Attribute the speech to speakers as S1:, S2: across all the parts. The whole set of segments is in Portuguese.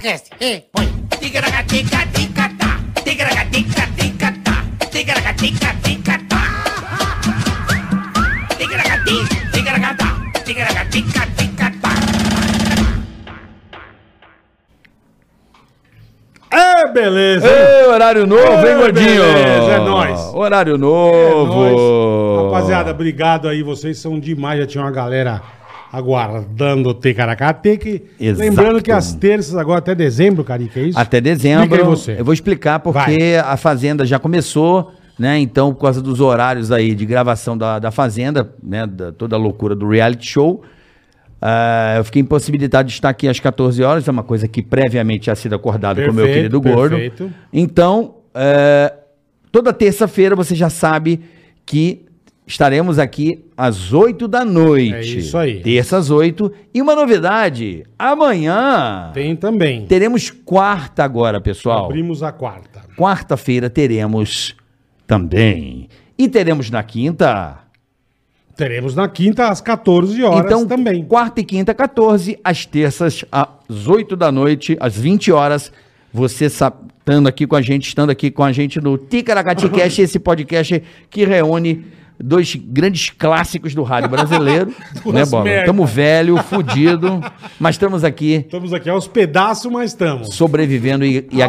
S1: Cast. Ei, põe.
S2: É, beleza. hein?
S3: Ê, horário novo,
S2: Ê,
S3: hein, gordinho?
S2: beleza, é nóis.
S3: Horário
S2: É
S3: novo.
S2: nóis. Rapaziada, obrigado aí. Vocês são demais. Já tinha uma galera aguardando o Ticaracateque.
S3: Exato.
S2: Lembrando que as terças, agora até dezembro, Carica, é isso?
S3: Até
S2: Explica aí
S3: dezembro.
S2: você.
S3: Eu vou explicar porque a Fazenda já começou, né? Então, por causa dos horários aí de gravação da, da Fazenda, né? da- toda a loucura do reality show. ah, eu fiquei impossibilitado de estar aqui às 14 horas, é uma coisa que previamente tinha sido acordado com o meu
S2: Perfeito,
S3: querido gordo.
S2: perfeito.
S3: Então, é, toda terça-feira você já sabe que estaremos aqui às 8 da noite.
S2: É isso aí.
S3: Terça às 8. E uma novidade: amanhã.
S2: Tem também.
S3: Teremos quarta agora, pessoal.
S2: Abrimos a quarta.
S3: Quarta-feira teremos também. E teremos na quinta.
S2: Teremos na quinta às 14 horas
S3: então,
S2: também.
S3: quarta e quinta, 14, às terças, às 8 da noite, às 20 horas. Você sa- estando aqui com a gente, estando aqui com a gente no Ticaracati Cast, esse podcast que reúne dois grandes clássicos do rádio brasileiro.
S2: Duas
S3: né, Bola?
S2: merda.
S3: Estamos velho, fudido, mas estamos aqui
S2: Estamos aqui aos pedaços, mas estamos.
S3: sobrevivendo e, e
S2: Ao-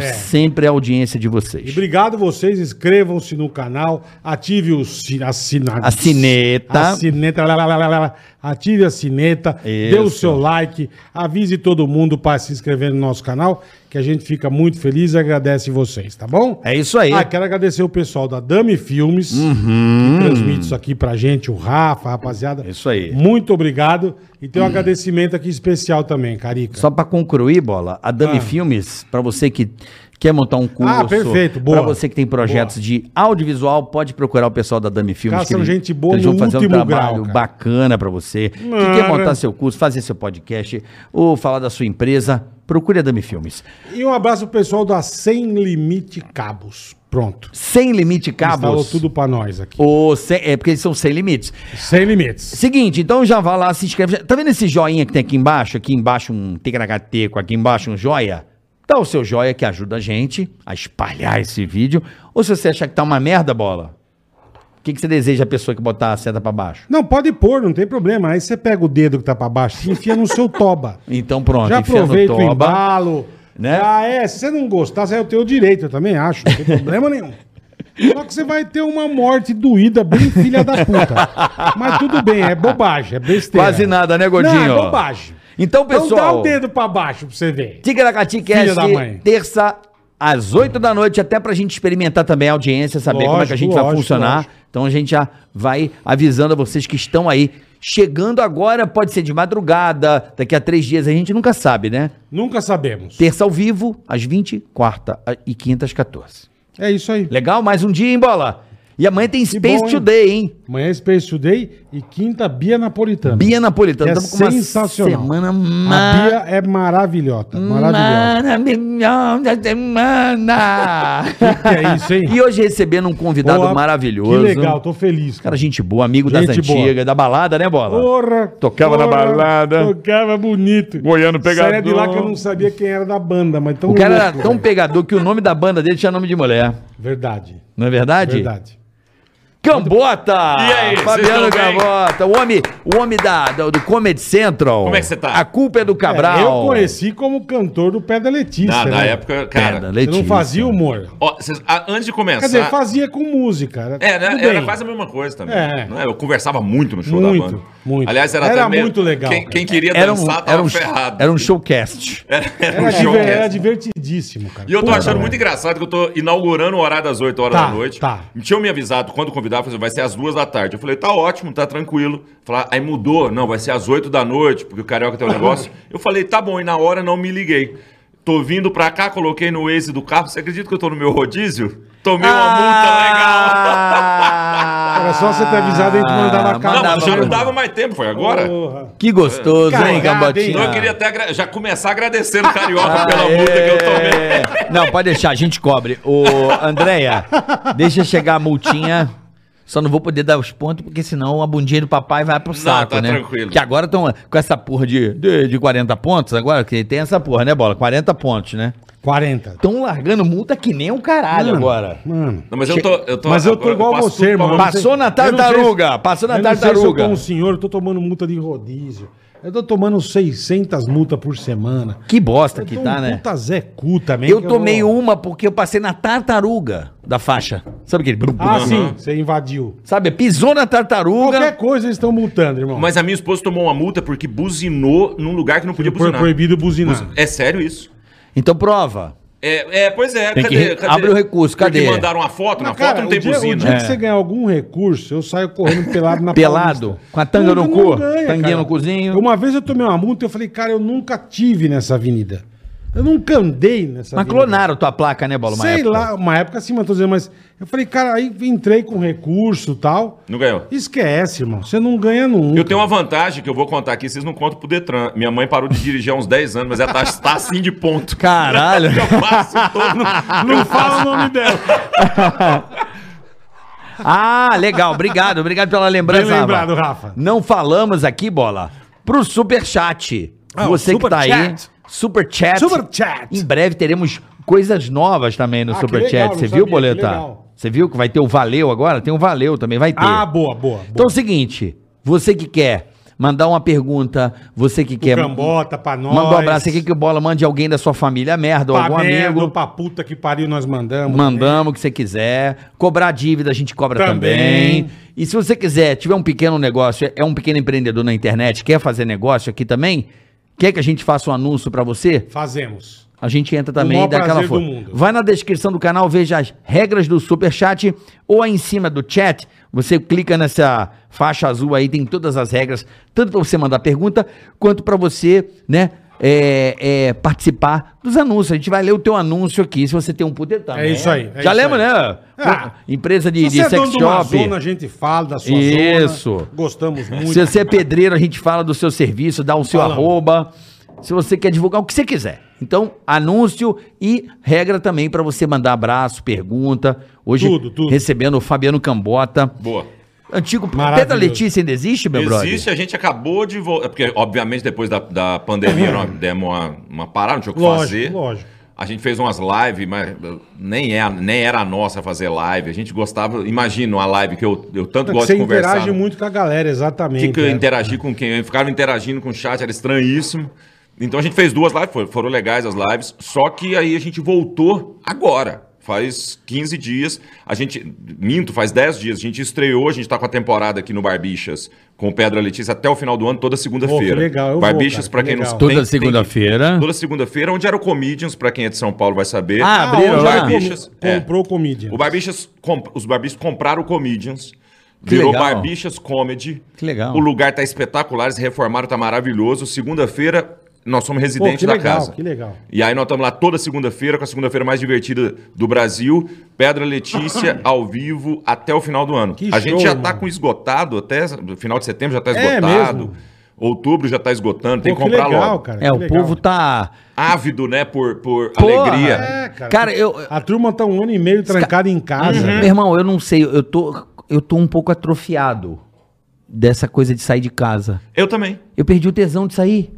S2: é.
S3: sempre a audiência de
S2: E
S3: vocês.
S2: obrigado vocês, inscrevam-se no canal, ative o si- a, sina-
S3: A sineta.
S2: A sineta, lá, lá, lá, lá, lá. ative a sineta, dê o
S3: Isso.
S2: seu like, avise todo mundo para se inscrever no nosso canal, que a gente fica muito feliz e agradece vocês, tá bom?
S3: É isso aí.
S2: Ah, quero agradecer o pessoal da Dami Filmes, que transmite isso aqui pra gente, o Rafa, a rapaziada.
S3: Uhum. Isso aí. Uhum.
S2: Muito obrigado. E tem um agradecimento aqui especial também, Carica.
S3: Só pra concluir, bola, a Dami
S2: Ah.
S3: Filmes, pra você que quer montar um curso,
S2: Ah, perfeito, boa.
S3: pra você que tem projetos
S2: Boa.
S3: de audiovisual, pode procurar o pessoal da Dami Filmes.
S2: Cara,
S3: que
S2: são
S3: eles-
S2: gente boa
S3: eles
S2: no
S3: vão fazer um
S2: último
S3: trabalho
S2: grau, cara.
S3: bacana pra você
S2: Mano.
S3: que quer montar seu curso, fazer seu podcast ou falar da sua empresa. Procure a Dami Filmes.
S2: E um abraço pro pessoal da Sem Limite Cabos. Pronto.
S3: Sem limite cabos.
S2: Falou tudo pra nós aqui.
S3: Ou sem- é porque eles são sem limites.
S2: Sem limites.
S3: Seguinte, então já vá lá, se inscreve. Tá vendo esse joinha que tem aqui embaixo? Aqui embaixo um ticaracateco, aqui embaixo um joia? Dá o seu joia que ajuda a gente a espalhar esse vídeo. Ou se você achar que tá uma merda, bola, o que, que você deseja a pessoa que botar a seta pra baixo?
S2: Não, pode pôr, não tem problema. Aí você pega o dedo que tá pra baixo e enfia no seu toba.
S3: Então pronto,
S2: Já
S3: enfia no
S2: aproveita o
S3: toba.
S2: embalo.
S3: né?
S2: Ah, é. Se você não gostar, você é o teu direito, eu também acho. Não tem problema nenhum. Só que você vai ter uma morte doída, bem filha da puta. Mas tudo bem, é bobagem, é besteira.
S3: Quase nada, né, Gordinho?
S2: Não, é bobagem.
S3: Então,
S2: Então dá
S3: pessoal,
S2: o dedo pra baixo pra você ver.
S3: Ticaracati Cast,
S2: Filha da mãe.
S3: é assim, terça às 8 da noite, até pra gente experimentar também a audiência, saber como é que
S2: Lógico,
S3: a gente vai
S2: lógico,
S3: funcionar.
S2: lógico.
S3: Então a gente já vai avisando a vocês que estão aí. Chegando agora, pode ser de madrugada, daqui a três dias, a gente nunca sabe, né?
S2: Nunca sabemos.
S3: Terça ao vivo, às 20, quarta a- e quinta às 14.
S2: É isso aí.
S3: Legal? Mais um dia, hein, bola? E amanhã tem Space
S2: bom, hein?
S3: Today, hein?
S2: Amanhã é Space Today e quinta Bia Napolitana.
S3: Bia Napolitana.
S2: É
S3: Tamo com uma
S2: sensacional.
S3: Semana
S2: A Bia é maravilhosa. Maravilhosa.
S3: Maravilhosa semana!
S2: Que que é isso, hein?
S3: E hoje recebendo um convidado
S2: Boa.
S3: maravilhoso.
S2: Que legal, tô feliz.
S3: Cara, gente boa, amigo das
S2: Gente boa.
S3: antigas, da balada, né, Bola?
S2: Porra!
S3: Tocava na balada.
S2: Tocava bonito.
S3: Goiano pegador.
S2: Saia de lá que eu não sabia quem era da banda, mas tão
S3: O cara era
S2: louco,
S3: tão
S2: velho.
S3: pegador que o nome da banda dele tinha nome de mulher.
S2: Verdade.
S3: Não é verdade?
S2: Verdade.
S3: Cambota! E
S4: aí, vocês
S3: Fabiano
S4: estão bem?
S3: Cambota, o homem, o homem da, da- do Comedy Central.
S4: Como é que você tá?
S3: A culpa é do Cabral.
S2: É, eu conheci como cantor do Pé da Letícia.
S4: Na, na
S2: né?
S4: época, cara.
S3: Pedra,
S2: Você
S3: Letícia.
S2: não fazia humor.
S4: ó, cês- a- antes de começar.
S2: Quer dizer, fazia com música.
S4: É, né?
S2: Tudo
S4: Era
S2: bem.
S4: quase a mesma coisa também.
S2: É.
S4: né? Eu conversava muito no show
S2: Muito,
S4: da banda.
S2: muito.
S4: Aliás, era,
S2: Era
S4: até meio-
S2: muito legal,
S4: Quem,
S2: cara. É,
S4: quem queria
S3: Era um,
S4: dançar
S3: era
S4: tava
S3: um,
S4: ferrado.
S3: era um showcast.
S4: Era- era um
S2: Era,
S4: show.
S2: diver- era
S4: cast.
S2: divertidíssimo, cara.
S4: E eu tô
S2: Puta,
S4: achando
S2: velho.
S4: muito engraçado que eu tô inaugurando o horário das 8 horas
S2: Tá,
S4: da noite.
S2: tá.
S4: Tinham me avisado quando convidava, falou assim, vai ser às duas da tarde. Eu falei, tá ótimo, tá tranquilo. Falar, aí mudou, não, vai ser às 8 da noite, porque o carioca tem um negócio. eu falei, tá bom, e na hora não me liguei. Tô vindo pra cá, coloquei no Waze do carro. Você acredita que eu tô no meu rodízio? Tomei
S2: Ah,
S4: uma
S3: legal.
S2: Era só você ter avisado, a gente mandava a
S4: multa
S2: cara.
S4: legal. Não, mas já não
S2: mano.
S4: dava mais tempo, foi agora?
S2: Porra.
S3: Ah, Que gostoso, hein,
S2: Cagada, hein?
S3: Gambotinha?
S4: Então eu queria até agra- já começar agradecendo o carioca
S3: Ah,
S4: pela
S3: é.
S4: multa que eu tomei.
S3: Não, pode deixar, a gente cobre. Ô, Andréia, deixa chegar a multinha. Só não vou poder dar os pontos, porque senão a bundinha do papai vai pro saco,
S4: tá
S3: né?
S4: tranquilo.
S3: Que agora estão com essa porra de, de, de 40 pontos, agora que tem essa porra, né, Bola? 40 pontos, né?
S2: 40.
S3: Estão largando multa que nem um caralho agora.
S2: Mano.
S4: Não, mas eu tô. Eu tô
S2: Mas eu tô
S4: agora
S2: igual
S4: passo
S2: você,
S4: tudo pra
S2: irmão.
S4: você.
S3: Passou na tartaruga, passou na
S2: Eu não sei se eu
S3: tartaruga.
S2: tô um senhor, eu tô tomando multa de rodízio. Eu tô tomando 600 multas por semana.
S3: Que bosta
S2: Eu
S3: que
S2: tô
S3: tá,
S2: um
S3: né?
S2: Puta Zé Cu também.
S3: Eu
S2: que
S3: tomei um.
S2: vou-
S3: uma porque eu passei na tartaruga da faixa. Sabe aquele? brum,
S2: Ah,
S3: brum,
S4: Uhum.
S2: sim, você invadiu.
S3: Sabe? Pisou na tartaruga.
S2: Qualquer coisa eles estão multando, irmão.
S4: Mas a minha esposa tomou uma multa porque buzinou num lugar que não podia
S2: Foi
S4: buzinar.
S2: proibido buzinar.
S4: É sério isso?
S3: Então prova.
S4: É, é, pois é.
S3: Tem que re- abre o recurso, cadê?
S4: Porque mandaram uma foto, na
S2: Mas, cara,
S4: foto não tem
S2: o dia,
S4: buzina.
S2: O dia
S3: É.
S2: que você ganhar algum recurso, eu saio correndo pelado na
S3: Pelado?
S2: Paulista.
S3: Com a tanga
S2: Não,
S3: no
S2: não
S3: cu?
S2: ganha,
S3: Tanguinha
S2: cara.
S3: no cuzinho?
S2: Uma vez eu tomei uma multa e eu falei, cara, eu nunca tive nessa avenida. Eu nunca andei nessa
S3: Mas
S2: avenida.
S3: clonaram tua placa, né, Bola? uma
S2: Tá Sei
S3: época?
S2: lá, uma época sim, mas tô dizendo, mas eu falei, cara, aí entrei com recurso e tal.
S4: Não ganhou.
S2: Esquece, irmão. Você não ganha nunca.
S4: Eu tenho uma vantagem que eu vou contar aqui, vocês não contam pro Detran. Minha mãe parou de dirigir há uns 10 anos, mas ela tá, tá assim de ponto.
S3: Caralho.
S4: Eu faço todo.
S2: Não fala o nome dela.
S3: Ah, legal. Obrigado. Obrigado pela lembrança.
S2: Bem lembrado,
S3: Rafa.
S2: Rafa.
S3: Não falamos aqui, Bola, pro Superchat.
S2: Ah, o
S3: Você que tá
S2: Superchat.
S3: aí. Superchat.
S2: Superchat.
S3: Em breve teremos coisas novas também no
S2: Ah, que legal,
S3: Superchat.
S2: não
S3: Você
S2: sabia,
S3: viu,
S2: que
S3: Boletar?
S2: legal.
S3: Você viu que vai ter o Valeu agora? Tem o Valeu também, vai ter.
S2: Ah, boa, boa. boa.
S3: Então é o seguinte, você que quer mandar uma pergunta, você que quer...
S2: Cambota pra nós.
S3: Manda um abraço aqui que o Bola mande alguém da sua família merda, ou
S2: pra
S3: algum
S2: merda,
S3: amigo.
S2: pra puta que pariu, nós mandamos.
S3: Mandamos o que você quiser. Cobrar dívida, a gente cobra também.
S2: Também.
S3: E se você quiser, tiver um pequeno negócio, é um pequeno empreendedor na internet, quer fazer negócio aqui também, quer que a gente faça um anúncio pra você?
S2: Fazemos.
S3: A gente entra também
S2: O maior
S3: e dá aquela
S2: prazer do
S3: força.
S2: mundo.
S3: Vai na descrição do canal, veja as regras do Superchat ou aí em cima do chat, você clica nessa faixa azul aí, tem todas as regras, tanto para você mandar pergunta, quanto para você, né, é, é, participar dos anúncios. A gente vai ler o teu anúncio aqui, se você tem um poder também.
S2: É isso aí, é
S3: Já
S2: isso
S3: lembra,
S2: aí.
S3: né?
S2: Ah,
S3: Empresa de,
S2: Se
S3: de
S2: você é dono
S3: sex
S2: de uma
S3: shop.
S2: zona, a gente fala da sua
S3: Isso.
S2: zona. Gostamos muito.
S3: Se você é pedreiro, a gente fala do seu serviço, dá o seu
S2: Falamos.
S3: arroba. Se você quer divulgar o que você quiser. Então, anúncio e regra também para você mandar abraço, pergunta. Hoje,
S2: Tudo, tudo.
S3: recebendo o Fabiano Cambota.
S4: Boa.
S3: Antigo Pedra
S2: Maravilhoso.
S3: Letícia ainda existe, meu brother?
S4: Existe, a gente acabou de voltar. Porque, obviamente, depois da, da pandemia, nós demos uma, uma parada, não tinha o que
S2: Lógico,
S4: fazer.
S2: lógico.
S4: A gente fez umas lives, mas uh, nem, é, nem era a nossa fazer live. A gente gostava. Imagina uma live que eu, eu tanto gosto
S2: É você
S4: de conversar.
S2: interage
S3: né?
S2: muito com a galera, exatamente.
S4: que, que eu
S2: né?
S4: interagi com quem? Eu ficava interagindo com o chat, era estranhíssimo. Então a gente fez duas lives, foram, foram legais as lives, só que aí a gente voltou agora. Faz 15 dias, a gente, minto, faz 10 dias, a gente estreou, a gente tá com a temporada aqui no Barbichas com o Pedra Letícia até o final do ano, toda segunda-feira.
S2: Pô, que legal, eu vou,
S4: Barbichas,
S2: cara,
S4: pra
S2: que
S4: quem não
S2: legal.
S4: tem-
S3: Toda
S4: tem-
S3: segunda-feira.
S4: Toda segunda-feira, onde era o Comedians, pra quem é de São Paulo vai saber.
S3: Ah, abriram
S2: hoje
S4: lá?
S2: ela com-
S4: Barbichas, é.
S2: Comprou comédia.
S4: O Barbichas, comp- os Barbichas compraram o Comedians.
S3: Que
S4: virou
S3: legal.
S4: Barbichas Comedy.
S3: Que legal.
S4: O lugar tá espetacular, eles reformaram, tá maravilhoso. Segunda-feira, nós somos
S2: Pô, que
S4: residentes da
S2: legal,
S4: casa.
S2: que legal.
S4: E aí nós estamos lá toda segunda-feira, com a segunda-feira mais divertida do Brasil. Pedra Letícia, ao vivo, até o final do ano.
S2: Que
S4: a gente
S2: show,
S4: já tá
S2: mano.
S4: com esgotado até final de setembro já tá
S2: É
S4: esgotado.
S2: mesmo?
S4: Outubro já tá esgotando, tem
S2: Pô,
S4: que comprar
S2: legal,
S4: logo.
S2: cara.
S3: É,
S2: que
S3: o
S2: legal.
S3: povo tá.
S4: Ávido, né, por, por
S3: Porra!
S4: alegria.
S2: É, cara.
S3: Cara, eu- Uhum.
S2: A turma tá um ano e meio trancada em casa. né?
S3: Meu
S2: velho.
S3: irmão, eu não sei, eu tô, eu tô um pouco atrofiado dessa coisa de sair de casa.
S4: Eu também.
S3: Eu perdi o tesão de sair.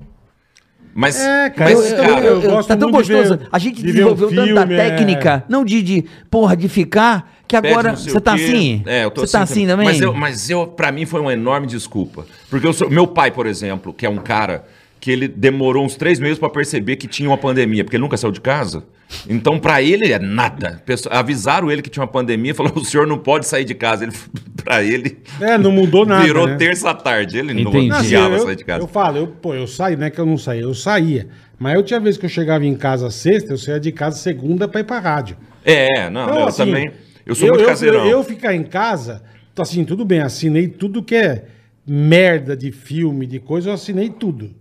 S4: Mas,
S2: É, cara,
S4: mas,
S2: eu-
S4: cara,
S2: eu- eu- gosto
S3: tá tão
S2: muito de
S3: gostoso.
S2: ver-
S3: a gente
S2: de ver um
S3: desenvolveu tanta
S2: filme, é.
S3: técnica, não de, de, porra, de ficar, que
S4: pede
S3: agora
S4: não sei
S3: você
S4: o
S3: tá
S4: quê.
S3: assim?
S4: É, eu tô
S3: Você tá assim também?
S4: Mas eu, mas eu para mim foi uma enorme desculpa. Porque eu sou- meu pai, por exemplo, que é um cara que ele demorou uns três meses pra perceber que tinha uma pandemia, porque ele nunca saiu de casa. Então, pra ele é nada. Pessoa- avisaram ele que tinha uma pandemia, falaram: o senhor não pode sair de casa. Ele, pra ele,
S2: É, não mudou nada.
S4: virou
S2: né?
S4: terça à tarde. Ele
S3: Entendi.
S4: não
S2: Assim,
S4: odiava
S2: eu,
S4: sair de casa.
S2: eu falo, eu, pô, eu saí, não é que eu não saía, eu saía. Mas eu tinha vez que eu chegava em casa sexta, eu saía de casa segunda pra ir pra rádio.
S4: É, não, eu
S2: assim,
S4: também. Eu sou muito
S2: eu,
S4: caseirão.
S2: Eu, eu ficar em casa, tô assim, tudo bem, assinei tudo que é merda de filme, de coisa, eu assinei tudo.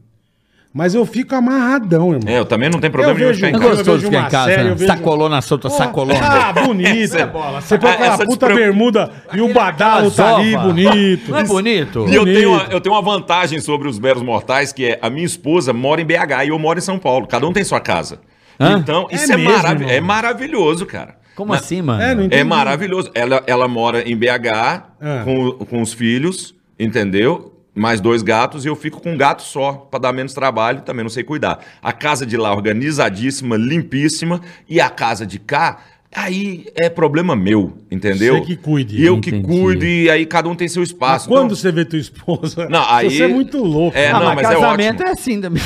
S2: Mas eu fico amarradão, irmão.
S4: É, eu também não tenho problema nenhum de
S2: vejo-
S4: ficar em
S3: É
S4: casa.
S2: eu
S3: gostoso
S2: vejo
S3: ficar
S2: uma
S3: em casa,
S2: série,
S3: né?
S2: eu vejo-
S3: Sacolona solta,
S2: Porra,
S3: sacolona.
S2: Ah, bonito,
S4: Essa- Ah,
S2: é bola. Você põe aquela
S4: essa
S2: puta
S4: despre-
S2: bermuda e o badalo tá ali, bonito.
S3: Não é bonito?
S4: E eu
S2: Bonito.
S4: tenho, uma, eu tenho uma vantagem sobre os meros mortais, que é a minha esposa mora em BH e eu moro em São Paulo. Cada um tem sua casa.
S3: Hã?
S4: Então,
S2: É
S4: isso é,
S2: mesmo,
S4: marav-
S2: irmão?
S4: é maravilhoso, cara.
S3: Como assim, mano?
S2: É, não entendi.
S4: É maravilhoso. Ela, ela mora em BH
S2: Ah.
S4: com, com os filhos, entendeu? Mais dois gatos e eu fico com um gato só, pra dar menos trabalho, também não sei cuidar. A casa de lá organizadíssima, limpíssima, e a casa de cá, aí é problema meu, entendeu?
S2: Você que cuide.
S4: E eu que
S3: Entendi.
S4: cuido, e aí cada um tem seu
S2: Mas
S4: espaço.
S2: quando
S4: Então-
S2: você vê tua esposa,
S4: Não, aí-
S2: você é muito louco.
S4: É,
S2: né?
S4: não, mas é
S3: casamento
S4: ótimo.
S3: é, assim também.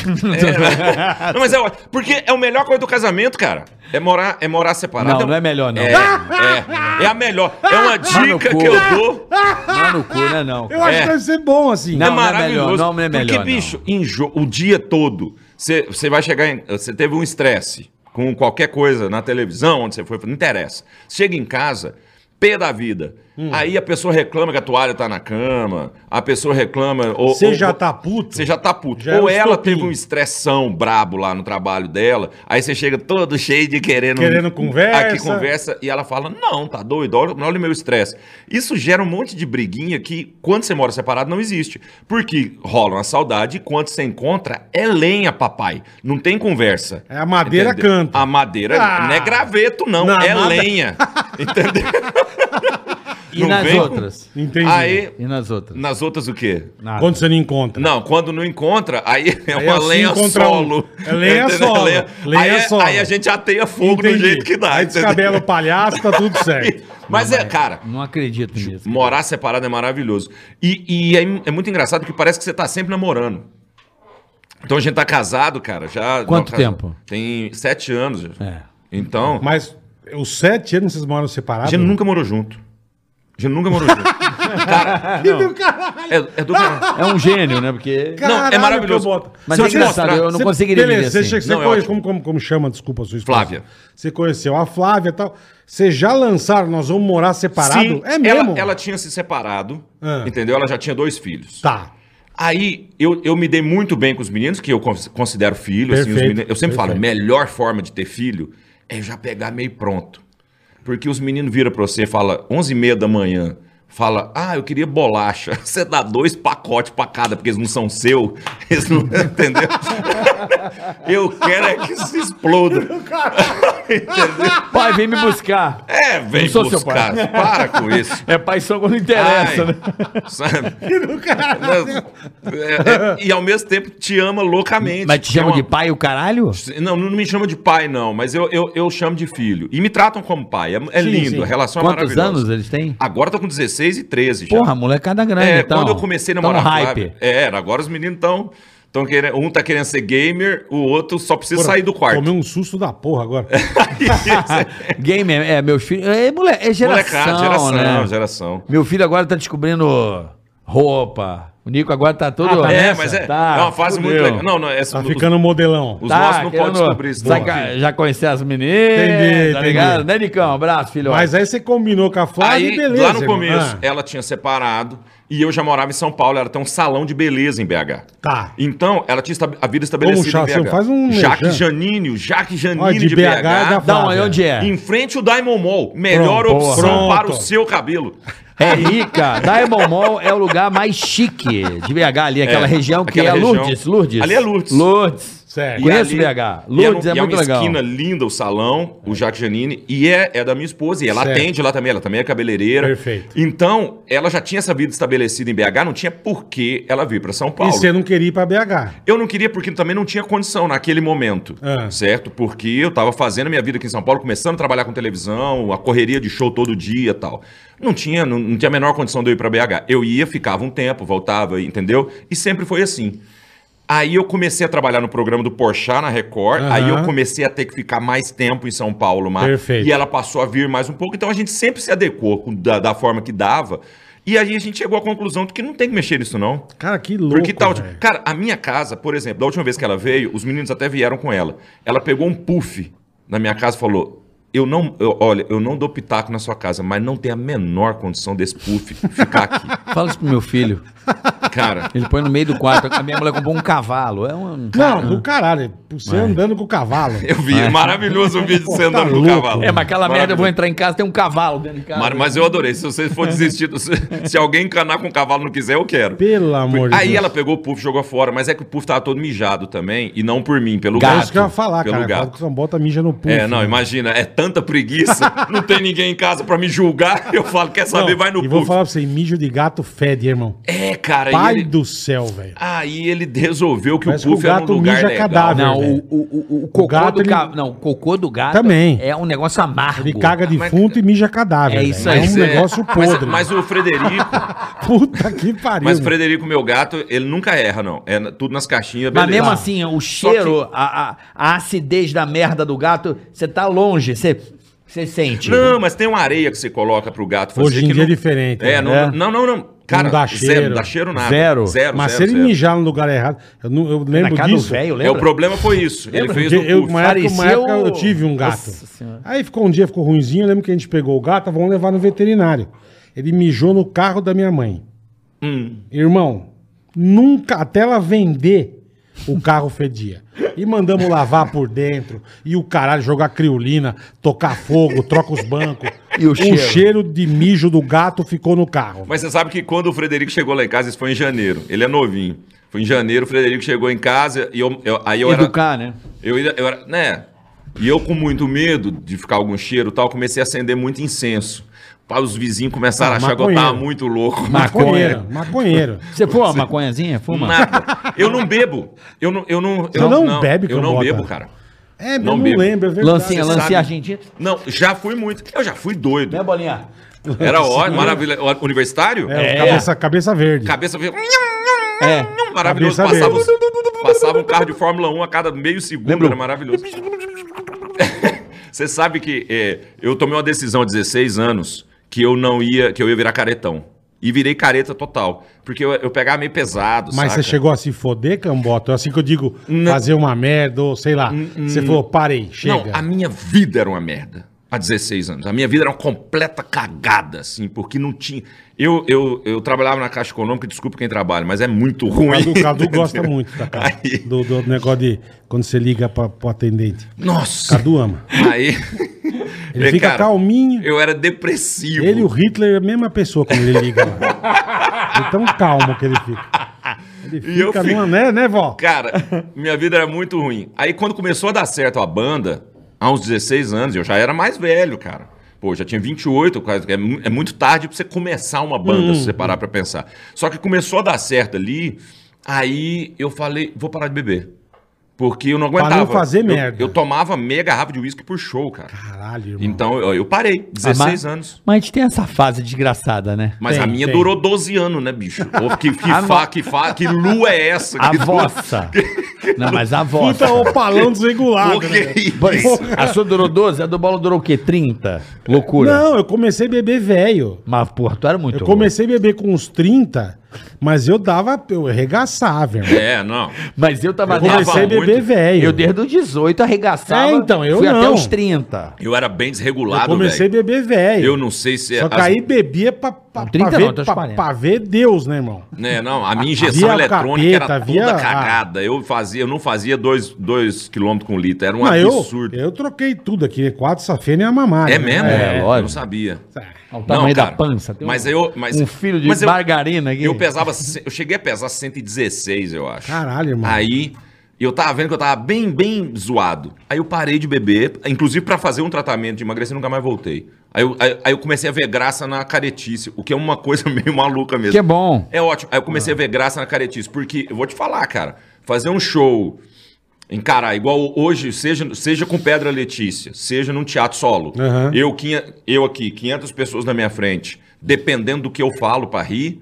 S4: É, não, mas é ótimo. Porque é o melhor coisa do casamento, cara. É morar, é morar separado.
S3: Não, não é melhor, não.
S4: É, é, é a melhor. É uma
S3: no
S4: dica
S3: cu.
S4: que eu dou.
S3: Não é no cu, né, não.
S2: Eu acho
S4: É.
S2: que deve ser bom assim.
S3: Não.
S4: é maravilhoso.
S3: melhor, não, não é melhor, não.
S4: Porque, bicho, enjo- o dia todo, você você vai chegar em. Você teve um estresse com qualquer coisa na televisão, onde você foi, não interessa. Chega em casa, pé da vida.
S2: Hum.
S4: Aí a pessoa reclama que a toalha tá na cama, a pessoa reclama. ou-
S2: Você
S4: ou-
S2: já tá puto?
S4: Você já tá puto.
S2: Já é
S4: Ou
S2: um
S4: ela
S2: estopim.
S4: teve um estressão brabo lá no trabalho dela, aí você chega todo cheio de querendo...
S2: Querendo conversa.
S4: Aqui conversa, e ela fala, não, tá doido, olha, olha o meu estresse. Isso gera um monte de briguinha que, quando você mora separado, não existe. Porque rola uma saudade, e quando você encontra, é lenha, papai. Não tem conversa.
S2: É, a madeira canta.
S4: A madeira
S2: Ah.
S4: não é graveto, não,
S2: Não,
S4: é
S2: nada.
S4: lenha. Entendeu?
S3: E
S4: Não
S3: nas
S4: vem com-
S3: outras?
S2: Entendi.
S4: Aí,
S3: E nas outras?
S4: nas outras o quê?
S3: Nada.
S2: Quando você não encontra.
S4: Não, quando não encontra, aí é
S2: Aí
S4: uma
S2: assim
S4: lenha
S2: encontra
S4: solo.
S2: um. É lenha
S4: Entendeu?
S2: solo,
S4: Lenha-
S2: lenha
S4: aí, é-
S2: solo.
S4: aí a gente ateia fogo do jeito que dá.
S2: Aí
S4: entendeu?
S2: descabela o palhaço, tá tudo certo.
S4: Mas é, cara,
S3: Não acredito nisso.
S4: morar separado é maravilhoso. E, e é, é muito engraçado porque parece que você tá sempre namorando. Então a gente tá casado, cara, já.
S3: Quanto
S4: não, casa-
S3: tempo?
S4: Tem sete anos. já.
S3: É.
S4: Então,
S2: Mas os sete anos vocês moram
S4: a
S2: separados?
S4: gente nunca morou junto. A gente nunca morou junto. cara,
S2: Que do caralho!
S4: é, é do caralho.
S3: É um gênio, né? Porque.
S4: Não, é
S2: Caralho,
S4: maravilhoso.
S2: que eu boto.
S3: Mas
S4: Se
S3: é
S4: eu te
S3: engraçado,
S4: mostrar-
S3: eu não
S2: Você-
S3: conseguiria
S2: beleza,
S3: viver
S2: você,
S3: assim.
S2: che- você
S4: Não, é
S2: conhece,
S4: ótimo.
S2: como, como, como chama, desculpa a sua esposa.
S4: Flávia.
S2: Você conheceu a Flávia e tal. Vocês já lançaram, nós vamos morar separado?
S4: Sim,
S2: é mesmo?
S4: Ela, ela tinha se separado,
S2: Ah.
S4: entendeu? Ela já tinha dois filhos.
S2: Tá.
S4: Aí eu, eu me dei muito bem com os meninos, que eu cons- considero filho. assim, os
S2: Perfeito,
S4: meninos- eu sempre falo, a
S2: perfeito.
S4: melhor forma de ter filho é já pegar meio pronto. Porque os meninos viram pra você e falam, 11h30 da manhã, fala, ah, eu queria bolacha. Você dá dois pacotes pra cada, porque eles não são seu. Eles não, entendeu? eu quero é que se exploda.
S3: Pai, vem me buscar.
S4: É, vem
S3: Não sou seu
S4: buscar.
S3: pai.
S4: Para com isso.
S3: É pai só quando interessa,
S4: Ai,
S3: né?
S4: Sabe? É, é, e ao mesmo tempo te ama loucamente.
S3: Mas te
S4: É
S3: chamam
S4: uma-
S3: de pai o caralho?
S4: Não, não me chama de pai, não, mas eu, eu, eu chamo de filho. E me tratam como pai. É, é
S2: Sim,
S4: lindo,
S2: sim.
S4: a relação é
S3: Quantos
S4: maravilhosa.
S3: anos eles têm?
S4: Agora tô com 16 e 13 Ah, já.
S3: Porra, molecada grande,
S4: é,
S3: então.
S4: quando eu comecei
S3: Tão
S4: a
S3: no
S4: namorar com a
S3: hype.
S4: Flávia- É, era, agora os meninos estão. Tão querendo, um tá querendo ser gamer, o outro só precisa sair é do quarto.
S2: Tomei um susto da porra agora.
S3: Game é, é meus filhos. É, mole- é geração,
S4: Molecada, geração,
S3: né?
S4: geração.
S3: Meu filho agora tá descobrindo roupa. O Nico agora tá todo.
S2: Ah, tá
S4: É,
S2: nessa?
S4: mas é,
S3: Tá,
S4: é uma fase muito
S3: fudeu. Tá
S4: legal. Não, não, é,
S2: Tá ficando modelão.
S4: Os nossos não podem
S3: querendo
S4: descobrir isso,
S3: saca-
S4: não.
S3: já conhecer as meninas,
S2: Entendi,
S3: tá
S2: entendi.
S3: ligado? Né, Nicão? Abraço, filho.
S2: Tá. Mas aí você combinou com a Flávia
S4: Aí,
S2: e beleza.
S4: lá no
S2: irmão.
S4: começo,
S2: Ah,
S4: ela tinha separado e eu já morava em São Paulo, ela tem um salão de beleza em BH.
S2: Tá.
S4: Então, ela tinha esta- a vida estabelecida
S2: Chá,
S4: em
S2: você
S4: BH.
S2: faz um
S4: Jaque
S2: merchan.
S4: Janine, o Jaque Janine
S2: Olha,
S4: É de, BH,
S2: é da
S3: Dá uma
S2: Flávia.
S3: olhada onde é.
S4: em frente o Diamond Mall. Melhor
S3: Pronto,
S4: opção
S2: boa.
S4: para o
S2: Pronto.
S4: seu cabelo.
S3: É rica. Diamond Mall é o lugar mais chique de BH ali, aquela
S4: É,
S3: região que é
S4: aquela região.
S3: Lourdes, Lourdes.
S4: Ali é Lourdes.
S3: Lourdes.
S2: Certo.
S4: E
S3: Conheço
S4: ali-
S3: BH.
S4: e
S3: Lourdes
S4: é,
S3: é,
S4: um- e é
S3: muito
S4: uma
S3: legal.
S4: esquina linda o salão, o Jaque Janine, e é, é da minha esposa, e ela
S2: Certo.
S4: atende lá também, ela também é cabeleireira.
S2: Perfeito.
S4: Então, ela já tinha essa vida estabelecida em BH, não tinha por que ela vir para São
S2: E
S4: Paulo.
S2: você não queria ir pra BH.
S4: Eu não queria porque também não tinha condição naquele momento,
S2: Ah.
S4: certo? Porque eu tava fazendo a minha vida aqui em São Paulo, começando a trabalhar com televisão, a correria de show todo dia e tal. Não tinha, não, não tinha a menor condição de eu ir pra BH. Eu ia, ficava um tempo, voltava, entendeu? E sempre foi assim. Aí eu comecei a trabalhar no programa do Porchat na Record,
S2: Aham.
S4: aí eu comecei a ter que ficar mais tempo em São Paulo, Mar.
S2: Perfeito.
S4: E ela passou a vir mais um pouco, então a gente sempre se adequou com- da, da forma que dava. E aí a gente chegou à conclusão de que não tem que mexer nisso não.
S2: Cara, que louco.
S4: Porque tal.
S2: velho.
S4: Cara, a minha casa, por exemplo, da última vez que ela veio, os meninos até vieram com ela. Ela pegou um puff na minha casa e falou: Eu não. eu- olha, eu não dou pitaco na sua casa, mas não tem a menor condição desse puff ficar aqui.
S3: Fala isso pro meu filho.
S4: cara.
S3: Ele põe no meio do quarto. A minha mulher comprou um cavalo. É um.
S2: Não, do caralho.
S4: É.
S2: Você andando com o cavalo.
S4: Eu vi, maravilhoso o vídeo de você
S2: Pô, tá
S4: andando no
S2: louco.
S4: cavalo.
S3: É, mas aquela merda, eu
S4: Maravilhoso.
S3: vou entrar em casa, tem um cavalo dentro de casa.
S4: Mas, mas eu adorei. Se você for desistir, do- se, se alguém encanar com o cavalo não quiser, eu quero.
S2: Pelo amor de
S4: Aí
S2: Deus.
S4: ela pegou o puff, jogou fora, mas é que o puff tava todo mijado também, e não por mim,
S2: É
S4: pelo gato.
S2: isso que eu ia falar,
S4: pelo
S2: cara. Fala que
S4: Gato.
S2: o São Bota mija no puff. né?
S4: É, não, imagina, é tanta preguiça, não tem ninguém em casa pra me julgar. Eu falo, quer saber,
S2: Não,
S4: vai no
S2: E
S4: puff.
S2: vou falar pra você, mijo de gato fede, irmão.
S4: É, cara, e
S2: Pai
S4: ele-
S2: do céu, velho.
S4: aí ele resolveu que
S2: Parece
S4: o
S2: que o
S4: puff era um
S2: gato
S4: lugar
S2: mija
S4: legal.
S2: cadáver.
S3: Não, o,
S2: velho.
S3: o, o, o cocô
S2: gato,
S3: do gato.
S2: ele-
S3: Não, o cocô do gato
S2: Também.
S3: é um negócio amargo.
S2: Ele caga
S4: mas-
S2: defunto e mija cadáver.
S3: Ah, É
S2: velho.
S3: isso aí.
S2: É um
S4: Mas é-
S2: negócio
S4: mas-
S2: podre.
S4: Mas, o Frederico,
S2: Puta que pariu.
S4: mas o
S2: meu.
S4: Frederico, meu gato, ele nunca erra, não. É na- tudo nas caixinhas,
S3: Mas
S4: beleza.
S3: mesmo assim, o cheiro, a, a, a acidez da merda do gato, você tá longe, você, você sente.
S4: Não, mas tem uma areia que você coloca pro gato fazer.
S2: Hoje em
S4: que
S2: dia
S4: não-
S2: é diferente, né?
S4: É, não,
S2: É.
S4: não, não, não. Cara,
S2: não dá cheiro.
S4: zero, não dá cheiro nada.
S3: Zero.
S4: Zero,
S2: Mas se
S4: zero,
S2: ele
S4: zero.
S2: mijar no lugar errado, eu, não, eu lembro
S3: Na casa
S2: disso.
S3: do velho,
S4: É,
S3: lembra?
S4: o problema foi isso. Ele fez um
S2: Porque
S4: no
S2: eu, uma, época, uma
S3: Pareceu-
S2: época eu tive um gato.
S3: Nossa Senhora.
S2: Aí ficou um dia, ficou ruimzinho. Eu lembro que a gente pegou o gato, vamos levar no veterinário. Ele mijou no carro da minha mãe.
S4: Hum.
S2: Irmão, nunca, até ela vender, o carro fedia. E mandamos lavar por dentro, e o caralho jogar criolina, tocar fogo, troca os bancos. Um
S3: E o cheiro?
S2: de mijo do gato ficou no carro.
S4: Mas você sabe que quando o Frederico chegou lá em casa, isso foi em janeiro. Ele é novinho. Foi em janeiro, o Frederico chegou em casa e eu, eu- aí eu era.
S3: Educar, né?
S4: Eu, ia- eu era. Né? E eu, com muito medo de ficar algum cheiro e tal, comecei a acender muito incenso. Para os vizinhos começaram
S2: Ah,
S4: a achar que eu tava
S2: maconheiro.
S4: muito louco.
S2: Maconheiro, maconheiro.
S3: Você fuma uma maconhazinha? Fuma?
S4: Nada. Eu não bebo. Eu não. Eu não,
S2: Você não bebe,
S4: Eu não
S2: Cambota?
S4: bebo, cara.
S2: É,
S4: Não
S2: eu não
S4: bebo.
S2: lembro, é verdade.
S3: Lancinha,
S4: sabe.
S3: lancinha argentina.
S4: Não, já fui muito. Eu já fui doido.
S3: Né, Bolinha?
S4: Era ótimo, maravilha. ó, Universitário?
S2: É,
S3: É.
S2: Cabeça, cabeça verde.
S4: Cabeça veio.
S3: É.
S4: Maravilhoso.
S2: Cabeça
S4: Passava,
S2: verde.
S4: os- passava um carro de Fórmula 1 a cada meio segundo.
S3: Lembrou.
S4: Era maravilhoso. Você sabe que é, eu tomei uma decisão há 16 anos que eu não ia, que eu ia virar caretão. E virei careta total. Porque eu, eu pegava meio pesado.
S2: Mas
S4: saca?
S2: você chegou a se foder, Cambota? Assim que eu digo,
S4: Não. Hum,
S2: fazer uma merda, ou sei lá. Você falou, parei, chega.
S4: Não, a minha vida era uma merda. Há 16 anos. A minha vida era uma completa cagada, assim, porque não tinha. Eu, eu, eu trabalhava na Caixa Econômica, desculpa quem trabalha, mas é muito ruim.
S2: O Cadu, Cadu
S4: entendeu?
S2: gosta muito da cara.
S4: Aí-
S2: Do, do negócio de quando você liga pra, pro atendente.
S4: Nossa!
S2: Cadu ama.
S4: Aí.
S2: Ele fica calminho.
S4: Eu era depressivo.
S2: Ele e o Hitler é a mesma pessoa quando ele liga lá. De tão calmo que ele fica. Ele
S4: E eu
S2: fica
S4: fico-
S2: numa, né, né, vó?
S4: Cara, minha vida era muito ruim. Aí quando começou a dar certo a banda, há uns 16 anos, eu já era mais velho, cara. Pô, eu já tinha 28, quase. É, mu- é muito tarde pra você começar uma banda,
S2: Hum.
S4: se você parar pra pensar. Só que começou a dar certo ali, aí eu falei, vou parar de beber. Porque eu não
S2: Pra não
S4: aguentava.
S2: fazer
S4: eu,
S2: merda.
S4: Eu tomava meia garrafa de uísque por show, cara.
S2: Caralho, irmão.
S4: Então eu, eu parei, 16
S3: Ah, mas-
S4: anos.
S3: Mas a gente tem essa fase desgraçada, né?
S4: Mas
S2: Tem,
S4: a minha
S2: tem.
S4: durou 12 anos, né, bicho? Ô, que, que,
S3: A
S4: fa,
S3: no-
S4: que, fa, que lua é essa?
S3: A
S4: Que lua-
S3: vossa. Não, mas a vossa.
S2: Puta opalão desregulado.
S4: Pô, que
S2: né?
S4: isso?
S3: A sua durou 12, a do Bola durou o quê? 30? Loucura.
S2: Não, eu comecei a beber velho.
S3: Mas, porra, tu era muito
S2: Eu comecei a beber com uns 30, mas eu dava, eu arregaçava, irmão.
S4: É, não.
S3: louco. Mas eu tava...
S4: Eu
S3: desde-
S2: Comecei a
S4: muito.
S2: beber velho.
S3: Eu desde os 18 arregaçava.
S2: É, então, eu
S3: fui até
S2: não.
S3: os 30.
S4: Eu era bem desregulado,
S2: eu comecei
S4: velho.
S2: a beber velho.
S4: Eu não sei se...
S2: Só
S4: as-
S2: que aí bebia pra, pra,
S3: Com 30
S2: pra
S3: não,
S2: ver,
S3: até os
S2: pra-
S3: 40.
S2: pra ver Deus, né, irmão?
S4: Né, não, a minha injeção
S2: Via
S4: eletrônica
S2: capeta,
S4: era toda
S2: via-
S4: cagada. Eu fazia, eu não fazia 2 km com litro, era um
S2: Não, eu,
S4: absurdo.
S2: eu troquei tudo aqui. Quatro safena e a mamada.
S4: É
S2: né?
S4: mesmo?
S3: É,
S4: eu
S3: lógico.
S4: não sabia.
S3: Olha O
S4: Não,
S3: tamanho da
S4: cara,
S3: pança. Tem
S4: mas
S3: um,
S4: eu- mas-
S3: um filho de
S4: mas eu-
S3: margarina aqui.
S4: Eu pesava, ce- eu cheguei a pesar 116, eu acho.
S2: Caralho, irmão.
S4: Aí eu tava vendo que eu tava bem, bem zoado. Aí eu parei de beber, inclusive pra fazer um tratamento de emagrecer, nunca mais voltei. Aí eu, aí- aí eu comecei a ver graça na caretice, o que é uma coisa meio maluca mesmo.
S3: Que é bom.
S4: É ótimo. Aí eu comecei a ver graça na caretice, porque eu vou te falar, cara, fazer um show encarar igual hoje, seja, seja com Pedra Letícia, seja num teatro solo.
S2: Aham.
S4: Eu, quinha- eu aqui, 500 pessoas na minha frente, dependendo do que eu falo pra rir,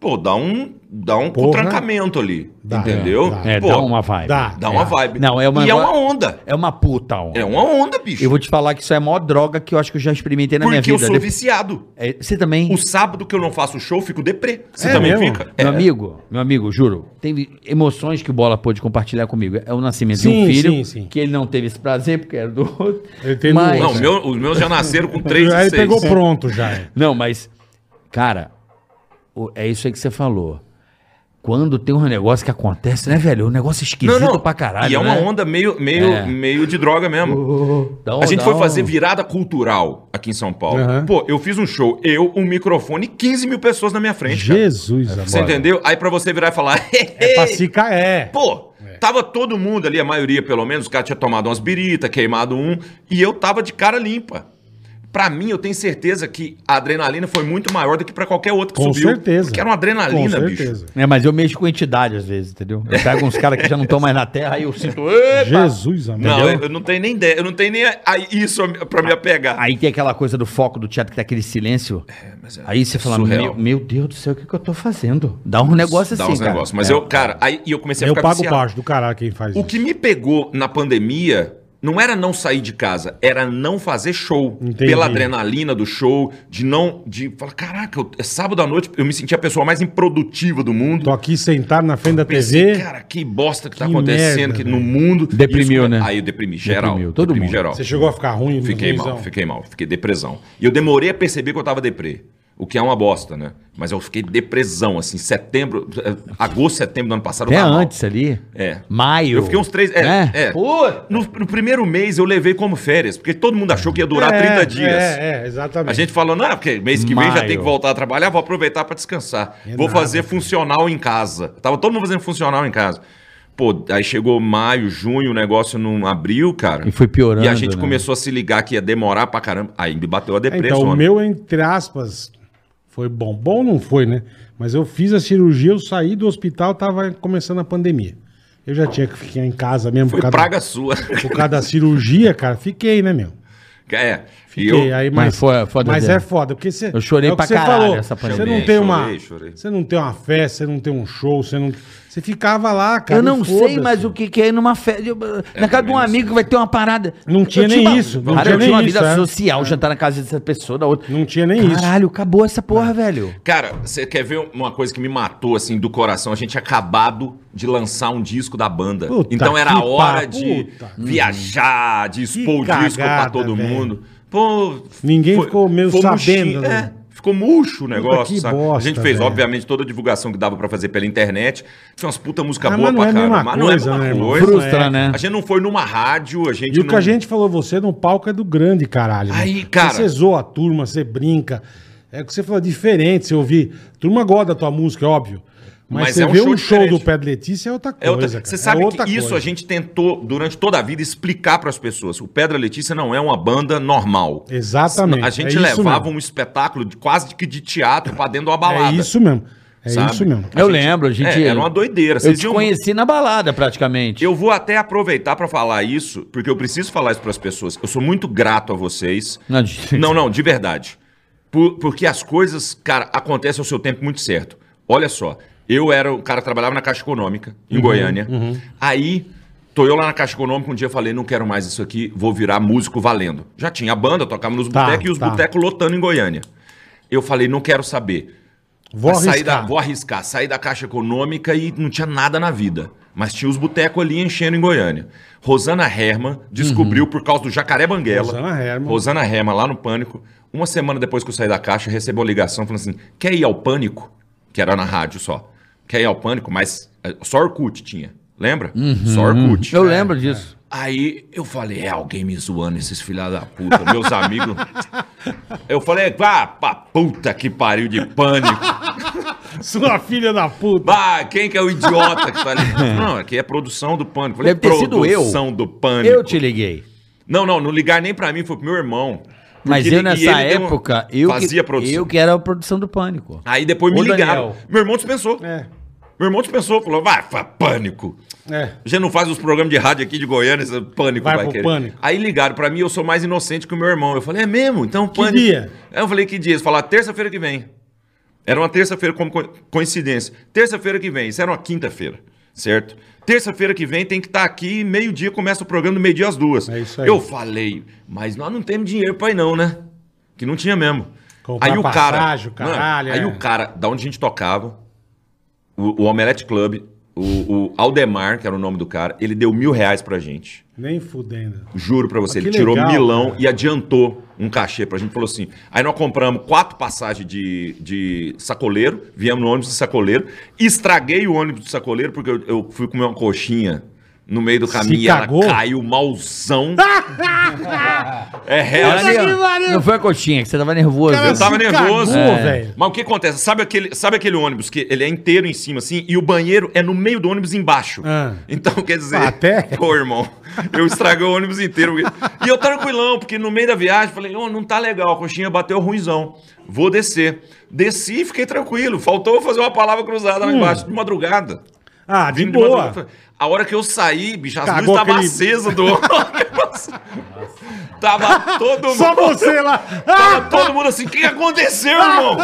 S4: pô, dá um dá um
S2: Porra.
S4: trancamento ali,
S2: Dá,
S4: entendeu?
S2: dá.
S3: É,
S4: Pô,
S3: dá uma vibe.
S2: dá.
S4: dá uma
S3: É.
S4: vibe.
S3: Não, é uma-
S4: e é uma onda.
S3: É uma puta, ó.
S4: É uma onda, bicho.
S3: Eu vou te falar que isso é a maior droga que eu acho que eu já experimentei na minha
S4: porque eu
S3: vida.
S4: sou
S3: Depois-
S4: viciado.
S3: É, Você também?
S4: O sábado que eu não faço show, eu fico deprê. Você
S2: É
S4: também
S2: mesmo?
S4: fica?
S3: Meu amigo, meu amigo, juro, tem emoções que o Bola pôde compartilhar comigo. É o nascimento de
S2: Sim,
S3: um filho,
S2: sim, sim.
S3: que ele não teve esse prazer, porque era do outro.
S2: Ele teve
S3: mas...
S2: um
S4: Não,
S2: outro.
S4: meu- os meus já nasceram com 3
S2: Aí
S4: e 6.
S2: pegou pronto já.
S3: Não, mas, cara, o- é isso aí que você falou. Quando tem um negócio que acontece, né, velho? Um negócio esquisito pra caralho.
S4: E é uma
S3: né?
S4: onda meio, meio,
S3: É.
S4: meio de droga mesmo.
S3: Dá
S2: Então,
S3: um-
S4: A gente
S3: dá
S4: foi
S3: um-
S4: fazer virada cultural aqui em São Paulo.
S2: Aham.
S4: Pô, eu fiz um show, eu, um microfone, 15 mil pessoas na minha frente. cara.
S2: Jesus, amor.
S4: Você entendeu? Aí pra você virar e falar,
S2: É pra se ca- é.
S4: Pô, tava todo mundo ali, a maioria pelo menos, o cara tinha tomado umas birita, queimado um, e eu tava de cara limpa. Pra mim, eu tenho certeza que a adrenalina foi muito maior do que pra qualquer outro que
S2: Com
S4: subiu.
S2: certeza.
S4: Porque era uma adrenalina,
S2: Com
S4: bicho.
S2: certeza.
S3: É, mas eu mexo com entidade às vezes, entendeu? Eu pego uns caras que já não estão mais na terra, aí eu sinto. "Epa!"
S2: Jesus, amor.
S4: Não, eu, eu não tenho nem ideia, eu não tenho nem a- a- isso pra
S2: Ah,
S4: me apegar.
S3: Aí tem aquela coisa do foco do teatro, que tem aquele silêncio.
S4: mas é
S3: aí você fala,
S4: surreal.
S3: meu, meu Deus do céu, o que, que eu tô fazendo? Dá um negócio
S4: Dá
S3: assim,
S4: uns
S3: cara.
S4: negócios. Mas
S3: É.
S4: eu, cara, aí e eu comecei a
S2: Eu
S4: ficar
S2: pago
S4: viciado.
S2: baixo do caralho quem faz
S4: O
S2: isso.
S4: que me pegou na pandemia não era não sair de casa, era não fazer show.
S2: Entendi.
S4: Pela adrenalina do show, de não. De falar, caraca, eu- é sábado à noite, eu me senti a pessoa mais improdutiva do mundo.
S2: Tô aqui sentado na frente da
S4: Pensei,
S2: TV.
S4: cara, que bosta que tá
S2: Que merda,
S4: acontecendo que- no mundo.
S3: Deprimiu,
S4: Isso-
S3: né?
S4: Aí eu deprimi, geral.
S3: Deprimiu, todo
S4: deprimi
S3: mundo.
S4: geral.
S2: Você chegou a ficar ruim? no
S4: Fiquei mal,
S2: juizão?
S4: fiquei mal, fiquei depressão. E eu demorei a perceber que eu tava deprê. O que é uma bosta, né? Mas eu fiquei depressão, assim, setembro, eh, agosto, setembro do ano passado. eu
S3: Até
S4: tava mal.
S3: antes ali.
S4: É.
S3: Maio.
S4: Eu fiquei uns três. É,
S3: né?
S4: é.
S3: Pô,
S4: No, no primeiro mês eu levei como férias, porque todo mundo achou que ia durar
S2: É,
S4: 30 dias.
S2: É, é, exatamente.
S4: A gente falou, não, é porque mês que vem já
S3: Maio.
S4: tem que voltar a trabalhar, vou aproveitar pra descansar.
S2: É
S4: vou
S2: nada,
S4: fazer funcional em casa. Tava todo mundo fazendo funcional em casa. Pô, aí chegou maio, junho, o negócio não abriu, cara.
S3: E foi piorando,
S4: E a gente
S3: né?
S4: começou a se ligar que ia demorar pra caramba. Aí me bateu a
S2: É,
S4: depressão.
S2: então, o
S4: né?
S2: meu, entre aspas, foi bom. Bom não foi, né? Mas eu fiz a cirurgia, eu saí do hospital, tava começando a pandemia. Eu já tinha que ficar em casa mesmo
S4: Foi
S2: da-
S4: praga sua.
S2: por causa da cirurgia, cara. Fiquei, né, meu?
S4: é. E
S2: Fiquei,
S4: eu,
S2: aí, mas,
S3: Mas foi- foi
S2: mas
S3: doideira.
S2: é foda, porque você...
S3: Eu chorei
S2: é o que
S3: pra
S2: você
S3: caralho
S2: falou,
S3: essa
S2: Você
S3: pandemia.
S2: não tem uma...
S4: Chorei, chorei.
S2: Você não tem uma festa, você não tem um show, você não... Você ficava lá, cara.
S3: eu não
S2: e
S3: sei
S2: foda-se.
S3: mais o que, que é ir numa festa. Eu-
S4: É
S3: na casa de um
S4: também não
S3: amigo que vai ter uma parada.
S2: Não tinha
S3: Eu
S2: nem
S3: uma-
S2: isso, não
S3: cara,
S2: tinha
S3: eu tinha
S2: nem
S3: uma
S2: isso,
S3: vida
S2: é.
S3: social, jantar na casa dessa pessoa, da outra.
S2: Não tinha nem isso. É.
S3: Caralho, acabou essa porra, velho.
S4: Cara, você quer ver uma coisa que me matou, assim, do coração? A gente tinha acabado de lançar um disco da banda.
S2: Puta
S4: então era
S2: que
S4: a hora
S2: pa-
S4: de
S2: puta.
S4: viajar, de expor o
S2: Que
S4: disco pra
S2: cagada,
S4: todo
S2: velho.
S4: mundo. Pô.
S2: Ninguém ficou meio sabendo,
S4: murchinho,
S2: né?
S4: é, ficou murcho o negócio,
S2: que
S4: sabe? a gente
S2: bosta,
S4: fez,
S2: velho.
S4: obviamente, toda a divulgação que dava pra fazer pela internet. Tinha umas puta música
S2: Ah, mas
S4: boa
S2: não
S4: pra
S2: é a
S4: caramba.
S2: mesma
S4: mas
S2: coisa,
S4: não é a
S2: né,
S4: mesma
S2: irmão?
S4: coisa.
S3: Frustra,
S2: é.
S3: né?
S4: A gente não foi numa rádio, a gente
S2: E o que
S4: não-
S2: a gente falou, você no palco é do grande, caralho. né?
S4: Aí, cara.
S2: Você zoa a turma, você brinca. É o que você falou, é diferente você ouvir. A turma gosta da tua música, é óbvio. Mas,
S4: Mas
S2: você
S4: é um
S2: vê
S4: show
S2: um show
S4: diferente.
S2: do Pedro Letícia é outra coisa.
S4: É outra-
S2: cara.
S4: Você
S2: É
S4: sabe
S2: outra
S4: que isso
S2: coisa.
S4: a gente tentou, durante toda a vida, explicar para as pessoas. O Pedra Letícia não é uma banda normal.
S2: Exatamente.
S4: A gente levava
S2: um
S4: um espetáculo de, quase de- que de teatro pra dentro de uma
S2: É
S4: balada.
S2: isso mesmo. É
S4: Sabe?
S2: isso mesmo.
S3: Eu lembro, a gente.
S4: É, era uma doideira.
S3: Eu
S4: Vocês
S3: te
S4: iam-
S3: conheci na balada, praticamente.
S4: um Eu vou até aproveitar pra falar isso, porque eu preciso falar isso para as pessoas. Eu sou muito grato a vocês.
S3: Não, de-
S4: Não, não, de verdade. Por- porque as coisas, cara, acontecem ao seu tempo muito certo. Olha só, eu era o cara que trabalhava na Caixa Econômica, em
S2: Uhum,
S4: Goiânia. Aí, tô eu lá na Caixa Econômica, um dia eu falei, não quero mais isso aqui, vou virar músico valendo. Já tinha banda, tocava nos
S2: Tá,
S4: botecos e os
S2: tá.
S4: botecos lotando em Goiânia. Eu falei, não quero saber.
S2: Vou
S4: Pra sair da-
S2: arriscar.
S4: vou arriscar, sair da Caixa Econômica e não tinha nada na vida. Mas tinha os botecos ali enchendo em Goiânia. Rosana Herman descobriu por causa do Jacaré Banguela.
S2: Uhum. Rosana Herman.
S4: Rosana Herman, lá no Pânico. Uma semana depois que eu saí da Caixa, recebeu a ligação falando assim, quer ir ao Pânico? Que era na rádio só. Quer ir ao Pânico? Mas eh, só Orkut tinha. Lembra?
S2: Uhum.
S4: Só Orkut.
S3: Eu lembro disso.
S4: Aí eu falei, é alguém me zoando, esses filha da puta, meus amigos. Eu falei, vá pra puta que pariu de pânico.
S2: Sua filha da puta.
S4: Bah, quem que é o idiota que tá ali? Não, aqui é produção do pânico. Falei,
S3: Deve ter sido eu.
S4: Produção do pânico.
S3: Eu te liguei.
S4: Não, não, não ligar nem pra mim, foi pro meu irmão. Porque
S3: Mas
S4: ele-
S3: eu
S4: e
S3: nessa
S4: ele deu uma-
S3: época, eu,
S4: Fazia
S3: que,
S4: produção. Ah,
S3: eu que era a produção do Pânico.
S4: Aí depois
S3: Ô,
S4: me ligaram.
S3: Daniel.
S4: Meu irmão dispensou.
S2: É.
S4: Meu irmão dispensou, falou, vai, fa- pânico.
S2: É.
S4: Já não faz os programas de rádio aqui de Goiânia, esse pânico
S2: Vai
S4: vai,
S2: pro
S4: querer.
S2: Pânico.
S4: Aí ligaram pra mim, eu sou mais inocente que o meu irmão. Eu falei, é mesmo? Então pânico.
S2: dia?
S4: Aí eu falei, que dia? Eles falaram, terça-feira que vem. Era uma terça-feira como co- coincidência. Terça-feira que vem, isso era uma quinta-feira, certo? Terça-feira que vem tem que estar aqui, meio-dia começa o programa, do meio-dia às duas.
S2: É isso aí.
S4: Eu falei, mas nós não temos dinheiro pra ir não, né? Que não tinha mesmo.
S2: Comprar
S4: aí o cara,
S2: passagem, o caralho,
S4: mano, aí
S2: é.
S4: o cara, da onde a gente tocava, o, o Omelete Club, O, o Aldemar, que era o nome do cara, ele deu mil reais pra gente.
S2: Nem fudendo.
S4: Juro pra você,
S2: Ah, que
S4: ele tirou
S2: legal,
S4: milão
S2: cara.
S4: e adiantou um cachê pra gente. Falou assim: aí nós compramos quatro passagens de, de sacoleiro, viemos no ônibus de sacoleiro, estraguei o ônibus de sacoleiro, porque eu, eu fui comer uma coxinha no meio do caminho e ela
S2: cagou? Ah!
S4: caiu malzão. é real.
S3: Era nem-
S2: que pariu!
S3: não foi a coxinha, que você tava nervoso.
S2: Cara,
S4: Eu tava
S2: Se
S4: nervoso.
S2: cagou, velho.
S4: Mas o que acontece? Sabe aquele, sabe aquele ônibus que ele é inteiro em cima, assim, e o banheiro é no meio do ônibus embaixo.
S2: Ah.
S4: Então, quer dizer.
S2: Ah, até?
S4: Pô, irmão, eu estraguei o ônibus inteiro. porque- E eu tranquilão, porque no meio da viagem falei, ô, não tá legal, a coxinha bateu ruimzão. Vou descer. Desci e fiquei tranquilo. Faltou eu fazer uma palavra cruzada lá embaixo, de madrugada.
S2: Ah, Hum. de
S4: Vindo
S2: boa.
S4: madrugada. A hora que eu saí, bicho, as
S2: Cagou
S4: luzes estavam
S2: aquele-
S4: acesas do ônibus. Tava todo mundo.
S2: Só você lá.
S4: Tava todo mundo assim, o que aconteceu, irmão?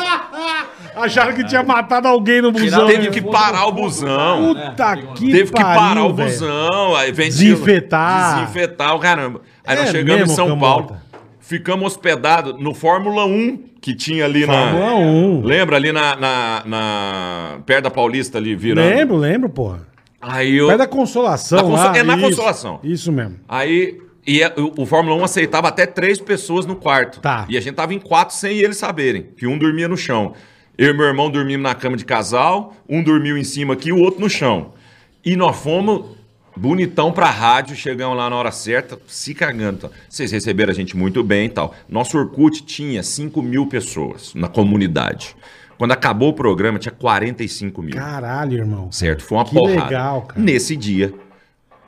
S2: Acharam que tinha matado alguém no busão.
S4: Teve
S2: né?
S4: que parar o busão.
S2: Puta que
S4: Teve que parar
S2: pariu,
S4: o
S2: velho.
S4: busão. Aí ventila-
S2: Desinfetar.
S4: Desinfetar o caramba. Aí nós
S2: É
S4: chegamos
S2: mesmo,
S4: em São
S2: Cambota?
S4: Paulo. Ficamos hospedados no Fórmula 1 que tinha ali na.
S2: Fórmula 1.
S4: Lembra ali na, na, na- Perto da Paulista ali virando?
S2: Lembro, lembro, porra.
S4: Aí eu.
S2: Pé da consolação,
S4: Da conso-
S2: lá,
S4: é na
S2: isso.
S4: Consolação.
S2: Isso mesmo.
S4: Aí. E é- o- o Fórmula 1 aceitava até três pessoas no quarto.
S2: Tá.
S4: E a gente tava em quatro sem eles saberem, que um dormia no chão. Eu e meu irmão dormimos na cama de casal, um dormiu em cima aqui, o outro no chão. E nós fomos bonitão pra rádio, chegamos lá na hora certa, se cagando. Tá? Vocês receberam a gente muito bem e tal. Nosso Orkut tinha 5 mil pessoas na comunidade. Quando acabou o programa, tinha 45 mil.
S2: Caralho, irmão.
S4: Certo? Foi uma
S2: Que
S4: porrada.
S2: legal, cara.
S4: Nesse dia,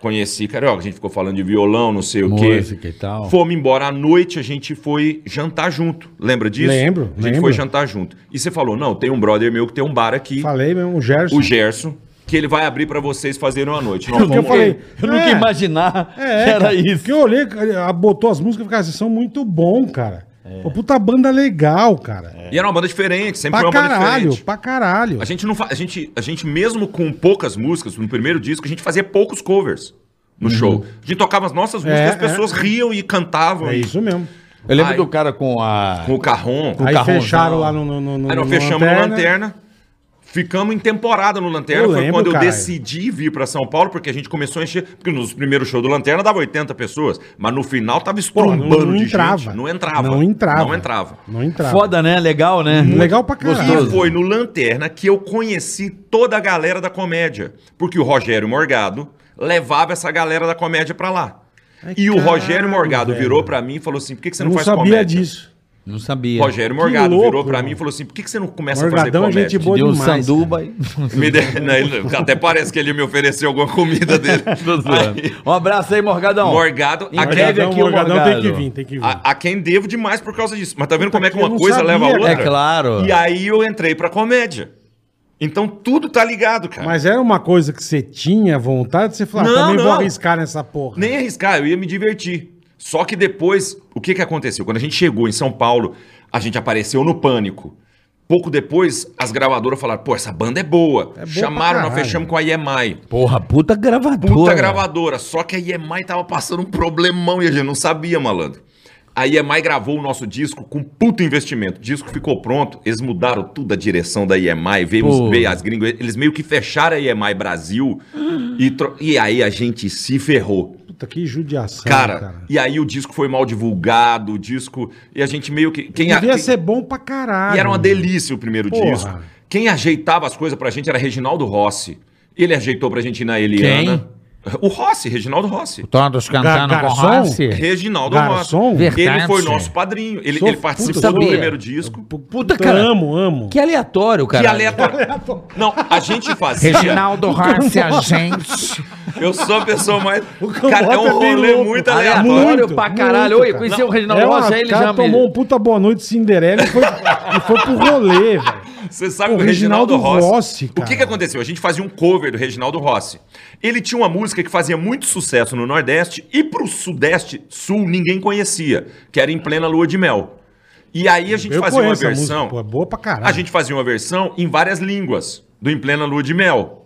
S4: conheci Carioca. A gente ficou falando de violão, não sei o quê.
S3: Música e tal.
S4: Fomos embora à noite, a gente foi jantar junto. Lembra disso?
S2: Lembro,
S4: A gente
S2: lembro.
S4: foi jantar junto. E você falou, não, tem um brother meu que tem um bar aqui,
S2: Falei mesmo, o Gerson.
S4: o Gerson, que ele vai abrir pra vocês fazerem uma noite. Nós
S2: Porque É eu
S4: fomos-
S2: falei.
S3: Eu nunca
S2: é,
S3: ia imaginar
S2: É,
S3: que era
S2: cara,
S3: isso.
S2: Porque eu olhei, cara, botou as músicas e falei, "Cara, vocês são muito bom, cara.
S4: É.
S2: Pô, puta banda legal, cara.
S4: E era uma banda diferente, É. sempre
S2: Pra
S4: foi uma banda
S2: caralho,
S4: diferente.
S2: pra caralho.
S4: A gente não fa... a gente a gente mesmo com poucas músicas no primeiro disco a gente fazia poucos covers no show. A gente tocava as nossas músicas,
S2: Uhum. É,
S4: as pessoas riam e cantavam
S2: É
S4: e-
S2: isso mesmo.
S3: Eu lembro
S4: Ai.
S3: do cara com a.
S4: com o carrom.
S2: Aí
S3: carrãozão.
S2: fecharam lá no. no, no, no
S4: Aí nós
S2: no
S4: fechamos no Lanterna. Ficamos em temporada no Lanterna.
S2: Eu
S4: Foi
S2: lembro,
S4: quando eu
S2: caralho.
S4: decidi vir pra São Paulo, porque a gente começou a encher. Porque nos primeiros shows do Lanterna dava 80 pessoas, mas no final tava estrumbando
S2: não- não
S4: um de
S2: entrava.
S4: gente. Não entrava.
S2: Não entrava. Tá
S4: Não entrava.
S2: Não entrava.
S3: Foda, né? Legal, né?
S2: Hum. Legal pra caralho.
S4: E foi no Lanterna que eu conheci toda a galera da comédia. Porque o Rogério Morgado levava essa galera da comédia pra lá.
S2: Ai,
S4: e o
S2: caralho,
S4: Rogério Morgado
S2: velho.
S4: virou pra mim e falou assim: por que, que
S2: Eu
S4: você não,
S2: não
S4: faz
S2: sabia
S4: comédia?
S2: disso.
S3: Não sabia.
S4: Rogério Morgado
S2: louco,
S4: virou pra mim e
S2: irmão.
S4: falou assim: por que, que você não começa
S2: Morgadão
S4: a
S2: é
S4: fazer comédia?
S2: gente boa
S3: Deu o
S2: demais. cara.
S3: sanduba e.
S4: Me de- Não, ele- Até parece que ele me ofereceu alguma comida dele.
S3: Tô zoando.
S4: Aí,
S3: Um abraço aí, Morgadão.
S4: Morgado, a
S3: Morgadão.
S4: quem,
S3: Teve
S2: Morgadão, é
S3: aqui o
S2: Morgadão tem
S3: Morgado.
S2: que vir, tem que vir.
S4: a, a quem devo demais por causa disso. Mas tá vendo como é que
S2: que eu
S4: uma
S2: não
S4: coisa
S2: sabia,
S4: leva a outra?
S2: cara.
S3: É claro.
S4: E aí eu entrei pra comédia. Então tudo tá ligado, cara.
S2: Mas era uma coisa que você tinha vontade, você falava,
S4: Não,
S2: também vou
S4: não.
S2: arriscar nessa porra.
S4: Nem arriscar, eu ia me divertir. Só que depois, o que, que aconteceu? Quando a gente chegou em São Paulo, a gente apareceu no pânico. Pouco depois, as gravadoras falaram: pô, essa banda é boa.
S2: pra
S4: Chamaram, nós
S2: caralho.
S4: fechamos com a IEMAI.
S3: Porra, puta gravadora.
S4: Puta gravadora. Só que a EMI tava passando um problemão e a gente não sabia, malandro. A EMI gravou o nosso disco com puto investimento. O disco ficou pronto, eles mudaram tudo a direção da EMI, veio,
S3: Pô.
S4: veio as gringas, eles meio que fecharam a EMI Brasil e, tro- e aí a gente se ferrou.
S2: Puta, que judiação,
S4: Cara,
S2: cara.
S4: e aí o disco foi mal divulgado, o disco. E a gente meio que. Quem, a-
S2: Devia
S4: quem-
S2: ser bom pra caralho.
S4: e era uma delícia o primeiro
S2: Porra.
S4: disco. Quem ajeitava as coisas pra gente era Reginaldo Rossi. Ele ajeitou pra gente ir na Eliana. O Rossi, Reginaldo Rossi.
S1: Todos cantando
S2: Ga-
S1: com
S2: garçom?
S1: Rossi.
S4: Reginaldo
S2: Garçom?
S4: Rossi. Ele
S1: Verdade.
S4: foi nosso padrinho. Ele,
S2: Sou
S4: ele
S2: puta,
S4: participou do
S3: sabia.
S4: primeiro disco.
S2: P-
S3: Puta, cara.
S2: Amo, amo.
S3: Que aleatório, cara.
S4: Que aleatório. Não, a gente fazia.
S1: Reginaldo Rossi, a gente.
S4: Eu sou a pessoa mais.
S2: Cambota
S4: Cara, é um
S2: bem
S4: rolê
S2: louco. Ah,
S4: muito aleatório.
S3: Aleatório
S2: Muito,
S3: pra
S2: muito,
S3: caralho. Oi,
S2: cara.
S3: conheci o Reginaldo
S2: É uma,
S3: Rossi, aí ele
S2: cara
S3: já me-
S2: tomou um puta boa noite Cinderela e foi, e foi pro rolê, velho.
S4: Você sabe
S2: O
S4: que o Reginaldo,
S2: Reginaldo
S4: Rossi.
S2: Rossi,
S4: o que,
S2: cara.
S4: que aconteceu? A gente fazia um cover do Reginaldo Rossi. Ele tinha uma música que fazia muito sucesso no Nordeste e pro Sudeste Sul ninguém conhecia, que era em plena lua de mel. E aí a gente fazia uma
S2: conheço a
S4: versão.
S2: música, pô, é boa pra caralho.
S4: A gente fazia uma versão em várias línguas do Em Plena Lua de Mel.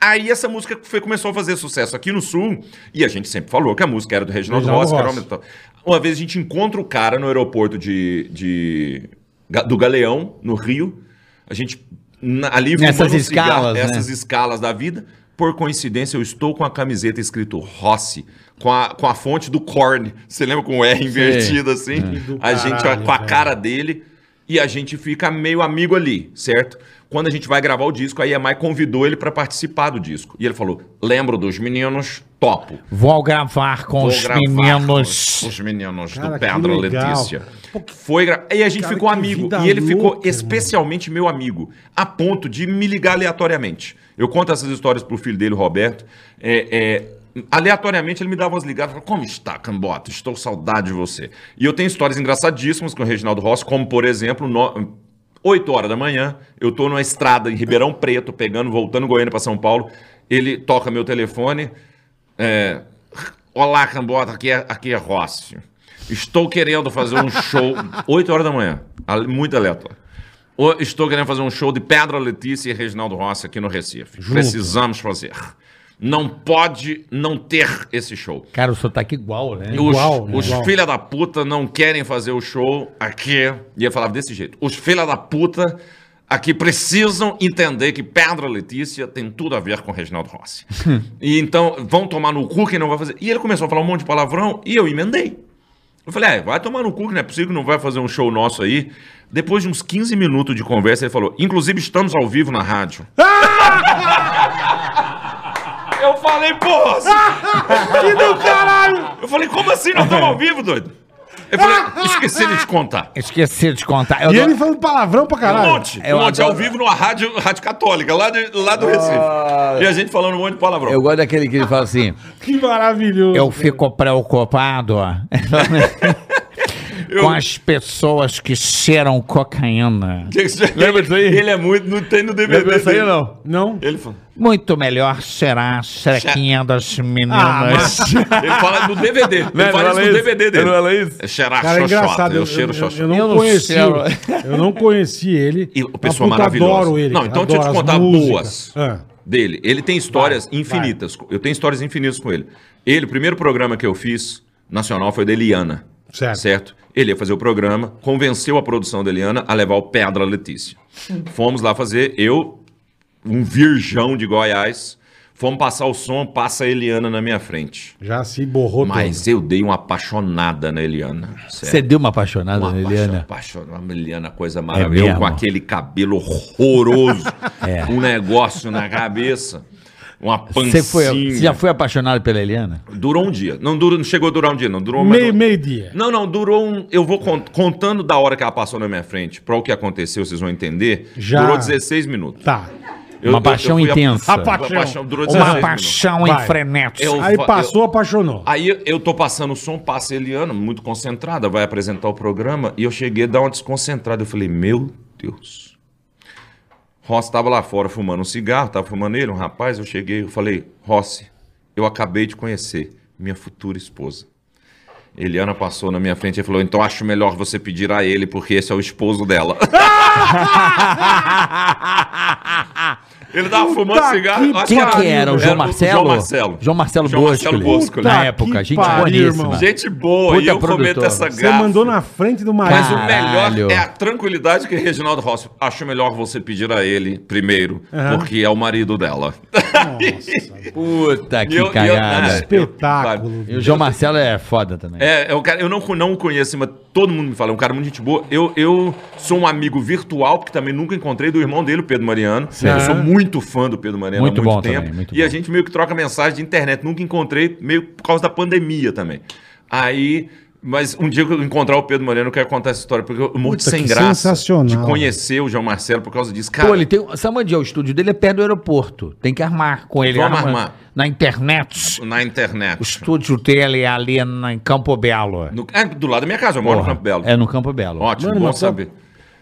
S4: Aí essa música foi- começou a fazer sucesso aqui no Sul e a gente sempre falou que a música era do Reginaldo,
S2: Reginaldo
S4: Rossi. que era
S2: Rossi.
S4: uma- tal. Uma vez a gente encontra o cara no aeroporto de, de- Ga- do Galeão, no Rio. A gente na- ali
S3: Nessas
S4: fumando um
S3: escalas, né?
S4: essas escalas da vida. Por coincidência, eu estou com a camiseta escrito Rossi, com a, com a fonte do Korn. Você lembra com o R invertido assim?
S2: do
S4: A gente ó,
S2: caralho,
S4: com a
S2: velho.
S4: cara dele e a gente fica meio amigo ali, certo? Quando a gente vai gravar o disco, a EMI convidou ele para participar do disco. E ele falou: Lembro dos meninos, topo.
S1: Vou gravar com
S4: Vou
S1: os
S4: gravar
S1: meninos.
S4: com Os meninos
S2: Cara,
S4: do
S2: que
S4: Pedro
S2: legal.
S4: Letícia.
S2: Pô, que-
S4: Foi gra... E a gente
S2: Cara,
S4: ficou
S2: que
S4: amigo.
S2: vida
S4: E ele ficou
S2: louca,
S4: especialmente meu amigo, a ponto de me ligar aleatoriamente. Eu conto essas histórias pro filho dele, Roberto. É, é, Aleatoriamente ele me dava umas ligadas, falava, como está, Cambota? Estou saudade de você. E eu tenho histórias engraçadíssimas com o Reginaldo Rossi, como por exemplo, no... 8 horas da manhã, eu tô numa estrada em Ribeirão Preto, pegando, voltando Goiânia para São Paulo. Ele toca meu telefone, é, Olá, Cambota, aqui é, aqui é Rossi. Estou querendo fazer um show. 8 horas da manhã. ale- Muito aleatório. O- Estou querendo fazer um show de Pedra Letícia e Reginaldo Rossi aqui no Recife. Precisamos fazer. Não pode não ter esse show.
S3: Cara, o sotaque igual, né?
S4: E os,
S2: Igual, né?
S4: os
S2: Igual.
S4: filha da puta não querem fazer o show aqui. E eu falava desse jeito. Os filha da puta aqui precisam entender que Pedra Letícia tem tudo a ver com Reginaldo Rossi. e então vão tomar no cu quem não vai fazer. E ele começou a falar um monte de palavrão e eu emendei. Eu falei, é, vai tomar no cu que não é possível que não vai fazer um show nosso aí. Depois de uns 15 minutos de conversa, ele falou, inclusive estamos ao vivo na rádio. Eu falei, porra!
S2: Que do caralho!
S4: Eu falei, como assim? Nós estamos ao vivo, doido? Eu falei, esqueci de te contar.
S1: Esqueci de contar. Eu
S2: E
S1: dou-
S2: ele falando palavrão pra
S4: Um
S2: caralho.
S4: monte,
S3: Eu
S4: um monte,
S3: adoro- Ah.
S4: ao vivo numa rádio, rádio católica, lá, de- lá do Recife. E a gente falando um monte de palavrão.
S3: Eu gosto daquele que ele fala assim.
S2: Que maravilhoso.
S1: Eu fico preocupado
S4: Eu-
S1: com as pessoas que cheiram cocaína.
S4: Que que você-
S3: Lembra disso aí?
S4: Ele é muito, não tem no DVD. dele.
S3: não?
S2: Não?
S4: Ele fala,
S1: Muito melhor será a xerequinha das
S2: Ah,
S1: meninas.
S2: mas-
S4: ele fala do DVD. Ele fala isso no DVD dele. É cheirar
S2: Cara, é
S4: xoxota,
S2: engraçado.
S4: eu cheiro
S2: eu,
S4: xoxota.
S2: eu não
S1: Eu não
S2: conheci.
S1: cheiro.
S2: Eu não conheci ele.
S4: E o
S2: mas,
S4: pessoa
S2: puta,
S4: maravilhosa.
S2: adoro ele.
S4: Não, então
S2: adoro
S4: deixa eu
S2: as
S4: te contar
S2: músicas.
S4: boas.
S2: Ah,
S4: dele. Ele tem histórias infinitas. Eu tenho histórias infinitas com ele. Ele, o primeiro programa que eu fiz nacional foi o da Eliana.
S2: Certo.
S4: Ele ia fazer o programa, convenceu a produção da Eliana a levar o Pedra Letícia. Fomos lá fazer, eu, um virgão de Goiás, fomos passar o som, passa a Eliana na minha frente.
S2: já se borrou
S4: Mas eu dei uma apaixonada na Eliana. sério.
S3: Você deu uma apaixonada,
S4: Uma
S3: Né, Eliana? É
S4: paixão, paixão, uma Eliana, coisa maravilhosa.
S3: mesmo? É.
S4: com aquele cabelo horroroso. Um negócio na cabeça. Uma pancinha.
S3: Você, foi, você já foi apaixonado pela Eliana?
S4: Durou um dia. Não, durou, não chegou a durar um dia, não. Durou
S2: tudo.
S4: mais
S2: Meio,
S4: um-
S2: meio dia.
S4: Não, não, durou um... Eu vou con- contando da hora que ela passou na minha frente para o que aconteceu, vocês vão entender.
S2: Já.
S4: Durou 16 minutos.
S2: Tá.
S4: Eu-
S3: Uma
S4: eu-
S3: paixão
S4: eu fui a-
S3: intensa.
S4: Uma paixão. durou 16
S1: Uma
S4: minutos.
S1: paixão
S2: Vai.
S1: em frenética.
S4: Eu-
S2: Aí
S4: fa-
S2: passou, apaixonou.
S4: Aí eu tô passando o som, passa a Eliana, muito concentrada, vai apresentar o programa, e eu cheguei a dar uma desconcentrada. Eu falei, meu Deus. Rossi tava lá fora fumando um cigarro, tava fumando ele, um rapaz, eu cheguei, eu falei, Rossi, eu acabei de conhecer minha futura esposa. Eliana passou na minha frente e falou, então acho melhor você pedir a ele, porque esse é o esposo dela. Ele tava fumando
S2: Puta
S4: cigarro.
S2: que
S4: acho
S3: Quem é que era? O João Marcelo?
S4: João Marcelo.
S3: João Marcelo
S4: João Marcelo
S3: Bosco.
S4: Bosco, né?
S3: Na
S2: Puta
S3: época,
S2: que
S3: gente né?
S2: pariu,
S3: boníssima.
S2: irmão.
S4: Gente boa,
S3: Puta
S4: e eu
S3: produtor.
S4: cometo essa
S2: Você
S4: gafa.
S2: mandou na frente do
S4: Mas
S2: marido.
S4: o
S3: Caralho.
S4: melhor é a tranquilidade que Reginaldo Rossi. Acho melhor você pedir a ele primeiro, porque é o marido dela.
S3: Puta
S4: E eu- e
S3: que
S4: eu-
S3: cagada.
S2: Espetáculo.
S3: E o João Marcelo é foda também.
S4: É, é um cara, eu não, não o conheço, mas todo mundo me fala, é um cara muito gente boa. Eu, eu sou um amigo virtual, porque também nunca encontrei, do irmão dele, o Pedro Mariano. Eu sou muito fã do Pedro Mariano
S3: É. Muito
S4: há muito
S3: bom
S4: tempo.
S3: também, muito
S4: e a
S3: bom.
S4: gente meio que troca mensagem de internet. Nunca encontrei, meio por causa da pandemia também. Aí. Mas um dia que eu encontrar o Pedro Mariano, eu quero contar essa história, porque eu morro de
S2: Puta,
S4: sem
S2: que
S4: graça de
S2: sensacional.
S4: conhecer o João Marcelo por causa disso. Cara,
S3: Pô, ele tem. Sabe onde é o estúdio dele? É perto do aeroporto. Tem que armar com ele.
S4: Vamos
S3: Arma-
S4: armar.
S1: Na internet.
S4: na
S1: O
S4: internet.
S1: estúdio dele é ali na- em Campo Belo.
S4: No- é, do lado da minha casa, eu moro no Campo Belo.
S3: É no Campo Belo.
S4: Ótimo,
S2: Mano,
S4: bom
S2: mas só-
S4: saber.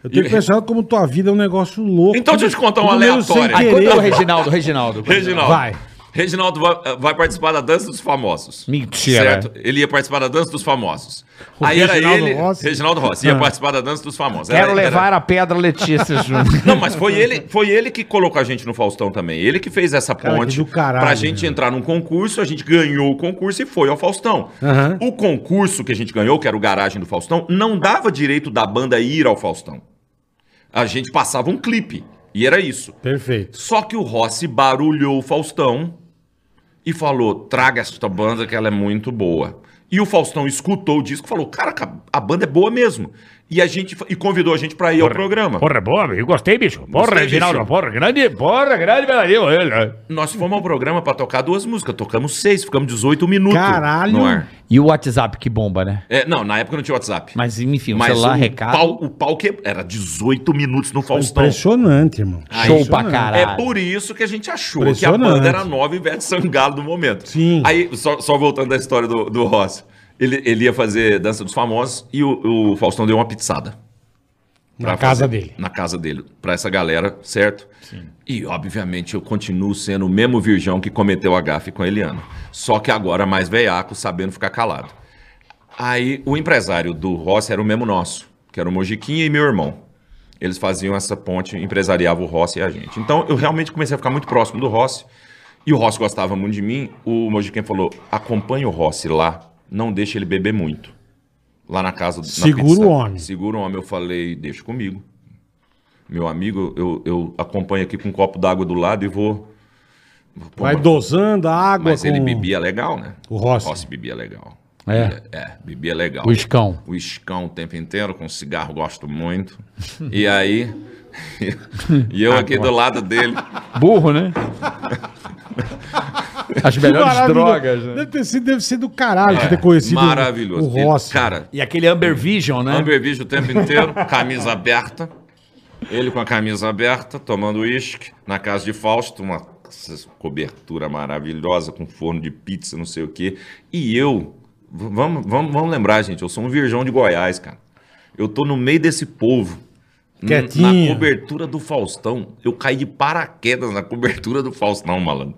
S2: Eu tenho
S4: E-
S2: pensado como tua vida é um negócio louco.
S4: Então deixa eu te contar uma
S2: Tudo meio sem
S4: aleatória.
S3: Aí
S2: querer,
S3: conta o
S2: velho.
S3: Reginaldo, Reginaldo.
S4: Reginaldo.
S2: Vai.
S4: Reginaldo vai, vai participar da Dança dos Famosos.
S1: Mentira.
S4: Certo? Ele ia participar da Dança dos Famosos.
S2: O
S4: Aí
S2: Reginaldo
S4: era ele,
S2: Rossi? Ah.
S4: Reginaldo Rossi, ia participar da Dança dos Famosos.
S1: Quero
S4: Era- era-
S1: levar a pedra Letícia junto.
S4: Não, mas foi ele, foi ele que colocou a gente no Faustão também. Ele que fez essa
S2: Cara, que
S4: ponte
S2: do caralho,
S4: pra gente
S2: meu.
S4: entrar num concurso, a gente ganhou o concurso e foi ao Faustão.
S2: Aham.
S4: O concurso que a gente ganhou, que era o Garagem do Faustão, não dava direito da banda ir ao Faustão. A gente passava um clipe. E era isso.
S2: Perfeito.
S4: Só que o Rossi barulhou o Faustão e falou: traga esta banda que ela é muito boa. E o Faustão escutou o disco e falou: cara, a banda é boa mesmo. E a gente e convidou a gente pra ir ao programa.
S1: Porra, boa, eu gostei, bicho. Porra,
S4: Gostei,
S1: Reginaldo,
S4: bicho.
S1: porra, grande, porra, grande bailarino ele.
S4: Nós fomos ao programa pra tocar duas músicas, tocamos seis, ficamos 18 minutos
S2: Caralho.
S4: no ar.
S3: E o WhatsApp que bomba, né?
S4: É, não, na época não tinha WhatsApp.
S3: Mas enfim, o celular
S4: o
S3: recado.
S4: um Pau, o pau que era 18 minutos no Faustão.
S2: Impressionante, irmão.
S4: Aí,
S3: Show
S4: isso
S3: pra
S2: não.
S3: caralho.
S4: É por isso que a gente achou que a
S2: Impressionante.
S4: banda era nova Ivete Sangalo no momento.
S2: Sim.
S4: Aí, só, só voltando à história do, do Rossi. Ele, ele ia fazer Dança dos Famosos e o, o Faustão deu uma pizzada.
S2: Na
S4: pra
S2: casa
S4: fazer-
S2: dele.
S4: Na casa dele, pra essa galera, certo? E, obviamente, eu continuo sendo o mesmo virgão que cometeu a gafe com a Eliana. Só que agora mais veiaco, sabendo ficar calado. Aí, o empresário do Rossi era o mesmo nosso, que era o Mojiquinha e meu irmão. Eles faziam essa ponte, empresariava o Rossi e a gente. Então, eu realmente comecei a ficar muito próximo do Rossi. E o Rossi gostava muito de mim. O Mojiquinha falou, acompanha o Rossi lá, não deixa ele beber muito. Lá na casa do
S2: Segura o homem.
S4: Segura o homem, eu falei, deixa comigo. Meu amigo, eu, eu acompanho aqui com um copo d'água do lado e vou. Pô,
S2: Vai
S4: mas-
S2: dosando a água
S4: Mas
S2: com...
S4: ele bebia legal, né?
S2: O Rossi.
S4: bebia legal.
S3: É.
S4: É, bebia legal.
S3: O escão.
S4: O escão o tempo inteiro, com um cigarro gosto muito. E aí. e
S2: Ah,
S4: eu aqui do lado dele.
S3: Burro, né? As melhores
S2: Maravilhoso.
S3: drogas. Né?
S2: Deve ter, sido, deve ser do caralho
S4: É,
S2: de ter conhecido o-
S4: maravilhoso.
S2: o Rossi.
S4: E, cara,
S3: E aquele Amber Vision, né?
S4: Amber Vídeo o tempo inteiro, camisa aberta. Ele com a camisa aberta, tomando uísque, na casa de Fausto, uma essas cobertura maravilhosa, com forno de pizza, não sei o quê. E eu, v- vamos, vamos, vamos lembrar, gente, eu sou um virgão de Goiás, cara. Eu tô no meio desse povo. N-
S2: Quietinho.
S4: Na cobertura do Faustão, eu caí de paraquedas na cobertura do Faustão, malandro.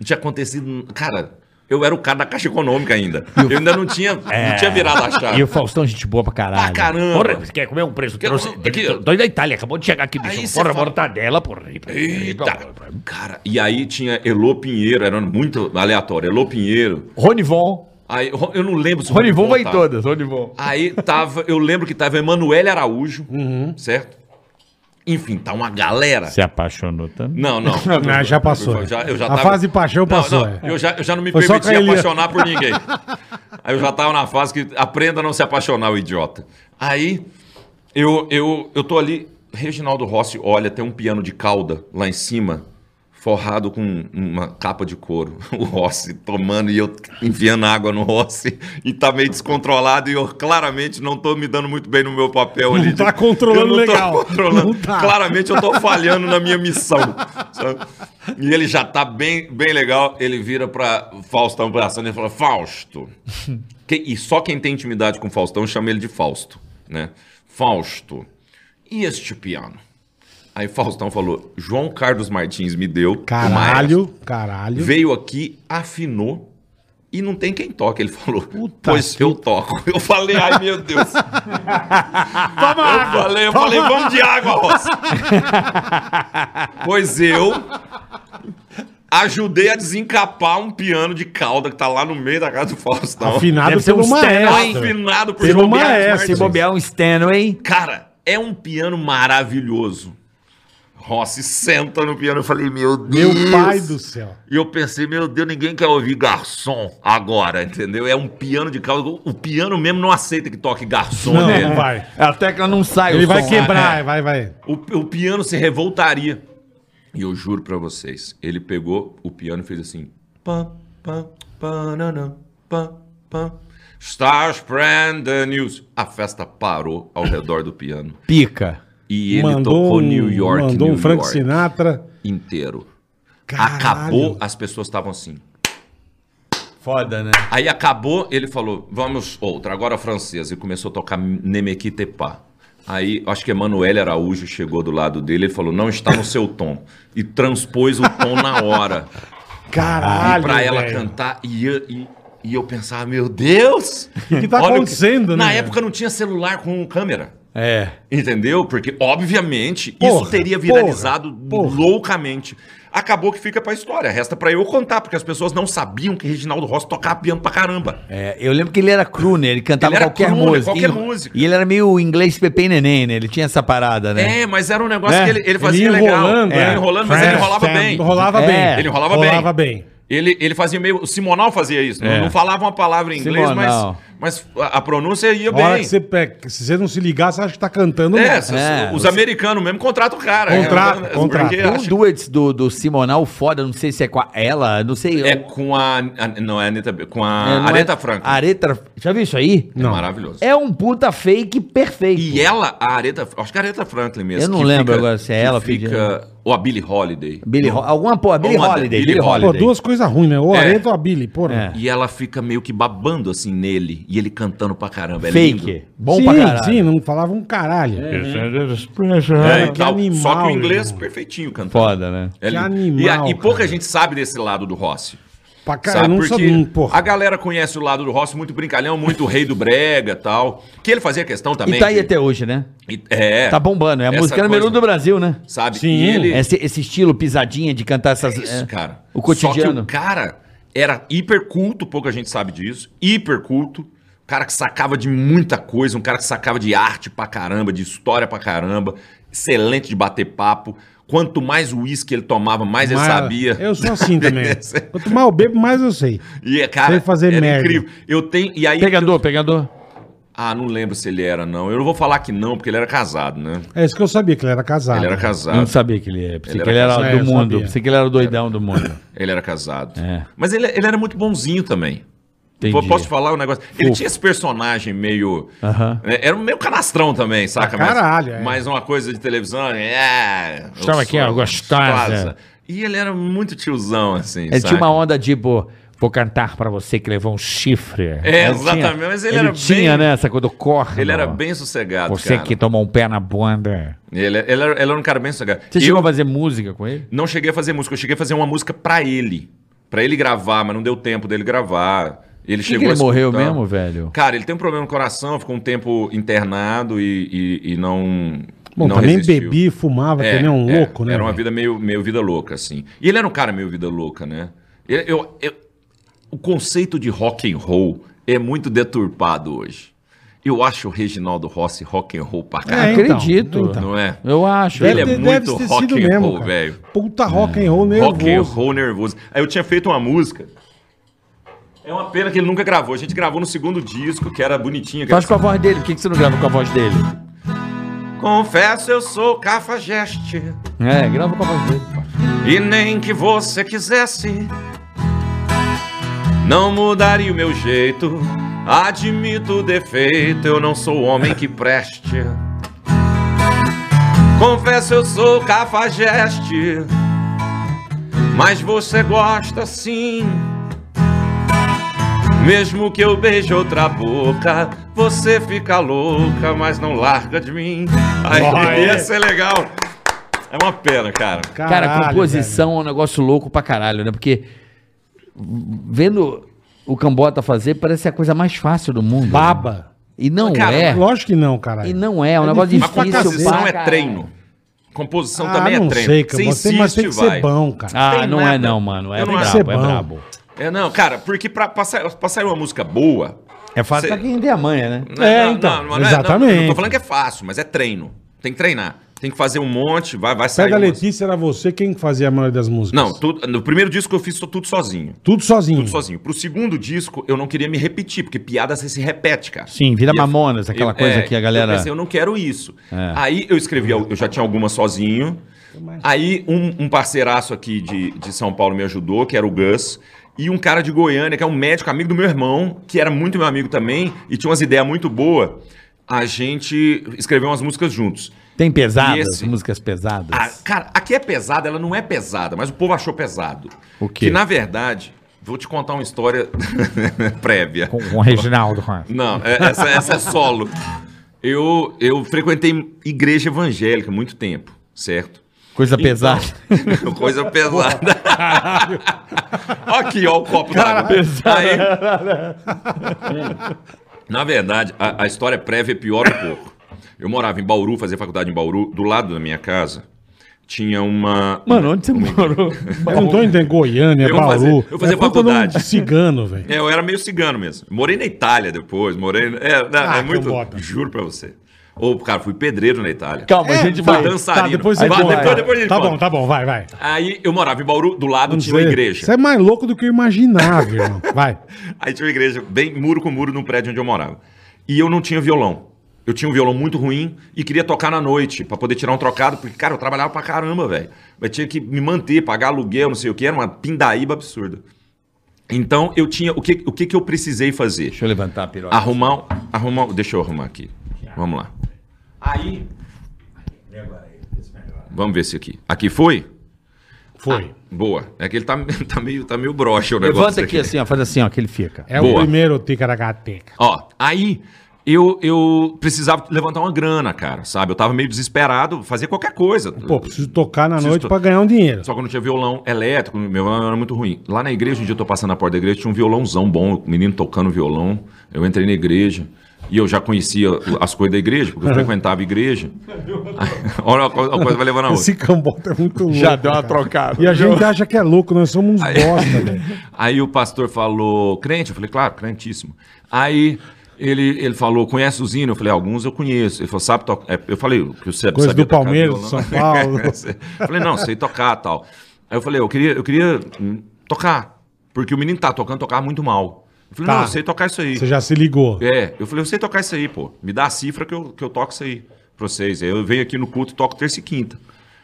S4: Não tinha acontecido. n- Cara, eu era o cara da Caixa Econômica ainda. Eu ainda não tinha, não tinha virado a chave.
S3: É. E o Faustão, gente boa pra caralho.
S4: Pra caramba.
S1: Porra, você quer comer um preço?
S4: Quer-
S1: Trouxe,
S4: aqui, ó.
S1: dois da Itália, acabou de chegar aqui,
S4: Aí
S1: bicho.
S4: você
S1: Porra,
S4: fala-
S1: mortadela, porra.
S4: Eita! Cara, e aí tinha Elô Pinheiro, era muito aleatório. Elô Pinheiro.
S3: Ronivon.
S4: Aí, ro- eu não lembro se o
S3: Ronivon
S4: Ronivon
S3: vai em
S4: tava.
S3: todas, Ronivon.
S4: Aí tava, eu lembro que tava Emanuele Araújo,
S2: Uhum.
S4: certo? Enfim, tá uma galera.
S1: Se apaixonou também.
S4: Não, não.
S2: Não, já passou. né?
S4: Eu já, eu já
S2: a
S4: tava-
S2: fase de paixão
S4: Não,
S2: passou.
S4: não,
S2: é.
S4: eu, já, eu já não me
S2: Foi só
S4: permitia
S2: com a Eliana.
S4: apaixonar por ninguém. Aí eu já tava na fase que aprenda a não se apaixonar, o idiota. Aí eu, eu, eu tô ali, Reginaldo Rossi olha, tem um piano de cauda lá em cima, forrado com uma capa de couro. O Rossi tomando e eu enfiando água no Rossi e tá meio descontrolado e eu claramente não tô me dando muito bem no meu papel ali.
S2: tá
S4: de-
S2: controlando
S4: eu não tô
S2: legal.
S4: controlando.
S2: Não tá.
S4: Claro, claramente eu tô falhando na minha missão. sabe? E ele já tá bem, bem legal. Ele vira pra Faustão abraçando e fala: Fausto. Que- e só quem tem intimidade com Faustão chama ele de Fausto, né? Fausto. E este piano? Aí Faustão falou: João Carlos Martins me deu. o maestro,
S2: Caralho, caralho.
S4: Veio aqui, afinou. E não tem quem toque, ele falou. pois eu toco. Eu falei, ai meu Deus. Eu falei, eu falei, vamos de água, Rossi. pois eu ajudei a desencapar um piano de cauda que tá lá no meio da casa do Faustão.
S2: Afinado
S3: Deve ser
S2: pelo
S3: um
S2: maestro.
S4: Afinado por
S2: Pelo
S4: João Biagio
S2: maestro.
S3: Se
S4: Martins.
S3: bobear um Stanway.
S4: Cara, é um piano maravilhoso. Rossi senta no piano. Eu falei, meu Deus.
S2: Meu pai do céu.
S4: E eu pensei, meu Deus, ninguém quer ouvir garçom agora, entendeu? É um piano de cauda. O piano mesmo não aceita que toque garçom né?
S2: Não,
S4: nele.
S2: não vai.
S3: A tecla não um sai.
S2: Né? Ele
S3: o
S2: vai
S4: um
S3: som.
S2: quebrar, vai, vai.
S4: O, o piano se revoltaria. E eu juro pra vocês, ele pegou o piano e fez assim. Pá, pá, pá, nanã, pá, pá. Stars brand the news. A festa parou ao redor do piano.
S3: Pica.
S4: E ele tocou New York,
S2: um- mandou
S4: New
S2: um Frank
S4: York
S2: Sinatra.
S4: inteiro.
S2: Caralho.
S4: Acabou, as pessoas estavam assim.
S3: Foda, né?
S4: Aí acabou, ele falou, vamos outra, agora a francesa. E começou a tocar Nemeki Tepa. Aí, acho que Emanuele Araújo chegou do lado dele e falou, não está no seu tom. E transpôs o tom na hora.
S2: Caralho.
S4: pra ela
S2: velho.
S4: cantar. E, eu- e, e eu pensava, meu Deus!
S2: O que tá
S4: Olha o
S2: acontecendo, né?
S4: Na época não tinha celular com câmera.
S3: É.
S4: Entendeu? Porque, obviamente,
S2: Porra,
S4: isso teria
S2: porra,
S4: viralizado
S2: porra.
S4: loucamente. Acabou que fica pra história. Resta pra eu contar, porque as pessoas não sabiam que Reginaldo Rossi tocava piano pra caramba.
S3: É, eu lembro que ele era crooner, ele cantava
S4: Ele era
S3: qualquer,
S4: crooner,
S3: música,
S4: qualquer
S3: E-
S4: música.
S3: E ele era meio inglês Pepe e Neném, né? Ele tinha essa parada, né?
S4: É, mas era um negócio
S3: É,
S4: que ele, ele
S2: Ele
S4: fazia
S2: ia
S4: legal.
S2: enrolando,
S4: ele
S2: é.
S4: ia enrolando, mas ele enrolava bem.
S2: Rolava
S3: É.
S2: bem.
S4: Ele rolava bem.
S2: Rolava bem.
S4: Ele, ele fazia meio. O Simonal fazia isso. né?
S3: É.
S4: Não, falava uma palavra em inglês, mas,
S3: Simonal.
S4: mas a a pronúncia ia
S2: A hora
S4: bem.
S2: que você, pe- se você não se ligar, você acha que tá cantando.
S4: É,
S2: mesmo.
S4: essas-
S3: É,
S4: os
S3: você-
S4: americanos mesmo contratam o cara.
S2: Contrata,
S4: É,
S2: contrata.
S4: porque
S3: Tem um
S4: acha-
S3: duets do, do Simonal foda, não sei se é com a ela, não sei.
S4: É
S3: eu-
S4: com a. a- não, é a Anitta. Com a
S3: é, não
S4: Aretha
S3: é-
S4: Franklin.
S3: Aretha. Já viu isso aí?
S4: É maravilhoso.
S3: É um puta fake perfeito.
S4: E é ela, a Aretha. Acho que a Aretha Franklin mesmo.
S3: Eu não
S4: que
S3: lembro agora se é
S4: que
S3: ela,
S4: Fica, ou a Billie Holiday.
S3: Billy Ho- alguma porra, Billy
S4: Uma-
S3: Holiday,
S4: Billie
S3: Billy
S4: Holiday.
S2: Pô,
S3: Holiday.
S2: duas coisas ruins, né? O
S4: É.
S2: Arento ou a Billy, porra.
S4: E ela fica meio que babando assim nele. E ele cantando pra caramba. É lindo.
S3: Fake. Bom
S2: sim,
S3: pra caralho. é
S2: sim, não falava um caralho.
S4: né? É, e
S2: Ah, que
S4: tal.
S2: animal,
S4: Só que o inglês
S2: irmão.
S4: perfeitinho cantando.
S3: Foda, né?
S4: É
S2: Que
S4: lindo.
S2: animal,
S4: e, a- e pouca
S2: cara.
S4: gente sabe desse lado do Rossi.
S2: Pra caralho,
S4: sabe? Ah,
S2: não um,
S4: Porque
S2: sabia, porra.
S4: a galera conhece o lado do Rossi muito brincalhão, muito rei do brega tal. Que ele fazia questão também.
S3: E tá aí
S4: de-
S3: até hoje, né?
S4: e- é.
S3: Tá bombando, é a
S4: Essa
S3: música número um do
S4: coisa-
S3: Brasil, né?
S4: Sabe?
S2: Sim.
S4: E ele...
S3: Esse, esse estilo pisadinha de cantar essas.
S4: É isso,
S3: é,
S4: cara.
S3: O cotidiano.
S4: Só que o cara era hiper culto, pouca gente sabe disso. Hiper culto. Um cara que sacava de muita coisa, um cara que sacava de arte pra caramba, de história pra caramba. Excelente de bater papo. Quanto mais uísque ele tomava, mais ele
S2: Mas
S4: sabia.
S2: Eu sou assim também. Quanto mais eu bebo, mais eu sei.
S4: E, cara,
S2: Sei fazer
S4: era
S2: merda.
S4: incrível. Eu tenho. E aí.
S3: Pegador, pegador.
S4: Ah, não lembro se ele era, não. Eu não vou falar que não, porque ele era casado, né?
S2: É isso que eu sabia, que ele era casado.
S4: Ele era
S3: Não
S4: casado.
S3: sabia que ele era. Pensei
S4: Ele
S3: que
S4: era
S3: ele era
S2: casado. É, eu
S3: do mundo.
S2: sabia.
S3: Pensei que ele era o doidão do mundo.
S4: Ele era casado.
S3: É.
S4: Mas ele, ele era muito bonzinho também.
S3: Entendi.
S4: Posso te falar um negócio? Ele tinha esse personagem meio.
S3: Aham.
S4: É, Era um meio canastrão também, saca?
S2: Ah, caralho,
S4: mas,
S2: é.
S4: mas uma coisa de televisão. É.
S1: Estava
S4: eu
S1: aqui,
S4: sou
S1: ó, gostosa.
S4: E ele era muito tiozão, assim.
S3: Ele
S4: saca?
S3: tinha É uma onda tipo.
S1: Vou cantar pra você que levou um chifre.
S4: É,
S3: Ele
S4: exatamente.
S3: tinha-
S4: mas ele, era
S3: tinha,
S4: bem.
S3: né? Essa coisa do corno.
S4: Ele era bem sossegado.
S1: Você
S4: cara.
S1: que tomou um pé na bunda.
S4: Ele, ele era, ele era um cara bem sossegado.
S3: Você
S4: Eu
S3: chegou a fazer música com ele?
S4: não cheguei a fazer música, eu cheguei a fazer uma música pra ele. Pra ele gravar, mas não deu tempo dele gravar.
S3: Por
S4: Ele
S3: que,
S4: chegou
S3: que ele
S4: a
S3: morreu
S4: escutar.
S3: mesmo, velho?
S4: Cara, ele tem um problema no coração, ficou um tempo internado e, e- e não.
S2: Bom,
S4: não
S2: também
S4: resistiu.
S2: bebia e fumava,
S4: É,
S2: que nem um
S4: é,
S2: louco, né?
S4: Era uma
S2: velho?
S4: vida meio, meio vida louca, assim. E ele era um cara meio vida louca, né? Eu, eu- eu- o conceito de rock and roll é muito deturpado hoje. Eu acho o Reginaldo Rossi rock and roll pra
S2: É,
S4: caralho,
S2: então,
S3: acredito.
S2: então.
S4: não é?
S3: Eu acho.
S4: Ele é
S2: ter-
S4: muito rock and roll,
S2: cara.
S4: velho. Hum.
S2: Puta rock and roll nervoso.
S4: Rock and roll nervoso. Aí eu tinha feito uma música. É uma pena que ele nunca gravou. A gente gravou no segundo disco, que era bonitinha. que
S3: Faz
S4: era- assim,
S3: com a voz dele. Por que, que você não grava com a voz dele?
S4: Confesso, eu sou cafajeste.
S3: É, grava com a voz dele. pô.
S4: E nem que você quisesse Não mudaria o meu jeito Admito o defeito Eu não sou homem que preste Confesso eu sou cafajeste Mas você gosta sim Mesmo que eu beije outra boca Você fica louca Mas não larga de mim Aí
S2: Olha.
S4: ia ser legal É uma pena, cara
S3: Cara,
S2: Caralho,
S3: composição é um negócio louco pra caralho, né? Porque vendo o Cambota tá fazer, parece a coisa mais fácil do mundo.
S2: velho. Baba.
S3: E não
S4: Cara,
S3: é.
S2: Lógico que não, caralho.
S3: E não é, é um negócio
S2: difícil
S4: Mas
S2: pra
S3: difícil.
S4: composição
S3: pra
S4: é
S3: caralho.
S4: treino. Composição
S2: Ah,
S4: também é
S2: não
S4: treino.
S2: sei, cara.
S4: Você
S2: Você, mas
S4: insiste,
S2: tem que ser
S4: vai.
S2: bom, cara.
S3: Ah,
S4: Tem
S3: não
S4: nada.
S3: é não, mano. É
S4: Eu não acho
S3: brabo,
S2: que
S3: é
S2: é bom.
S3: brabo.
S4: É, não, cara, porque pra, pra, sair, pra sair uma música boa.
S3: É fácil
S4: Cê-
S3: pra quem tem a manha, né?
S4: não,
S2: É,
S4: não,
S2: então,
S4: não, não, não,
S2: exatamente.
S4: Não, tô falando que é fácil, mas é treino. Tem que treinar. Tem que fazer um monte, vai, vai sair.
S2: Pega a
S4: uma-
S2: Letícia, era você quem fazia a maioria das músicas.
S4: Não, tudo- no primeiro disco eu fiz tudo sozinho.
S2: Tudo sozinho.
S4: Tudo sozinho. Pro segundo disco, eu não queria me repetir, porque piada você se repete, cara.
S3: Sim, vira
S4: E eu-
S3: mamonas, aquela
S4: eu-
S3: coisa
S4: é,
S3: que a galera.
S4: Eu pensei, eu não quero isso.
S3: É.
S4: Aí eu escrevi, eu já tinha algumas sozinho. Aí um, um parceiraço aqui de, de São Paulo me ajudou, que era o Gus. E um cara de Goiânia, que é um médico amigo do meu irmão, que era muito meu amigo também, e tinha umas ideias muito boas. A gente escreveu umas músicas juntos.
S3: Tem pesadas,
S4: E esse-
S3: músicas pesadas.
S4: Ah, cara, aqui é pesada, ela não é pesada, mas o povo achou pesado.
S3: O quê?
S4: Que na verdade, vou te contar uma história prévia.
S1: Com, com o Reginaldo.
S4: Não, é- essa, essa é solo. Eu, eu frequentei igreja evangélica há muito tempo, certo?
S3: coisa
S4: Então.
S3: pesada.
S4: Coisa pesada. Aqui, ó, o copo d'água. Aí-
S2: Hum.
S4: Na verdade, a, a história prévia é pior um pouco. Eu morava em Bauru, fazia faculdade em Bauru, do lado da minha casa. Tinha uma.
S3: Mano, onde você morou?
S2: Eu não tô entendendo Goiânia,
S4: Eu vou
S2: Bauru.
S4: fazer- eu vou fazer
S2: é tudo nome
S4: faculdade.
S2: de cigano, velho.
S4: É, eu era meio cigano mesmo. Morei na Itália depois, morei. É, não,
S2: Ah,
S4: é
S2: que
S4: muito.
S2: bota.
S4: Juro pra você. Ou, cara, fui pedreiro na Itália.
S3: Calma, a gente vai.
S4: dançarino.
S2: Tá, depois você
S4: Vai,
S2: conta.
S4: depois- depois a gente
S2: Tá
S4: fala.
S2: bom, tá bom, vai, vai.
S4: Aí eu morava em Bauru, do lado tinha uma
S2: Você-
S4: igreja.
S2: Você é mais louco do que eu imaginava, irmão. Vai.
S4: Aí tinha uma igreja, bem muro com muro, num prédio onde eu morava. E eu não tinha violão. Eu tinha um violão muito ruim e queria tocar na noite, pra poder tirar um trocado, porque, cara, eu trabalhava pra caramba, velho. Mas tinha que me manter, pagar aluguel, não sei o que, era uma pindaíba absurda. Então, eu tinha. O que, o que, que eu precisei fazer?
S3: Deixa eu levantar a piroca.
S4: Arrumar, um, arrumar. Deixa eu arrumar aqui. Vamos lá. Aí. Vamos ver se aqui. Aqui foi?
S2: Foi.
S4: Boa. É que ele tá, tá meio, tá meio broxa o negócio.
S3: Levanta aqui assim, ó. Faz assim, ó, que ele fica.
S2: É o
S4: Boa.
S2: primeiro ticaracateca.
S4: Ó, aí eu, eu precisava levantar uma grana, cara, sabe? Eu tava meio desesperado, fazer qualquer coisa.
S2: Pô, preciso tocar na
S4: Preciso
S2: noite
S4: to-
S2: pra ganhar um dinheiro.
S4: Só que eu não tinha violão elétrico, meu violão era muito ruim. Lá na igreja, um dia eu tô passando na porta da igreja, tinha um violãozão bom, o menino tocando violão. Eu entrei na igreja e eu já conhecia as coisas da igreja, porque eu frequentava a igreja. Olha a coisa, a coisa vai levando a outra.
S2: Esse cambota é muito louco. cara.
S3: trocada.
S2: E a gente acha que é louco, nós somos uns bosta, velho.
S4: Aí o pastor falou, crente? Eu falei, claro, crentíssimo. Aí ele, ele falou, conhece o Zino? Eu falei, alguns eu conheço. Ele falou, sabe tocar? É, Eu falei, o que você
S2: Coisa
S4: sabia
S2: do
S4: tocar
S2: Palmeiras,
S4: violão?
S2: São Paulo.
S4: eu falei, não, sei tocar tal. Aí eu falei, eu queria, eu queria hum, tocar, porque o menino tá tocando, tocar muito mal. Eu falei,
S2: Tá.
S4: não, eu sei tocar isso aí.
S2: Você já se ligou.
S4: É, eu falei, eu sei tocar isso aí, pô. Me dá a cifra que eu, que eu toco isso aí pra vocês. Aí eu venho aqui no culto, toco terça e quinta.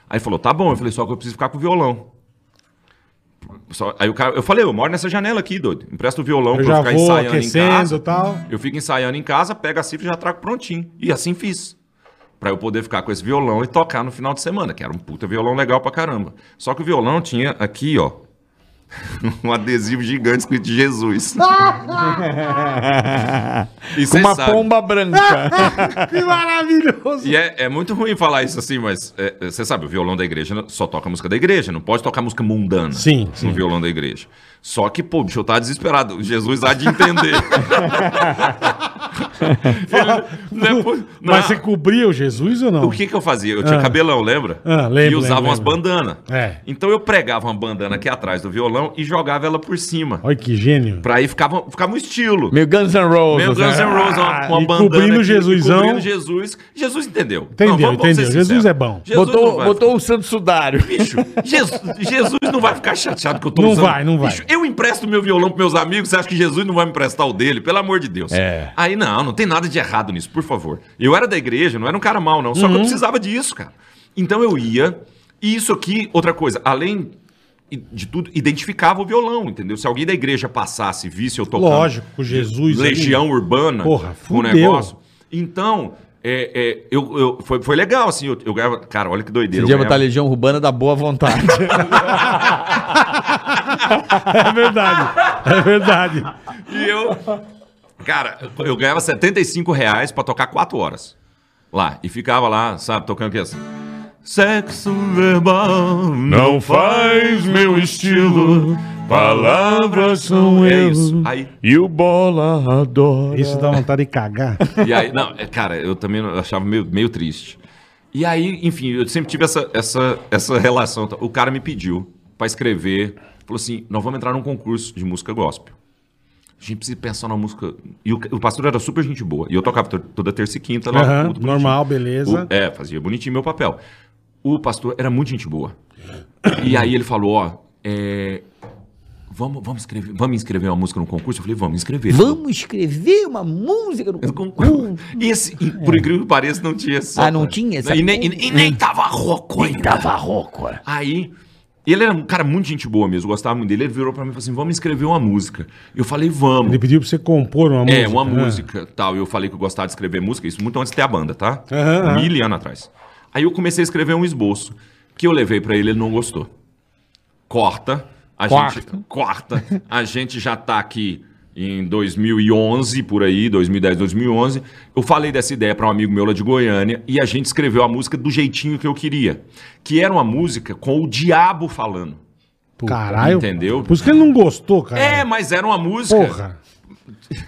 S4: Aí ele falou, tá bom. Eu falei, só que eu preciso ficar com o violão. Só- aí o cara, eu falei, eu moro nessa janela aqui, doido. Empresta o violão
S2: Eu
S4: pra eu
S2: já
S4: ficar
S2: vou
S4: ensaiando em
S2: aquecendo
S4: casa.
S2: e tal.
S4: Eu fico ensaiando em casa, pego a cifra e já trago prontinho. E assim fiz. Pra eu poder ficar com esse violão e tocar no final de semana, que era um puta violão legal pra caramba. Só que o violão tinha aqui, ó, um adesivo gigante escrito Jesus. E
S3: Com
S4: cê
S3: uma
S4: sabe.
S3: pomba branca.
S2: Que maravilhoso.
S4: E é, é muito ruim falar isso assim, mas você sabe, o violão da igreja só toca música da igreja, não pode tocar música mundana
S2: Sim,
S4: no
S2: sim.
S4: violão da igreja. Só que, pô, bicho, eu tava desesperado. Jesus há de entender. Ele- né, pô, não,
S2: Mas você cobriu Jesus ou não?
S4: O que que eu fazia? Eu tinha
S2: Ah.
S4: cabelão, lembra?
S2: Ah, lembro,
S4: e usava
S2: lembro,
S4: umas
S2: lembro.
S4: bandanas.
S2: É.
S4: Então eu pregava uma bandana aqui atrás do violão e jogava ela por cima.
S2: Olha que gênio.
S4: Pra aí ficava, ficava um estilo.
S3: Meu Guns N' Roses. né?
S4: Meu é Guns N' Roses, uma,
S2: é- Ah,
S4: uma
S2: e
S4: bandana.
S2: cobrindo
S4: aqui,
S2: Jesusão.
S4: Cobrindo Jesus. Jesus entendeu.
S2: Entendeu,
S4: ser
S2: entendeu. Jesus
S4: sinceros.
S2: é bom.
S4: Jesus não
S3: botou,
S4: vai-
S3: botou o Santo Sudário.
S4: Bicho, Jesus, Jesus não vai ficar chateado que eu tô
S2: Não vai, não vai.
S4: Bicho, eu empresto meu violão pros meus amigos, você acha que Jesus não vai me emprestar o dele? Pelo amor de Deus.
S3: É.
S4: Aí não, não tem nada de errado nisso, por favor. Eu era da igreja, não era um cara mau, não. Só que eu
S2: Uhum.
S4: precisava disso, cara. Então eu ia, e isso aqui, outra coisa, além de tudo, identificava o violão, entendeu? Se alguém da igreja passasse, visse eu tocando.
S2: Lógico, com Jesus. é ali.
S4: Legião Urbana.
S2: Porra,
S4: com o
S2: fudeu.
S4: negócio. Então, é, é, eu, eu- foi, foi legal, assim. Eu, eu ganhava. Cara, olha que doideira.
S3: Você
S4: eu
S3: ia botar a
S4: ganhava-
S3: Legião Urbana da Boa Vontade.
S2: É verdade. É verdade.
S4: E eu. Cara, eu ganhava 75 reais pra tocar 4 horas. Lá. E ficava lá, sabe, tocando o que assim. Sexo verbal não faz meu estilo. Palavras são é isso. Aí,
S3: e o Bola adora.
S2: Isso dá vontade de cagar.
S4: E aí, não, é, cara, eu também não- eu achava meio, meio triste. E aí, enfim, eu sempre tive essa, essa, essa relação. Então, O cara me pediu pra escrever, falou assim: nós vamos entrar num concurso de música gospel. A gente precisa pensar numa música. E o, o pastor era super gente boa. E eu tocava to- toda terça e quinta lá.
S2: Aham,
S4: tudo bonitinho.
S2: normal, beleza.
S4: O- é, fazia bonitinho meu papel. O pastor era muito gente boa. E aí ele falou: ó, é, vamos, vamos, escrever, vamos inscrever uma música no concurso? Eu falei: vamos inscrever. Ele falou,
S5: Vamos escrever uma música no
S4: concurso. Esse, e por incrível que pareça, não tinha essa.
S5: Hum. É. Ah, não tinha essa
S4: E nem, e, e nem tava rouco ainda.
S5: barroco. é.
S4: Aí, ele era um cara muito gente boa mesmo, gostava muito dele. Ele virou pra mim e falou assim: vamos escrever uma música. Eu falei: vamos.
S2: Ele pediu pra você compor uma música.
S4: É, uma
S2: né?
S4: música tal. Eu falei que eu gostava de escrever música, isso muito antes de ter a banda, tá?
S2: Aham, aham.
S4: Mil anos atrás. Aí eu comecei a escrever um esboço que eu levei pra ele, ele não gostou. Corta, a gente corta, a gente já tá aqui em 2011 por aí, 2010, 2011. Eu falei dessa ideia pra um amigo meu lá de Goiânia e a gente escreveu a música do jeitinho que eu queria, que era uma música com o diabo falando.
S2: Caralho.
S4: Entendeu?
S2: Por isso que ele não gostou, cara.
S4: É, mas era uma música
S2: É. Porra.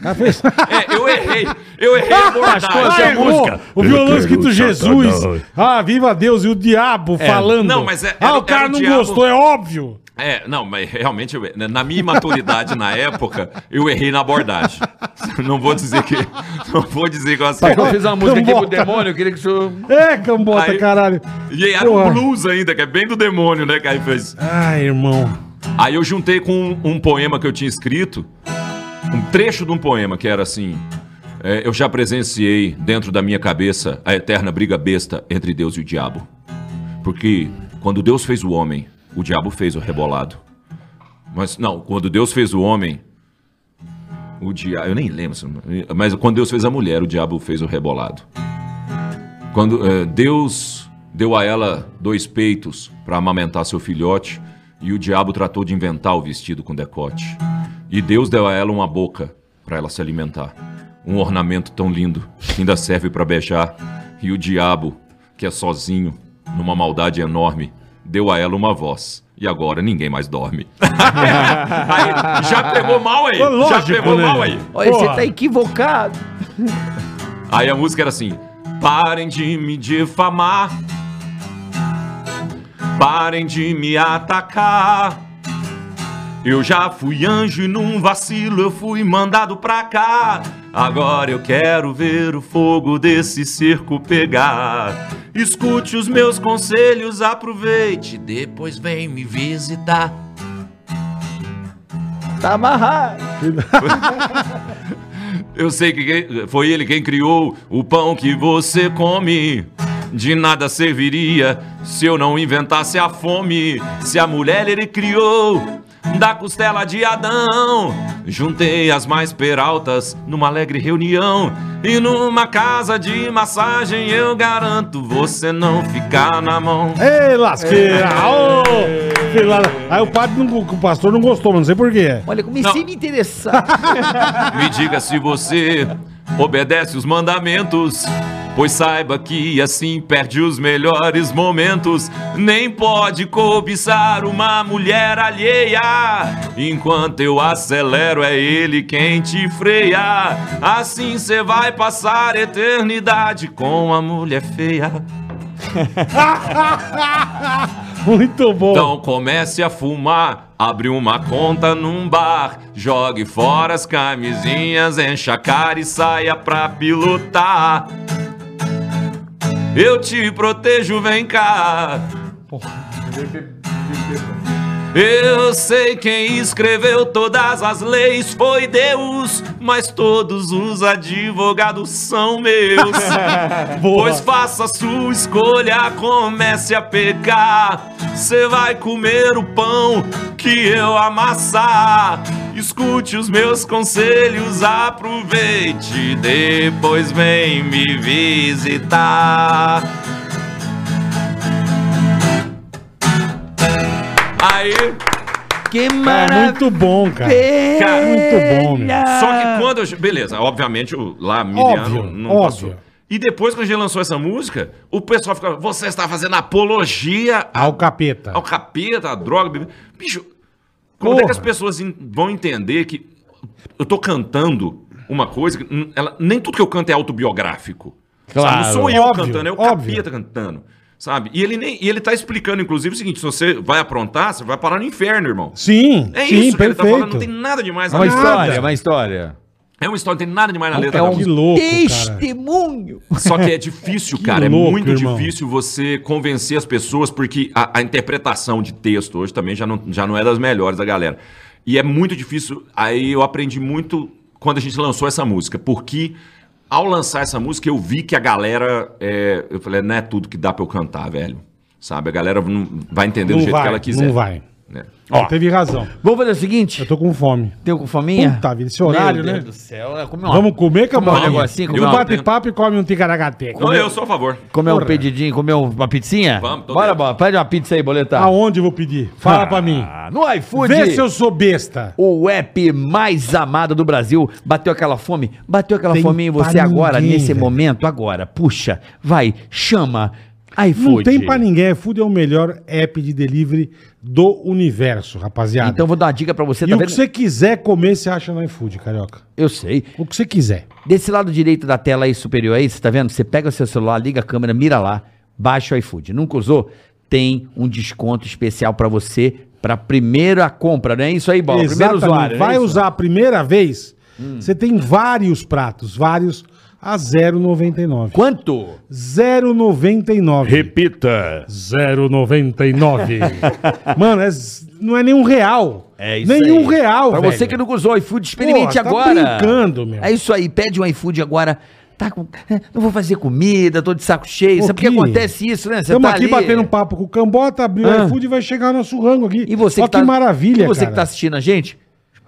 S2: Cara, fez...
S4: É, eu errei. Eu errei a
S2: Ah,
S4: abordagem.
S3: é a
S2: errou.
S3: música.
S2: O violão escrito Jesus. Ah, viva Deus e o diabo falando.
S4: Não, mas é-
S2: ah,
S4: era-
S2: o cara
S4: era o
S2: não
S4: diabo-
S2: gostou, é óbvio.
S4: É, não, mas realmente, eu- né, na minha imaturidade na época, eu errei na abordagem. Não vou dizer que. Não vou dizer que eu acertei.
S3: Eu fiz uma música aqui pro
S2: Cambota.
S3: demônio, eu queria que o senhor.
S2: É, cambota,
S4: Aí-
S2: caralho.
S4: E aí era
S2: Porra.
S4: um blues ainda, que é bem do demônio, né, que aí fez.
S2: Ai, irmão.
S4: Aí eu juntei com um, um poema que eu tinha escrito, um trecho de um poema que era assim. é, eu já presenciei dentro da minha cabeça a eterna briga besta entre Deus e o diabo. Porque quando Deus fez o homem, o diabo fez o rebolado. Mas não, quando Deus fez o homem, o diabo. Eu nem lembro, se- mas quando Deus fez a mulher, o diabo fez o rebolado. Quando eh, Deus deu a ela dois peitos para amamentar seu filhote e o diabo tratou de inventar o vestido com decote. E Deus deu a ela uma boca para ela se alimentar. Um ornamento tão lindo que ainda serve para beijar. E o diabo, que é sozinho, numa maldade enorme, deu a ela uma voz. E agora ninguém mais dorme. Aí, já pegou mal aí.
S2: Ô,
S4: já
S2: lógico,
S4: pegou
S2: né?
S4: mal aí.
S5: Olha,
S2: Porra.
S5: você tá equivocado.
S4: Aí a música era assim: Parem de me difamar. Parem de me atacar. Eu já fui anjo e num vacilo eu fui mandado pra cá. Agora eu quero ver o fogo desse circo pegar. Escute os meus conselhos, aproveite, depois vem me visitar.
S5: Tá amarrado.
S4: Eu sei que quem- foi ele quem criou o pão que você come. De nada serviria se eu não inventasse a fome. Se a mulher ele criou da costela de Adão. Juntei as mais peraltas numa alegre reunião. E numa casa de massagem eu garanto você não ficar na mão.
S2: Ei, lasqueira.
S5: É.
S2: Ô, filada. Aí o padre, não, o pastor não gostou, mas não sei por quê.
S5: Olha, comecei
S4: Não.
S5: a me interessar.
S4: Me diga se você obedece os mandamentos. Pois saiba que assim perde os melhores momentos. Nem pode cobiçar uma mulher alheia. Enquanto eu acelero, é ele quem te freia. Assim você vai passar eternidade com a mulher feia.
S2: Muito bom.
S4: Então comece a fumar, abre uma conta num bar, jogue fora as camisinhas, encha a cara e saia pra pilotar. Eu te protejo, vem cá. Eu sei quem escreveu todas as leis foi Deus, mas todos os advogados são meus.
S2: Boa.
S4: Pois faça sua escolha, comece a pecar. Você vai comer o pão que eu amassar. Escute os meus conselhos, aproveite, depois vem me visitar. Aí,
S5: Que
S2: É
S5: maravilha.
S2: muito bom, cara.
S4: cara,
S2: Muito bom, meu.
S4: só que quando eu. Beleza, obviamente, o- lá Miriano
S2: É. Óbvio,
S4: não
S2: óbvio.
S4: passou. E depois, quando a gente lançou essa música, o pessoal ficava. Você está fazendo apologia
S2: Ah, o capeta.
S4: ao capeta, à droga. bebida." Bicho, como é
S2: Porra.
S4: que as pessoas en- vão entender que eu tô cantando uma coisa que hum, ela, nem tudo que eu canto é autobiográfico.
S3: Claro.
S4: Não sou eu
S2: Óbvio,
S4: cantando, é o
S2: óbvio.
S4: capeta cantando. Sabe? E ele, nem, e ele tá explicando, inclusive, o seguinte: se você vai aprontar, você vai parar no inferno, irmão.
S2: Sim,
S4: É
S2: sim,
S4: isso que ele tá falando,
S2: perfeito.
S4: não tem nada
S3: É
S4: demais na
S3: uma
S4: letra.
S3: história, é uma história.
S4: É uma história, não tem nada demais na letra.
S2: É um
S4: não.
S2: que louco, cara.
S5: Testemunho.
S4: Só que é difícil,
S2: Que
S4: cara.
S2: louco,
S4: é muito
S2: irmão.
S4: difícil você convencer as pessoas, porque a, a interpretação de texto hoje também já não, já não é das melhores da galera. E é muito difícil. Aí eu aprendi muito quando a gente lançou essa música, porque ao lançar essa música eu vi que a galera. é, eu falei, não é tudo que dá pra eu cantar, velho. Sabe? A galera não vai entender do
S2: Não
S4: jeito
S2: vai,
S4: que ela quiser.
S2: não vai.
S4: né?
S2: Ó, teve razão.
S3: Vamos fazer o seguinte:
S2: Eu tô com fome.
S3: Tenho com faminha?
S2: Puta vida, esse horário,
S3: Meu
S2: né?
S3: Deus do céu, né? Comer uma-
S2: Vamos comer,
S3: Vamos
S2: camarada?
S3: um negocinho, comer
S2: Eu
S3: uma
S2: bate
S4: pena.
S2: papo e come um ticaracateca.
S4: Não, eu sou a favor.
S3: Comer
S2: Porra.
S3: um pedidinho, comer uma pizzinha?
S4: Vamos, tô
S3: Bora,
S4: dentro.
S3: bora. Pede uma pizza aí, boletar.
S2: Aonde eu vou pedir? Fala pra mim.
S3: Ah, No iFood.
S2: Vê se eu sou besta.
S3: O app mais amado do Brasil. Bateu aquela fome? Bateu aquela
S2: Tem
S3: fome em você
S2: pra
S3: agora,
S2: ninguém,
S3: nesse
S2: velho.
S3: momento, agora. Puxa, vai, chama.
S2: Não
S3: iFood.
S2: é tem pra ninguém. Food é o melhor app de delivery do universo, rapaziada.
S3: Então eu vou dar uma dica pra você,
S2: e
S3: tá
S2: o
S3: vendo?
S2: que você quiser comer, você acha no iFood, carioca.
S3: Eu sei.
S2: O que você quiser.
S3: Desse lado direito da tela aí, superior aí, você tá vendo? Você pega o seu celular, liga a câmera, mira lá, baixa o iFood. Nunca usou? Tem um desconto especial pra você, pra primeira compra, não é isso aí, Bola? Primeiro
S2: Exatamente.
S3: usuário. não é
S2: Vai
S3: isso? Hum.
S2: usar a primeira vez, você tem vários pratos, vários a 0,99.
S3: Quanto?
S2: 0,99.
S4: Repita.
S2: 0,99. Mano, é z- não é nenhum real.
S3: É isso
S2: Nenhum
S3: aí.
S2: real,
S3: Pra
S2: velho.
S3: você que nunca usou o iFood, experimente
S2: Pô, tá
S3: agora.
S2: brincando, meu.
S3: É isso aí, pede um iFood agora. Tá com... Não vou fazer comida, tô de saco cheio.
S2: Pô,
S3: Sabe por que
S2: que-
S3: acontece isso, né? Você
S2: Estamos
S3: tá
S2: aqui
S3: ali- Ah.
S2: batendo um papo com o Cambota, abriu o iFood e vai chegar nosso rango aqui.
S3: E você
S2: Olha
S3: que tá,
S2: que maravilha,
S3: E você
S2: cara.
S3: que tá assistindo a gente,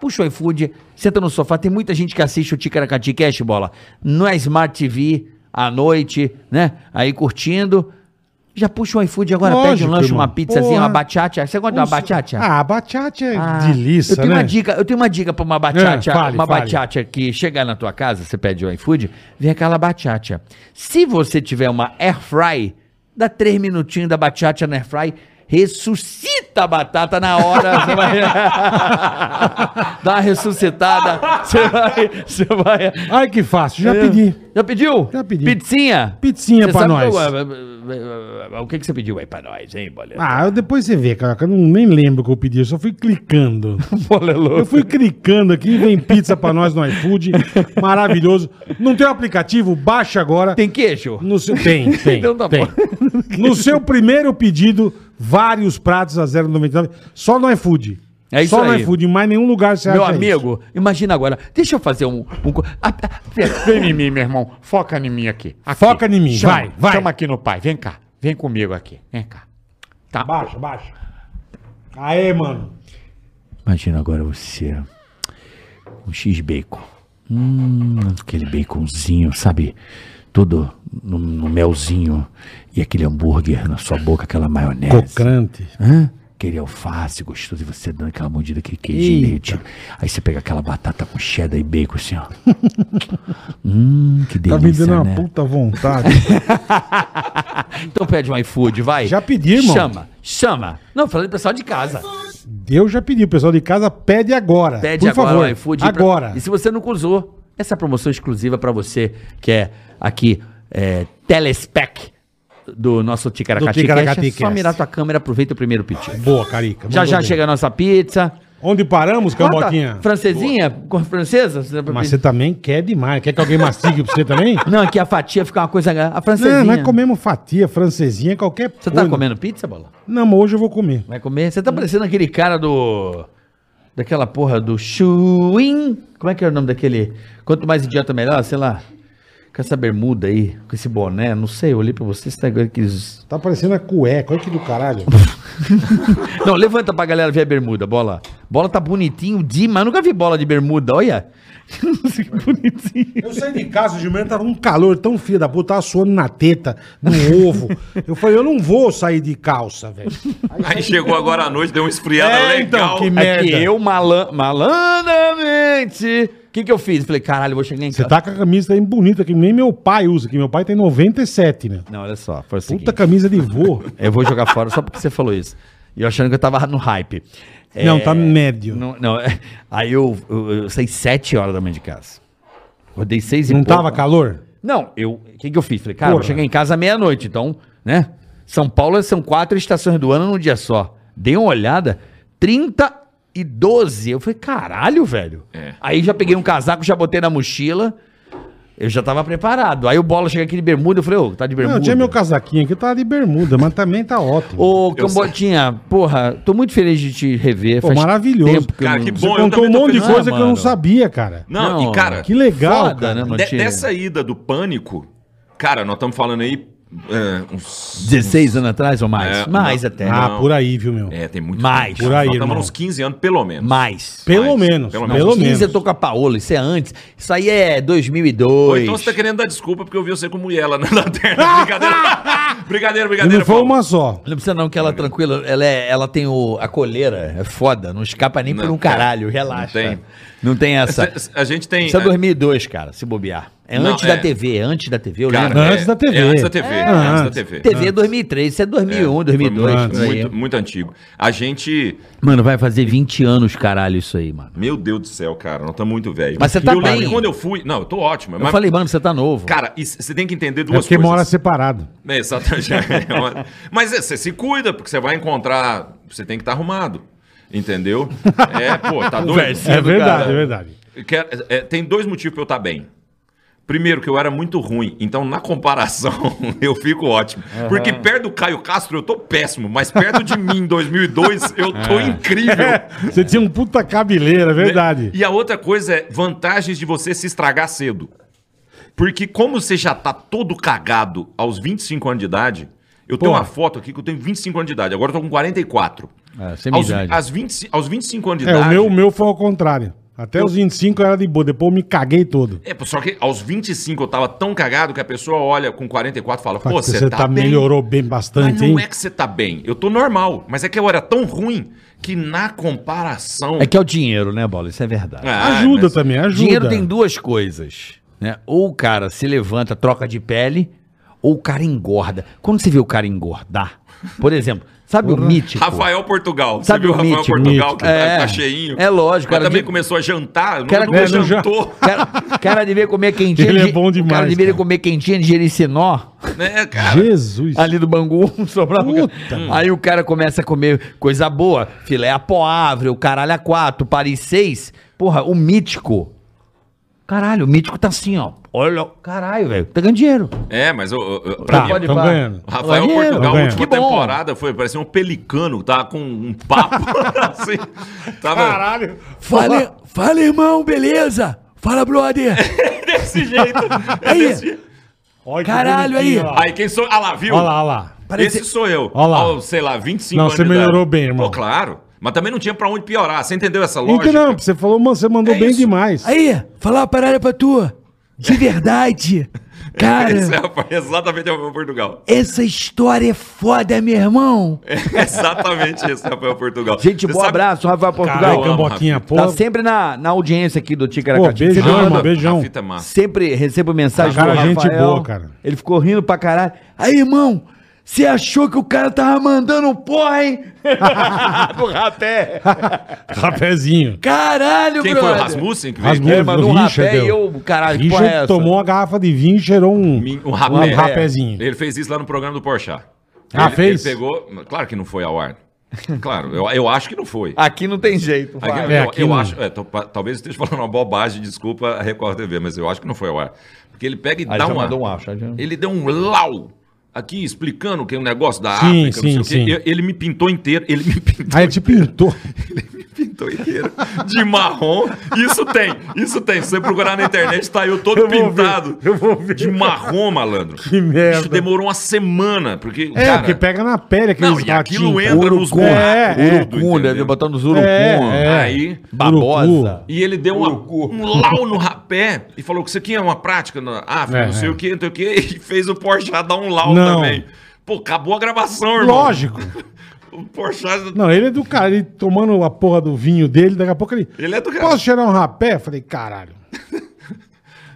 S3: puxa o iFood, senta no sofá. Tem muita gente que assiste o Ticaracati Cash, bola. Na Smart TV, à noite, né? Aí curtindo. Já puxa o iFood agora, pede um
S2: Lógico,
S3: lanche,
S2: irmão.
S3: uma pizzazinha,
S2: Porra.
S3: uma bachata. Você gosta de uma bachata?
S2: Ah, bachata é
S3: Ah,
S2: delícia,
S3: eu tenho
S2: né?
S3: uma dica, eu tenho uma dica pra uma bachata,
S2: É, fale,
S3: uma
S2: fale.
S3: bachata que chegar na tua casa, você pede o iFood, vem aquela bachata. Se você tiver uma air fry, dá três minutinhos da bachata na air fry, ressuscita a batata na hora, você vai dá uma ressuscitada, você vai, você vai
S2: Ai, que fácil,
S3: É.
S2: já pedi.
S3: já pediu?
S2: Já pedi.
S3: Pizzinha?
S2: Pizzinha
S3: Você
S2: pra
S3: sabe
S2: nós.
S3: que eu- o que que você pediu aí pra nós, hein, Boleta?
S2: Ah, eu- depois você vê, cara. que Eu não, nem lembro o que eu pedi, eu só fui clicando. Eu fui clicando aqui, vem pizza pra nós no iFood. Maravilhoso. Não tem o aplicativo? Baixa agora.
S3: Tem queijo?
S2: No seu... Tem, tem.
S3: Então tá
S2: tem.
S3: bom.
S2: No seu primeiro pedido, vários pratos a 0,99. Só no iFood.
S3: É isso
S2: Só no
S3: aí.
S2: iFood, em mais nenhum lugar você
S3: Meu
S2: acha
S6: é
S3: amigo, imagina agora. Deixa eu fazer um. um co- Ah, ah, pera.
S6: Vem em mim, meu irmão. Foca em mim aqui. Aqui.
S2: Foca em mim,
S6: Chama,
S2: vai, vai.
S6: Chama aqui no pai. Vem cá. Vem comigo aqui. Vem cá.
S2: isso. Baixa, baixa. Aê, mano.
S3: Imagina agora você. Um X-bacon. Hum, aquele baconzinho, sabe? Todo no, no melzinho. E aquele hambúrguer na sua boca, aquela maionese.
S2: Crante.
S3: Hã? Aquele alface gostoso e você dando aquela mordida que queijo de leite. Aí você pega aquela batata com cheddar e bacon assim, ó. hum, que delícia,
S2: Tá me dando uma
S3: né?
S2: puta vontade.
S3: Então pede um iFood, vai.
S2: Já pedi, irmão.
S3: Chama, chama. Não, falei pro pessoal de casa.
S2: Eu já pedi, o pessoal de casa pede agora.
S3: Pede
S2: Por
S3: agora
S2: favor,
S3: o iFood. pra-
S2: Agora.
S3: E se você nunca usou, essa é promoção exclusiva pra você, que é aqui, é, Telespec do nosso Ticaracati.
S2: Do Ticaracati
S3: Cash. É só
S2: Cast.
S3: mirar tua câmera, aproveita o primeiro pedido.
S2: Boa, Carica.
S3: Já
S2: mandou
S3: já
S2: bem.
S3: chega a nossa pizza.
S2: Onde paramos, Cambotinha?
S3: Bota Francesinha? Com francesa? Você-
S2: Mas você também quer demais. Quer que alguém mastigue pra você também?
S3: Não, aqui a fatia fica uma coisa. A francesinha.
S2: Não, é nós comemos fatia, francesinha, qualquer
S3: Você tá comendo pizza, bola?
S2: Não, mas hoje eu vou comer.
S3: Vai comer? Você tá parecendo aquele cara do. Daquela porra do Chuin. Como é que é o nome daquele? Quanto mais idiota, melhor, sei lá. Com essa bermuda aí, com esse boné, não sei, eu olhei pra você, você tá igual aqueles.
S2: Tá parecendo a cueca. Olha que do caralho.
S3: Não, levanta pra galera ver a bermuda, bola. Bola tá bonitinho demais, eu nunca vi bola de bermuda, olha. que bonitinho.
S2: Eu saí de casa de manhã, tava um calor tão filho da puta, tava suando na teta, no ovo. Eu falei, eu não vou sair de calça, velho.
S4: Aí chegou agora à noite, deu uma esfriada
S2: É, então,
S4: legal.
S2: que
S3: É que
S2: merda.
S3: eu malan malandramente. O que que eu fiz? Falei, caralho, eu vou chegar em
S2: Você
S3: casa.
S2: tá com a camisa aí bonita, que nem meu pai usa, que meu pai tem 97, né?
S3: Não, olha só, foi o seguinte.
S2: Puta camisa de vô.
S3: Eu vou jogar fora só porque você falou isso. E eu achando que eu tava no hype. É,
S2: Não, tá médio.
S3: Não, não, é. aí eu, eu, eu saí sete horas da manhã de casa. Rodei seis e
S2: Não
S3: pouco.
S2: tava calor?
S3: Não, eu. O que, que eu fiz? Falei, cara, eu vou
S2: Porra.
S3: chegar em casa meia-noite, então, né? São Paulo são quatro estações do ano num dia só. Dei uma olhada, 30 e 12. Eu falei, caralho, velho.
S4: É.
S3: Aí já peguei um casaco, já botei na mochila. Eu já tava preparado. Aí o bola chega aqui de bermuda, eu falei, ô, tá de bermuda?
S2: Não, eu tinha meu casaquinho aqui, eu tava de bermuda, mas também tá ótimo.
S3: Ô, Cambotinha, porra, tô muito feliz de te rever.
S2: Pô,
S3: Faz
S2: maravilhoso.
S3: tempo que eu
S4: Cara,
S3: não-
S4: que
S2: Você
S4: bom, eu
S2: contou um
S4: também tô
S2: monte de
S4: feliz.
S2: coisa
S3: Ah,
S2: que eu não
S3: mano.
S2: sabia, cara.
S4: Não,
S3: Não,
S4: e cara,
S2: Que legal,
S3: Foda,
S2: cara.
S3: né, mano?
S4: de-
S3: Mantinha?
S4: dessa ida do pânico, cara, nós estamos falando aí é, uns.
S3: 16 anos atrás ou mais?
S4: É,
S3: mais
S4: não.
S3: até. né?
S2: Ah,
S4: Não.
S2: por aí, viu, meu?
S4: É, tem muito
S3: Mais.
S4: tempo.
S2: Por aí,
S4: nós estamos
S2: irmão.
S4: uns 15 anos, pelo menos.
S3: Mais.
S2: Pelo
S4: Mas,
S2: menos,
S4: pelo
S2: pelo,
S4: menos.
S3: Uns 15 eu
S2: menos.
S3: tô com a Paola, isso é antes. Isso aí é
S4: Ou
S3: 2002.
S4: então você tá querendo dar desculpa porque eu vi você com mulher lá na lanterna. Brincadeira. brincadeira,
S2: E
S4: brincadeira.
S2: não foi
S4: Paulo.
S2: uma só.
S3: Não precisa não que ela é tranquila, ela, é, ela tem o, a coleira, é foda, não escapa nem
S4: Não,
S3: por um
S4: cara,
S3: caralho, relaxa.
S4: não tem.
S3: Não tem essa.
S4: Cê- A gente tem.
S3: Isso é
S4: a-
S3: 2002, cara, se bobear. É
S4: Não,
S3: antes
S4: é.
S3: da TV, é antes da TV, eu
S4: Cara,
S3: lembro.
S4: é-
S2: Antes da TV.
S4: É antes da TV.
S2: É,
S4: é antes da
S2: antes.
S4: TV.
S3: TV é 2003, isso é 2001, 2002.
S4: Foi Muito,
S3: por aí.
S4: muito, muito antigo. A gente.
S3: Mano, vai fazer 20 anos, caralho, isso aí, mano.
S4: Meu Deus do céu, cara, nós estamos muito velho.
S3: Mas você tá
S4: eu lembro
S3: bem.
S4: que quando eu fui. Não, eu tô ótimo.
S3: Eu
S4: mas,
S3: falei, mano, você tá novo.
S4: Cara, isso- você tem que entender
S2: É
S4: duas
S2: porque
S4: coisas.
S2: mora separado.
S4: É, exatamente. Mas é, você se cuida, porque você vai encontrar. Você tem que estar arrumado. Entendeu? É, pô, tá doido.
S2: É verdade, é verdade.
S4: Quer- é, tem dois motivos pra eu estar bem. Primeiro, que eu era muito ruim, então na comparação eu fico ótimo. Porque perto do Caio Castro eu tô péssimo, mas perto de mim em 2002 eu tô incrível.
S2: Você tinha um puta cabeleira, é verdade.
S4: Né? E a outra coisa é vantagens de você se estragar cedo. Porque como você já tá todo cagado aos 25 anos de idade, eu tenho
S2: Porra.
S4: uma foto aqui que eu tenho 25 anos de idade, agora eu tô com 44.
S3: É, sem
S4: aos,
S3: idade.
S4: às 20, aos 25 anos de
S2: É,
S4: idade.
S2: o meu, o meu foi ao contrário. Até os 25 eu era de boa, depois eu me caguei todo.
S4: É, pô, só que aos 25 eu tava tão cagado que a pessoa olha com 44 e fala, pô,
S2: Porque
S4: você, tá, bem.
S2: melhorou bem
S4: Mas
S2: bastante, hein?
S4: não é que você tá bem, eu tô normal. Mas é que eu era tão ruim que na comparação...
S3: É que é o dinheiro, né, Bola? Isso é verdade.
S4: Ah,
S2: Ajuda
S4: mas-
S2: também, ajuda.
S3: Dinheiro tem duas coisas, né? Ou o cara se levanta, troca de pele, ou o cara engorda. Quando você vê o cara engordar, por exemplo, sabe o mítico?
S4: Rafael Portugal.
S3: Sabe o
S4: Rafael
S3: mítico?
S4: Portugal
S3: Mítico.
S4: que tá-
S3: É.
S4: tá cheinho?
S3: É lógico,
S4: Mas
S3: cara,
S4: também
S3: de-
S4: começou a jantar.
S3: Cara,
S4: não, não
S2: é, não
S4: jantou.
S3: Cara, cara devia comer quentinha.
S2: Ele é
S3: de-
S2: bom
S3: O cara
S2: demais,
S3: devia
S2: cara.
S3: comer quentinha de Jericinó,
S4: né, cara?
S2: Jesus.
S3: ali do Bangu, um sobrava.
S2: Puta.
S3: Aí o cara começa a comer coisa boa, filé a poavre, o caralho a quatro, Paris seis. Porra, o mítico. Caralho, o mítico tá assim, ó. Olha, caralho, velho. Tá ganhando dinheiro.
S4: É, mas eu, eu, eu- pra
S2: Tá,
S4: mim,
S3: pode
S2: tão
S3: pá.
S2: ganhando.
S4: o Rafael é um
S3: Ganhou.
S4: Portugal, a
S2: Ganhou.
S4: última
S3: Que bom.
S4: temporada foi, parecia um pelicano, tá com um papo assim. Tava
S2: Caralho.
S3: Fala, fala, irmão, beleza? Fala, brother.
S4: desse jeito. É
S3: Aí.
S4: desse jeito.
S2: Olha que
S3: Caralho,
S2: bonitinho,
S3: aí.
S2: ó.
S4: Aí quem sou. Ah lá, viu?
S2: Olha lá, olha lá.
S3: Parece-
S4: Esse sou eu.
S2: Ó lá.
S4: Ao, sei lá, 25
S2: Não,
S4: anos
S2: você
S4: de idade.
S2: melhorou bem, irmão.
S4: Pô, claro. Mas também não tinha pra onde piorar. Você entendeu essa lógica?
S2: Então não, você falou, mano, você mandou
S4: É
S2: bem
S4: isso.
S2: demais.
S3: Aí, fala uma parada pra tu. De verdade.
S4: Esse
S3: Cara,
S4: é exatamente o Rafael Portugal.
S3: essa história é foda, meu irmão.
S4: É exatamente esse Rafael Portugal.
S3: Gente,
S4: Você
S3: bom
S4: sabe-
S3: abraço, Rafael
S2: Caralho,
S4: Eu
S3: Portugal.
S4: amo,
S2: camboquinha,
S3: Tá
S2: porra.
S3: sempre na, na audiência aqui do
S2: Pô,
S3: Ticaracati.
S2: beijão,
S3: Sempre
S2: irmão,
S3: manda-
S2: beijão.
S4: Rafita é Massa.
S3: Sempre recebo mensagem
S2: Cara, gente boa, cara.
S3: Ele ficou rindo pra caralho. Aí, irmão, você achou que o cara tava mandando porra, hein? do rapé.
S2: Rapézinho.
S3: Caralho,
S4: Quem foi o
S3: brother.
S4: Rasmussen que
S2: Rasmussen.
S4: veio?
S3: É, mandou um
S2: Richard,
S3: rapé e
S2: eu-
S3: eu, caralho, que porra é
S2: Richard
S3: essa?
S2: tomou uma garrafa de vinho e cheirou um,
S4: Min- Um
S2: um
S4: rapé.
S2: rapézinho.
S4: Ele fez isso lá no programa do Porchat.
S2: Ah,
S4: ele,
S2: fez?
S4: Ele pegou... Claro que não foi ao ar. Claro, eu, eu acho que não foi.
S3: Aqui não tem jeito,
S4: Aqui,
S3: Ah, vai.
S4: eu,
S2: É, aqui
S4: eu
S2: não.
S4: acho, é, tô- pa- talvez eu esteja falando uma bobagem, desculpa a Record TV, mas eu acho que não foi ao ar. Porque ele pega e dá
S3: já
S4: uma,
S3: mandou um acho, já-
S4: Ele deu um lau aqui explicando que é um negócio da
S2: Sim,
S4: África,
S2: sim,
S4: não sei o
S2: sim.
S4: quê. Eu- Ele me pintou inteiro, ele me pintou
S2: Aí te pintou.
S4: pintou inteiro de marrom. Isso tem, isso tem. Se você procurar na internet, tá eu todo
S2: Eu vou ver,
S4: pintado
S2: eu vou ver.
S4: de marrom, malandro.
S2: Que merda.
S4: Isso demorou uma semana, porque,
S2: É,
S4: cara,
S2: porque pega na pele aqueles
S4: Não, e aquilo
S2: ratinhos,
S4: entra nos
S2: Urucum. É, é.
S4: buracos.
S3: Urucum,
S4: entendeu?
S3: deve botar nos urucum.
S2: É, é.
S4: aí...
S3: Babosa.
S4: E ele deu uma- um lau no rapé e falou que isso aqui é uma prática na África,
S2: É,
S4: não sei
S2: é.
S4: o que, não sei o que, e fez o Porchat dar um lau
S2: Não.
S4: também. Pô, acabou a gravação, irmão.
S2: Lógico.
S4: O Porchat...
S2: Não, ele é do cara, ele tomando a porra do vinho dele, daqui a pouco ele.
S4: Ele é do cara.
S2: Posso cheirar um rapé? Eu Falei, caralho.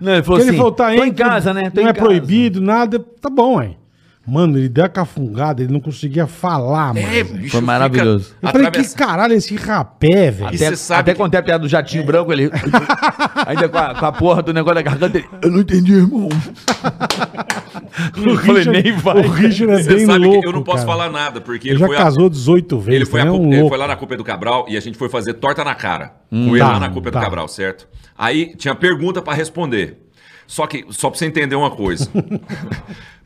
S3: Não, ele falou assim,
S2: Porque ele falou, tá
S3: tô em
S2: entre-
S3: casa, né? Tô
S2: não
S3: em
S2: é
S3: casa.
S2: proibido, nada. Tá bom, hein? Mano, ele deu a cafungada, ele não conseguia falar, mano.
S4: É,
S2: Eu
S4: bicho,
S3: Foi maravilhoso.
S4: fica
S2: falei,
S4: atravessado.
S2: que caralho é esse rapé, velho?
S4: cê
S3: Até,
S4: sabe
S3: até
S4: que-
S3: quando é a piada do jatinho branco, ele. Ainda com a, com a porra do negócio da garganta, ele. Eu não entendi, irmão.
S2: O
S3: falei, nem vai.
S2: O Richard é
S4: Você
S2: bem
S4: sabe
S2: louco,
S4: que eu não posso
S2: cara.
S4: falar nada, porque
S2: Ele
S4: ele
S2: já
S4: foi, a-
S2: casou 18 vezes,
S4: ele, foi a
S2: também é
S4: Copa-
S2: um
S4: ele
S2: louco.
S4: foi lá na Copa do Cabral e a gente foi fazer torta na cara. com ele
S2: tá,
S4: lá na Copa
S2: tá.
S4: do Cabral, certo? Aí tinha pergunta pra responder. Só que, só pra você entender uma coisa.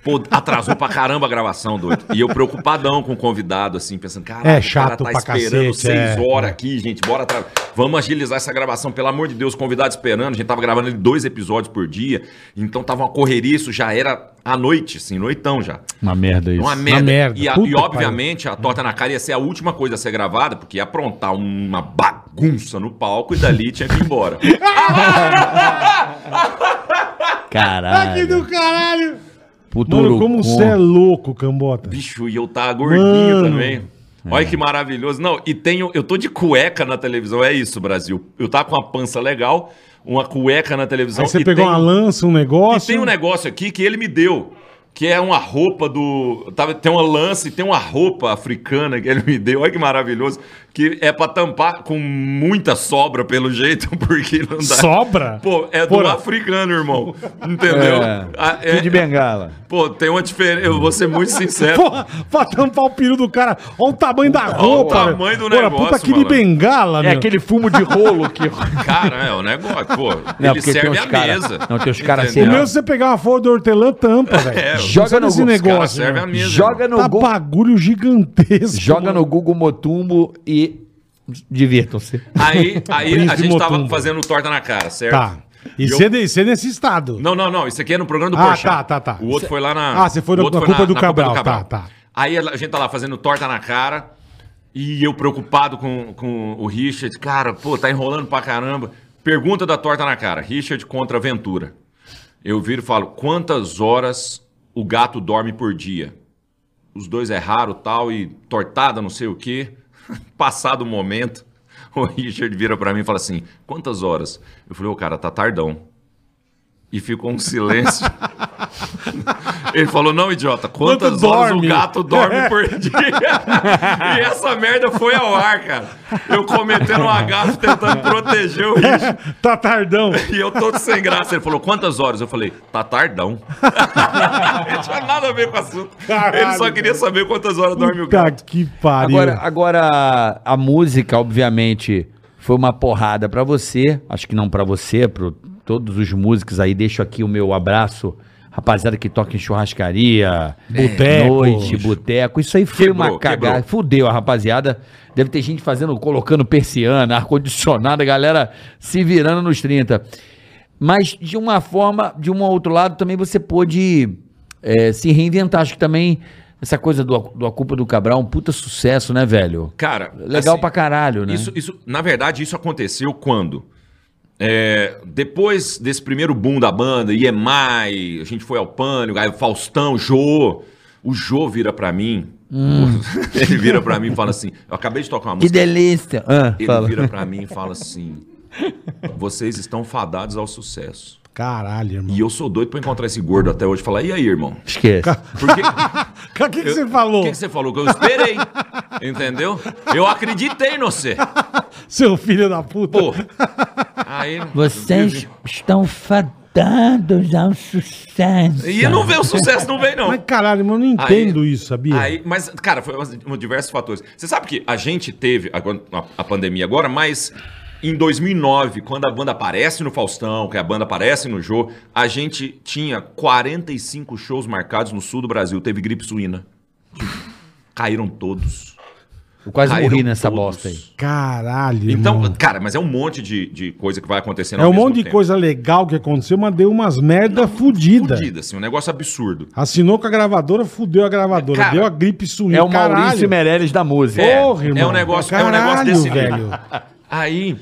S4: Pô, atrasou pra caramba a gravação, doido. E eu preocupadão com o convidado, assim, pensando, caralho,
S2: É
S4: o
S2: chato
S4: cara tá
S2: pra
S4: esperando
S2: cacete,
S4: seis
S2: é.
S4: horas aqui, gente, bora tra... Vamos agilizar essa gravação, pelo amor de Deus, convidado esperando. A gente tava gravando ele dois episódios por dia, então tava uma correria, isso já era à noite, assim, noitão já.
S3: Uma merda isso.
S4: Uma merda.
S2: merda.
S4: E, a-
S2: Puta
S4: e,
S2: que
S4: obviamente a torta na cara ia ser a última coisa a ser gravada, porque ia aprontar uma bagunça no palco e dali tinha que ir embora.
S2: Ai, que
S3: Caralho.
S2: do caralho!
S3: Puto
S2: Mano, como
S3: urucum.
S2: você é louco, Cambota.
S4: Bicho, e eu tava gordinho
S2: Mano.
S4: também. Olha que maravilhoso. Não, e tenho. Eu tô de cueca na televisão. É isso, Brasil. Eu tava com uma pança legal, uma cueca na televisão.
S2: Aí você
S4: e
S2: pegou
S4: tem-
S2: uma lança, um
S4: E
S2: negócio.
S4: tem um negócio aqui que ele me deu. Que é uma roupa do. Tava, tem uma lança e tem uma roupa africana que ele me deu. Olha que maravilhoso. Que é pra tampar com muita sobra, pelo jeito, porque não dá.
S2: Sobra?
S4: Pô, é do
S2: Porra.
S4: africano, irmão. Entendeu? Ah, é-
S3: Fio de bengala.
S4: Pô, tem uma diferença. Eu vou ser muito sincero.
S2: Porra, pra tampar o peru do cara. Olha o tamanho da roupa.
S4: tamanho
S2: velho.
S4: do
S2: Porra,
S4: negócio,
S2: puta que de
S4: malandro.
S2: bengala,
S3: É aquele fumo de rolo que.
S4: Cara, é o negócio. Pô, ele serve à
S3: cara,
S4: mesa.
S3: Não, tem os caras assim.
S2: O
S4: Entendeu?
S2: meu, se você pegar uma folha de hortelã, tampa, velho.
S4: É,
S2: Não
S3: joga
S2: precisa
S3: no
S2: desse
S3: Google, os
S2: negócio.
S4: Cara, serve à
S2: né?
S4: mesa.
S3: Joga no
S2: Tá
S3: Google.
S2: bagulho gigantesco.
S3: Joga
S2: mano.
S3: no Google Motumbo e divirtam-se.
S4: Aí, aí
S2: Príncipe
S4: a gente tava
S2: Motumbo.
S4: fazendo torta na cara, certo?
S2: Tá. E
S4: E eu-
S2: você de- você nesse estado.
S4: Não, não, não. Isso aqui é no programa do
S2: Ah,
S4: Porchat.
S2: tá, tá, tá.
S4: O outro
S2: Cê-
S4: foi lá na...
S2: Ah, você foi
S4: o
S2: no-
S4: outro
S2: na culpa do Cabral, tá, tá.
S4: Aí a gente tá lá fazendo torta na cara. E eu preocupado com, com o Richard. Cara, pô, tá enrolando pra caramba. Pergunta da torta na cara. Richard contra Ventura. Eu viro e falo, quantas horas o gato dorme por dia? Os dois erraram tal e tortada não sei o quê. Passado o momento, o Richard vira pra mim e fala assim, quantas horas? Eu falei, ô cara, tá tardão. E ficou um silêncio. Ele falou, não, idiota, quantas
S2: Quanto
S4: horas
S2: dorme?
S4: o gato dorme por dia? e essa merda foi ao ar, cara. Eu cometendo uma gafe tentando proteger o Richard.
S2: Tá tardão.
S4: E eu todo sem graça. Ele falou, quantas horas? Eu falei, tá tardão. Não tinha nada a ver com o assunto.
S2: Caralho,
S4: Ele só queria saber quantas horas dorme o
S2: Puta
S4: gato.
S2: que pariu.
S3: Agora, agora, a música, obviamente, foi uma porrada pra você. Acho que não pra você, para todos os músicos aí. Deixo aqui o meu abraço. Rapaziada que toca em churrascaria,
S2: Boteco.
S3: noite, boteco. Isso aí foi
S4: Quebrou,
S3: uma cagada.
S4: quebrou.
S3: Fudeu a rapaziada. Deve ter gente fazendo, colocando persiana, ar-condicionado, a galera se virando nos 30. Mas, de uma forma, de um outro lado, também você pôde eh, se reinventar. Acho que também essa coisa do, A- do A Culpa do Cabral é um puta sucesso, né, velho?
S4: Cara,
S3: Legal
S4: assim,
S3: pra caralho, né?
S4: Isso, isso, na verdade, isso aconteceu quando? É, depois desse primeiro boom da banda, IEMAI, a gente foi ao Pânico, aí o Faustão, Jô. O Jô vira pra mim. Ele vira pra mim e fala assim: Eu acabei de tocar uma
S3: Hum. Que
S4: música.
S3: delícia! Ah,
S4: Ele
S3: fala.
S4: vira pra mim e fala assim: Vocês estão fadados ao sucesso.
S2: Caralho, irmão.
S4: E eu sou doido pra encontrar esse gordo até hoje e falar: E aí, irmão?
S3: Esquece.
S4: Porque.
S2: Cara, o que, que você
S4: O
S2: falou?
S4: que, que você falou? Que eu esperei. entendeu? Eu acreditei no você.
S2: Seu filho da puta.
S4: Pô. Aí.
S3: é
S5: Vocês estão fadados ao sucesso.
S4: E não veio o sucesso, não veio, não.
S2: Mas caralho, irmão, eu não
S4: Aí-
S2: entendo isso, sabia?
S4: Aí, mas, cara, foi umas- um, diversos fatores. Você sabe que a gente teve agora, a, a pandemia agora, mas em 2009, quando a banda aparece no Faustão, que a banda aparece no Jô, a gente tinha 45 shows marcados no sul do Brasil. Teve gripe suína. Caíram todos.
S3: Eu quase
S4: Caíram
S3: morri nessa
S4: todos.
S3: bosta aí.
S2: Caralho,
S4: Então,
S2: irmão.
S4: cara, mas é um monte de, de coisa que vai acontecendo
S2: É
S4: ao
S2: um
S4: mesmo
S2: monte de
S4: tempo.
S2: coisa legal que aconteceu, mas deu umas merda fodida.
S4: Fudida, assim, um negócio absurdo.
S2: Assinou com a gravadora, fudeu a gravadora.
S4: Cara,
S2: deu a gripe suína.
S3: É o Maurício Meirelles da música.
S4: É,
S2: Porra,
S4: é um
S2: irmão.
S4: negócio- é um
S2: Caralho,
S4: negócio desse Tá
S2: velho.
S4: Aí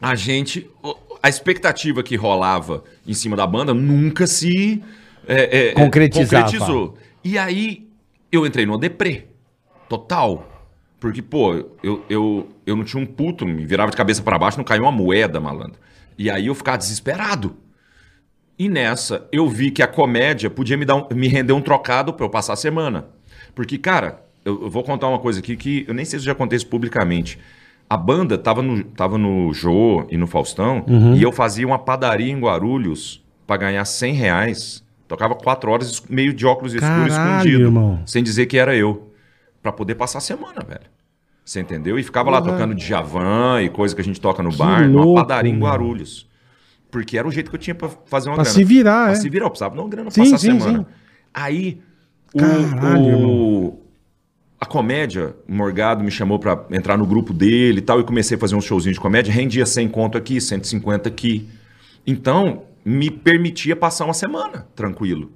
S4: a gente. o- A expectativa que rolava em cima da banda nunca se é, é, é,
S3: Concretizava.
S4: concretizou. E aí eu entrei no deprê. Total. Porque, pô, eu, eu, eu não tinha um puto, me virava de cabeça pra baixo, não caiu uma moeda, malandro. E aí eu ficava desesperado. E nessa, eu vi que a comédia podia me, dar um- me render um trocado pra eu passar a semana. Porque, cara, eu, eu vou contar uma coisa aqui que eu nem sei se já contei isso publicamente. A banda tava no, tava no Jô e no Faustão,
S2: Uhum.
S4: e eu fazia uma padaria em Guarulhos pra ganhar 100 reais. Tocava quatro horas meio de óculos escuros
S2: Caralho,
S4: escondido,
S2: irmão.
S4: sem dizer que era eu. Pra poder passar a semana, velho. Você entendeu? E ficava lá tocando Djavan e coisa que a gente toca no bar,
S2: louco,
S4: numa padaria em
S2: mano.
S4: Guarulhos. Porque era o jeito que eu tinha pra fazer uma
S2: Pra
S4: grana.
S2: se virar,
S4: pra
S2: é.
S4: se virar, eu precisava de uma grana pra
S2: Sim,
S4: passar a
S2: sim,
S4: semana.
S2: sim.
S4: Aí, o,
S2: Caralho,
S4: o-
S2: irmão.
S4: a comédia, o Morgado me chamou pra entrar no grupo dele e tal, e comecei a fazer uns showzinhos de comédia, rendia 100 conto aqui, 150 aqui. Então, me permitia passar uma semana tranquilo,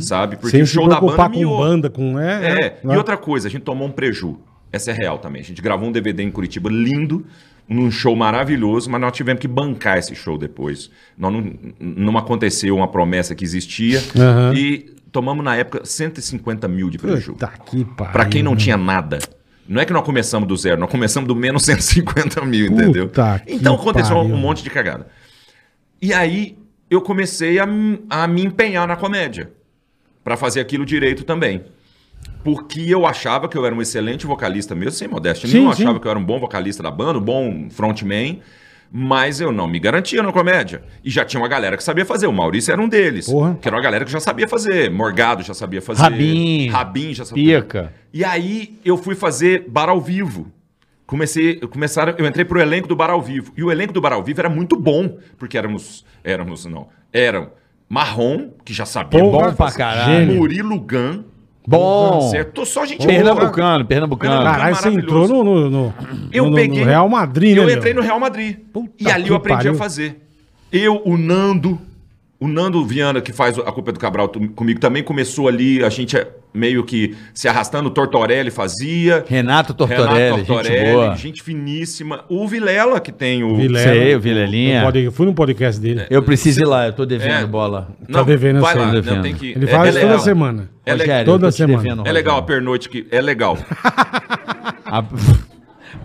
S4: sabe? Porque
S2: Uhum. Sem
S4: o
S2: se
S4: show da banda
S2: preocupar
S4: me
S2: com banda, com... É,
S4: é, e outra coisa, a gente tomou um preju. Essa é real também. A gente gravou um DVD em Curitiba lindo, num show maravilhoso, mas nós tivemos que bancar esse show depois. Nós não, não aconteceu uma promessa que existia.
S2: Aham.
S4: E tomamos, na época, 150 mil de preju.
S2: Puta que pariu. né?
S4: Pra quem não tinha nada. Não é que nós começamos do zero, nós começamos do menos 150 mil, entendeu?
S2: Puta que
S4: Então aconteceu
S2: pariu.
S4: um monte de cagada. E aí eu comecei a, m- a me empenhar na comédia. Pra fazer aquilo direito também. Porque eu achava que eu era um excelente vocalista mesmo, sem modéstia
S2: Sim,
S4: nenhuma. Eu
S2: sim.
S4: achava que eu era um bom vocalista da banda, um bom frontman. Mas eu não me garantia na comédia. E já tinha uma galera que sabia fazer. O Maurício era um deles.
S2: Porra.
S4: Que era uma galera que já sabia fazer. Morgado já sabia fazer.
S3: Rabin.
S4: Rabin já sabia.
S3: Pica.
S4: E aí eu fui fazer bar ao vivo. Comecei, começaram, eu entrei pro elenco do bar ao vivo. E o elenco do bar ao vivo era muito bom, porque éramos, éramos não, eram Marrom, que já sabia,
S2: Porra,
S3: Bom pra caralho.
S2: gênio.
S4: Murilo Gun,
S3: Bom.
S4: certo? Só gente boa.
S3: Pernambucano, pernambucano.
S4: Pernambucano.
S2: Caralho, você entrou no, no, no-
S4: Eu
S2: no- no
S4: peguei
S2: Real Madrid, né?
S4: Eu
S2: meu?
S4: entrei no Real Madrid. e ali
S2: que
S4: eu aprendi
S2: pariu.
S4: a fazer. Eu, o Nando, o Nando Viana, que faz a culpa do Cabral tu- comigo, também começou ali, a gente é, meio que se arrastando, o Tortorelli fazia.
S3: Renato Tortorelli,
S4: Renato
S3: gente boa.
S4: gente finíssima. O Vilela, que tem o.
S2: Vilela.
S3: Sei, o Vilelinha.
S2: Eu pode- eu fui no podcast dele.
S3: Eu preciso ir lá, eu tô devendo
S4: É.
S3: bola.
S4: Não,
S2: Tá devendo
S4: vai
S2: essa
S4: lá,
S3: aí.
S4: não, tem que.
S2: Ele fala isso toda
S4: legal.
S2: semana.
S4: É, le-
S3: Rogério,
S2: Toda
S3: eu tô te
S2: semana.
S3: devendo,
S4: é
S3: Rogério.
S4: legal a pernoite que. É legal.
S3: A- Ah,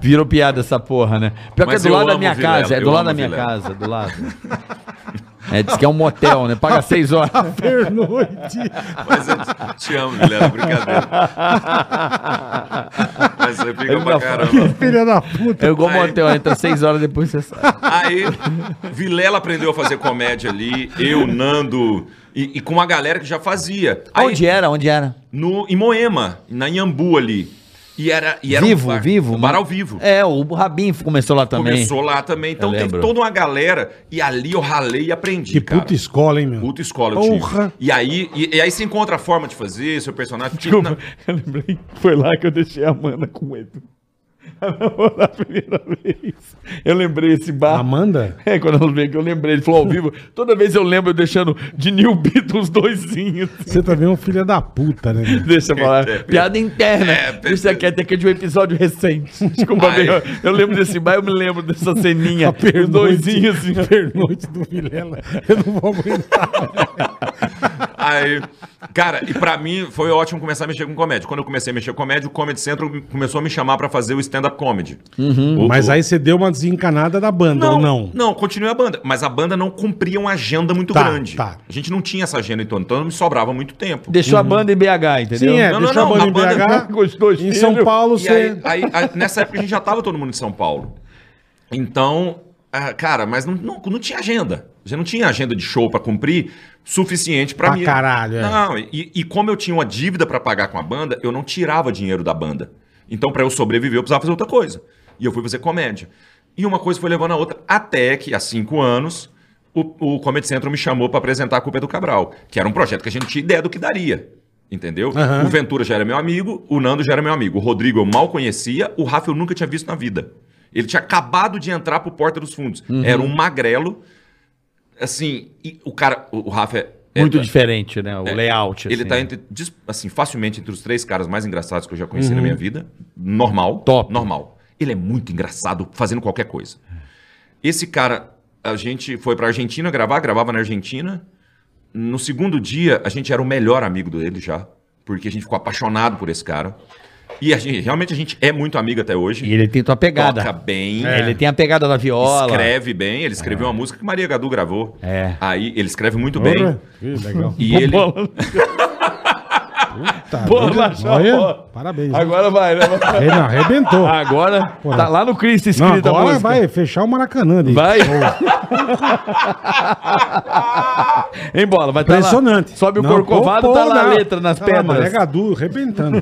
S3: Virou piada essa porra, né? Pior que é
S4: Mas
S3: do
S4: eu
S3: lado da
S4: amo
S3: minha
S4: Vilela,
S3: casa, é
S4: eu
S3: do lado
S4: amo
S3: da minha
S4: Vilela.
S3: casa, do lado. É, diz que é um motel, né? Paga seis horas.
S2: Pernoite.
S4: Mas eu te- te amo, Vilela, brincadeira. Mas você fica
S3: Ele tá
S4: pra caramba.
S2: Filha da puta.
S3: É igual
S4: Aí-
S3: motel, entra seis horas depois você sai.
S4: Aí, Vilela aprendeu a fazer comédia ali, eu, Nando, e, e com uma galera que já fazia. Aí,
S3: Onde era? Onde era?
S4: No, em Moema, na Iambu ali. E era, e era
S3: vivo,
S4: um bar,
S3: vivo.
S4: Um bar ao vivo.
S3: É, o Rabin começou lá também.
S4: Começou lá também. Então
S3: Eu
S4: teve
S3: lembro.
S4: toda uma galera. E ali eu ralei e aprendi.
S2: Que
S4: É, cara.
S2: puta escola, hein, meu?
S4: Puta escola, eu
S2: Porra.
S4: tive. E aí, e, e aí você encontra a forma de fazer, seu personagem. tipo, porque na-
S6: Eu lembrei que foi lá que eu deixei a Amanda com ele. A namorar a primeira vez. Eu lembrei esse bar.
S2: Amanda?
S6: É, quando eu veio que eu lembrei, ele falou ao vivo. Toda vez eu lembro eu deixando de New Beatles doisinhos.
S2: Você também é um filho da puta, né? meu?
S6: Deixa eu falar.
S3: Piada interna.
S4: É,
S3: Isso aqui é até que é de um episódio recente. Desculpa,
S4: Ai.
S3: meu, eu, lembro desse bairro, eu me lembro dessa ceninha. Os doisinhos assim.
S2: pernoite do Vilela. Eu não vou aguentar.
S4: Aí, cara, e pra mim foi ótimo começar a mexer com comédia. Quando eu comecei a mexer com comédia, o Comedy Central me- começou a me chamar pra fazer o stand-up comedy. O-
S2: Uhum. Mas
S4: o-
S2: aí você deu uma desencanada da banda, ou Então não?
S4: Não, continue a banda. Mas a banda não cumpria uma agenda muito
S2: Tá,
S4: grande.
S2: tá.
S4: A gente não tinha essa agenda em torno, então não me sobrava muito tempo.
S3: Deixou a banda em BH, entendeu?
S2: Sim, é.
S4: Não, não,
S2: deixou
S4: não,
S2: a
S4: a
S2: banda em
S4: banda-
S2: BH.
S6: Gostou,
S2: em São Paulo,
S4: E aí,
S2: você...
S4: aí- aí- nessa época a gente já tava todo mundo em São Paulo. Então, ah, cara, mas não, não, não tinha agenda. Já não tinha agenda de show pra cumprir suficiente pra
S2: Pra
S4: mim.
S2: caralho, é.
S4: Não, e, e como eu tinha uma dívida pra pagar com a banda, eu não tirava dinheiro da banda. Então, pra eu sobreviver, eu precisava fazer outra coisa. E eu fui fazer comédia. E uma coisa foi levando a outra, até que, há cinco anos, o, o Comedy Central me chamou pra apresentar A Culpa é do Cabral, que era um projeto que a gente não tinha ideia do que daria. Entendeu?
S2: Aham.
S4: O Ventura já era meu amigo, o Nando já era meu amigo, o Rodrigo eu mal conhecia, o Rafa eu nunca tinha visto na vida. Ele tinha acabado de entrar pro Porta dos Fundos.
S2: Uhum.
S4: Era um magrelo, assim, e o cara, o, o Rafa é- é-
S3: Muito diferente, né? O
S4: é,
S3: layout.
S4: Ele
S3: assim.
S4: tá entre, dis- assim, facilmente entre os três caras mais engraçados que eu já conheci na minha vida. Normal.
S3: Uhum. Top.
S4: Normal. Ele é muito engraçado fazendo qualquer coisa. Esse cara, a gente foi pra Argentina gravar, gravava na Argentina. No segundo dia, a gente era o melhor amigo dele já. Porque a gente ficou apaixonado por esse cara. E a gente- realmente a gente é muito amigo até hoje.
S3: E ele tem tua pegada.
S4: Toca bem.
S3: Ele tem a pegada da viola.
S4: Escreve bem, ele escreveu uma música que Maria Gadu gravou.
S3: É.
S4: Aí ele escreve muito bem.
S2: Ih, legal.
S4: E ele,
S2: Tá,
S3: Bola,
S2: vendo? Olha,
S3: bola.
S2: parabéns.
S3: Agora vai, né?
S2: Ele não, arrebentou.
S3: Agora tá lá no Cristo
S2: Não,
S3: escrita a
S2: agora
S3: música.
S2: vai fechar o Maracanã ali.
S3: Vai. tá em bola, vai tá
S2: Impressionante.
S3: lá. Sobe o
S2: Não,
S3: corcovado,
S2: pô, pô,
S3: tá lá a
S2: não.
S3: letra nas
S2: Tá lá,
S3: pedras.
S2: Maria Gadu, arrebentando.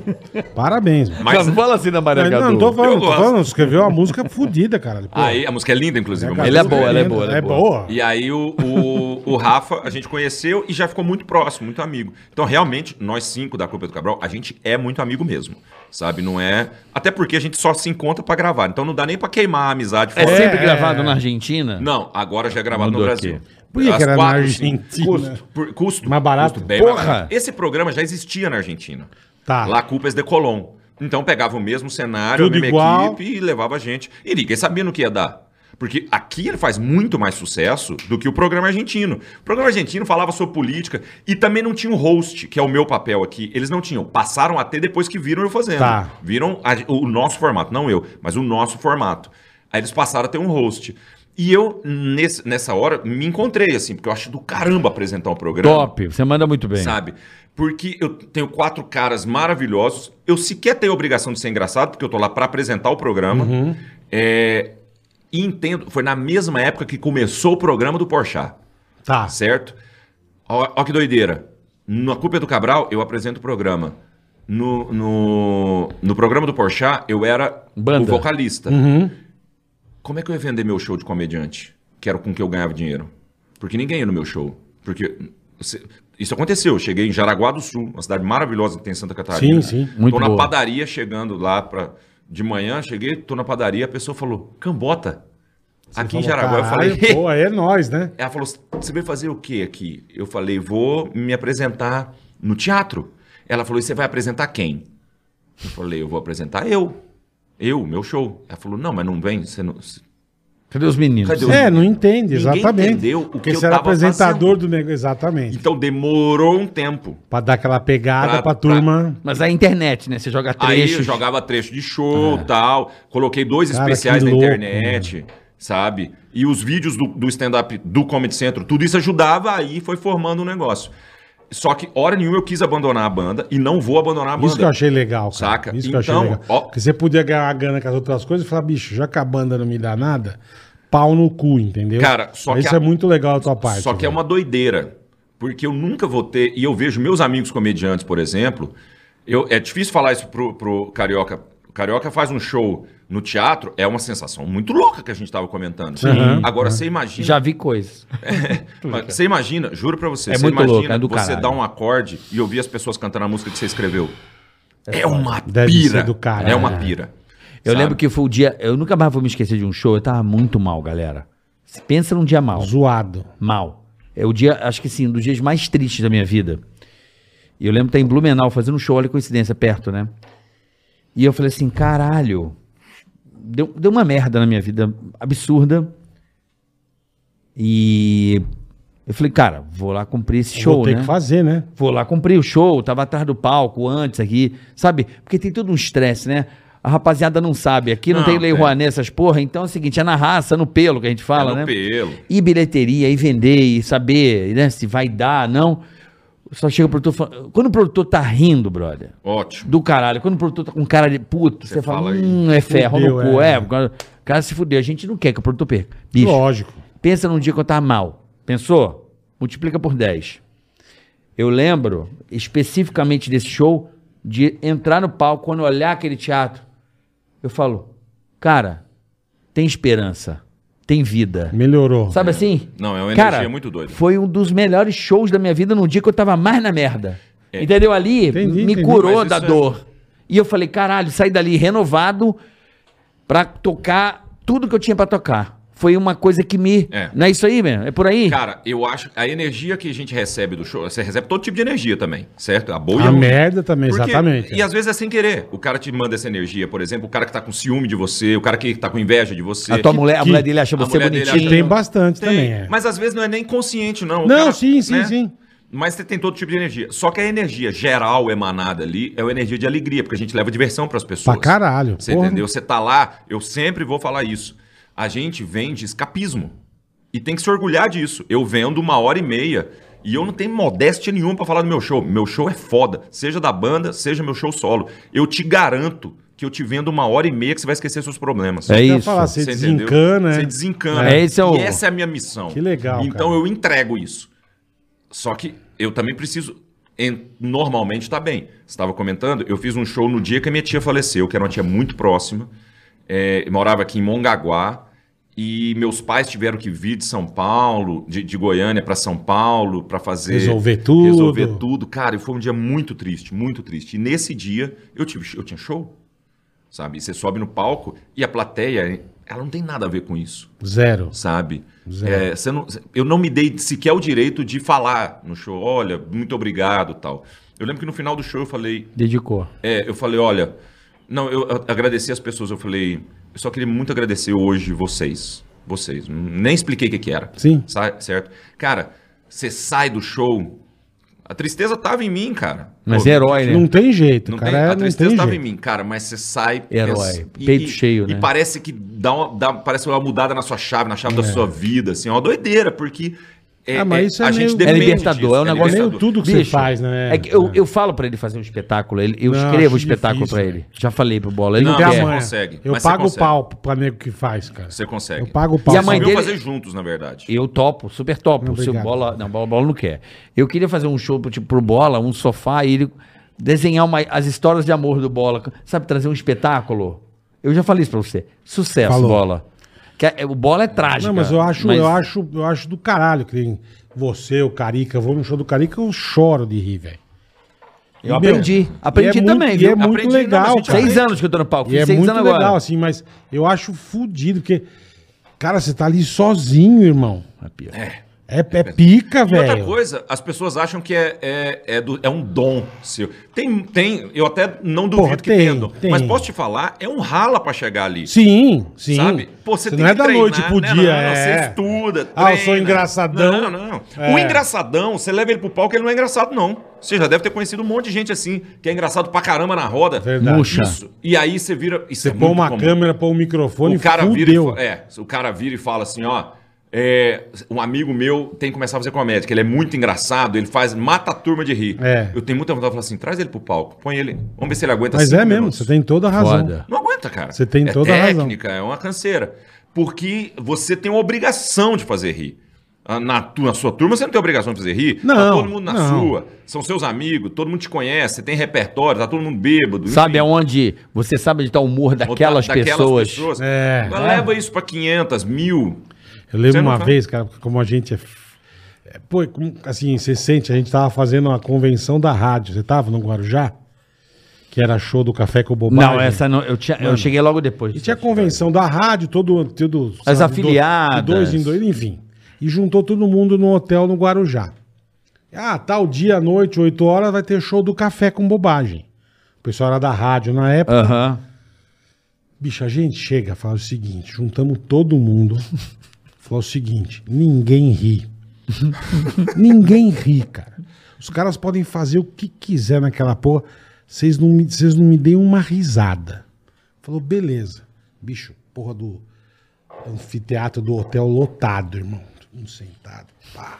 S2: Parabéns. mano.
S4: mas
S3: Não, fala assim na Maria
S2: Não,
S3: Gadu.
S2: não tô falando,
S4: Eu
S2: tô
S4: gosto.
S2: falando, escreveu uma música fodida, caralho. Pô,
S4: Aí, a música é linda, inclusive. a
S2: Maria
S3: Ela
S4: música.
S3: é
S2: Gadu
S3: boa, ela é
S2: tremenda.
S3: boa, ela é
S2: É
S3: boa.
S2: boa.
S4: E aí o, o, o Rafa, a gente conheceu e já ficou muito próximo, muito amigo. Então, realmente, nós cinco da Copa do Cabral, a gente é muito amigo mesmo. Sabe? Não é. Até porque a gente só se encontra pra gravar. Então não dá nem pra queimar a amizade
S3: É
S4: fora.
S3: sempre gravado na Argentina?
S4: Não, agora já é gravado
S3: Ah. Mudou
S4: no Brasil.
S3: aqui.
S2: Por que,
S4: As
S2: que era na
S4: quatro,
S2: Argentina?
S4: cinco, Custo, por- custo.
S2: Mais barato?
S4: Custo bem
S3: Porra!
S4: mais barato. Esse programa já existia na Argentina.
S2: Tá.
S4: Lá Culpas de Colón. Então pegava o mesmo cenário,
S2: Tudo
S4: a mesma
S2: igual.
S4: equipe e levava a gente. E ninguém sabia no que ia dar. Porque aqui ele faz muito mais sucesso do que o programa argentino. O programa argentino falava sobre política e também não tinha o host, que é o meu papel aqui. Eles não tinham. Passaram a ter depois que viram eu fazendo.
S2: Tá.
S4: Viram a- o nosso formato, não eu, mas o nosso formato. Aí eles passaram a ter um host. E eu, nesse- nessa hora, me encontrei, assim, porque eu acho do caramba apresentar um programa.
S3: Top, você manda muito bem.
S4: Sabe? Porque eu tenho quatro caras maravilhosos. Eu sequer tenho a obrigação de ser engraçado, porque eu tô lá para apresentar o programa. É, e entendo, foi na mesma época que começou o programa do Porchat,
S2: Tá.
S4: certo? Ó, ó que doideira. Na Culpa é do Cabral, eu apresento o programa. No, no, no programa do Porchat, eu era
S3: Banda.
S4: o vocalista.
S2: Uhum.
S4: Como é que eu ia vender meu show de comediante? Que era com que eu ganhava dinheiro. Porque ninguém ia no meu show. Porque se- isso aconteceu. Eu cheguei em Jaraguá do Sul, uma cidade maravilhosa que tem em Santa Catarina.
S2: Sim, sim.
S3: Muito
S4: Tô na
S3: boa.
S4: padaria chegando lá pra, de manhã, cheguei, tô na padaria, a pessoa falou, Cambota. aqui em
S2: Falou,
S4: Jaraguá.
S2: "Caralho,
S4: eu falei,
S2: Pô, é nós, né?
S4: ela falou: Você vai fazer o que aqui? Eu falei: Vou me apresentar no teatro. Ela falou: E você vai apresentar quem? Eu falei: Eu vou apresentar eu. Eu, meu show. Ela falou: Não, mas não vem. Você não... você-
S3: Cadê os meninos?
S4: Cadê os-
S2: É, não entende,
S4: Ninguém
S2: exatamente.
S4: entendeu o que
S2: Porque
S4: eu
S2: você era
S4: tava
S2: apresentador
S4: fazendo.
S2: do negócio. Exatamente.
S4: Então demorou um tempo.
S2: Pra dar aquela pegada pra,
S4: Pra-
S2: turma.
S3: Mas a internet, né? Você joga
S4: Aí
S3: trechos.
S4: eu jogava trecho de show tal. Coloquei dois
S2: É. Cara,
S4: especiais
S2: que
S4: na
S2: louco, né?
S4: internet, sabe? E os vídeos do, do stand-up do Comedy Central, tudo isso ajudava aí, foi formando um negócio. Só que hora nenhuma eu quis abandonar a banda e não vou abandonar a banda.
S2: Isso que eu achei legal, cara.
S4: Saca?
S2: Isso que eu achei
S4: Então,
S2: legal.
S4: ó-
S2: Porque você podia ganhar grana com as outras coisas e falar, bicho, já que a banda não me dá nada, pau no cu, entendeu?
S4: Cara, só
S2: Mas
S4: que
S2: Isso
S4: a-
S2: é muito legal da tua parte. né?
S4: Só que é
S2: velho.
S4: uma doideira. Porque eu nunca vou ter. E eu vejo meus amigos comediantes, por exemplo. Eu, é difícil falar isso pro, pro Carioca. O Carioca faz um show no teatro, é uma sensação muito louca que a gente tava comentando.
S2: Sim.
S4: Agora, você imagina.
S3: Já vi coisas.
S4: mas você imagina, juro pra você,
S3: É
S4: você
S3: muito
S4: imagina
S3: louco, é do
S4: você
S3: caralho.
S4: dar um acorde e ouvir as pessoas cantando a música que você escreveu. É, uma
S2: Deve ser
S4: pira.
S2: do caralho.
S4: é uma pira.
S3: Eu
S4: sabe?
S3: lembro que foi o dia. Eu nunca mais vou me esquecer de um show. Eu tava muito mal, galera. Se pensa num dia mal.
S2: Zoado.
S3: Mal. É o dia, acho que sim, um dos dias mais tristes da minha vida. E eu lembro de estar em Blumenau fazendo um show, olha que coincidência, perto, né? E eu falei assim, caralho. Deu, deu uma merda na minha vida absurda. E eu falei, cara, vou lá cumprir esse show,
S2: Vou ter
S3: né?
S2: que fazer, né?
S3: Vou lá, comprei o show, tava atrás do palco antes aqui, sabe? Porque tem todo um estresse, né? A rapaziada não sabe, aqui não,
S4: Não,
S3: tem lei
S4: tem.
S3: Rouanet, essas porra, então é o seguinte, é na raça, no pelo que a gente fala,
S4: é no
S3: né?
S4: pelo.
S3: E bilheteria, e vender, e saber, né, se vai dar, não. Só chega o produtor falando... Quando o produtor tá rindo, brother,
S4: Ótimo.
S3: do caralho, quando o produtor tá com cara de puto, você,
S4: Você
S3: fala,
S4: fala aí.
S3: hum, é ferro
S2: Fudeu,
S3: no cu,
S2: é.
S3: é, o cara- o cara se fudeu, a gente não quer que o produtor perca. Bicho,
S2: Lógico.
S3: Pensa num dia que eu tava mal. Pensou? Multiplica por 10. Eu lembro especificamente desse show de entrar no palco, quando olhar aquele teatro, eu falo, cara, tem esperança, tem vida.
S2: Melhorou.
S3: Sabe assim?
S4: Não, é uma energia muito doida.
S3: Foi um dos melhores shows da minha vida num dia que eu tava mais na merda. Entendeu? Ali
S2: Entendi,
S3: me
S2: entendi.
S3: curou
S4: Mas
S3: da
S4: É. isso é-
S3: dor. E eu falei, caralho, saí dali renovado pra tocar tudo que eu tinha pra tocar. Foi uma coisa que me.
S4: É.
S3: Não é isso aí, mesmo? É por aí?
S4: Cara, eu acho a energia que a gente recebe do show, você recebe todo tipo de energia também, certo? A boa e
S2: A
S4: ruim.
S2: merda também,
S4: Porque-
S2: exatamente.
S4: E às vezes é sem querer. O cara te manda essa energia, por exemplo, o cara que tá com ciúme de você, o cara que tá com inveja de você.
S3: a tua mulher, a
S2: que-
S3: mulher dele acha
S4: a
S3: você
S4: mulher dele
S2: E
S3: bonitinho.
S4: acha-
S2: tem bastante
S4: Tem,
S2: também, é.
S4: Mas às vezes não é nem consciente, não. O né?
S2: Não, sim, sim, sim.
S4: Mas você tem todo tipo de energia. Só que a energia geral emanada ali é uma energia de alegria, porque a gente leva diversão pras pessoas.
S2: Pra caralho,
S4: Você
S2: porra.
S4: entendeu? Você tá lá, eu sempre vou falar isso. A gente vende escapismo. E tem que se orgulhar disso. Eu vendo uma hora e meia. E eu não tenho modéstia nenhuma pra falar do meu show. Meu show é foda. Seja da banda, seja meu show solo. Eu te garanto que eu te vendo uma hora e meia que você vai esquecer seus problemas.
S3: É
S2: Eu ia
S3: isso.
S2: falar, você,
S4: Você entendeu?
S2: desencana,
S4: Você
S2: é.
S4: desencana.
S3: É, esse é o-
S4: E essa é a minha missão.
S2: Que legal,
S4: Então
S2: cara.
S4: eu entrego isso. Só que eu também preciso. en- Normalmente está bem. Você estava comentando, eu fiz um show no dia que a minha tia faleceu, que era uma tia muito próxima. É, eu morava aqui em Mongaguá. E meus pais tiveram que vir de São Paulo, de, de Goiânia para São Paulo, para fazer.
S2: Resolver tudo.
S4: Resolver tudo. Cara, e foi um dia muito triste, muito triste. E nesse dia, eu, tive, eu tinha show sabe? E você sobe no palco e a plateia, ela não tem nada a ver com isso,
S2: Zero.
S4: sabe?
S2: Zero.
S4: É, você não, eu não me dei sequer o direito de falar no show, olha, muito obrigado, tal. Eu lembro que no final do show eu falei,
S3: Dedicou.
S4: é, eu falei, olha, não, eu, eu agradeci as pessoas, eu falei, eu só queria muito agradecer hoje vocês. vocês. Nem expliquei o que, que era.
S2: Sim.
S4: Sai- certo? Cara, você sai do show. A tristeza tava em mim, cara.
S3: Mas
S4: Pô,
S3: é herói, né?
S2: Não tem jeito,
S4: Não
S2: cara.
S4: tem,
S2: é,
S4: a
S2: não
S4: tristeza
S2: tem
S4: tava em
S2: jeito.
S4: mim, cara, mas você sai.
S3: Herói,
S4: e- assim,
S3: peito
S4: e-
S3: cheio,
S4: E
S3: né?
S4: parece que dá uma, dá- parece uma mudada na sua chave, na chave da sua vida, assim, é uma doideira, porque. É,
S2: Ah, mas isso é
S4: a
S2: meio-
S4: gente
S2: É
S4: depende
S3: libertador,
S4: disso,
S3: é um negócio-
S2: É meio
S4: libertador.
S2: tudo que você
S3: Bicho,
S2: faz, né?
S3: É que eu, eu falo pra ele fazer um espetáculo, ele, eu
S2: Não,
S3: escrevo
S2: acho
S3: o espetáculo
S2: difícil,
S3: pra
S2: velho.
S3: ele. Já falei pro Bola, ele não,
S4: Não,
S2: Tem a
S4: mas você
S3: quer.
S2: manha.
S4: consegue,
S2: Eu
S4: mas você
S2: pago o
S4: consegue.
S2: pau pra nego que faz, cara.
S4: Você consegue.
S2: Eu pago o pau.
S3: E a mãe
S4: Vocês
S3: dele-
S4: deviam fazer juntos, na verdade.
S3: Eu topo, super topo. Se o
S2: Obrigado.
S3: Bola, não, Bola, Bola não quer. Eu queria fazer um show pro, tipo, pro Bola, um sofá e ele desenhar uma- as histórias de amor do Bola. Sabe, trazer um espetáculo. Eu já falei isso pra você. Sucesso,
S2: Falou.
S3: Bola. Que é- o Bola é trágico.
S2: Não, mas eu acho, eu acho, eu acho do caralho que tem você, o Carica, eu vou no show do Carica, eu choro de rir, velho.
S3: Eu
S2: E, meu,
S3: aprendi.
S2: e
S3: Aprendi
S2: é
S3: também,
S2: muito,
S3: viu?
S2: E é muito
S4: Aprendi, não,
S2: legal,
S4: mas a gente
S2: cara.
S3: Seis anos que eu tô no palco.
S2: E
S3: fiz
S2: é
S3: seis
S2: muito
S3: anos
S2: legal,
S3: agora.
S2: assim, mas eu acho fudido, porque, cara, você tá ali sozinho, irmão.
S3: Ah,
S2: É, é pica,
S4: E outra
S2: velho.
S4: coisa, as pessoas acham que é, é, é, do- é um dom seu. Tem, tem, eu até não duvido
S2: Porra,
S4: que
S2: tem,
S4: tenha dom.
S2: tem.
S4: Mas posso te falar, é um rala pra chegar ali.
S2: Sim, sim.
S4: Sabe? Pô, você
S2: Você
S4: tem
S2: não é
S4: que
S2: da
S4: treinar,
S2: noite pro
S4: né?
S2: dia,
S4: Não, não,
S2: é.
S4: Você estuda,
S2: Ah, eu sou
S4: treina.
S2: engraçadão.
S4: Não, não. O
S2: É.
S4: engraçadão, você leva ele pro palco, ele não é engraçado, não. Você já deve ter conhecido um monte de gente assim, que é engraçado pra caramba na roda.
S2: Verdade.
S3: Murcha.
S4: Isso. E aí você vira... Isso
S2: Você
S4: é
S2: põe
S4: muito
S2: uma
S4: comum.
S2: câmera, põe um microfone
S4: O cara, vira e,
S2: fudeu.
S4: fa- é, o cara vira e fala assim, ó... é, um amigo meu tem que começar a fazer comédia, que ele é muito engraçado, ele faz, mata a turma de rir.
S2: É.
S4: Eu tenho muita vontade de falar assim, traz ele pro palco, põe ele, vamos ver se ele aguenta
S2: Mas
S4: cinco
S2: é mesmo,
S4: minutos."
S2: você tem toda a razão.
S3: Foda.
S4: Não aguenta, cara.
S2: Você tem
S4: é
S2: toda a razão.
S4: técnica, é uma canseira. Porque você tem uma obrigação de fazer rir. Ah, Na, tu- na sua turma, você não tem obrigação de fazer rir. tá
S2: Não,
S4: todo mundo na
S2: não.
S4: sua. São seus amigos, todo mundo te conhece, você tem repertório, tá todo mundo bêbado.
S3: Sabe
S4: enfim.
S3: aonde você sabe onde tá o humor
S4: Ou
S3: daquelas,
S4: da-
S3: pessoas.
S2: É.
S4: Agora Leva isso pra 500, mil.
S2: Eu lembro
S4: Você não
S2: uma
S4: vai.
S2: vez, cara, como a gente é. f- é, Pô, como- assim, você sente, a gente tava fazendo uma convenção da rádio. Você tava no Guarujá? Que era show do Café com Bobagem.
S3: Não, é essa não. Eu, tinha- eu cheguei logo depois.
S2: E tinha convenção da rádio, todo. todo
S3: As
S2: sabe, do-
S3: afiliadas.
S2: de dois em dois, enfim. E juntou todo mundo no hotel no Guarujá. Ah, tal dia à noite, 8 horas, vai ter show do Café com Bobagem. O pessoal era da rádio na época.
S3: Aham.
S2: Bicho, a gente chega e fala o seguinte: juntamos todo mundo. Fala o seguinte: ninguém ri. ninguém ri, cara. Os caras podem fazer o que quiser naquela porra. Vocês não, me- vocês não me deem uma risada. Falou, beleza. Bicho, porra do anfiteatro do hotel lotado, irmão. Todo mundo sentado. Pá.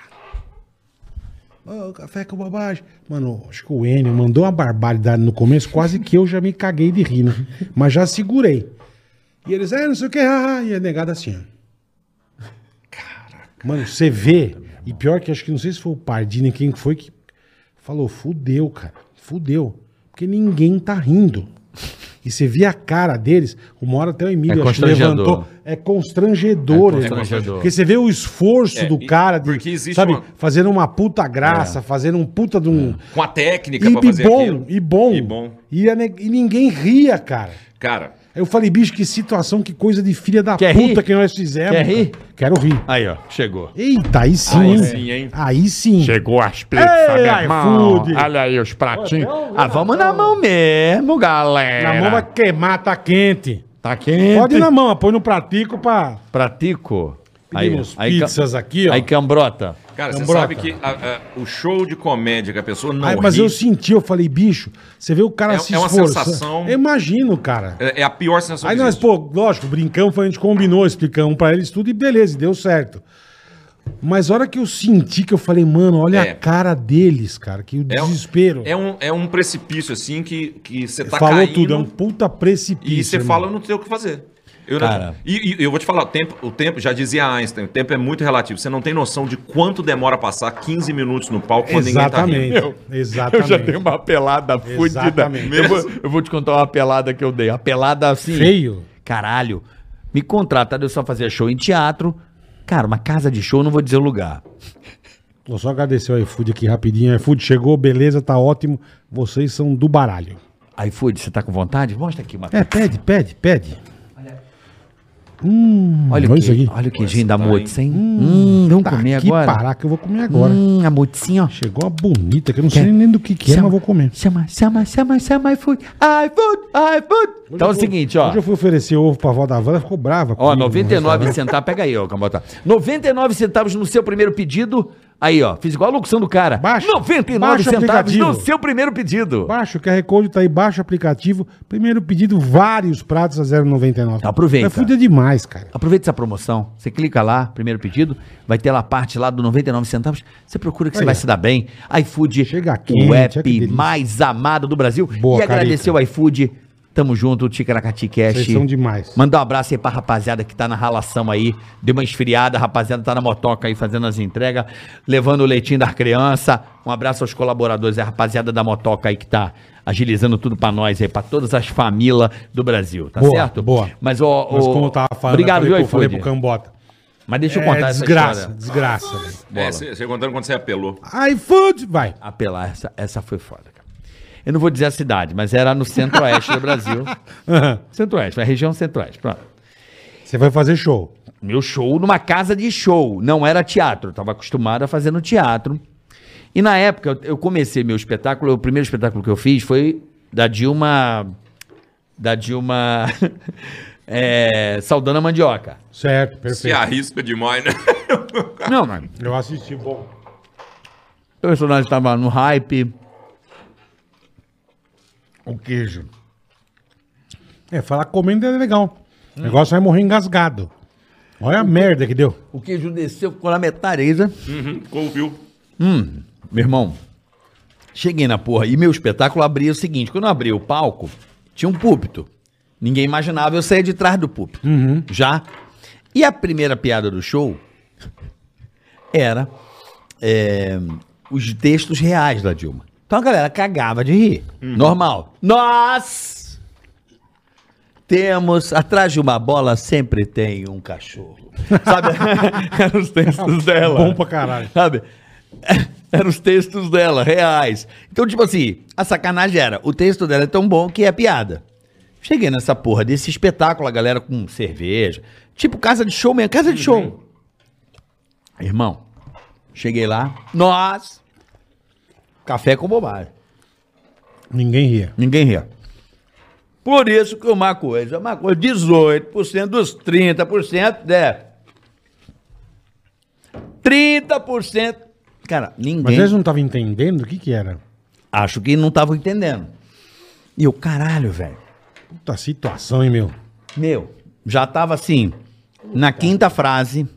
S2: Ô, café com bobagem. Mano, acho que o Enio mandou uma barbaridade no começo, quase que eu já me caguei de rir, né? Mas já segurei. E eles, é, não sei o que, ah, ah", e a negada assim, ó. Mano, você vê, e pior que acho que não sei se foi o Pardini, quem foi que falou, fudeu, cara, fudeu. Porque ninguém tá rindo. E você vê a cara deles, uma hora até o Emílio
S3: É
S2: acho que
S3: constrangedor.
S2: É constrangedor,
S3: É
S2: irmão.
S3: constrangedor.
S2: Porque você vê o esforço
S4: É,
S2: do
S4: e-
S2: cara, de,
S4: porque existe
S2: sabe,
S4: uma-
S2: fazendo uma puta
S3: É.
S2: graça, fazendo um puta de um.
S4: Com a técnica
S2: E,
S4: pra
S2: e
S4: fazer
S2: bom,
S4: aquilo.
S2: e bom,
S4: E bom.
S2: E a ne- e ninguém ria, cara.
S4: Cara,
S2: Aí eu falei, bicho, que situação, que coisa de filha da
S3: Quer
S2: puta
S3: rir?
S2: que nós fizemos.
S3: Quer
S2: cara.
S3: rir?
S2: Quero rir.
S3: Aí, ó. Chegou.
S2: Eita, aí sim.
S4: Aí
S2: hein?
S4: sim, hein?
S2: Aí sim.
S6: Chegou as
S2: Ei,
S6: pizzas, meu irmão.
S2: iFood. um
S6: Olha aí os pratinhos.
S3: Ah, vamos na mão mesmo, galera.
S2: Na mão vai queimar, tá quente.
S6: Tá quente.
S2: Pode ir na mão, põe no pratico pra.
S3: Pratico.
S2: Pedimos pizzas
S3: cam-
S2: aqui, ó.
S3: Aí cambrota.
S4: cara, você
S2: Cambrota.
S4: sabe que a- a- o show de comédia que a pessoa não
S2: É um Ai, mas
S4: ri
S2: eu senti, eu falei, bicho, você vê o cara
S4: É-
S2: se
S4: é uma
S2: esforçando.
S4: sensação-
S2: Eu imagino, cara.
S4: é, é a pior sensação
S2: Aí
S4: que
S2: nós,
S4: existe.
S2: pô, lógico, brincamos, a gente combinou, explicamos pra eles tudo e beleza, e deu certo. Mas a hora que eu senti que eu falei, mano, olha
S4: É.
S2: a cara deles, cara, que o
S4: É um-
S2: desespero.
S4: É um, é um precipício, assim, que, que você tá
S2: Falou
S4: caindo...
S2: tudo, é um puta precipício.
S4: E você
S2: irmão.
S4: fala, eu não tenho o que fazer. Eu não-
S3: Cara.
S4: e, e eu vou te falar, o tempo, o tempo, já dizia Einstein, o tempo é muito relativo. Você não tem noção de quanto demora a passar 15 minutos no palco quando ninguém tá
S2: Exatamente.
S4: rindo.
S2: Exatamente.
S6: Eu já
S4: um
S6: dei uma pelada fudida.
S2: Exatamente.
S6: Eu vou, eu vou te contar uma pelada que eu dei. A pelada assim.
S2: Feio.
S3: Caralho. Me contrataram, eu só fazia show em teatro. Cara, uma casa de show, não vou dizer o lugar.
S2: Vou só agradecer o iFood aqui rapidinho. iFood chegou, beleza, tá ótimo. Vocês são do baralho.
S3: Aí foi, você tá com vontade? Mostra aqui uma
S2: É, pede, pede, pede.
S3: Olha o
S2: olha
S3: que,
S2: isso aqui.
S3: olha o queijinho da
S4: tá,
S3: moça, hein? Hum, vamos comer
S2: que
S3: agora.
S2: parar Tá que eu vou comer agora.
S3: Hum, a mocinha, ó.
S2: Chegou uma bonita que eu não sei nem do que, que é, mas vou comer.
S3: Chama, chama, chama, chama iFood. iFood, iFood. Então é o seguinte, ó.
S2: Hoje eu fui oferecer ovo pra avó da van, ela ficou brava.
S3: Ó,
S2: comigo,
S3: 99
S2: né?
S3: centavos. Pega aí, ó, Cambota. 99 centavos no seu primeiro pedido. Aí, ó. Fiz igual a locução do cara.
S2: Baixa,
S3: 99
S2: baixa o
S3: centavos no
S2: aplicativo.
S3: seu primeiro pedido.
S2: Baixa, o QR Code tá aí, baixa o aplicativo. Primeiro pedido, vários pratos a 0,99.
S3: Aproveita.
S2: É fuda demais, cara.
S3: Aproveita essa promoção. Você clica lá, primeiro pedido, vai ter lá a parte lá do 99 centavos. Você procura que você
S2: Aí,
S3: vai
S2: ó.
S3: se dar bem. iFood,
S2: Chega aqui,
S3: o
S2: olha que
S3: app
S2: delícia.
S3: mais amado do Brasil.
S2: Boa,
S3: e agradecer o iFood. Tamo junto, Ticaracati Cash.
S2: Vocês são demais.
S3: Mandar um abraço aí pra rapaziada que tá na ralação aí. Deu uma esfriada, a rapaziada tá na motoca aí fazendo as entregas, levando o leitinho das crianças. Um abraço aos colaboradores, é a rapaziada da motoca aí que tá agilizando tudo pra nós aí, pra todas as famílias do Brasil, tá
S2: Boa,
S3: certo?
S2: boa.
S3: Mas, ó,
S2: Mas
S3: ó,
S2: como eu tava falando,
S3: obrigado,
S2: eu falei,
S3: viu,
S2: pro- falei
S3: iFood?
S2: pro Cambota.
S3: Mas deixa eu
S2: É
S3: contar
S2: desgraça,
S3: essa história.
S2: desgraça, velho.
S4: É, você você contando quando você apelou.
S2: iFood, vai.
S3: Apelar, essa, essa foi foda, cara. Eu não vou dizer a cidade, mas era no centro-oeste do Brasil. Centro-oeste, a região centro-oeste, pronto.
S2: Você vai fazer show.
S3: meu show numa casa de show. Não era teatro, eu estava acostumado a fazer no teatro. E na época eu- eu comecei meu espetáculo, o primeiro espetáculo que eu fiz foi da Dilma. Da Dilma. é, Saudando a Mandioca.
S2: Certo,
S4: Se
S2: perfeito.
S4: arrisca demais, né?
S3: Não, mano.
S2: Eu assisti, bom.
S3: O personagem estava no hype.
S2: O queijo. É, falar comendo é legal.
S3: Hum.
S2: O negócio vai morrer engasgado. Olha a merda que deu.
S3: O queijo desceu, ficou na metade. aí, né?
S4: Uhum, ouviu.
S3: Meu irmão, cheguei na porra. E meu espetáculo abria o seguinte: quando eu abri o palco, tinha um púlpito. Ninguém imaginava eu saía de trás do púlpito. Já. E a primeira piada do show era é, os textos reais da Dilma. Então a galera cagava de rir.
S2: Uhum.
S3: Normal. Nós temos. Atrás de uma bola sempre tem um cachorro. Sabe? Eram os textos dela.
S2: É um Bom pra caralho.
S3: Sabe? Eram os textos dela, reais. Então, tipo assim, a sacanagem era: o texto dela é tão bom que é piada. Cheguei nessa porra desse espetáculo, a galera com cerveja. Tipo casa de show mesmo, casa de show.
S2: Uhum.
S3: Irmão, cheguei lá, nós. Café com bobagem.
S2: Ninguém ria.
S3: Ninguém ria. Por isso que uma coisa, uma coisa, 18% dos 30% é. 30%. Cara,
S2: Mas
S3: ninguém.
S2: eles não estavam entendendo o que que era.
S3: Acho que não estavam entendendo. E eu, caralho, velho.
S2: Puta situação, hein, meu?
S3: Meu, já tava assim, na quinta frase,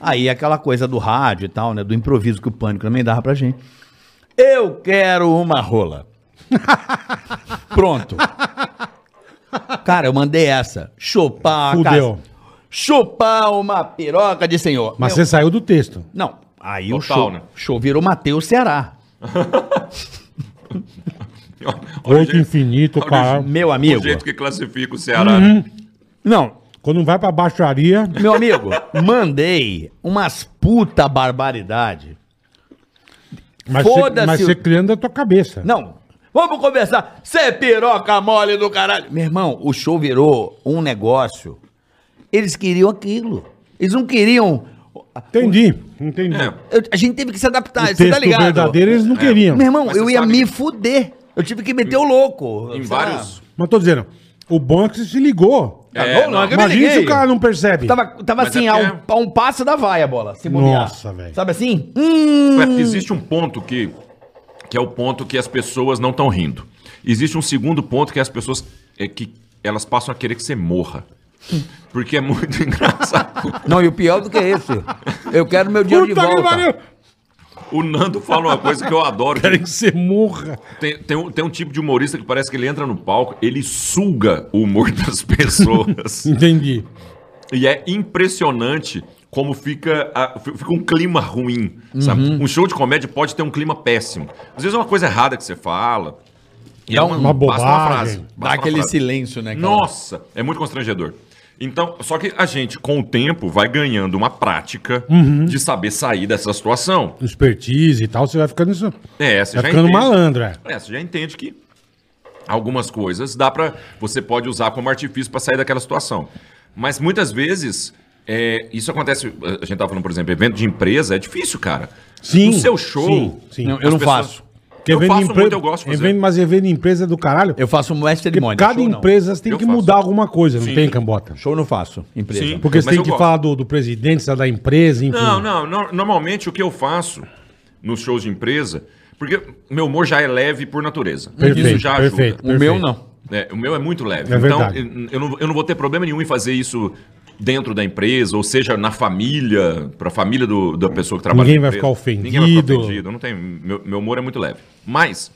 S3: aí aquela coisa do rádio e tal, né? Do improviso que o pânico também dava pra gente. Eu quero uma rola. Pronto. Cara, eu mandei essa. Chupar uma
S2: Fudeu.
S3: casa. Chupar uma piroca de senhor.
S2: Mas
S3: Meu,
S2: você saiu do texto.
S3: Não, aí o
S4: Total,
S3: show,
S4: né?
S3: show virou Mateus Ceará.
S4: Olha o
S2: Oito
S4: jeito-
S2: infinito,
S4: olha o
S2: caralho.
S3: Meu
S4: O
S3: amigo.
S4: jeito que classifica o Ceará. né?
S3: Não,
S2: Quando vai pra baixaria,
S3: Meu amigo, mandei umas puta barbaridade.
S2: mas
S3: Foda-se
S2: você, mas
S3: o-
S2: você criando a tua cabeça.
S3: Não, vamos conversar. Cê é piroca mole do caralho. Meu irmão, o show virou um negócio. Eles queriam aquilo. Eles não queriam.
S2: Entendi, entendi.
S4: É,
S3: Eu- a gente teve que se adaptar,
S2: o
S3: você
S2: texto
S3: tá ligado?
S2: verdadeiro é eles não queriam.
S3: Meu irmão,
S4: Mas você
S3: eu ia
S4: sabe
S3: me
S4: que-
S3: fuder. Eu tive que meter o louco.
S4: em
S3: sei
S4: vários.
S3: lá.
S2: Mas tô dizendo, o bom é que você se ligou.
S3: Ah,
S4: É,
S3: não, não,
S4: não.
S3: é que eu me
S2: Imagina se
S3: liguei.
S2: o cara não percebe.
S3: Tava, tava
S4: Mas
S3: assim,
S4: é
S3: a, um,
S4: porque-
S3: a um passo da vaia a bola. Se bobear.
S2: Nossa, velho.
S3: Sabe assim? Hum.
S4: É, porque existe um ponto que, que é o ponto que as pessoas não estão rindo. Existe um segundo ponto que as pessoas é que elas passam a querer que você morra. Porque é muito engraçado.
S3: Não, e o pior do que é esse. Eu quero meu dinheiro de volta.
S4: O Nando fala uma coisa que eu adoro. que
S2: Querem que você morra.
S4: tem, tem, um, tem um tipo de humorista que parece que ele entra no palco, ele suga o humor das pessoas.
S2: Entendi.
S4: E é impressionante como fica, a- fi- fica um clima ruim, sabe?
S2: Uhum.
S4: Um show de comédia pode ter um clima péssimo. Às vezes é uma coisa errada que você fala. E
S3: Dá
S4: é
S2: uma
S4: basta
S2: bobagem.
S4: basta
S3: Dá
S4: uma
S3: aquele
S4: frase.
S3: silêncio, né? cara?
S4: Nossa, é muito constrangedor. Então, só que a gente, com o tempo, vai ganhando uma prática
S2: Uhum.
S4: de saber sair dessa situação.
S2: Expertise e tal, você vai ficando isso.
S4: É, você
S2: Vai
S4: já
S2: ficando
S4: entende.
S2: malandro, é.
S4: É, você já entende que algumas coisas dá para você pode usar como artifício para sair daquela situação. Mas muitas vezes, é, isso acontece. A gente tava falando, por exemplo, evento de empresa, é difícil, cara. No seu show.
S2: Sim, sim.
S3: Não, eu não
S4: as pessoas-
S3: faço.
S2: Porque
S4: eu
S2: evento
S4: faço
S2: de
S4: muito, eu gosto de fazer.
S2: Evento, mas evento de empresa é do caralho.
S3: Eu faço um West
S2: Porque
S3: Ceremony.
S2: cada
S3: show não.
S2: empresa tem
S4: Eu
S2: que
S4: faço.
S2: mudar alguma coisa, não
S4: Sim.
S2: tem, Cambota?
S3: Show eu não faço, empresa.
S4: Sim.
S2: Porque você
S4: Mas
S2: tem
S4: eu
S2: que
S4: gosto.
S2: falar do, do presidente, é da empresa, enfim.
S4: Não, não, no- Normalmente o que eu faço nos shows de empresa, porque meu humor já é leve por natureza.
S2: Perfeito,
S4: isso já ajuda.
S2: perfeito.
S3: O meu não.
S4: É, o meu é muito leve.
S2: É
S4: então,
S2: verdade.
S4: eu- eu não, eu não vou ter problema nenhum em fazer isso dentro da empresa, ou seja, na família, para a família do- da pessoa que trabalha
S2: Ninguém
S4: na
S2: vai
S4: empresa.
S2: ficar
S4: Ninguém vai ficar
S2: ofendido.
S4: ofendido. eu Não tem, meu, meu humor é muito leve. Mas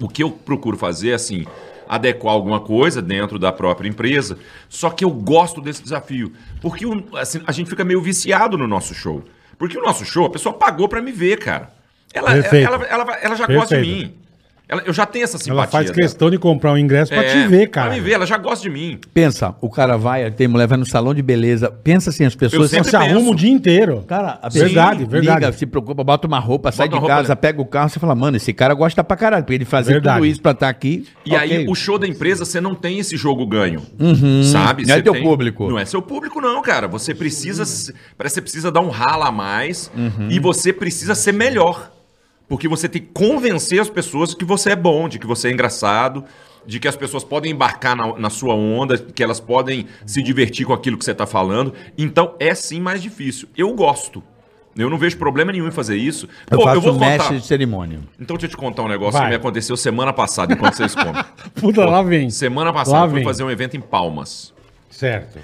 S4: o que eu procuro fazer é assim, adequar alguma coisa dentro da própria empresa, só que eu gosto desse desafio, porque o- assim, a gente fica meio viciado no nosso show. Porque o nosso show, a pessoa pagou pra me ver, cara. Ela, ela,
S2: Perfeito.
S4: ela, ela- ela já gosta de
S2: Perfeito.
S4: mim. Ela- eu já tenho essa é simpatia.
S2: Ela faz
S4: dela.
S2: questão de comprar um ingresso pra
S4: É,
S2: te ver, cara.
S4: Pra me ver, ela já gosta de mim.
S3: Pensa, o cara vai, tem mulher, vai no salão de beleza. Pensa assim, as pessoas. assim,
S4: sempre-
S2: Você arruma
S4: penso.
S2: o dia inteiro.
S3: Cara, a pessoa
S2: verdade, verdade.
S3: liga, se preocupa, bota uma roupa, sai
S4: Bota
S3: de
S4: uma roupa,
S3: casa,
S4: né?
S3: pega o carro, você fala, mano, esse cara gosta pra caralho, porque ele fazer
S2: Verdade.
S3: tudo isso pra estar aqui.
S4: E aí, o show da empresa, você não tem esse jogo ganho. Sabe?
S3: Não é
S4: Você
S3: teu
S4: tem-
S3: público.
S4: Não é seu público, não, cara. Você precisa. Parece que você precisa dar um rala a mais
S3: Uhum.
S4: e você precisa ser melhor. Porque você tem que convencer as pessoas que você é bom, de que você é engraçado, de que as pessoas podem embarcar na, na sua onda, que elas podem se divertir com aquilo que você tá falando. Então, é sim mais difícil. Eu gosto. Eu não vejo problema nenhum em fazer isso.
S3: Eu
S4: Pô,
S3: faço um
S4: vou
S3: mestre
S4: contar.
S3: de cerimônia.
S4: Então deixa eu te contar um negócio
S2: Vai.
S4: que me aconteceu semana passada, enquanto vocês comem.
S2: Puta, lá vem.
S4: Semana
S2: Lá
S4: passada eu fui
S2: vem.
S4: fazer um evento em Palmas.
S2: Certo.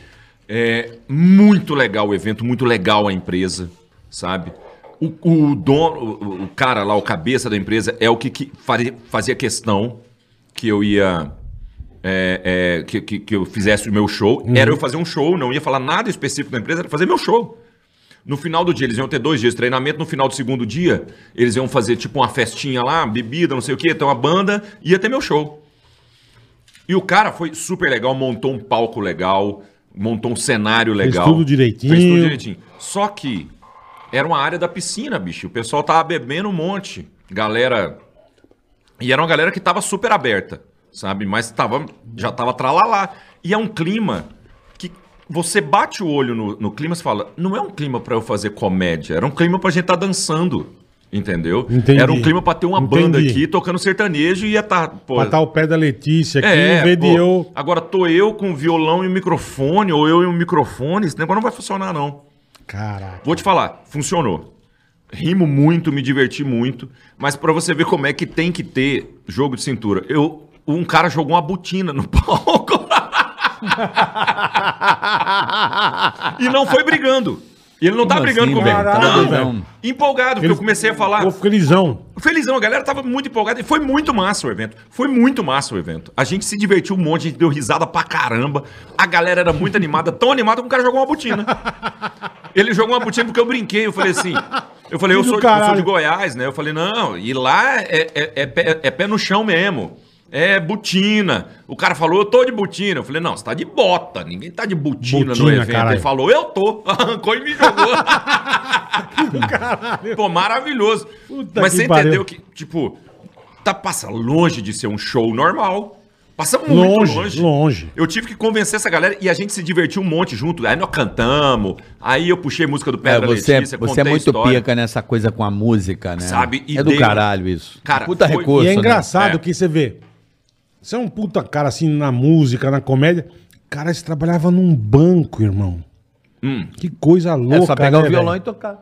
S4: É muito legal o evento, muito legal a empresa, sabe? O, o dono, o, o cara lá, o cabeça da empresa, é o que, que fare- fazia questão que eu ia. é, é, que, que- que eu fizesse o meu show.
S2: Uhum.
S4: Era eu fazer um show, não ia falar nada específico da empresa, era fazer meu show. No final do dia, eles iam ter dois dias de treinamento. No final do segundo dia, eles iam fazer tipo uma festinha lá, bebida, não sei o quê, ter uma banda, e ia ter meu show. E o cara foi super legal, montou um palco legal, montou um cenário legal.
S2: tudo direitinho.
S4: Fez tudo direitinho. Só que era uma área da piscina, bicho. O pessoal tava bebendo um monte. Galera. E era uma galera que tava super aberta, sabe? Mas tava, já tava tralalá. E é um clima que você bate o olho no, no clima e fala: não é um clima pra eu fazer comédia, era um clima pra gente tá dançando. Entendeu?
S2: Entendi.
S4: Era um clima pra ter uma banda
S2: Entendi.
S4: aqui tocando sertanejo e ia tá, pô, é,
S2: Matar o pé da Letícia aqui, em vez de
S4: pô,
S2: eu.
S4: Agora tô eu com violão e um microfone, ou eu e um microfone, esse negócio não vai funcionar, não.
S2: Caraca.
S4: Vou te falar, funcionou. Rimo muito, me diverti muito, mas pra você ver como é que tem que ter jogo de cintura. Eu, um cara jogou uma botina no palco. e não foi brigando. E ele não tá
S3: Como
S4: brigando
S3: assim,
S4: comigo.
S3: velho?
S4: não,
S2: Tá
S4: velho.
S3: doidão.
S4: Empolgado, porque eu comecei a falar.
S2: Ficou felizão.
S4: Felizão, a galera tava muito empolgada e foi muito massa o evento. Foi muito massa o evento. A gente se divertiu um monte, a gente deu risada pra caramba. A galera era muito animada, tão animada que o cara jogou uma botina. Ele jogou uma botina porque eu brinquei. Eu falei assim. Eu falei, eu
S2: Filho
S4: sou,
S2: do
S4: eu sou de
S2: caralho.
S4: Goiás, né? Eu falei, não, e lá é, é- é pé, é pé no chão mesmo. É botina. O cara falou, eu tô de botina. Eu falei, não, você tá de bota. Ninguém tá de botina, no
S2: Botina,
S4: evento.
S2: caralho.
S4: Ele falou, eu tô. Arrancou e me jogou. Pô, maravilhoso.
S2: Puta
S4: Mas
S2: que
S4: você
S2: pariu.
S4: entendeu que, tipo, tá passa longe de ser um show normal. Passa muito longe.
S2: Longe, longe.
S4: Eu tive que convencer essa galera e a gente se divertiu um monte junto. Aí nós cantamos, aí eu puxei música do
S3: É,
S4: Pedra
S3: você,
S4: Letícia,
S3: você é
S4: contei a
S3: muito
S4: história.
S3: pica nessa coisa com a música, né?
S4: Sabe, e
S3: é do
S4: dei-
S3: caralho isso.
S4: Cara,
S3: puta
S4: foi-
S2: E
S3: recurso.
S2: é
S3: né?
S2: engraçado
S4: É.
S2: que você vê. Você é um puta cara assim na música, na comédia. Cara, você trabalhava num banco, irmão.
S4: Hum.
S2: Que coisa louca.
S3: É só pegar
S2: né,
S3: o violão
S2: velho?
S3: e tocar.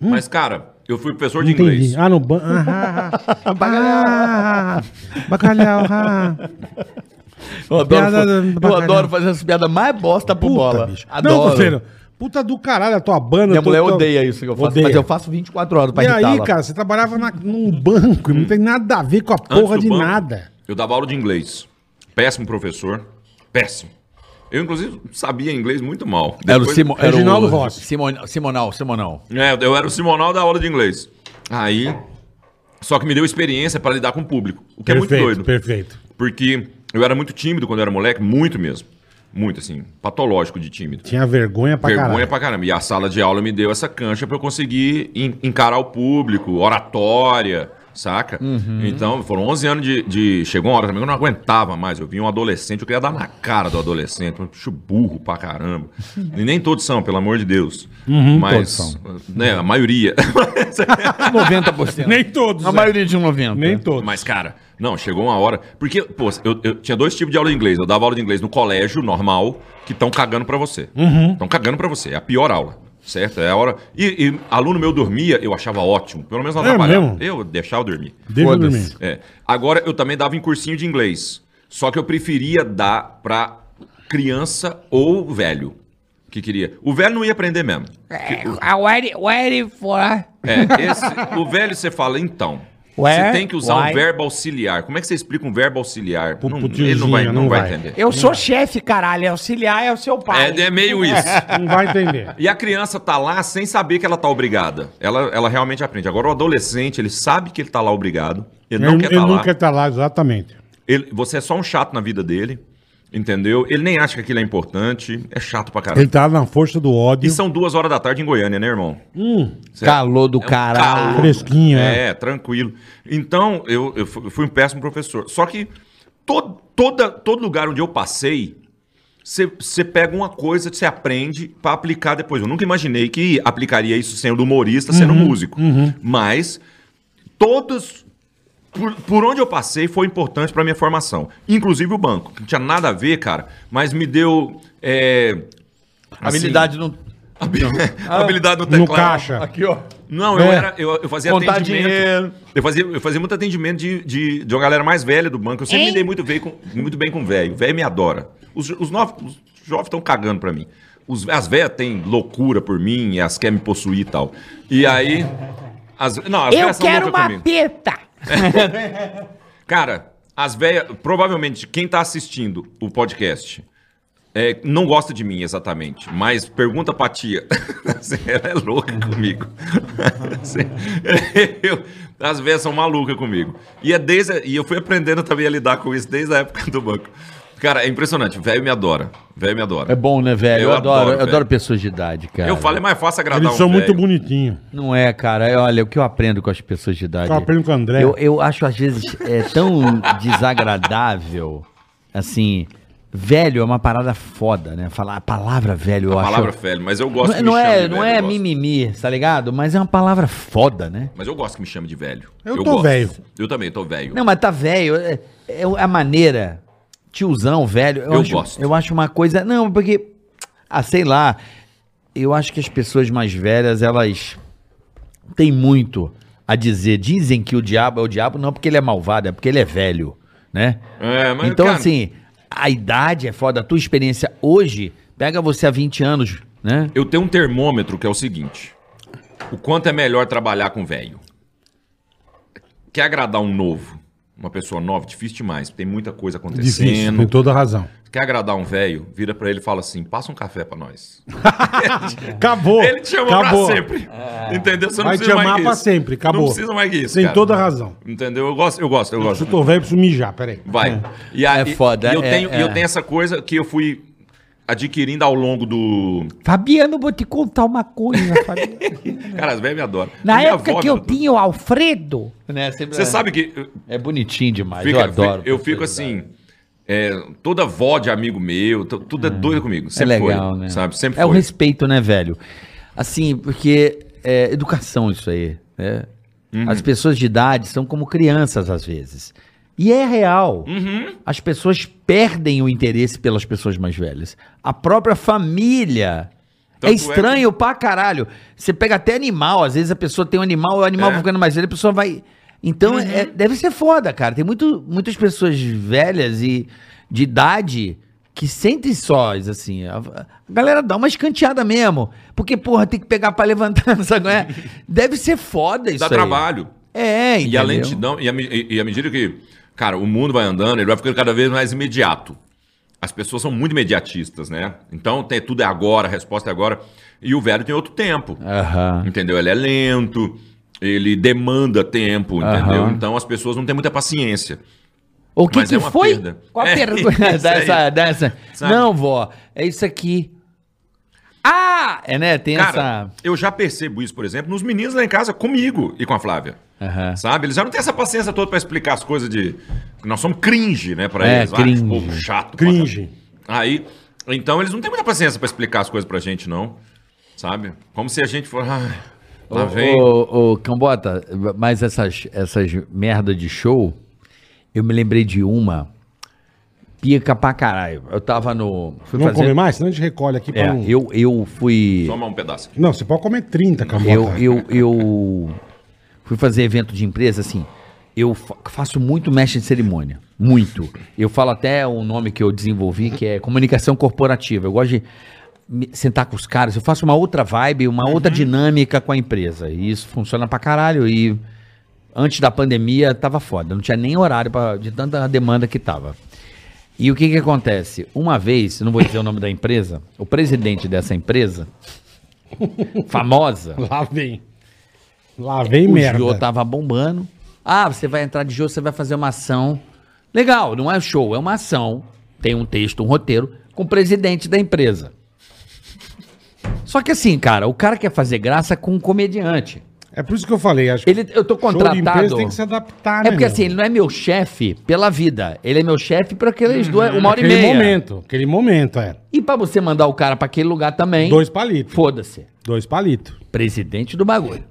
S3: Hum.
S4: Mas, cara, eu fui professor de
S2: Entendi.
S4: inglês.
S2: Ah, no banco. Ah, ah, ah. Ah, bacalhau. ah.
S3: Eu adoro,
S2: Piada
S3: fa-
S2: do
S3: eu
S2: bacalhau.
S3: adoro fazer as piadas mais bosta pro
S2: Puta,
S3: bola.
S2: bicho.
S3: Adoro.
S2: Não, tô vendo. Puta do caralho, a tua banda.
S3: Minha
S2: tua-
S3: mulher
S2: tua-
S3: odeia isso que eu faço,
S2: Odeia.
S3: mas eu faço 24 horas pra
S2: E aí,
S3: irritá-la.
S2: cara, você trabalhava na- num banco, não tem nada a ver com a
S4: Antes
S2: Ah, porra
S4: do
S2: de
S4: banco,
S2: nada.
S4: Eu dava aula de inglês. Péssimo professor. Péssimo. Eu, inclusive, sabia inglês muito mal.
S3: Era É, o,
S4: Depois-
S3: Simo, era
S2: Reginaldo
S3: o
S2: Rossi.
S3: Simon, Simonal, Simonal.
S4: É, eu era o Simonal da aula de inglês. Aí. Só que me deu experiência pra lidar com o público. O que é muito doido.
S2: perfeito.
S4: Porque eu era muito tímido quando eu era moleque, muito mesmo. Muito, assim, patológico de tímido.
S2: Tinha vergonha pra
S4: Vergonha
S2: caralho.
S4: pra caramba. E a sala de aula me deu essa cancha pra eu conseguir en- encarar o público, oratória, saca?
S2: Uhum.
S4: Então, foram 11 anos de, de- Chegou uma hora também que eu não aguentava mais. Eu vi um adolescente, eu queria dar na cara do adolescente. Um bicho burro pra caramba. E nem todos são, pelo amor de Deus.
S2: Uhum,
S4: Mas, né, a maioria.
S1: 90%.
S2: Nem todos.
S1: A
S4: né?
S2: é.
S1: maioria de 90%.
S2: Nem todos.
S4: Mas, cara, não, chegou uma hora. Porque, pô, eu, eu tinha dois tipos de aula de inglês. Eu dava aula de inglês no colégio, normal, que estão cagando pra você.
S2: Uhum.
S4: Estão cagando pra você. É a pior aula. Certo? É a hora. E, e aluno meu dormia, eu achava ótimo. Pelo menos não
S2: É
S4: atrapalhava.
S2: mesmo?
S4: eu deixava eu dormir.
S2: Deixa eu
S3: Foda-se.
S2: dormir.
S4: É. Agora, eu também dava em cursinho de inglês. Só que eu preferia dar pra criança ou velho que queria. O velho não ia aprender mesmo.
S5: Eh, Wait, wait for.
S4: É, esse, o velho você fala, então. Você
S5: Where?
S4: tem que usar um
S5: Why?
S4: verbo auxiliar. Como é que você explica um verbo auxiliar?
S2: Pro-
S4: não,
S2: pro
S4: ele não vai,
S2: tiozinho,
S4: não
S2: não
S4: vai
S2: vai.
S4: entender.
S5: Eu sou chefe, caralho. Auxiliar é o seu pai.
S4: É, é meio isso.
S2: Não vai entender.
S4: E a criança tá lá sem saber que ela tá obrigada. Ela, ela realmente aprende. Agora o adolescente, ele sabe que ele tá lá obrigado. Ele não
S2: eu,
S4: quer
S2: eu
S4: tá lá.
S2: não quero estar lá, exatamente.
S4: Ele- você é só um chato na vida dele. Entendeu? Ele nem acha que aquilo é importante. É chato pra caralho.
S2: Ele tá na força do
S4: E
S2: ódio. hum,
S4: são duas horas da tarde em Goiânia, né, irmão?
S3: é um Calor do caralho.
S4: calor.
S2: Fresquinho, é.
S4: é. tranquilo. Então, eu, eu fu- eu fui um péssimo professor. Só que to, toda, todo lugar onde eu passei, você pega uma coisa, você aprende pra aplicar depois. Eu nunca imaginei que aplicaria isso sendo humorista, sendo músico. Mas todos. Por, por onde eu passei foi importante pra minha formação. Inclusive o banco. que Não tinha nada a ver, cara, mas me deu. é, assim,
S3: Habilidade no.
S4: habi- habilidade no
S2: No
S4: teclado.
S2: caixa.
S3: Aqui, ó.
S4: Não, eu
S2: É.
S4: era. Eu, eu fazia
S3: Né? Contar
S4: atendimento.
S3: dinheiro.
S4: Eu fazia, eu fazia muito atendimento de, de, de uma galera mais velha do banco. Eu sempre me dei muito bem com, muito bem com velho. Velho me adora. Os, jo- os novos, os jovens estão cagando pra mim. Os, as velhas têm loucura por mim, elas querem me possuir e tal. E aí. As, não, as
S5: Eu
S4: velhas são
S5: quero
S4: loucas
S5: uma
S4: comigo.
S5: teta.
S4: Cara, as velhas. Provavelmente quem tá assistindo o podcast. é, não gosta de mim exatamente, mas pergunta pra tia. Assim, Ela é louca comigo. Assim, eu- as velhas são malucas comigo. E, é desde, a- e eu fui aprendendo também a lidar com isso desde a época do banco. Cara, é impressionante. Velho me adora. Velho me adora.
S3: É bom, né, velho?
S4: Eu
S3: Eu, adoro,
S4: adoro,
S3: eu
S4: velho.
S3: adoro pessoas de idade, cara.
S4: eu falo, é mais fácil agradar
S3: um
S2: Eles são muito
S4: velho.
S2: bonitinhos.
S3: Não é, cara. É, Olha, o que eu aprendo com as pessoas de idade.
S2: Eu aprendo com o André.
S3: Eu, eu acho, às vezes, é tão desagradável. Assim, velho é uma parada foda, né? Falar a palavra velho, eu acho.
S4: Palavra velho, mas eu gosto
S3: Não, não
S4: chame
S3: é,
S4: de
S3: não
S4: velho,
S3: é
S4: eu gosto.
S3: mimimi, tá ligado? Mas é uma palavra foda, né?
S4: Mas eu gosto que me chame de velho.
S2: Eu tô
S4: gosto.
S2: velho.
S4: Eu também tô velho.
S3: Não, mas tá velho. É, é a maneira. Tiozão, velho. Eu,
S4: Eu
S3: acho,
S4: gosto.
S3: Eu acho uma coisa. Não, porque. Ah, sei lá. Eu acho que as pessoas mais velhas, elas têm muito a dizer. Dizem que o diabo é o diabo, não porque ele é malvado, é porque ele é velho, né?
S4: É, mas,
S3: então,
S4: cara-
S3: assim, a idade é foda. A tua experiência hoje pega você há 20 anos, né?
S4: Eu tenho um termômetro que é o seguinte: o quanto é melhor trabalhar com velho? Quer agradar um novo, uma pessoa nova, difícil demais, tem muita coisa
S2: Difícil,
S4: acontecendo.
S2: tem toda razão.
S4: Quer agradar um velho, vira pra ele e fala assim: passa um café pra nós.
S2: Acabou.
S4: Ele te chamou
S2: acabou.
S4: pra sempre.
S3: É.
S4: Entendeu? Você
S2: Vai te
S4: precisa mais
S2: amar
S4: que
S2: pra
S4: isso.
S2: sempre, acabou.
S4: Não precisa mais que isso.
S2: Tem
S4: cara.
S2: toda a razão.
S4: Entendeu? Eu gosto, eu gosto, eu
S2: Se eu
S4: gosto.
S2: tô velho, eu preciso mijar, peraí.
S4: Vai. E aí,
S3: É foda,
S4: E eu,
S3: é-
S4: tenho, e eu
S3: é.
S4: tenho essa coisa que eu fui adquirindo ao longo do.
S5: Fabiano, vou te contar uma coisa, Fabiano.
S4: Cara, as velhas me adoram.
S5: Na
S4: Minha
S5: época
S4: avó
S5: que
S4: me
S5: eu
S4: adora.
S5: tinha o Alfredo,
S3: Né, sempre-
S4: Você sabe que
S3: É bonitinho demais.
S4: Fica-
S3: eu adoro.
S4: fi- Eu fico
S3: pessoas de idade.
S4: assim. é, toda vó de amigo meu, to- tudo é doido comigo. Sempre
S3: é legal,
S4: foi,
S3: né?
S4: Sabe? Sempre
S3: é o
S4: foi.
S3: respeito, né, velho? Assim, porque é educação isso aí, né?
S4: Uhum.
S3: As pessoas de idade são como crianças às vezes. E é real.
S4: Uhum.
S3: As pessoas perdem o interesse pelas pessoas mais velhas. A própria família
S4: Tanto
S3: é estranho pra caralho. Você pega até animal, às vezes a pessoa tem um animal, o animal
S4: É.
S3: vai ficando mais velho, a pessoa vai. Então, é- deve ser foda, cara. Tem muito, muitas pessoas velhas e de idade que sentem sós, assim. A, a galera dá uma escanteada mesmo. Porque, porra, tem que pegar pra levantar, sabe? qual é? Deve ser foda isso.
S4: Dá
S3: aí.
S4: trabalho.
S3: É,
S4: E
S3: entendeu?
S4: a lentidão, e à me- e- e à medida que, cara, o mundo vai andando, ele vai ficando cada vez mais imediato. As pessoas são muito imediatistas, né? Então tem, tudo é agora, a resposta é agora. E o velho tem outro tempo.
S3: Ah. Aham.
S4: Entendeu? Ele é lento, ele demanda tempo, entendeu?
S3: Aham.
S4: Então as pessoas não têm muita paciência.
S5: o que
S4: Mas
S5: que
S4: é uma
S5: foi?
S4: perda.
S5: Qual a
S4: É,
S5: pergunta?
S4: isso aí.
S3: dessa, dessa.
S4: Sabe?
S3: Não, vó, é isso aqui. Ah! É, né? Tem
S4: Cara, eu já percebo isso, por exemplo, nos meninos lá em casa comigo e com a Flávia.
S3: Aham.
S4: Sabe? Eles já não têm essa paciência toda pra explicar as coisas de. Nós somos cringe, né? Pra
S3: É,
S4: eles.
S3: cringe.
S4: que povo chato.
S2: Cringe.
S4: pra- Aí. Então eles não têm muita paciência pra explicar as coisas pra gente, não. Sabe? Como se a gente for. Ah, lá vem.
S3: Ô, ô, Cambota, mas essas, essas merda de show, eu me lembrei de uma. Pica pra caralho. Eu tava no. Fui
S2: Não
S3: fazer-
S2: comer mais? Senão a gente recolhe aqui pra
S3: É,
S2: não...
S3: eu, eu fui.
S4: Toma um pedaço aqui.
S2: Não, você pode comer 30, Cambota.
S3: Eu, eu, eu fui fazer evento de empresa, assim. Eu fa- faço muito mestre de cerimônia. Muito. Eu falo até um nome que eu desenvolvi, que é comunicação corporativa. Eu gosto de me sentar com os caras. Eu faço uma outra vibe, uma outra dinâmica com a empresa. E isso funciona pra caralho. E antes da pandemia tava foda. Não tinha nem horário pra, de tanta demanda que tava. E o que que acontece? Uma vez, eu não vou dizer o nome da empresa, o presidente dessa empresa, famosa,
S2: Lá vem. Lá vem
S3: o
S2: merda.
S3: Jô tá- tava bombando. Ah, você vai entrar de Jô, você vai fazer uma ação. Legal, não é show, é uma ação. Tem um texto, um roteiro, com o presidente da empresa. Só que assim, cara, o cara quer fazer graça com um comediante.
S2: É por isso que eu falei, acho que
S3: Ele, eu
S2: show
S3: tô
S2: de
S3: contratado.
S2: empresa tem que se adaptar, né,
S3: É porque
S2: meu?
S3: assim, ele não é meu chefe pela vida. Ele é meu chefe para aqueles duas, uma hora e
S2: Aquele
S3: meia.
S2: Hum, momento, aquele momento, é.
S3: E pra você mandar o cara pra aquele lugar também,
S2: Dois palitos.
S3: foda-se.
S2: Dois palitos.
S3: presidente do bagulho.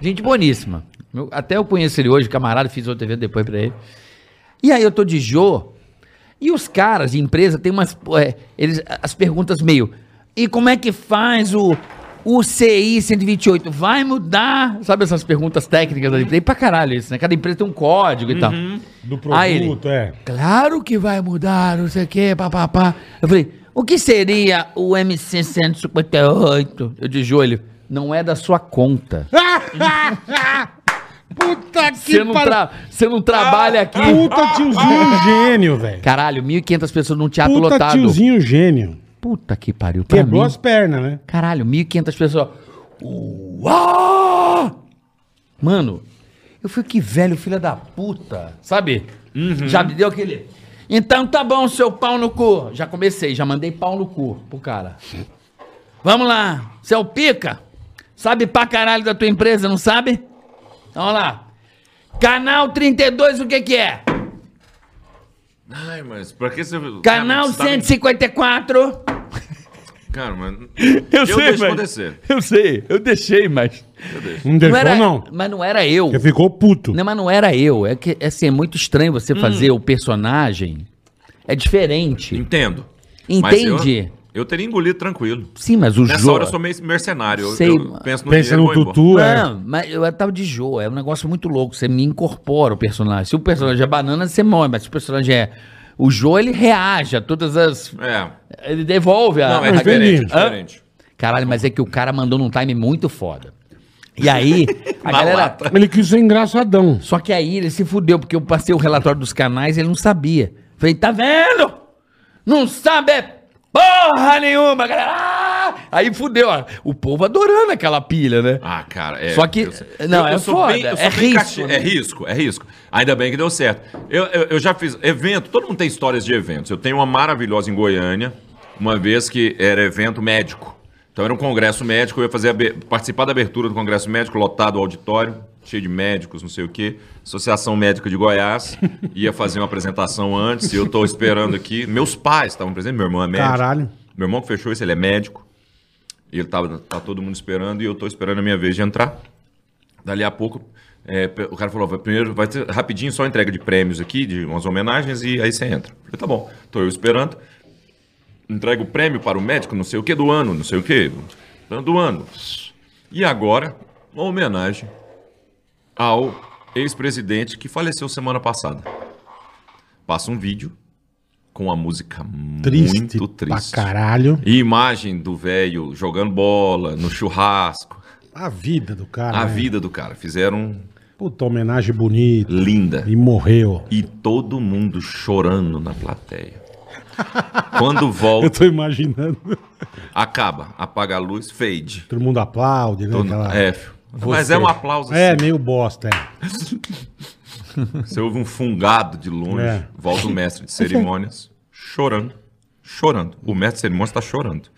S3: Gente boníssima. Eu- até eu conheço ele hoje, camarada, fiz outro evento depois pra ele. E aí eu tô de Jô, e os caras de empresa tem umas. pô, é, eles, as perguntas meio. E como é que faz o, o CI 128? Vai mudar? Sabe essas perguntas técnicas da empresa? E pra caralho isso, né? Cada empresa tem um código e tal.
S2: Uhum. Do
S3: Aí Ah, ele-
S2: produto, é.
S3: Claro que vai mudar, não sei o que, papapá. Eu falei, o que seria o MC 158? Eu de joelho, não é da sua conta.
S2: Puta Ah, que
S3: Você não,
S2: par-
S3: tra- você não trabalha aqui.
S2: Puta tiozinho gênio, velho.
S3: Caralho, 1.500 pessoas num teatro
S2: Puta
S3: lotado.
S2: tiozinho gênio.
S3: Puta que pariu, pra
S2: Quebrou
S3: mim.
S2: as pernas, né?
S3: Caralho, 1.500 pessoas. Uau! Mano, eu fui que velho, filho da puta. Sabe?
S6: Uhum.
S3: Já me deu aquele. Então tá bom, seu pau no cu. Já comecei, já mandei pau no cu pro cara. Vamos lá, seu pica. Sabe pra caralho da tua empresa, não sabe? Então, Vamos lá. Canal 32, o que que é?
S4: Ai, mas pra que você.
S3: Canal
S4: Cara, mas você
S3: 154.
S4: Tá... Cara, mano.
S6: Eu, sei,
S4: deixo
S6: mas...
S4: acontecer.
S6: Eu sei, eu deixei, mas...
S2: Não
S3: Não
S2: deixou,
S3: era,
S2: não.
S3: Mas não era eu.
S2: Porque ficou puto.
S3: Não, mas não era eu. É que assim, é muito estranho você
S4: Hum.
S3: fazer o personagem. É diferente.
S4: Entendo.
S3: Entende?
S4: Mas eu, eu teria engolido tranquilo.
S3: Sim, mas o
S4: Nessa
S3: Jô.
S4: hora eu sou meio mercenário. Eu-
S3: Sei,
S4: eu
S3: mano.
S4: penso no
S2: Pensa
S4: dinheiro,
S2: no
S4: vou embora.
S2: tutu, é.
S3: Não, mas eu tava de Jô. É um negócio muito louco. Você me incorpora o personagem. Se o personagem é banana, você morre. Mas se o personagem é. O Jô, ele reage a todas as.
S4: É.
S3: Ele devolve a.
S4: Não, é
S3: a-
S4: diferente,
S2: entendi.
S4: diferente.
S3: Caralho, mas é que o cara mandou num time muito foda. E aí, a
S4: Na
S3: galera.
S4: lata.
S2: Ele quis ser engraçadão.
S3: Só que aí ele se fudeu, porque eu passei o relatório dos canais e ele não sabia. Falei, tá vendo? Não sabe porra nenhuma, galera! Ah! Aí fudeu, ó. O povo adorando aquela pilha, né?
S4: Ah, cara, é.
S3: Só que-
S4: eu sei.
S3: não, é
S4: sou
S3: foda,
S4: eu sou
S3: é risco,
S4: cati-
S3: né?
S4: É risco, é risco. Ainda bem que deu certo. Eu, eu, eu já fiz evento, todo mundo tem histórias de eventos. Eu tenho uma maravilhosa em Goiânia, uma vez que era evento médico. Então era um congresso médico, eu ia fazer abe- participar da abertura do congresso médico, lotado o auditório, cheio de médicos, não sei o quê. Associação Médica de Goiás ia fazer uma apresentação antes, e eu tô esperando aqui. Meus pais estavam presentes, meu irmão é médico.
S2: Caralho.
S4: Meu irmão que fechou isso, ele é médico. E ele tava, tá todo mundo esperando e eu tô esperando a minha vez de entrar. Dali a pouco, é, pe- o cara falou, "Vai, primeiro vai ter rapidinho só entrega de prêmios aqui, de umas homenagens, e aí você entra. Eu falei, tá bom, tô eu esperando. Entrega o prêmio para o médico, não sei o que do ano, não sei o que, do ano. E agora, uma homenagem ao ex-presidente que faleceu semana passada. Passa um vídeo com uma música
S2: Triste.
S4: muito triste.
S2: Pra caralho.
S4: E imagem do velho jogando bola, no churrasco.
S2: A vida do cara.
S4: a
S2: né?
S4: vida do cara. Fizeram
S2: Puta homenagem bonita.
S4: linda.
S2: E morreu.
S4: E todo mundo chorando na plateia. Quando
S2: Eu
S4: volta,
S2: tô imaginando.
S4: acaba, apaga a luz, fade.
S2: Todo mundo aplaude, né?
S4: Todo-
S2: Aquela-
S4: é, mas
S2: Você.
S4: é um aplauso
S2: É,
S4: assim.
S2: meio bosta. É.
S4: Você ouve um fungado de longe,
S2: É.
S4: volta o mestre de cerimônias, tá chorando, chorando. O mestre de cerimônias está chorando.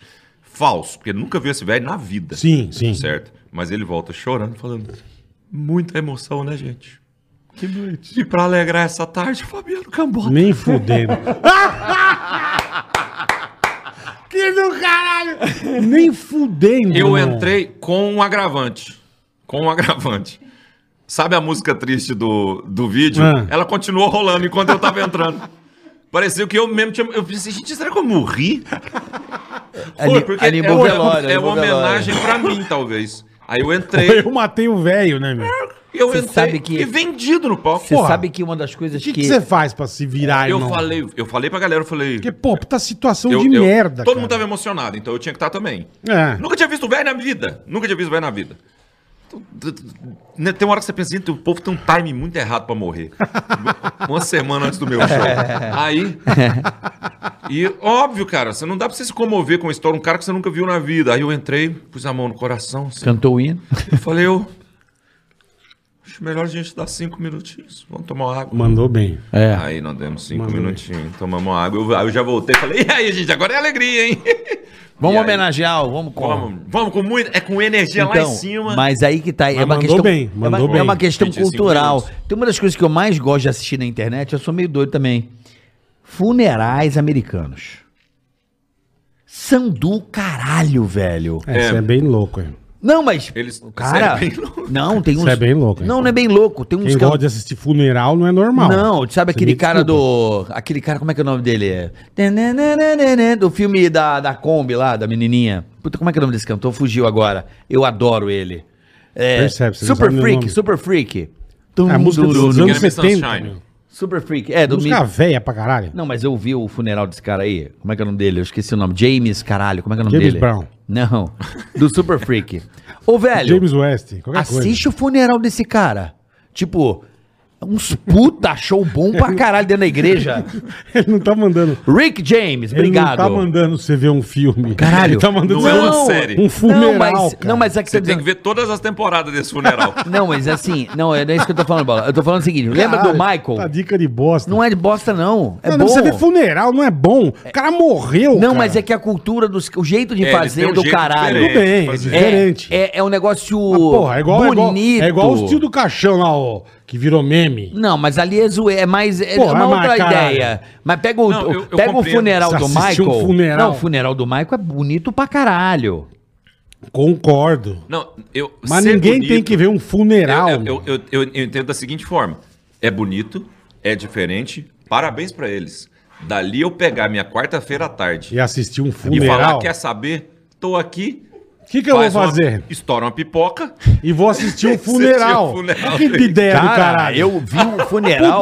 S4: falso, porque ele nunca viu esse velho na vida.
S2: Sim, sim.
S4: Certo? Mas ele volta chorando, falando: muita emoção, né, gente?
S6: Que noite.
S4: E pra alegrar essa tarde, Fabiano Cambota.
S2: Nem fudendo.
S5: Que do caralho!
S2: Nem fudendo.
S4: Eu
S2: irmão.
S4: entrei com um agravante. Com um agravante. Sabe a música triste do, do vídeo?
S2: Ah.
S4: Ela continuou rolando enquanto eu tava entrando. Parecia que eu mesmo tinha. Eu pensei, gente, será que eu morri?
S3: Ali-
S4: Foi, porque é,
S3: animou
S4: uma-
S3: o velório,
S4: é
S3: animou
S4: uma
S3: o velório.
S4: homenagem pra mim, talvez. Aí eu entrei,
S2: Eu matei o velho, né, meu? O
S4: eu
S3: Você
S4: entrei
S3: sabe que-
S4: e vendido no palco.
S3: Você
S2: Porra.
S3: sabe que uma das coisas
S2: que
S3: que.
S2: que você faz pra se virar,
S4: eu
S2: irmão?
S4: falei, eu falei pra galera, eu falei.
S2: Porque, pô, puta situação
S4: eu-
S2: de
S4: eu-
S2: merda,
S4: Todo mundo tava emocionado, então eu tinha que estar também.
S2: É.
S4: Nunca tinha visto um velho na vida. Nunca tinha visto um velho na vida. Então, t- t- né, Tem uma hora que você pensa, "Gente, o povo tem um time muito errado pra morrer. uma semana antes do meu show. Aí. E óbvio, cara, você não dá pra você se comover com a história, um cara que você nunca viu na vida. Aí eu entrei, pus a mão no coração, assim,
S3: Cantou o hino.
S4: eu falei, eu. Acho melhor a gente dar cinco minutinhos. Vamos tomar uma água.
S2: Mandou bem.
S3: É.
S4: Aí nós demos cinco
S2: Mandou.
S4: minutinhos, tomamos água. Eu, aí eu já voltei e falei, e aí, gente, agora é alegria, hein?
S3: Vamos
S4: E aí?
S3: homenagear, vamos com. Então,
S4: Vamos, vamos com muito. É com energia lá em cima.
S3: Mas aí que tá. é
S2: Mas
S3: uma
S2: mandou
S3: questão,
S2: bem,
S3: é uma,
S2: mandou
S3: é
S2: bem.
S3: uma questão
S4: 25
S3: cultural.
S4: minutos.
S3: Tem uma das coisas que eu mais gosto de assistir na internet, eu sou meio doido também. Funerais americanos. São do caralho, velho.
S2: É, Você é. bem louco, hein?
S3: Não, mas.
S4: Eles- isso
S3: cara.
S4: é bem louco.
S3: Não, tem uns.
S2: Isso é bem louco, hein?
S3: Não, não é bem louco. Tem uns.
S2: Quem
S3: que-
S2: gosta de assistir funeral não é normal.
S3: Não, sabe
S2: Você
S3: aquele
S2: me
S3: cara
S2: desculpa.
S3: do. Aquele cara, como é que é o nome dele? É- Do filme da, da Kombi lá, da menininha. Puta, como é que é o nome desse cantor? Fugiu agora. Eu adoro ele. É,
S2: Percebe, você não
S3: Super
S2: sabe nem o
S3: Freak,
S2: nome.
S3: Super Freak.
S2: É a música dos
S4: do
S2: anos
S4: Guilherme
S2: 70,
S4: Sunshine.
S2: meu.
S3: Super Freak. É, do Mi-
S2: Música velha pra caralho.
S3: Não, mas eu vi o funeral desse cara aí. Como é que é o nome dele? Eu esqueci o nome. James, caralho. Como é que é o nome
S2: James
S3: dele?
S2: Brown.
S3: Não, do Super Freak. Ô, velho.
S2: James West, qualquer
S3: Assiste o funeral desse cara. Tipo, uns puta show bom pra caralho dentro da igreja.
S2: coisa. Ele não tá mandando...
S3: Rick James,
S2: Ele não tá
S3: obrigado.
S2: mandando você ver um filme.
S3: Caralho.
S2: Ele tá mandando
S4: Não é uma
S2: você ver
S4: série.
S2: um funeral,
S3: não, mas,
S2: cara.
S3: não, mas é que
S4: Você
S3: você
S4: tem que ver todas as temporadas desse funeral.
S3: Não, mas assim, não, é não é isso que eu tô falando, Bola. Eu tô falando o seguinte, lembra do
S2: Caralho,
S3: Michael?
S2: Tá dica de bosta.
S3: Não é de bosta, não. É
S2: Não,
S3: bom.
S2: não, Você vê funeral, não é bom. O cara morreu, cara.
S3: Não, mas é que a cultura, dos, o jeito de
S4: É, eles
S3: fazer
S4: têm um
S3: do
S4: jeito
S3: caralho.
S2: Tudo bem, é
S4: fazer.
S3: É,
S2: diferente.
S3: É, é um negócio
S2: Ah, porra, é igual, é igual-
S3: bonito.
S2: É igual, o estilo do caixão lá, ó, que virou meme.
S3: Não, mas ali é, zoe, é mais. É
S2: Porra,
S3: uma
S2: mas
S3: outra
S2: caralho.
S3: ideia. Mas pega o,
S4: Não, eu- eu
S3: pega o
S4: compreendo.
S3: funeral
S2: Você
S3: do
S2: assistiu
S3: Michael.
S2: um funeral.
S3: Não, o funeral do Michael é bonito pra caralho.
S2: Concordo.
S4: Não, eu.
S2: Mas
S4: ser
S2: ninguém tem
S4: bonito-
S2: que ver um funeral.
S4: Eu,
S2: meu.
S4: eu, eu, eu- eu entendo da seguinte forma: é bonito, é diferente, parabéns pra eles. Dali eu pegar minha quarta-feira à tarde
S2: E assistir um
S4: e falar,
S2: funeral. O
S4: quer saber? Tô aqui.
S2: que, que eu vou
S4: é faz uma-
S2: fazer?
S4: estoura uma pipoca.
S2: E vou assistir um funeral.
S4: Assistir um funeral.
S2: Olha que ideia É do caralho.
S3: eu vi o funeral.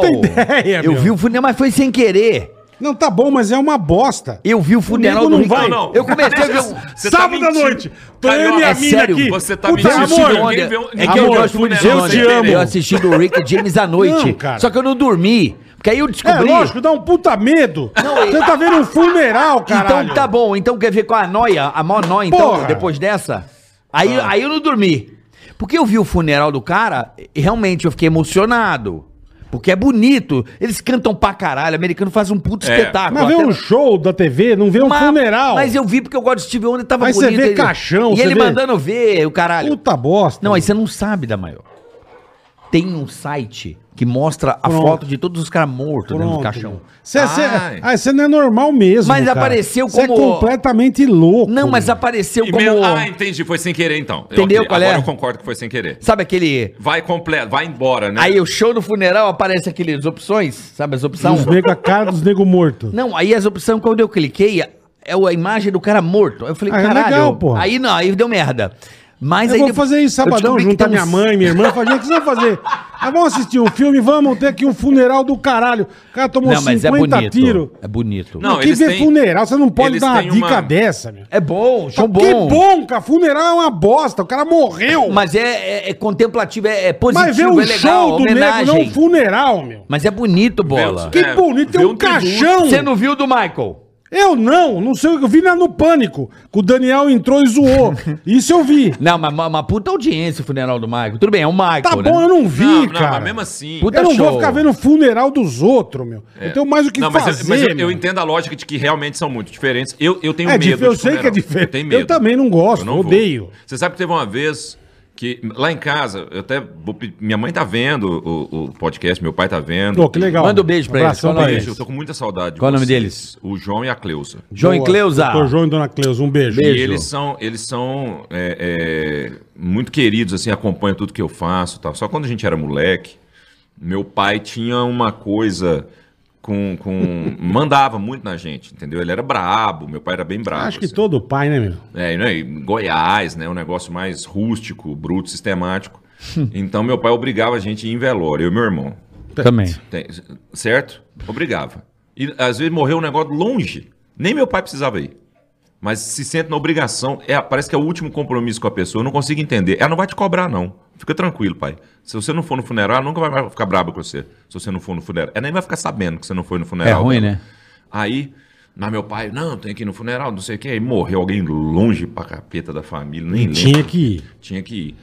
S2: Puta ideia,
S3: eu
S2: meu.
S3: vi o funeral, mas foi sem querer.
S2: Não, tá bom, mas é uma bosta.
S3: Eu vi o funeral
S2: nego
S3: do
S2: não
S3: Ricardo.
S2: vai.
S4: Não, não.
S3: Eu comecei a ver. um- o-
S4: Você tá
S2: Sábado à
S4: mentindo.
S2: noite. Tô eu e
S4: Carioca,
S2: minha
S4: é
S2: mina
S3: sério,
S2: aqui.
S4: você tá
S2: Puta,
S4: mentindo.
S2: amor,
S4: Ninguém
S3: Olha,
S4: vê um-
S3: é
S4: ninguém
S3: que eu
S4: vê um
S3: gosto muito de
S4: funeral
S2: eu
S3: funeral.
S2: te
S4: sem
S3: sem
S2: amo.
S3: querer.
S4: querer.
S3: Eu assisti do Rick James à noite.
S2: Não, cara.
S3: só que eu não dormi. Porque aí eu
S2: É
S3: descobri.
S2: lógico, dá um puta medo. Você tá vendo um funeral, caralho.
S3: Então tá bom, então quer ver com a noia, a maior noia, então,
S2: Porra. Ah.
S3: depois dessa? Aí, aí eu não dormi. Porque eu vi o funeral do cara, e realmente eu fiquei emocionado. Porque é bonito. Eles cantam pra caralho, o americano faz um puto
S4: É.
S3: espetáculo.
S2: Mas vê
S3: Até-
S2: um show da TV, não vê um
S3: tá- Mas-
S2: funeral.
S3: Mas eu vi porque eu gosto de Steve Wonder, tava
S2: Aí você vê
S3: ele-
S2: caixão,
S3: E
S2: você
S3: ele
S2: vê-
S3: mandando ver o caralho.
S2: Puta bosta.
S3: Não, aí você não sabe da maior. Tem um site que mostra a
S2: Pronto.
S3: foto de todos os caras mortos dentro do caixão.
S2: Você você-
S4: Ai.
S2: ah, você não é normal mesmo.
S3: Mas apareceu
S2: Você
S3: como-
S2: é completamente louco.
S3: Não, mas
S2: meu.
S3: apareceu
S4: E
S3: como.
S4: mesmo- Ah, entendi, foi sem querer então. Eu-
S3: Entendeu
S4: ok,
S3: qual é?
S4: Agora eu concordo que foi sem querer.
S3: Sabe aquele.
S4: Vai completo, vai embora, né?
S3: Aí o show do funeral aparece aqueles opções, sabe as opções?
S2: Os nego, a cara dos nego morto.
S3: Não, aí as opções, quando eu cliquei, é a imagem do cara morto. Eu falei,
S2: Ah, é
S3: caralho.
S2: legal, porra.
S3: Aí não, aí deu merda. Mas
S2: Eu
S3: aí
S2: vou
S3: de-
S2: fazer isso
S3: eu
S2: sabadão,
S3: descobri que
S2: juntar
S3: tem
S2: minha
S3: uns-
S2: mãe, minha irmã. Falei, o que você vai fazer? Ah, vamos assistir um filme, vamos ter aqui um funeral do caralho. O cara tomou
S3: Não, mas é
S2: 50
S3: bonito.
S2: tiros.
S3: É bonito.
S4: Não,
S2: que
S4: eles
S2: ver
S4: têm-
S2: funeral, você não pode
S4: eles
S2: dar uma
S4: têm
S2: dica
S4: uma-
S2: dessa, meu.
S3: É bom, show bom.
S2: Que bom, cara. Funeral é uma bosta. O cara morreu.
S3: Mas é, é- é contemplativo, é, é
S2: Mas vê
S3: positivo,
S2: um
S3: é legal,
S2: show do nego,
S3: homenagem.
S2: não um funeral, meu.
S3: Mas é bonito, bola.
S4: Vê
S2: Que
S4: É,
S2: bonito, tem
S4: vê
S2: um,
S4: um tributo.
S2: caixão.
S3: Você não viu o do Michael?
S2: Eu não, não sei o que eu vi na, no pânico. Que o Daniel entrou e zoou. Isso eu vi.
S3: Não, mas uma, uma puta audiência o funeral do Michael. Tudo bem, é o Michael.
S2: Tá bom,
S3: né?
S2: eu não vi,
S4: não, não,
S2: cara.
S4: mas mesmo assim. É.
S3: Puta
S2: eu não
S3: show.
S2: vou ficar vendo o funeral dos outros, meu. Eu tenho mais o que
S4: não, mas eu-
S2: fazer.
S4: mas, eu, eu
S2: meu.
S4: entendo a lógica de que realmente são muito diferentes. Eu, eu tenho
S2: É
S4: medo.
S2: dif- eu sei
S4: de funeral.
S2: que é diferente.
S4: Eu tenho
S2: Eu
S4: medo.
S2: também não gosto,
S4: vou.
S2: odeio.
S4: Você sabe que teve uma vez que lá em casa, eu até vou pe- minha mãe tá vendo o, o podcast, meu pai tá vendo.
S2: Pô, que legal.
S3: Manda um beijo pra
S2: Abração
S3: eles, fala
S2: pra
S3: aí.
S4: Beijo, eu tô com muita saudade. de
S3: Qual é o nome
S4: vocês.
S3: deles?
S4: O João e a Cleusa.
S3: João e
S2: Boa,
S3: Cleusa.
S2: Doutor João e Dona Cleusa, um beijo.
S3: Beijo.
S4: E eles são, eles são é, é, muito queridos, assim, acompanham tudo que eu faço e tal. Só quando a gente era moleque, meu pai tinha uma coisa com. com mandava muito na gente, entendeu? Ele era brabo, meu pai era bem brabo.
S2: Acho que
S4: assim.
S2: todo pai, né, meu?
S4: É, e, né, e Goiás, né? Um negócio mais rústico, bruto, sistemático. então meu pai obrigava a gente a ir em velório, eu e meu irmão.
S3: Também.
S4: Tem- certo? Obrigava. E às vezes morreu um negócio longe. Nem meu pai precisava ir. Mas se sente na obrigação. É, parece que é o último compromisso com a pessoa. Eu não consigo entender. Ela não vai te cobrar, não. Fica tranquilo, pai. Se você não for no funeral, ela nunca vai ficar braba com você. Se você não for no funeral. Ela nem vai ficar sabendo que você não foi no
S3: É
S4: funeral.
S3: ruim,
S4: dela.
S3: né?
S4: Aí, mas meu pai, não, tem que ir no funeral, não sei o quê. Aí morreu alguém longe pra capeta da família, nem lembro.
S2: Tinha que ir.
S4: Tinha que ir.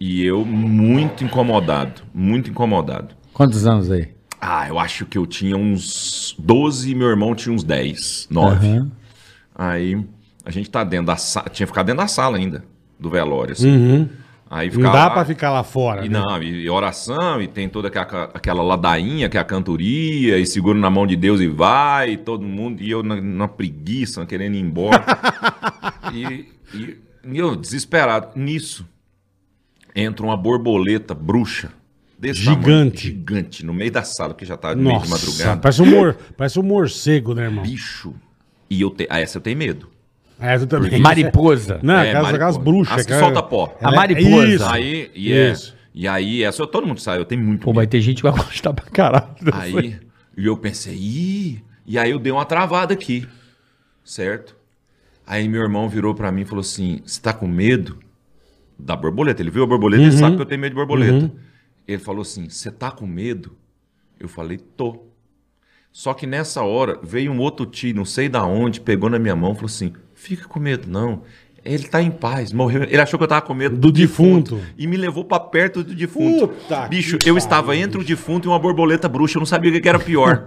S4: E eu muito incomodado, muito incomodado.
S3: Quantos anos aí?
S4: Ah, eu acho que eu tinha uns 12 e meu irmão tinha uns 10, 9. Aí a gente tá dentro da sala. Tinha que ficar dentro da sala ainda, do velório. Assim. Aí
S2: Hum. Uhum. Não
S4: ficava.
S2: dá pra ficar lá fora.
S4: E
S2: né?
S4: não, e e oração, e tem toda aquela, aquela ladainha, que é a cantoria, e seguro na mão de Deus e vai, e todo mundo, e eu na, na preguiça, querendo ir embora. e, e- e eu desesperado. Nisso, entra uma borboleta bruxa. desse tamanho,
S2: Gigante.
S4: gigante, no meio da sala, que já tá no meio de
S2: Nossa,
S4: madrugada.
S2: parece um, mor... parece um morcego, né, irmão?
S4: Bicho. E eu te... ah, essa eu tenho medo.
S2: É, tu também.
S3: Mariposa.
S2: Não,
S4: É,
S2: Né, aquelas, aquelas
S4: mariposa.
S2: bruxas.
S4: As que
S2: aquela-
S4: solta pó.
S2: Ela-
S3: A mariposa.
S2: Isso.
S4: Aí, e, é-
S2: Tá. Isso.
S4: e aí, essa todo mundo sabe, eu tenho muito
S3: é- Pô, vai ter gente que vai gostar pra caralho.
S4: Tá Aí e eu pensei, Ih! e aí eu dei uma travada aqui, certo? Aí meu irmão virou pra mim e falou assim: Você tá com medo da borboleta? Ele viu a borboleta e sabe que eu tenho medo de borboleta. Ele falou assim: Você tá com medo? Eu falei: Tô. Só que nessa hora veio um outro tio, não sei da onde, pegou na minha mão e falou assim: Fica com medo, não. Ele tá em paz, morreu. Ele achou que eu tava com medo
S2: Do defunto.
S4: e me levou pra perto do defunto.
S2: Puta
S4: bicho,
S2: que
S4: eu
S2: pariu,
S4: estava entre o defunto e uma borboleta bruxa, eu não sabia o que que era pior.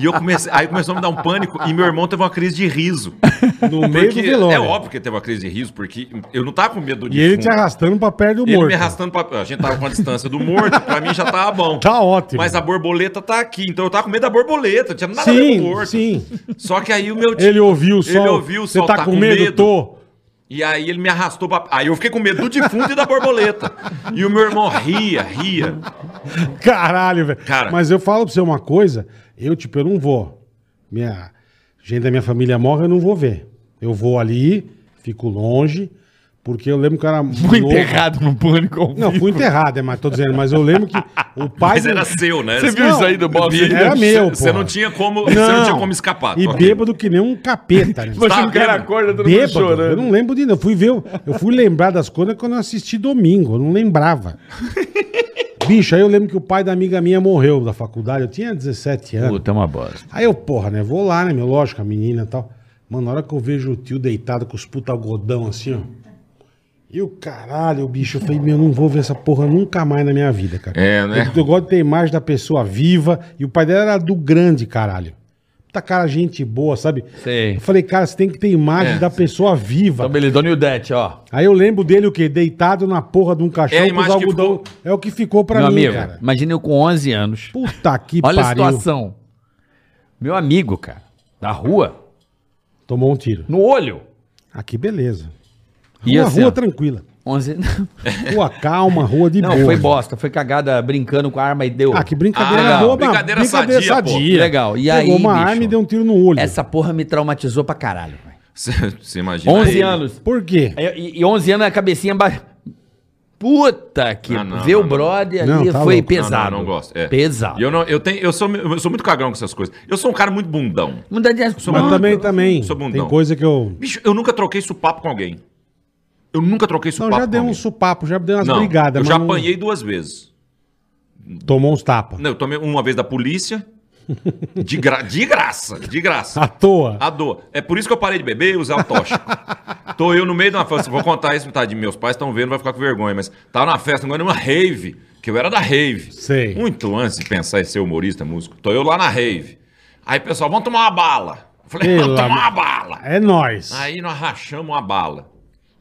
S4: e eu comecei, aí começou a me dar um pânico e meu irmão teve uma crise de riso.
S2: No meio do
S4: Porque
S2: velório.
S4: é óbvio que ele teve uma crise de riso, porque eu não tava com medo do
S2: E ele te arrastando pra perto do
S4: Ele
S2: morto.
S4: me arrastando pra... A gente tava com a distância do morto, pra mim já tava bom.
S2: Tá ótimo.
S4: Mas a borboleta tá aqui, então eu tava com medo da borboleta, não tinha nada a ver com o
S2: Sim,
S4: morto.
S2: sim.
S4: Só que aí o meu tio...
S2: Ele ouviu o sol.
S4: Ele ouviu o
S2: Você
S4: sol,
S2: tá, com medo? Tô.
S4: E aí ele me arrastou pra... Aí eu fiquei com medo do defunto e da borboleta. E o meu irmão ria, ria.
S2: Caralho, velho.
S4: Cara.
S2: Mas eu falo pra você uma coisa. Eu, tipo, eu não vou. Minha gente da minha família morre, eu não vou ver. Eu vou ali, fico longe, porque eu lembro que eu era
S3: Fui
S2: novo.
S3: enterrado no pânico. ao
S2: Não,
S3: vivo.
S2: fui enterrado, é, mas tô dizendo. Mas eu lembro que o pai...
S4: Mas
S2: do-
S4: era seu, né?
S6: Você viu isso aí do Bob?
S4: Bicho,
S2: Era meu,
S4: Você
S2: porra.
S4: não tinha como, você não tinha como escapar. tá
S2: E
S4: Ok.
S2: bêbado que nem um capeta, né?
S6: Você
S4: Tá
S6: não cara
S4: bêbado.
S6: acorda, todo mundo
S2: Bêbado, eu
S6: chorando.
S2: não lembro de nada. Eu fui ver, eu fui lembrar das coisas quando eu assisti domingo, eu não lembrava. Bicho, aí eu lembro que o pai da amiga minha morreu da faculdade, eu tinha 17 anos.
S3: Puta, é uma bosta.
S2: Aí eu, porra, né? Vou lá, né, meu? Lógico, a menina e tal. Mano, na hora que eu vejo o tio deitado com os puta algodão assim, ó. E o caralho, bicho, eu falei, meu, não vou ver essa porra nunca mais na minha vida, cara.
S4: É, né?
S2: Eu, eu gosto de ter a imagem da pessoa viva. E o pai dela era do grande, caralho. Puta cara, gente boa, sabe?
S3: Sei.
S2: Eu falei, cara, você tem que ter imagem
S4: É, Tá
S2: da pessoa viva.
S3: Então, beleza, Dona Ildete, ó.
S2: Aí eu lembro dele o quê? Deitado na porra de um
S4: É
S2: caixão
S4: a
S2: com os
S4: imagem que
S2: algodão.
S4: ficou.
S2: É o que ficou pra
S3: Meu
S2: mim,
S3: amigo,
S2: cara.
S3: imagina eu com 11 anos.
S2: Puta que
S3: Olha
S2: pariu.
S3: a situação. Meu amigo, cara, da rua,
S2: Tomou um tiro.
S3: no olho.
S2: Aqui, beleza.
S3: E
S2: Rua,
S3: assim,
S2: rua
S3: ó.
S2: tranquila.
S3: 11...
S2: Rua calma, rua de
S3: Não,
S2: boa.
S3: foi bosta. Foi cagada brincando com a arma e deu.
S2: Ah, que brincadeira
S4: Ah,
S2: boa,
S4: legal.
S2: boba.
S4: Brincadeira sadia, pô.
S3: Legal. E aí,
S2: Pegou uma
S3: bicho?
S2: arma e deu um tiro no olho.
S3: Essa porra me traumatizou pra caralho. velho.
S4: Você você imagina.
S3: 11
S4: ele.
S3: anos.
S2: Por quê?
S3: E, e 11 anos a cabecinha... Ba... Puta que...
S4: Ah, não,
S3: Ver o
S4: não,
S3: brother
S2: não.
S3: ali
S2: Não, tá
S3: foi
S2: louco.
S3: pesado.
S4: Não, não, não gosto. é.
S3: Pesado.
S4: E eu, não, eu, tenho, eu, sou, eu sou muito cagão com essas coisas. Eu sou um cara muito bundão.
S3: Mudar de assunto.
S2: Mas
S4: Mano,
S2: também, também.
S4: sou bundão.
S2: Tem coisa que eu...
S4: Bicho, eu nunca troquei supapo com alguém. Eu nunca troquei
S2: Não,
S4: supapo
S2: já
S4: com
S2: deu
S4: alguém.
S2: um supapo, já deu umas
S4: Não,
S2: brigadas.
S4: Eu já
S2: mas não-
S4: apanhei duas vezes.
S2: Tomou uns tapas.
S4: Não, eu tomei uma vez da polícia De, gra- de graça, de graça.
S2: À toa.
S4: A dor. É por isso que eu parei de beber e usar o tóxico. Tô eu no meio de uma festa. Vou contar isso, tá? De meus pais estão vendo, vai ficar com vergonha. Mas tava na festa, não era uma rave. Que eu era da rave.
S2: Sei.
S4: Muito lance pensar em ser humorista, músico. Tô eu lá na rave. Aí, pessoal, vamos tomar uma bala. Eu Falei,
S2: Pelo
S4: vamos tomar uma
S2: amor-
S4: bala.
S2: É nóis.
S4: Ah. Aí nós rachamos uma bala.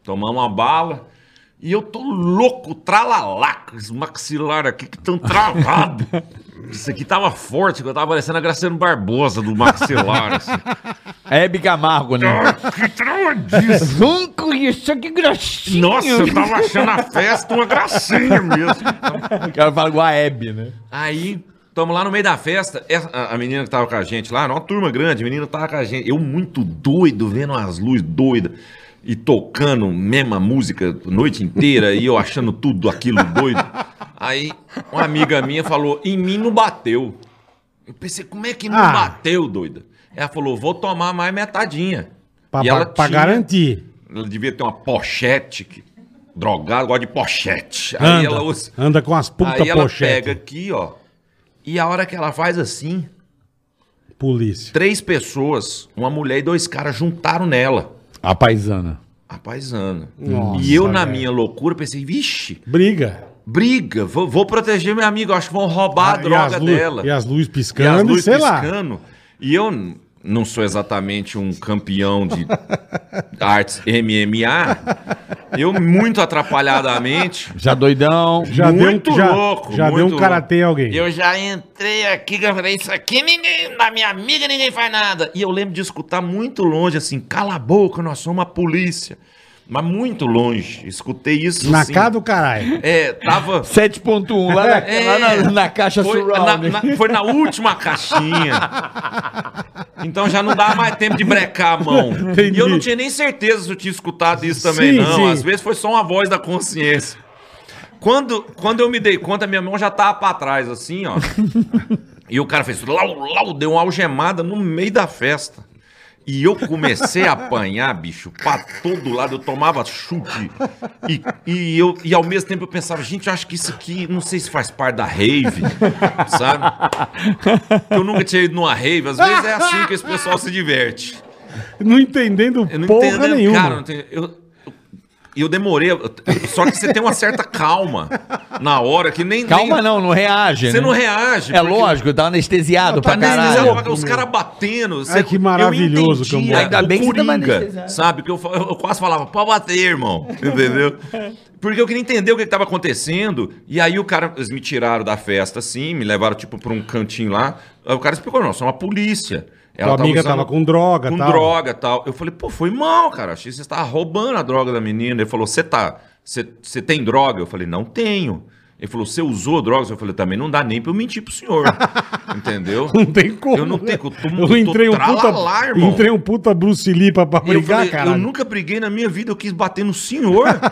S4: Tomamos uma bala. E eu tô louco, tralalaco. Os maxilar aqui que tão travado. Isso aqui tava forte, que eu tava parecendo a Graciano Barbosa do maxilar. assim.
S3: É Bicamargo, né?
S4: Que trauma disso!
S1: Junco, isso que gracinha.
S4: Nossa, eu tava achando a festa uma gracinha mesmo.
S3: o cara fala igual a Hebe, né?
S4: Aí, tamo lá no meio da festa. essa- a, a menina que tava com a gente lá, era uma turma grande, a menina tava com a gente. Eu muito doido, vendo as luzes doidas. E tocando mesma música a noite inteira e eu achando tudo aquilo doido. Aí, uma amiga minha falou: em mim não bateu. Eu pensei, como é que não
S2: Ah.
S4: bateu, doida? Ela falou: vou tomar mais metadinha.
S2: Pra,
S4: E ela
S2: pra- pra
S4: tinha-
S2: garantir.
S4: Ela devia ter uma pochete. Que... Drogada, gosta de pochete.
S2: Anda,
S4: aí ela usa.
S2: anda com as puta
S4: Aí ela
S2: pochete.
S4: pega aqui, ó. E a hora que ela faz assim,
S2: Polícia.
S4: três pessoas, uma mulher e dois caras, juntaram nela.
S3: A paisana.
S4: A paisana.
S2: Nossa,
S4: e eu, na
S2: velho.
S4: minha loucura, pensei, vixe,
S2: Briga.
S4: briga, vou, vou proteger meu amigo, acho que vão roubar a
S2: Ah,
S4: droga
S2: as lu-
S4: dela.
S2: E as luzes
S4: E as
S2: piscando,
S4: luzes
S2: sei lá.
S4: piscando. E eu n- não sou exatamente um campeão de artes MMA. Eu, muito atrapalhadamente,
S3: Já doidão.
S2: Já
S4: muito
S2: deu, um- já,
S4: louco.
S2: já deu
S4: muito
S2: um karatê em alguém.
S4: Eu já entrei aqui, que eu falei, isso aqui ninguém, da minha amiga ninguém faz nada. E eu lembro de escutar muito longe, assim, cala a boca, nós somos a polícia. Mas muito longe, escutei isso
S2: Na
S4: assim.
S2: cara do caralho.
S4: É, tava...
S3: 7.1, lá, na, lá na, na caixa
S4: É. foi
S3: surround.
S4: na, na- foi na última caixinha. Então já não dava mais tempo de brecar a mão.
S2: Entendi.
S4: E eu não tinha nem certeza se eu tinha escutado isso também,
S2: Sim,
S4: não.
S2: sim.
S4: Às vezes foi só uma voz da consciência. Quando, quando eu me dei conta, minha mão já tava pra trás, assim, ó. E o cara fez lau, lau, deu uma algemada no meio da festa. E eu comecei a apanhar, bicho, pra todo lado. Eu tomava chute. E, e, eu, e ao mesmo tempo eu pensava, gente, eu acho que isso aqui, não sei se faz parte da rave, sabe? Eu nunca tinha ido numa rave. Às vezes é assim que esse pessoal se diverte.
S2: Não entendendo
S4: Eu não
S2: porra
S4: entendo, né?
S2: nenhuma.
S4: cara. não tenho- eu, eu- eu demorei. eu- Só que você tem uma certa calma na hora que nem.
S3: Calma
S4: nem,
S3: não, não reage.
S4: Você
S3: né?
S4: não reage.
S3: É
S4: porque-
S3: lógico, tá anestesiado pra
S4: Anestesiado
S3: caralho.
S4: pra caralho, os caras batendo. você-
S2: que maravilhoso que eu
S4: eu entendi,
S2: moro.
S3: É. Ainda
S4: o
S3: bem que você tá tava
S4: Coringa,
S3: anestesiado.
S4: sabe? Que eu, fa- eu quase falava, pode bater, irmão. Entendeu? Porque eu queria entender o que, que tava acontecendo. E aí o cara, eles me tiraram da festa, assim, me levaram, tipo, pra um cantinho lá. Aí o cara explicou, não, sou uma polícia.
S2: Tua amiga tava com droga,
S4: tá com
S2: tal.
S4: droga tal. Eu falei, pô, foi mal, cara. Achei que você estava roubando a droga da menina. Ele falou, você tá. Você tem droga? Eu falei, não tenho. Ele falou, você usou drogas? Eu falei, também não dá nem pra eu mentir pro senhor. Entendeu?
S2: Não tem como. né?
S4: Eu não tenho como.
S2: Eu, entrei um puta,
S4: irmão.
S2: entrei um puta Bruce Lee pra, pra
S4: E eu,
S2: brigar,
S4: falei,
S2: cara.
S4: eu nunca briguei na minha vida, eu quis bater no senhor.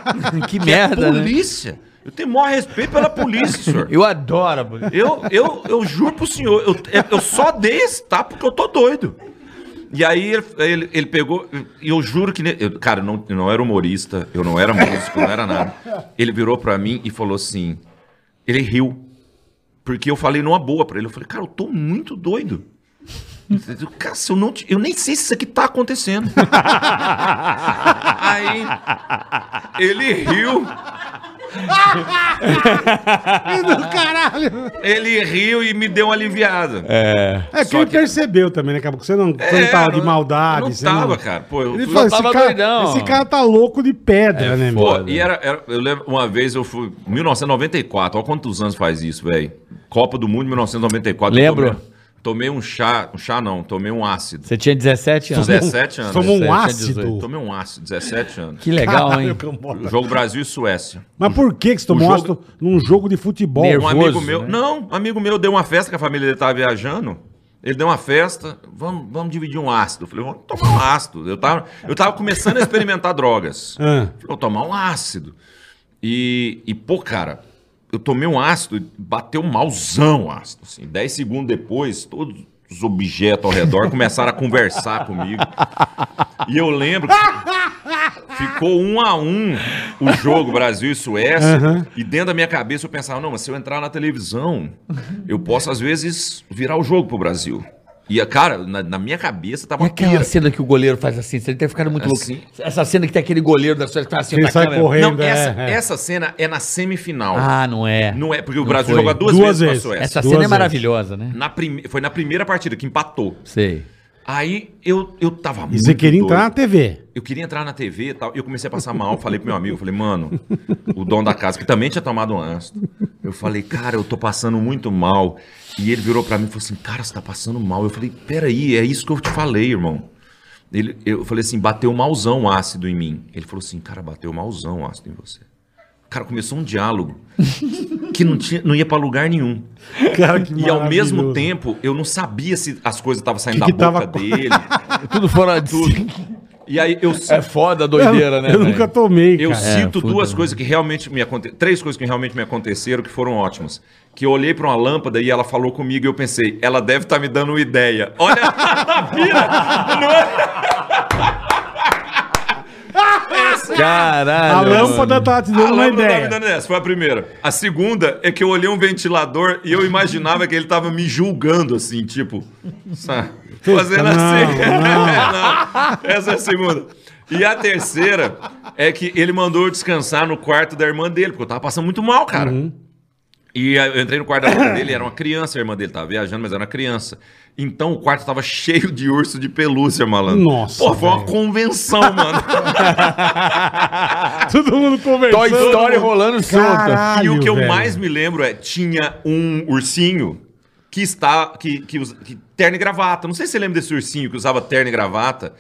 S3: Que
S4: que é
S3: merda, né?
S4: polícia. Eu tenho maior respeito pela polícia, senhor.
S3: Eu adoro a polícia.
S4: Eu, eu, eu juro pro senhor, eu, é, eu só dei esse tapa porque eu tô doido. E aí ele, ele, ele pegou, e eu juro que. ne- Eu, cara, eu não, eu não era humorista, eu não era músico, eu não era nada. Ele virou pra mim e falou assim. Ele riu. Porque eu falei numa boa pra ele. Eu falei, cara, eu tô muito doido. Eu, cara, se eu, não te- eu nem sei se isso aqui tá acontecendo. aí ele riu. Ele riu e me deu uma aliviada.
S2: É que
S4: Só
S2: ele
S4: que-
S2: percebeu também, né? Porque você não, você não
S4: É,
S2: tava de
S4: eu-
S2: maldade.
S4: eu Não
S2: você
S4: tava, cara. Pô, eu
S2: Ele
S4: fui-
S2: falou, esse,
S3: tava
S2: cara,
S3: doidão. É
S2: esse cara tá louco de pedra, né, meu?
S4: Pô,
S3: foda.
S4: e era, era- eu lembro, uma vez eu fui. 1994, olha quantos anos faz isso, velho. Copa do Mundo 1994. eu
S3: Lembro.
S4: Tomei, tomei um chá, um chá não, tomei um ácido.
S3: Você tinha 17 anos.
S4: 17 anos.
S2: Tomou um
S3: 17,
S2: ácido.
S3: 18.
S4: Tomei um ácido, 17 anos.
S3: Que legal,
S2: Caralho,
S3: hein?
S2: Cambota.
S4: Jogo Brasil e Suécia.
S2: Mas por que, que você tomou um
S4: jogo-
S2: ácido num jogo de futebol?
S4: Um
S3: Nervoso.
S4: amigo meu.
S3: né?
S4: Não, um amigo meu deu uma festa que a família dele tava viajando. Ele deu uma festa, vamos, vamos dividir um ácido. Eu falei, vamos tomar um ácido. Eu tava, eu tava começando a experimentar drogas.
S2: Ah,
S4: Falei, vou tomar um ácido. E, e, pô, cara, eu tomei um ácido e bateu malzão o ácido. Assim. Dez segundos depois, todos os objetos ao redor começaram a conversar comigo. E eu lembro. Ficou um a um o jogo Brasil e Suécia. E dentro da minha cabeça eu pensava, não, mas se eu entrar na televisão, eu posso às vezes virar o jogo pro Brasil. E, cara, na, na minha cabeça tava
S3: E
S4: uma
S3: aquela
S4: pira.
S3: cena é que o goleiro faz assim, você deve ficar muito
S4: Assim.
S3: louco. Essa cena que tem aquele goleiro da sua que tá assim,
S2: Ele
S3: na
S2: sai
S3: câmera.
S2: correndo.
S4: Não,
S2: é,
S4: essa,
S2: é.
S4: essa cena é na semifinal.
S3: Ah, não é.
S4: Não é, porque o
S3: Não
S4: Brasil
S3: foi.
S4: jogou duas,
S2: Duas
S4: vezes
S2: vezes.
S4: com a Suécia.
S3: Essa
S2: Duas
S3: cena é
S2: vezes.
S3: maravilhosa, né?
S4: Na prime- Foi na primeira partida que empatou.
S3: Sei.
S4: Aí eu, eu tava
S2: E
S4: muito.
S2: você queria
S4: doido.
S2: entrar tá na TV.
S4: Eu queria entrar na TV e tal. E eu comecei a passar mal. Falei pro meu amigo, falei, mano, o dono da casa, que também tinha tomado um ácido. Eu falei, cara, eu tô passando muito mal. E ele virou pra mim e falou assim, cara, você tá passando mal. Eu falei, peraí, é isso que eu te falei, irmão. Ele, eu falei assim, bateu malzão ácido em mim. Ele falou assim, cara, bateu malzão ácido em você. Cara, começou um diálogo que não, tinha, não ia pra lugar nenhum.
S2: Cara, que
S4: E ao mesmo
S2: maravilhoso.
S4: tempo, eu não sabia se as coisas estavam saindo
S2: Que que
S4: da boca
S2: tava co-
S4: dele.
S3: Tudo fora de si.
S4: E aí eu,
S3: É foda a
S2: Eu,
S3: doideira, né?
S2: eu
S3: velho?
S2: nunca tomei,
S4: eu
S2: cara. É,
S4: cito
S3: foda,
S4: duas
S3: né?
S4: coisas que realmente me aconteceram. Três coisas que realmente me aconteceram que foram ótimas. Que eu olhei pra uma lâmpada e ela falou comigo e eu pensei, ela deve estar me dando uma ideia. Olha a pira! Não é?
S3: Caralho.
S2: A lâmpada tá te dando
S4: a
S2: uma
S4: lâmpada tá me
S2: ideia.
S4: dando essa, foi a primeira. A segunda é que eu olhei um ventilador e eu imaginava que ele tava me julgando, assim, tipo. sabe? Fazendo
S2: Não,
S4: assim. Não. Essa é a segunda. E a terceira é que ele mandou eu descansar no quarto da irmã dele, porque eu tava passando muito mal, cara.
S2: Uhum.
S4: E aí eu entrei no quarto da irmã dele, era uma criança, a irmã dele tava viajando, mas era uma criança. Então o quarto tava cheio de urso de pelúcia, malandro.
S2: Nossa,
S4: Pô, foi uma
S2: velho.
S4: convenção, mano.
S2: Todo mundo conversando.
S3: Toy Story rolando solta.
S2: Caralho,
S4: e o que eu
S2: velho.
S4: mais me lembro é, tinha um ursinho que está, que, que, usa- que terno e gravata. Não sei se você lembra desse ursinho que usava terno e gravata.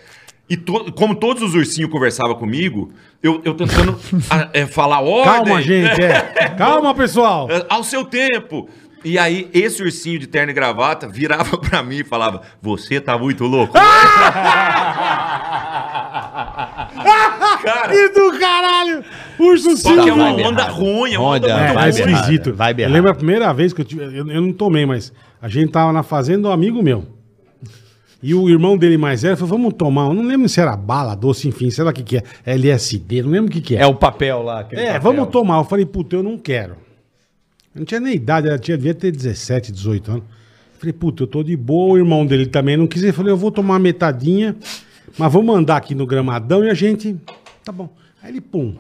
S4: E to- como todos os ursinhos conversavam comigo, eu, eu tentando a- é, falar ordem.
S2: Calma, gente. é. Calma, pessoal.
S4: É, Ao seu tempo. E aí, esse ursinho de terno e gravata virava pra mim e falava: Você tá muito louco.
S2: Ah!
S4: Cara,
S2: E do caralho. Urso
S4: só que é
S2: Silva.
S4: uma
S3: Tá vibe
S4: onda
S3: errada.
S4: ruim, é uma onda,
S3: Onda,
S4: muito
S2: É,
S3: vibe
S2: é
S4: ruim.
S3: errada.
S2: esquisito.
S3: vibe
S2: eu
S3: errada.
S2: lembro a primeira vez que eu tive. Eu, eu não tomei, mas a gente tava na fazenda do amigo meu. E o irmão dele mais velho falou: vamos tomar. Eu não lembro se era bala, doce, enfim, sei lá o que, que é. LSD, não lembro o que, que é.
S3: É o papel lá. aquele
S2: É,
S3: papel.
S2: vamos tomar. Eu falei, puta, eu não quero. Eu não tinha nem idade, ela tinha, devia ter 17, 18 anos. Eu falei, puta, eu tô de boa, o irmão dele também não quis. Ele falou, eu vou tomar metadinha, mas vou mandar aqui no gramadão e a gente. Tá bom. Aí ele, pum.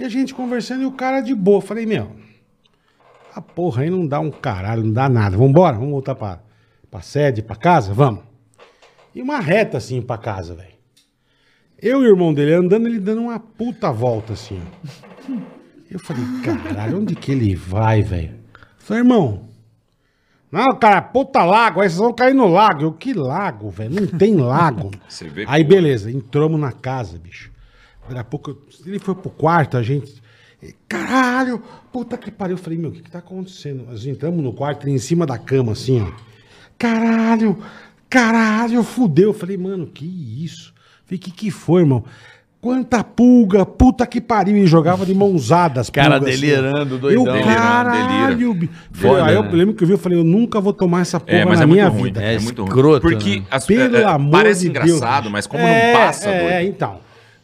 S2: E a gente conversando e o cara de boa. Eu falei, meu, a porra aí não dá um caralho, não dá nada. Vambora, vamos voltar pra, pra sede, pra casa? Vamos. E uma reta assim pra casa, velho. Eu e o irmão dele andando, ele dando uma puta volta assim. ó. Eu falei, caralho, onde que ele vai, velho? Eu Falei, irmão. Não, cara, puta lago, aí vocês vão cair no lago. Eu, que lago, velho? Não tem lago.
S4: Você vê
S2: aí,
S4: como-
S2: beleza, entramos na casa, bicho. Daqui a pouco, eu- ele foi pro quarto, a gente. Caralho, puta que pariu. Eu falei, meu, o que, que tá acontecendo? Nós entramos no quarto, ele em cima da cama, assim, ó caralho, caralho, fudeu. Eu falei, mano, que isso? Falei, que que foi, irmão? Quanta pulga, puta que pariu. E jogava de mãozadas.
S3: Cara delirando, doidão.
S2: Eu,
S3: Delirando,
S2: caralho. bi- Falei,
S3: Foda,
S2: aí eu
S3: né?
S2: lembro que eu vi, eu falei, eu nunca vou tomar essa porra
S4: É, mas
S2: na
S4: é muito
S2: minha
S4: ruim.
S2: vida.
S4: É,
S3: É
S4: muito ruim.
S3: escroto,
S4: Porque
S3: né?
S4: as-
S2: Pelo
S4: é, é,
S2: amor
S4: parece
S2: de
S4: engraçado,
S2: Deus.
S4: mas como
S2: É,
S4: não passa,
S2: É,
S4: doido,
S2: então.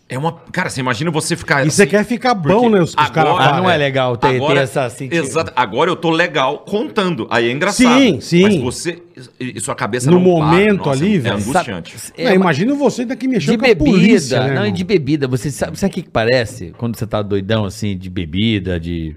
S4: é uma. Cara, você imagina você ficar. assim,
S2: E você quer ficar bom, né? Os, os caras
S4: agora-
S2: falam.
S3: Ah, não é legal ter, ter
S4: Agora,
S3: essa assim.
S4: exato, agora eu tô legal contando. Aí é engraçado.
S2: Sim, sim.
S4: Mas você. e- e sua cabeça
S2: No
S4: não para.
S2: momento
S4: Nossa,
S2: ali,
S4: É
S2: velho,
S4: angustiante.
S2: É, Não, imagina você daqui mexendo
S3: De
S2: com a
S3: bebida,
S2: polícia, né,
S3: não, e
S2: irmão?
S3: de bebida. Você sabe, sabe o que, que parece? Quando você tá doidão, assim, de bebida, de.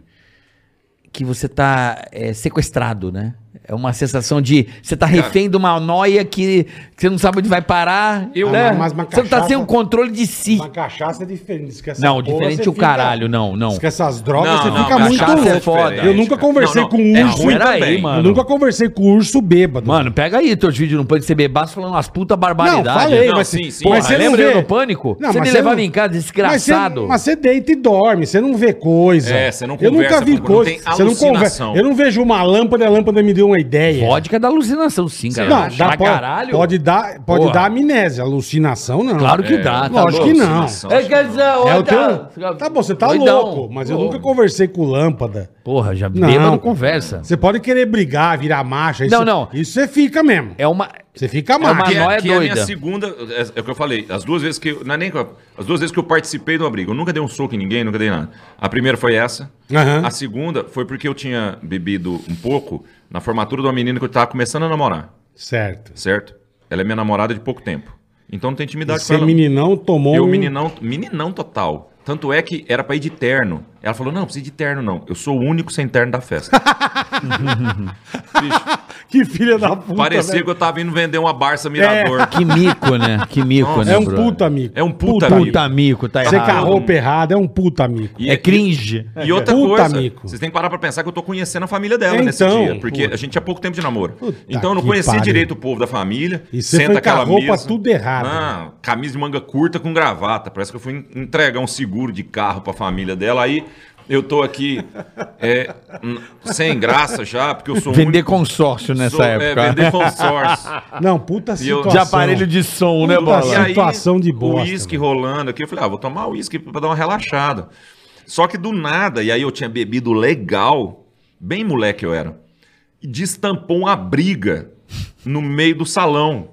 S3: Que você tá é, sequestrado, né? É uma sensação de. Você tá refém de uma noia que, que você não sabe onde vai parar.
S4: Eu-
S3: né?
S2: Ah, mas uma
S3: você não tá
S2: cachaça-
S3: sem o controle de si.
S2: Uma cachaça é diferente. Esquece
S3: Não, diferente o caralho, não, não.
S2: Esquece essas drogas,
S4: Não,
S2: você
S4: não,
S2: fica
S4: mas
S2: muito
S4: cachaça
S2: louco.
S4: é foda.
S2: Eu nunca conversei
S4: Não, não,
S2: com um
S4: é
S2: urso.
S4: ruim
S3: Pera aí,
S4: também.
S3: mano.
S2: Eu nunca conversei com o urso bêbado.
S3: Mano, pega aí teus vídeos no pânico, você bebaço falando umas puta
S2: não,
S3: barbaridade.
S2: falei,
S4: né? Não,
S2: mas,
S4: sim,
S2: sim,
S4: sim. Ah,
S3: Porra,
S2: mas você não
S3: lembra
S2: vê.
S3: eu no pânico?
S2: Não,
S3: você
S2: mas
S3: me
S2: você
S3: levava
S2: não-
S3: em casa, desgraçado.
S2: Mas você, mas você deita e dorme, você não vê coisa.
S4: É, você não
S2: Eu
S4: conversa
S2: nunca vi
S4: com- não
S2: coisa.
S4: tem
S2: você não conversa.
S4: alucinação.
S2: Eu não vejo uma lâmpada e a lâmpada me deu uma ideia.
S3: Vodka dá alucinação, sim, cara.
S2: Não, dá,
S3: Pra
S2: pode,
S3: caralho.
S2: pode dar, pode
S3: Porra.
S2: dar amnésia, alucinação não.
S3: Claro que dá, tá
S2: lógico que
S3: louco.
S2: não.
S4: É, Alucinação,
S3: É,
S4: acho que
S3: quer dizer,
S2: É, eu
S3: olha,
S2: tenho... Tá bom, você tá
S3: doidão.
S2: louco, mas eu
S3: Pô.
S2: nunca conversei com lâmpada.
S3: Porra, já
S2: Não.
S3: bêbado conversa.
S2: Você pode querer brigar, virar marcha.
S3: Não, não.
S2: Isso você fica mesmo.
S3: É uma.
S2: Você fica
S3: uma
S2: magro.
S4: Que é,
S3: Nó é
S4: que é a minha
S3: doida.
S4: segunda. É, é o que eu falei. As duas vezes que. eu- Não é nem, que eu- as duas vezes que eu participei de uma briga. Eu nunca dei um soco em ninguém, nunca dei nada. A primeira foi essa.
S2: Aham.
S4: A segunda foi porque eu tinha bebido um pouco na formatura de uma menina que eu tava começando a namorar,
S2: Certo.
S4: certo? Ela é minha namorada de pouco tempo. Então não tem
S2: E
S4: intimidade com
S2: Você
S4: ela.
S2: meninão tomou
S4: Eu,
S2: um-
S4: meninão, meninão total. Tanto é que era pra ir de terno. Ela falou: não, não precisa ir de terno, não. Eu sou o único sem terno da festa.
S2: Que filha da puta, né?
S4: Parecia
S2: velho.
S4: que eu tava indo vender uma Barça Mirador.
S3: Que mico, né? Que mico,
S4: Nossa.
S3: né,
S2: É um
S3: brother?
S2: puta amigo.
S4: É um puta
S2: amigo.
S4: amigo.
S3: Puta mico, tá
S2: Você
S3: errado.
S2: com a roupa errada, é um puta amigo.
S4: E-
S3: É cringe.
S4: E outra
S2: Puta,
S4: coisa,
S2: amico.
S4: vocês têm que parar pra pensar que eu tô conhecendo a família dela
S2: É,
S4: nesse
S2: então.
S4: dia. Porque a gente tinha pouco tempo de namoro.
S2: Puta
S4: então eu não
S2: que
S4: conhecia
S2: pariu.
S4: direito o povo da família.
S2: E você foi com a roupa tudo errada,
S4: Ah, camisa de manga curta com gravata. Parece que eu fui en- entregar um seguro de carro pra família dela. Aí eu tô aqui é, hum, sem graça já, porque eu sou o
S3: Vender
S4: único...
S3: consórcio nessa
S4: sou-
S3: época.
S4: É, vender consórcio.
S2: Não, puta
S4: E eu-
S2: situação.
S3: De aparelho de som, né,
S2: Puta
S3: Bola?
S2: merda. Situação de bosta,
S4: O uísque
S2: velho.
S4: rolando aqui. Eu falei, ah, vou tomar uísque pra dar uma relaxada. Só que do nada, e aí eu tinha bebido legal, bem moleque eu era, e destampou uma briga no meio do salão.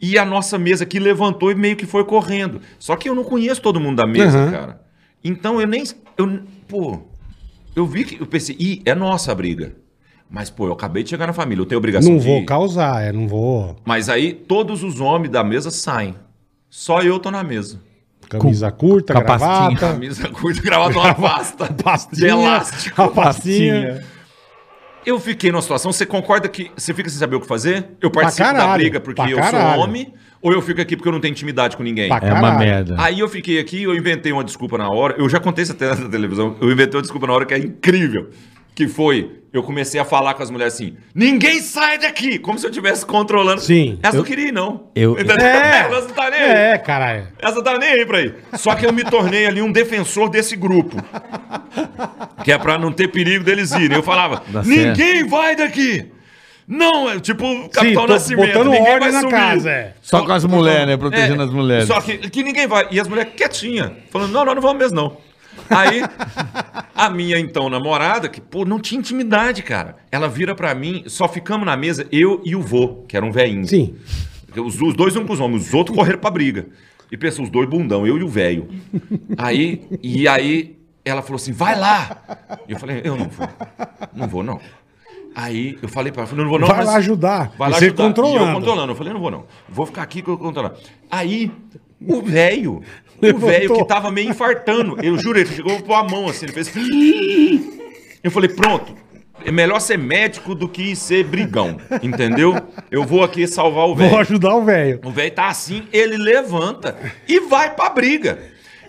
S4: E a nossa mesa aqui levantou e meio que foi correndo. Só que eu não conheço todo mundo da mesa,
S2: Aham.
S4: cara. Então eu nem. Eu, pô, eu vi que. Eu pensei, ih, é nossa a briga. Mas, pô, eu acabei de chegar na família, eu tenho obrigação
S2: Não
S4: de
S2: vou
S4: ir.
S2: causar, é, não vou.
S4: Mas aí todos os homens da mesa saem. Só eu tô na mesa.
S2: Camisa curta,
S3: capacitinha.
S2: gravata,
S4: Camisa curta, gravata, uma pasta. de
S2: pastinha,
S4: elástico.
S2: a pastinha.
S4: Eu fiquei numa situação, você concorda que você fica sem saber o que fazer? Eu participo da
S2: caralho,
S4: briga porque
S2: pra
S4: eu
S2: caralho.
S4: sou homem ou eu fico aqui porque eu não tenho intimidade com ninguém?
S2: Pra
S3: É uma
S2: Caralho.
S3: merda.
S4: Aí eu fiquei aqui, eu inventei uma desculpa na hora. Eu já contei isso até na televisão. Eu inventei uma desculpa na hora que é incrível. Que foi, eu comecei a falar com as mulheres assim: ninguém sai daqui! Como se eu estivesse controlando.
S2: Sim.
S4: Elas
S3: Eu-
S4: não queriam, ir, não.
S3: eu-
S4: Entendeu?
S2: É.
S4: Elas não tá nem aí.
S2: É, caralho.
S4: Essa não tá nem aí pra aí. Só que eu me tornei ali um defensor desse grupo. Que é pra não ter perigo deles irem. Eu falava,
S3: Dá certo.
S4: ninguém vai daqui! Não, é tipo o
S2: Sim,
S4: Capitão
S2: tô
S4: Nascimento.
S2: botando
S4: ninguém
S2: ordem
S4: vai
S2: na
S4: sumir.
S2: casa, é.
S3: Só com as mulheres, né? Protegendo
S4: É,
S3: as mulheres.
S4: Só que, que ninguém vai. E as mulheres quietinhas, falando, não, nós não vamos mesmo, não. Aí, a minha então namorada, que, pô, não tinha intimidade, cara. Ela vira pra mim, só ficamos na mesa, eu e o vô, que era um velhinho.
S2: Sim.
S4: Os, os dois um com os homens, os outros correram pra briga. E pensou, os dois bundão, eu e o velho. Aí, e aí ela falou assim, vai lá. E eu falei, eu não vou. Não vou, não. Aí eu falei pra ela, falei, não vou não.
S2: Vai lá ajudar.
S4: Vai lá
S2: Você
S4: ajudar. E eu
S2: controlando.
S4: controlando. Eu falei, não vou não. Vou ficar aqui que eu vou controlar. Aí, o velho, o
S2: Levantou.
S4: velho que tava meio infartando, eu juro, ele chegou a pôr a mão assim, ele fez... Eu falei, pronto. É melhor ser médico do que ser brigão, entendeu? Eu vou aqui salvar o velho.
S2: Vou ajudar o velho.
S4: O velho tá assim, ele levanta e vai pra briga.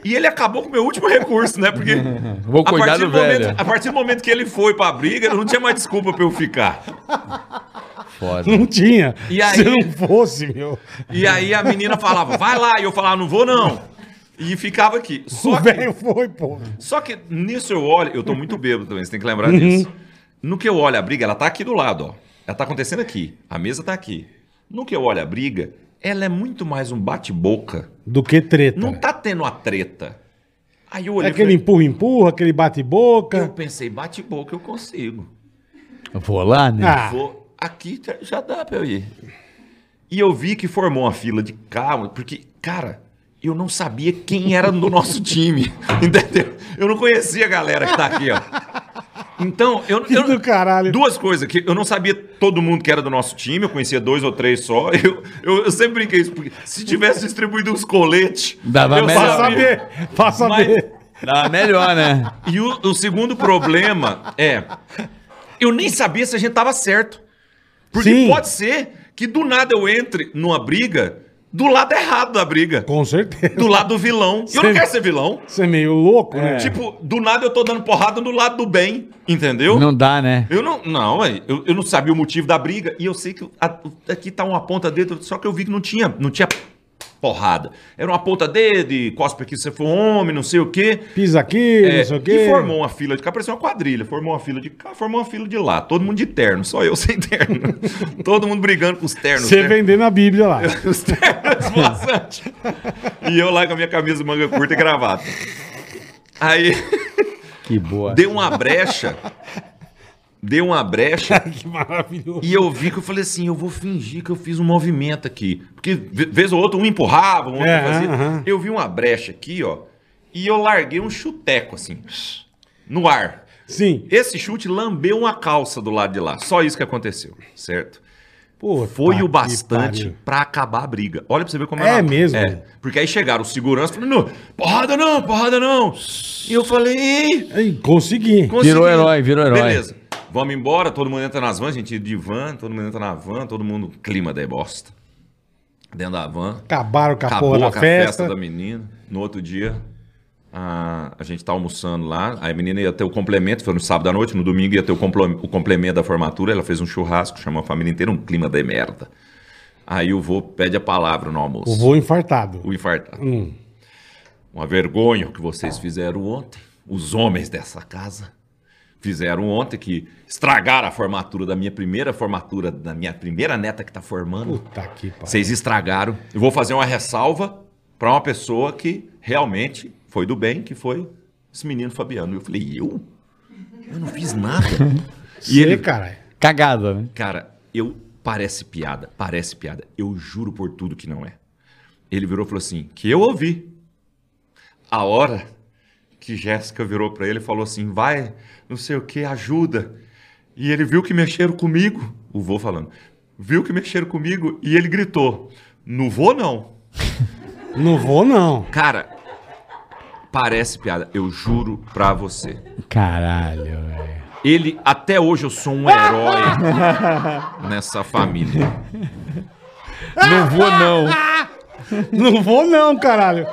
S4: E ele acabou com o meu último recurso, né? Porque.
S3: Vou cuidar
S4: a partir
S3: do
S4: momento,
S3: velho.
S4: A partir do momento que ele foi pra briga, não tinha mais desculpa pra eu ficar.
S3: Foda.
S2: Não tinha.
S4: E aí-
S2: Se não fosse, meu.
S4: E aí a menina falava, vai lá. E eu falava, não vou não. E ficava aqui. Só
S2: O
S4: que,
S2: velho foi, pô.
S4: só que nisso eu olho, eu tô muito bêbado também, você tem que lembrar disso. No que eu olho a briga, ela tá aqui do lado, ó. Ela tá acontecendo aqui. A mesa tá aqui. No que eu olho a briga, ela é muito mais um bate-boca
S2: Do que treta.
S4: Não tá tendo a treta. Aí eu
S2: É
S4: olhei e
S2: aquele
S4: falei,
S2: empurra-empurra, aquele
S4: eu
S2: bate-boca.
S4: pensei, bate boca eu consigo.
S3: Vou lá, né?
S2: Ah,
S4: Vou, aqui tá- já dá pra eu ir. E eu vi que formou uma fila de carro, porque, cara, eu não sabia quem era do nosso time, entendeu? Eu não conhecia a galera que tá aqui, ó. Então, eu,
S2: Que
S4: eu
S2: do caralho.
S4: duas coisas que eu não sabia todo mundo que era do nosso time, eu conhecia dois ou três só. Eu, eu, eu sempre brinquei isso, porque se tivesse distribuído uns coletes,
S3: Dava
S4: eu
S3: melhor.
S2: Pra saber. Pra saber.
S3: Dá melhor, né?
S4: E o, o segundo problema é. Eu nem sabia se a gente tava certo. Porque
S2: Sim.
S4: pode ser que do nada eu entre numa briga do lado errado da briga.
S2: Com certeza.
S4: Do lado do vilão. E eu não
S2: Sim.
S4: quero ser vilão.
S2: Você é meio louco, né?
S4: Tipo, do nada eu tô dando porrada do lado do bem. Entendeu?
S3: Não dá, né?
S4: Eu não. Não, ué, eu, eu não sabia o motivo da briga. E eu sei que a- aqui tá uma ponta dedo, só que eu vi que não tinha. Não tinha porrada. Era uma ponta dedo, e cospe aqui se você for homem, não sei o quê.
S2: Pisa aqui,
S4: É,
S2: não sei o quê.
S4: E formou uma fila de cá, parecia uma quadrilha. Formou uma fila de cá, formou uma fila de lá. Todo mundo de terno, só eu sem terno. Todo mundo brigando com os ternos.
S2: Você
S4: ter-
S2: vendendo a Bíblia lá.
S4: Os ternos esvoaçantes. E eu lá com a minha camisa manga curta e gravata. Aí
S3: Que boa.
S4: deu uma brecha deu uma brecha
S2: Que maravilhoso.
S4: e eu vi que eu falei assim, eu vou fingir que eu fiz um movimento aqui. Porque ve- vez ou outra um empurrava, um outro
S2: É,
S4: fazia.
S2: aham.
S4: Eu vi uma brecha aqui, ó, e eu larguei um chuteco assim, no ar.
S2: Sim.
S4: Esse chute lambeu uma calça do lado de lá. Só isso que aconteceu, certo?
S2: Pô,
S4: Foi
S2: tá
S4: o
S2: que
S4: bastante
S2: pariu.
S4: pra acabar a briga. Olha pra você ver como
S2: É
S4: rápido.
S2: mesmo?
S4: Porque aí chegaram os seguranças falando, "Não, porrada não, porrada não. E eu falei, "Ih,
S2: Ei, consegui.
S4: consegui."
S3: Virou herói, virou herói.
S4: Beleza. Vamos embora, todo mundo entra nas vans, gente de van, todo mundo entra na van, todo mundo clima de bosta. Dentro da van.
S2: Acabaram com a
S4: Acabou
S2: porra da
S4: com a
S2: festa.
S4: festa da menina. No outro dia, a, a gente tá almoçando lá. Aí a menina ia ter o complemento, foi no sábado à noite, no domingo ia ter o, complo- o complemento da formatura. Ela fez um churrasco, chamou a família inteira, um clima de merda. Aí o vô pede a palavra no almoço.
S2: O voo infartado. Hum,
S4: O infartado. Uma vergonha o que vocês fizeram ontem. Os homens dessa casa fizeram ontem que estragaram a formatura da minha primeira formatura, da minha primeira neta que tá formando.
S2: Puta que pariu.
S4: Vocês estragaram. Eu vou fazer uma ressalva pra uma pessoa que realmente foi do bem, que foi esse menino Fabiano. Eu falei, eu? Eu não fiz nada.
S2: E ele, caralho.
S3: Cagada, né?
S4: Cara, eu parece piada, parece piada. Eu juro por tudo que não é. Ele virou e falou assim: que eu ouvi. A hora que Jéssica virou pra ele e falou assim: vai, não sei o que, ajuda. E ele viu que mexeram comigo, o vô falando, viu que mexeram comigo e ele gritou: não vou não.
S2: Não vou, não.
S4: Cara, parece piada, eu juro pra você.
S1: Caralho, velho.
S4: Ele, até hoje, eu sou um herói nessa família.
S6: Não vou, não.
S2: Não vou, não, caralho.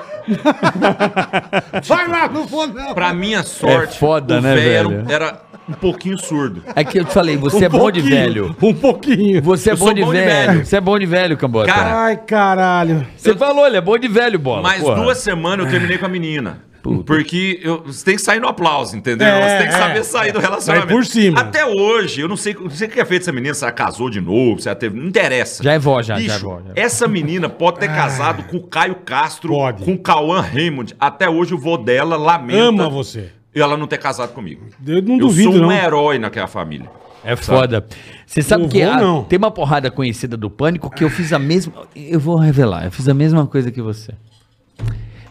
S2: Vai lá, não vou, não.
S4: Pra minha sorte,
S3: É foda,
S4: o
S3: né,
S4: véio era-
S3: velho?
S4: Era, um pouquinho surdo.
S3: É que eu te falei, você é bom de
S2: Um pouquinho,
S3: velho.
S2: Um pouquinho.
S3: Você é
S4: Eu
S3: bom,
S4: sou
S3: de,
S4: bom de
S3: velho.
S4: velho.
S3: Você é bom de velho, Cambota.
S4: Cara,
S2: Ai, caralho.
S3: você falou, ele é bom de velho, bola.
S4: Mais
S3: porra.
S4: duas semanas eu terminei com a menina. Porque eu, você tem que sair no aplauso, entendeu?
S2: É,
S4: você tem que
S2: é.
S4: saber sair do relacionamento.
S2: Vai por cima.
S4: Até hoje, eu não sei, não sei o que é feito essa menina, se ela casou de novo, se ela teve. Não interessa.
S3: Já é vó, já, já é
S4: Bicho,
S3: vó. já.
S4: essa menina pode ter casado com o Caio Castro,
S2: É. Pode.
S4: com o Cauã Raymond. Até hoje o vô dela lamenta
S2: Ama você.
S4: ela não ter casado comigo.
S2: Eu não
S4: eu
S2: duvido,
S4: sou um
S2: não.
S4: herói naquela família.
S3: É foda. Você sabe
S2: Não
S3: que
S2: vou,
S3: a-
S2: não.
S3: tem uma porrada conhecida do Pânico que eu fiz a mesma. Eu vou revelar, eu fiz a mesma coisa que você.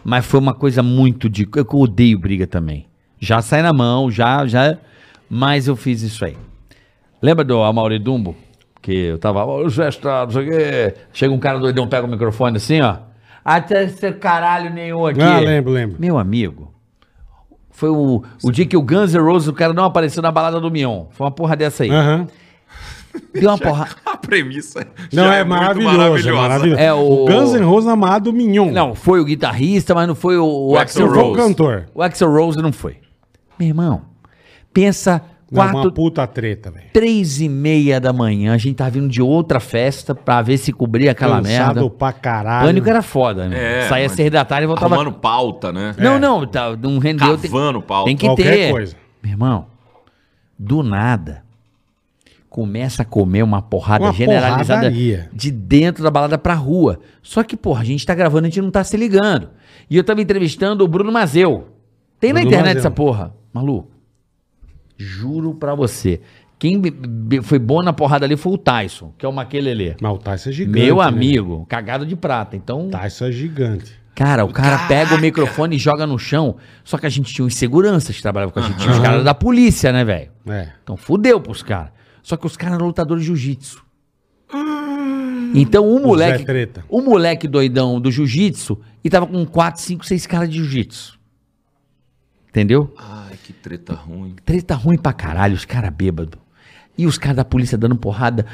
S3: Mas foi uma coisa muito de. Eu odeio briga também. Já sai na mão, já, já. Mas eu fiz isso aí. Lembra do Amaury Dumbo? Que eu tava. "Ó, O Gestado, não sei o quê. Chega um cara doidão, pega o microfone assim, ó. Até ser caralho nenhum aqui.
S2: Ah, lembro, lembro.
S3: Meu amigo, foi o, o dia que o Guns N' Roses, o cara não apareceu na balada do Mion. Foi uma porra dessa aí.
S2: Aham.
S3: Deu uma porra.
S4: A premissa
S2: Não,
S4: já
S2: é,
S4: muito
S2: maravilhoso. É maravilhoso.
S3: É o-
S2: Guns N' Roses amado Mignon.
S3: Não, foi o guitarrista, mas não foi o, o
S4: Axl
S3: Axel
S2: Não
S3: Rose.
S2: foi o um cantor.
S3: O Axel Rose não foi. Meu irmão, pensa,
S2: Não,
S3: quatro,
S2: Uma puta treta, velho.
S3: três e meia da manhã, a gente tá vindo de outra festa pra ver se cobria aquela merda.
S2: pra caralho.
S3: Pânico era foda, né?
S4: É,
S3: Saía
S4: mas-
S3: às seis da tarde e voltava.
S4: Arrumando pauta, né?
S3: Não, não, tá, não rendeu. tem-
S4: Cavando pauta.
S3: Tem que
S2: É. Qualquer
S3: ter.
S2: coisa.
S3: Meu irmão, do nada, começa a comer uma porrada
S2: Uma
S3: generalizada
S2: porradaria.
S3: de dentro da balada pra rua. Só que, porra, a gente tá gravando, a gente não tá se ligando. E eu tava entrevistando o Bruno Mazeu. Tem na
S2: Bruno
S3: internet
S2: Mazzeo.
S3: essa porra. Malu, juro pra você. Quem be- be- foi bom na porrada ali foi o Tyson, que é o Maquelele.
S2: Mas o Tyson é gigante.
S3: Meu
S2: né?
S3: amigo, cagado de prata. Então,
S2: O Tyson é gigante.
S3: Cara, o cara pega o microfone e joga no chão. Só que a gente tinha uns seguranças que trabalhavam com a gente. Tinha os caras da polícia, né, velho?
S2: É.
S3: Então fudeu pros caras. Só que os caras eram lutadores de jiu-jitsu. Então o moleque.
S2: Zé Treta.
S3: O moleque doidão do jiu-jitsu e tava com 4, 5, 6 caras de jiu-jitsu. Entendeu?
S4: Ai, que treta ruim.
S3: Treta ruim pra caralho, os caras bêbados. E os caras da polícia dando porrada.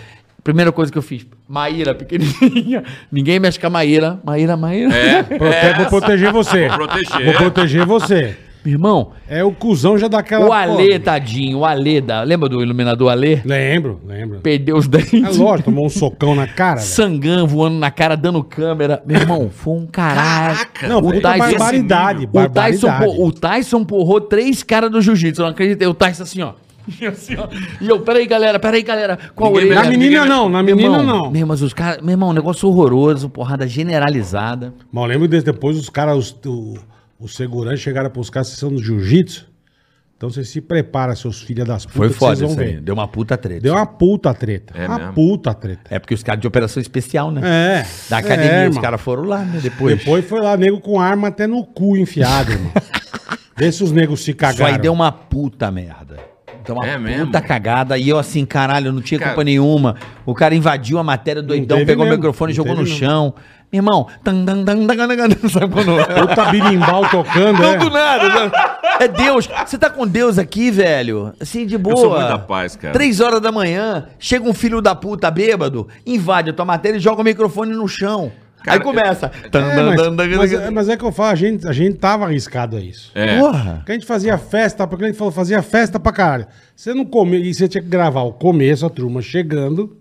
S3: Primeira coisa que eu fiz, Maíra, pequenininha. Ninguém mexe com a Maíra. Maíra, Maíra.
S2: Prote- Vou proteger você. Vou
S4: proteger.
S2: Vou proteger você.
S3: Meu irmão,
S2: É o cuzão já daquela.
S3: O Alê, tadinho, o Alê, da, lembra do iluminador Alê?
S2: Lembro, lembro.
S3: Perdeu os
S2: É
S3: dentes.
S2: lógico, tomou um socão na cara. velho.
S3: Sangam voando na cara, dando câmera. Meu irmão, foi um caraca.
S2: Não,
S3: o
S2: puta
S3: Tyson-
S2: barbaridade.
S3: O Tyson,
S2: barbaridade.
S3: por- o Tyson porrou três caras do jiu-jitsu, eu não acreditei. O Tyson assim, ó. E assim, ó. E eu, peraí, galera, peraí, galera. Qual
S4: Ninguém
S3: orelha?
S2: Na menina não, na
S3: Meu
S2: menina
S3: irmão,
S2: não.
S3: Meu, mas os caras. Meu irmão, um negócio horroroso, porrada generalizada.
S2: Mas eu lembro desse, depois os caras, os, o- os seguranças chegaram a buscar a sessão do jiu-jitsu. Então você se prepara, seus filhos das putas.
S3: Foi
S2: que
S3: foda
S2: vocês
S3: isso
S2: vão
S3: aí.
S2: ver.
S3: Deu uma puta treta.
S2: Deu uma puta treta.
S4: É
S2: uma
S4: mesmo?
S2: puta treta.
S3: É porque os caras de operação especial, né?
S2: É.
S3: Da academia,
S2: é,
S3: os
S2: irmão.
S3: caras foram lá, né? Depois.
S2: Depois foi lá, nego com arma até no cu enfiado, irmão. Vê se os negros se
S3: Isso
S2: cagaram.
S3: aí deu uma puta merda. Deu uma
S4: É
S3: puta
S4: mesmo?
S3: cagada. E eu assim, caralho, eu não tinha
S4: Cara-
S3: culpa nenhuma. O cara invadiu a matéria doidão,
S2: teve
S3: pegou o
S2: mesmo,
S3: microfone
S2: não
S3: e jogou no
S2: teve mesmo.
S3: chão. Meu irmão, tan, tan, tan, tan, tan, tan, sabe quando... é?
S2: Puta birimbau tocando,
S3: Não,
S2: é.
S3: do nada. né? É Deus. Você tá com Deus aqui, velho. Assim, de boa.
S4: sou muito da paz, cara.
S3: Três horas da manhã, chega um filho da puta bêbado, invade a tua matéria e joga o microfone no chão.
S4: Cara,
S3: Aí começa.
S2: É, mas, mas é- mas é que eu falo, a gente, a gente tava arriscado a isso.
S4: É.
S3: Porra.
S2: Porque a gente fazia festa, porque a gente falou, fazia festa pra caralho. Você não comia, e você tinha que gravar o começo, a turma chegando.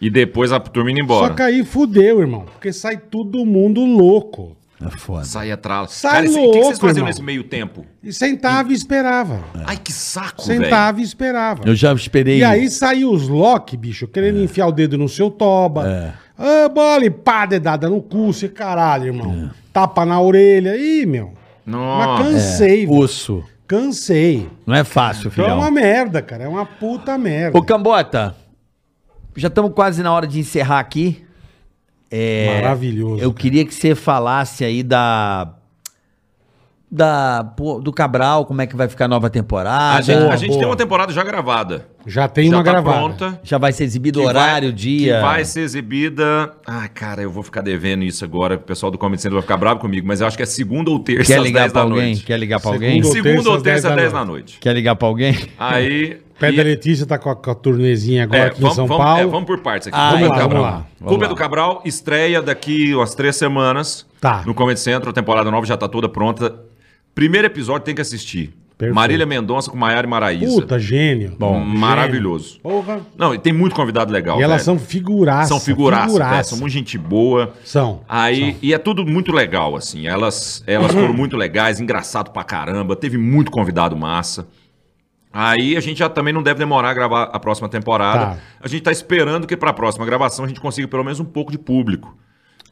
S4: E depois a turma indo
S2: Só
S4: embora.
S2: que aí fudeu, irmão. Porque sai todo mundo louco.
S3: É foda.
S4: Sai atrás.
S2: Sai
S4: Cara, isso- o que que vocês
S2: louco,
S4: faziam
S2: irmão.
S4: nesse meio tempo?
S2: E sentava e esperava.
S3: É.
S4: Ai, que saco, velho.
S2: Sentava e esperava.
S3: Eu já esperei.
S2: E aí saiu os Loki, bicho,
S4: É.
S2: querendo enfiar o dedo no seu toba. Ah, bola e pá, dedada no cu, você caralho, irmão. Tapa na orelha. Ih, meu. Mas
S4: É. Nossa. É.
S2: cansei, velho.
S3: Osso.
S2: Cansei.
S3: Não é fácil,
S2: Então é
S3: filhão.
S2: uma merda, cara. É uma puta merda.
S3: Ô, Cambota, já estamos quase na hora de encerrar aqui. É,
S2: Maravilhoso.
S3: Eu queria que você falasse aí da. Da, pô, do Cabral, como é que vai ficar a nova temporada.
S4: A gente,
S2: boa,
S4: a gente
S2: boa.
S4: tem uma temporada já gravada.
S2: Já tem
S4: já
S2: uma
S4: tá
S2: gravada.
S4: pronta.
S3: Já vai ser exibido
S4: Que
S3: horário,
S4: vai-
S3: dia.
S4: Que vai ser exibida. Ah, cara, eu vou ficar devendo isso agora. O pessoal do Comedy Center vai ficar bravo comigo, mas eu acho que é segunda ou terça
S3: Quer ligar pra
S4: da
S3: alguém?
S4: noite.
S3: Quer ligar pra
S2: Segundo
S3: alguém?
S2: ou
S4: Segunda ou terça, às 10 da
S2: noite.
S4: noite.
S3: Quer ligar pra alguém?
S4: Aí.
S2: Pedra
S4: e-
S2: Letícia tá com a, com a turnezinha agora
S4: é,
S2: aqui
S4: vamos,
S2: em São
S4: vamos-
S2: Paulo.
S4: é, vamos por partes aqui.
S3: Ah,
S4: Culpa
S2: vamos
S4: do
S2: lá,
S4: Cabral.
S2: vamos lá,
S3: vamos
S4: Culpa
S3: lá.
S4: do Cabral estreia daqui umas três semanas
S2: Tá.
S4: no Comedy Central. Temporada nova já tá toda pronta. Primeiro episódio tem que assistir.
S2: Perfeito.
S4: Marília Mendonça com Maiara e Maraísa.
S2: Puta, gênio.
S4: Bom,
S2: Gênio.
S4: maravilhoso.
S2: Porra.
S4: Não, e tem muito convidado legal.
S2: E elas são
S4: velho.
S2: figuraças.
S4: São figuraças, velho, São muito gente boa.
S2: São.
S4: Aí, e é tudo muito legal, assim. Elas, elas foram muito legais, engraçado pra caramba. Teve muito convidado massa. Aí a gente já também não deve demorar a gravar a próxima temporada.
S2: Tá.
S4: A gente tá esperando que pra próxima gravação a gente consiga pelo menos um pouco de público.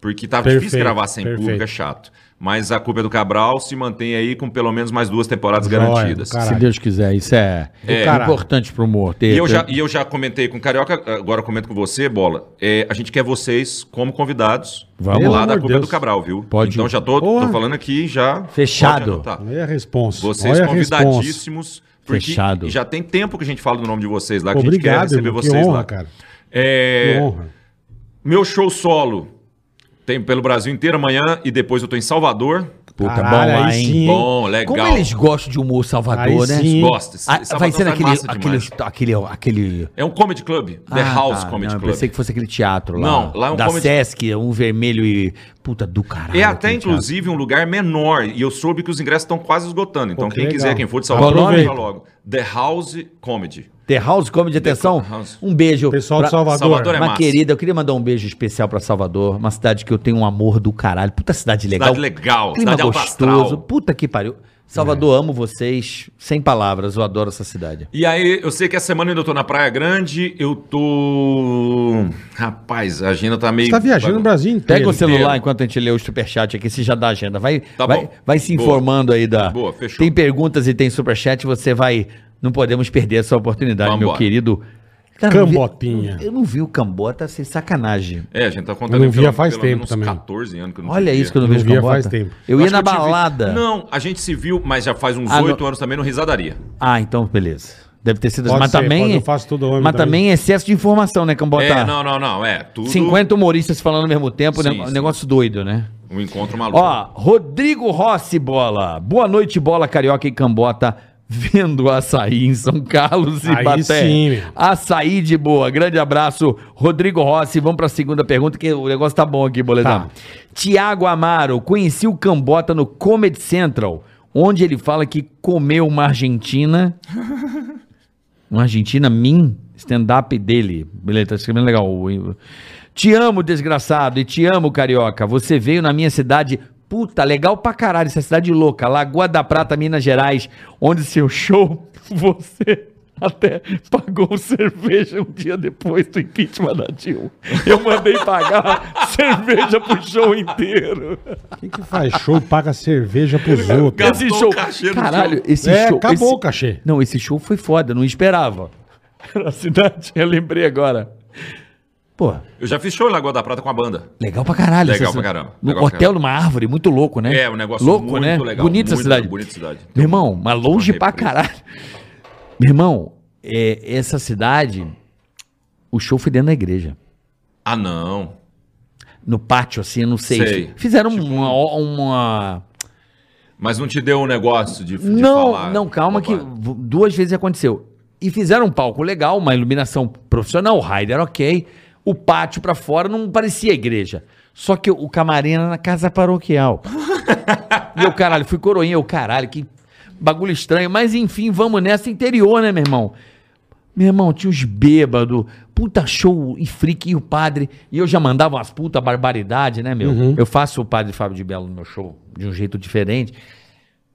S4: Porque tá difícil
S2: Perfeito,
S4: gravar sem
S2: perfeito.
S4: público, é chato. Mas a culpa é do Cabral se mantém aí com pelo menos mais duas temporadas
S2: Joia,
S4: garantidas.
S2: cara.
S3: Se Deus quiser, isso é,
S4: É.
S3: importante pro humor. ter-
S4: E eu, já,
S3: ter-
S4: e eu já comentei com o Carioca, agora eu comento com você, Bola. É, a gente quer vocês como convidados
S3: Vamos.
S4: lá
S2: Pelo
S4: da
S2: amor
S4: Culpa
S2: Deus.
S4: do Cabral, viu?
S3: Pode.
S4: Então já tô,
S2: Boa.
S4: tô falando aqui, já.
S3: Fechado.
S4: pode anotar.
S2: Olha a resposta.
S4: Vocês
S2: é Olha a resposta.
S4: convidadíssimos. Porque
S3: Fechado.
S4: já tem tempo que a gente fala do nome de vocês lá, que a
S2: Obrigado,
S4: gente quer receber
S2: irmão. Que
S4: vocês
S2: honra,
S4: lá.
S2: cara.
S4: É,
S2: Que honra.
S4: meu show solo tem pelo Brasil inteiro amanhã e depois eu tô em Salvador.
S3: Puta,
S2: Caralho,
S3: tá bom lá,
S2: aí
S3: hein?
S2: sim.
S4: Bom, legal.
S3: Como eles gostam de humor salvador,
S2: Aí
S3: né?
S2: sim.
S4: Gosta.
S3: Ah, vai
S4: Salvador
S3: ser
S4: tá
S3: naquele.
S4: massa
S3: Aquele,
S4: demais.
S3: aquele, aquele.
S4: É um comedy club, The
S3: Ah,
S4: House
S3: tá.
S4: Comedy
S3: Não, eu
S4: Club.
S3: pensei que fosse aquele teatro lá.
S4: Não, lá é um
S3: Da
S4: comedy-
S3: Sesc, um vermelho e. Puta do caralho.
S4: É até,
S3: aquele teatro.
S4: inclusive, um lugar menor. E eu soube que os ingressos estão quase esgotando. Então,
S2: Pô, que
S4: quem
S2: legal.
S4: quiser, quem for de Salvador,
S3: Aproveita.
S4: veja logo. The House Comedy.
S3: The House Comedy, atenção.
S4: House.
S3: Um beijo.
S2: Pessoal
S3: pra-
S2: de Salvador.
S4: Salvador é
S3: Uma
S4: massa.
S3: querida, eu queria mandar um beijo especial pra Salvador, uma cidade que eu tenho um amor do caralho. Puta cidade legal.
S4: Cidade legal,
S3: Clima
S4: cidade É.
S3: gostoso.
S4: alto astral.
S3: Puta que pariu. Salvador, amo vocês. Sem palavras, eu adoro essa cidade.
S4: E aí, eu sei que essa semana eu ainda tô na Praia Grande. Eu tô. Rapaz, a agenda tá meio.
S2: Você tá viajando no Brasil inteiro.
S3: Pega o celular
S4: inteiro.
S3: enquanto a gente lê o superchat aqui, se já dá agenda. Vai,
S4: Tá
S3: vai,
S4: bom.
S3: vai se
S4: Boa.
S3: informando aí da.
S4: Boa, fechou.
S3: Tem perguntas e tem superchat, você vai. Não podemos perder essa oportunidade, meu
S4: Vambora.
S3: querido. eu não vi-
S2: Cambotinha.
S3: eu não vi o Cambota sem sacanagem.
S4: É, a gente tá contando.
S2: Eu não via
S4: pelo-
S2: faz
S4: pelo
S2: tempo
S4: menos
S2: também.
S4: 14 anos que eu não
S3: Olha
S4: via.
S3: isso que eu não
S2: Não
S3: vejo
S2: via
S3: Cambota.
S2: faz tempo.
S3: Eu,
S4: Eu
S3: ia
S4: acho
S3: na
S4: que eu te vi-
S3: balada.
S4: Não, a gente se viu, mas já faz uns
S3: Ah,
S4: oito
S3: não.
S4: anos também no Risadaria.
S3: Ah, então beleza. Deve ter sido.
S2: Pode
S3: mas
S2: ser,
S3: também.
S2: pode, eu faço todo ano
S3: mas
S2: também.
S3: também é excesso de informação, né, Cambota?
S4: É, não, não, não. É, tudo
S3: 50 humoristas falando ao mesmo tempo,
S4: Sim,
S3: né, um
S4: sim.
S3: negócio doido, né?
S4: um encontro maluco.
S3: Ó, Rodrigo Rossi Bola. Boa noite, Bola Carioca e Cambota. Vendo açaí em São Carlos e
S2: Aí
S3: Baté.
S2: sim, meu.
S3: Açaí de boa. Grande abraço, Rodrigo Rossi. Vamos pra segunda pergunta, que o negócio tá bom aqui, boletão.
S2: Tá.
S3: Tiago Amaro. Conheci o Cambota no Comedy Central, onde ele fala que comeu uma argentina. Uma argentina, mim, stand-up dele. Beleza, tá escrevendo legal. Te amo, desgraçado, e te amo, carioca. Você veio na minha cidade. Puta, legal pra caralho, essa cidade louca. Lagoa da Prata, Minas Gerais, onde seu show, você
S6: até pagou cerveja um dia depois do impeachment da Dilma. Eu mandei pagar cerveja pro show inteiro.
S2: Quem que faz show e paga cerveja pros outros?
S4: Gastou
S6: Esse show.
S4: o cachê no
S3: Caralho,
S4: show.
S3: esse
S2: É,
S3: show.
S2: acabou
S3: esse-
S2: o cachê.
S3: Não, esse show foi foda, não esperava.
S6: Na cidade, eu lembrei agora.
S3: Pô,
S4: Eu já fiz show em Lagoa da Prata com a banda.
S3: legal pra caralho.
S4: Legal
S3: essa-
S4: pra caramba,
S3: Num
S4: legal pra
S3: hotel, numa árvore, muito louco, né?
S4: É, um negócio
S3: louco,
S4: muito
S3: né?
S4: legal,
S3: Bonita
S4: muito
S3: essa cidade.
S4: bonita cidade.
S3: Meu irmão, mas longe pra
S4: reprise.
S3: caralho. Meu irmão, é, essa cidade, o show foi dentro da igreja.
S4: Ah, não.
S3: No pátio, assim, eu não sei.
S4: Sei. Tipo um-
S3: Fizeram uma, uma-
S4: Mas não te deu um negócio de, de
S3: Não,
S4: falar
S3: não, calma que
S4: bobagem.
S3: v- duas vezes aconteceu. E fizeram um palco legal, uma iluminação profissional, o raio era ok. O pátio pra fora não parecia igreja. Só que o camarim era na casa paroquial. e eu, caralho, fui coroinha, eu, caralho, que bagulho estranho. Mas enfim, vamos nessa interior, né, meu irmão? Meu irmão, tinha uns bêbados, puta show e freak e o padre. E eu já mandava umas puta barbaridade, né, meu?
S4: Uhum.
S3: Eu faço o padre Fábio de Belo no meu show de um jeito diferente.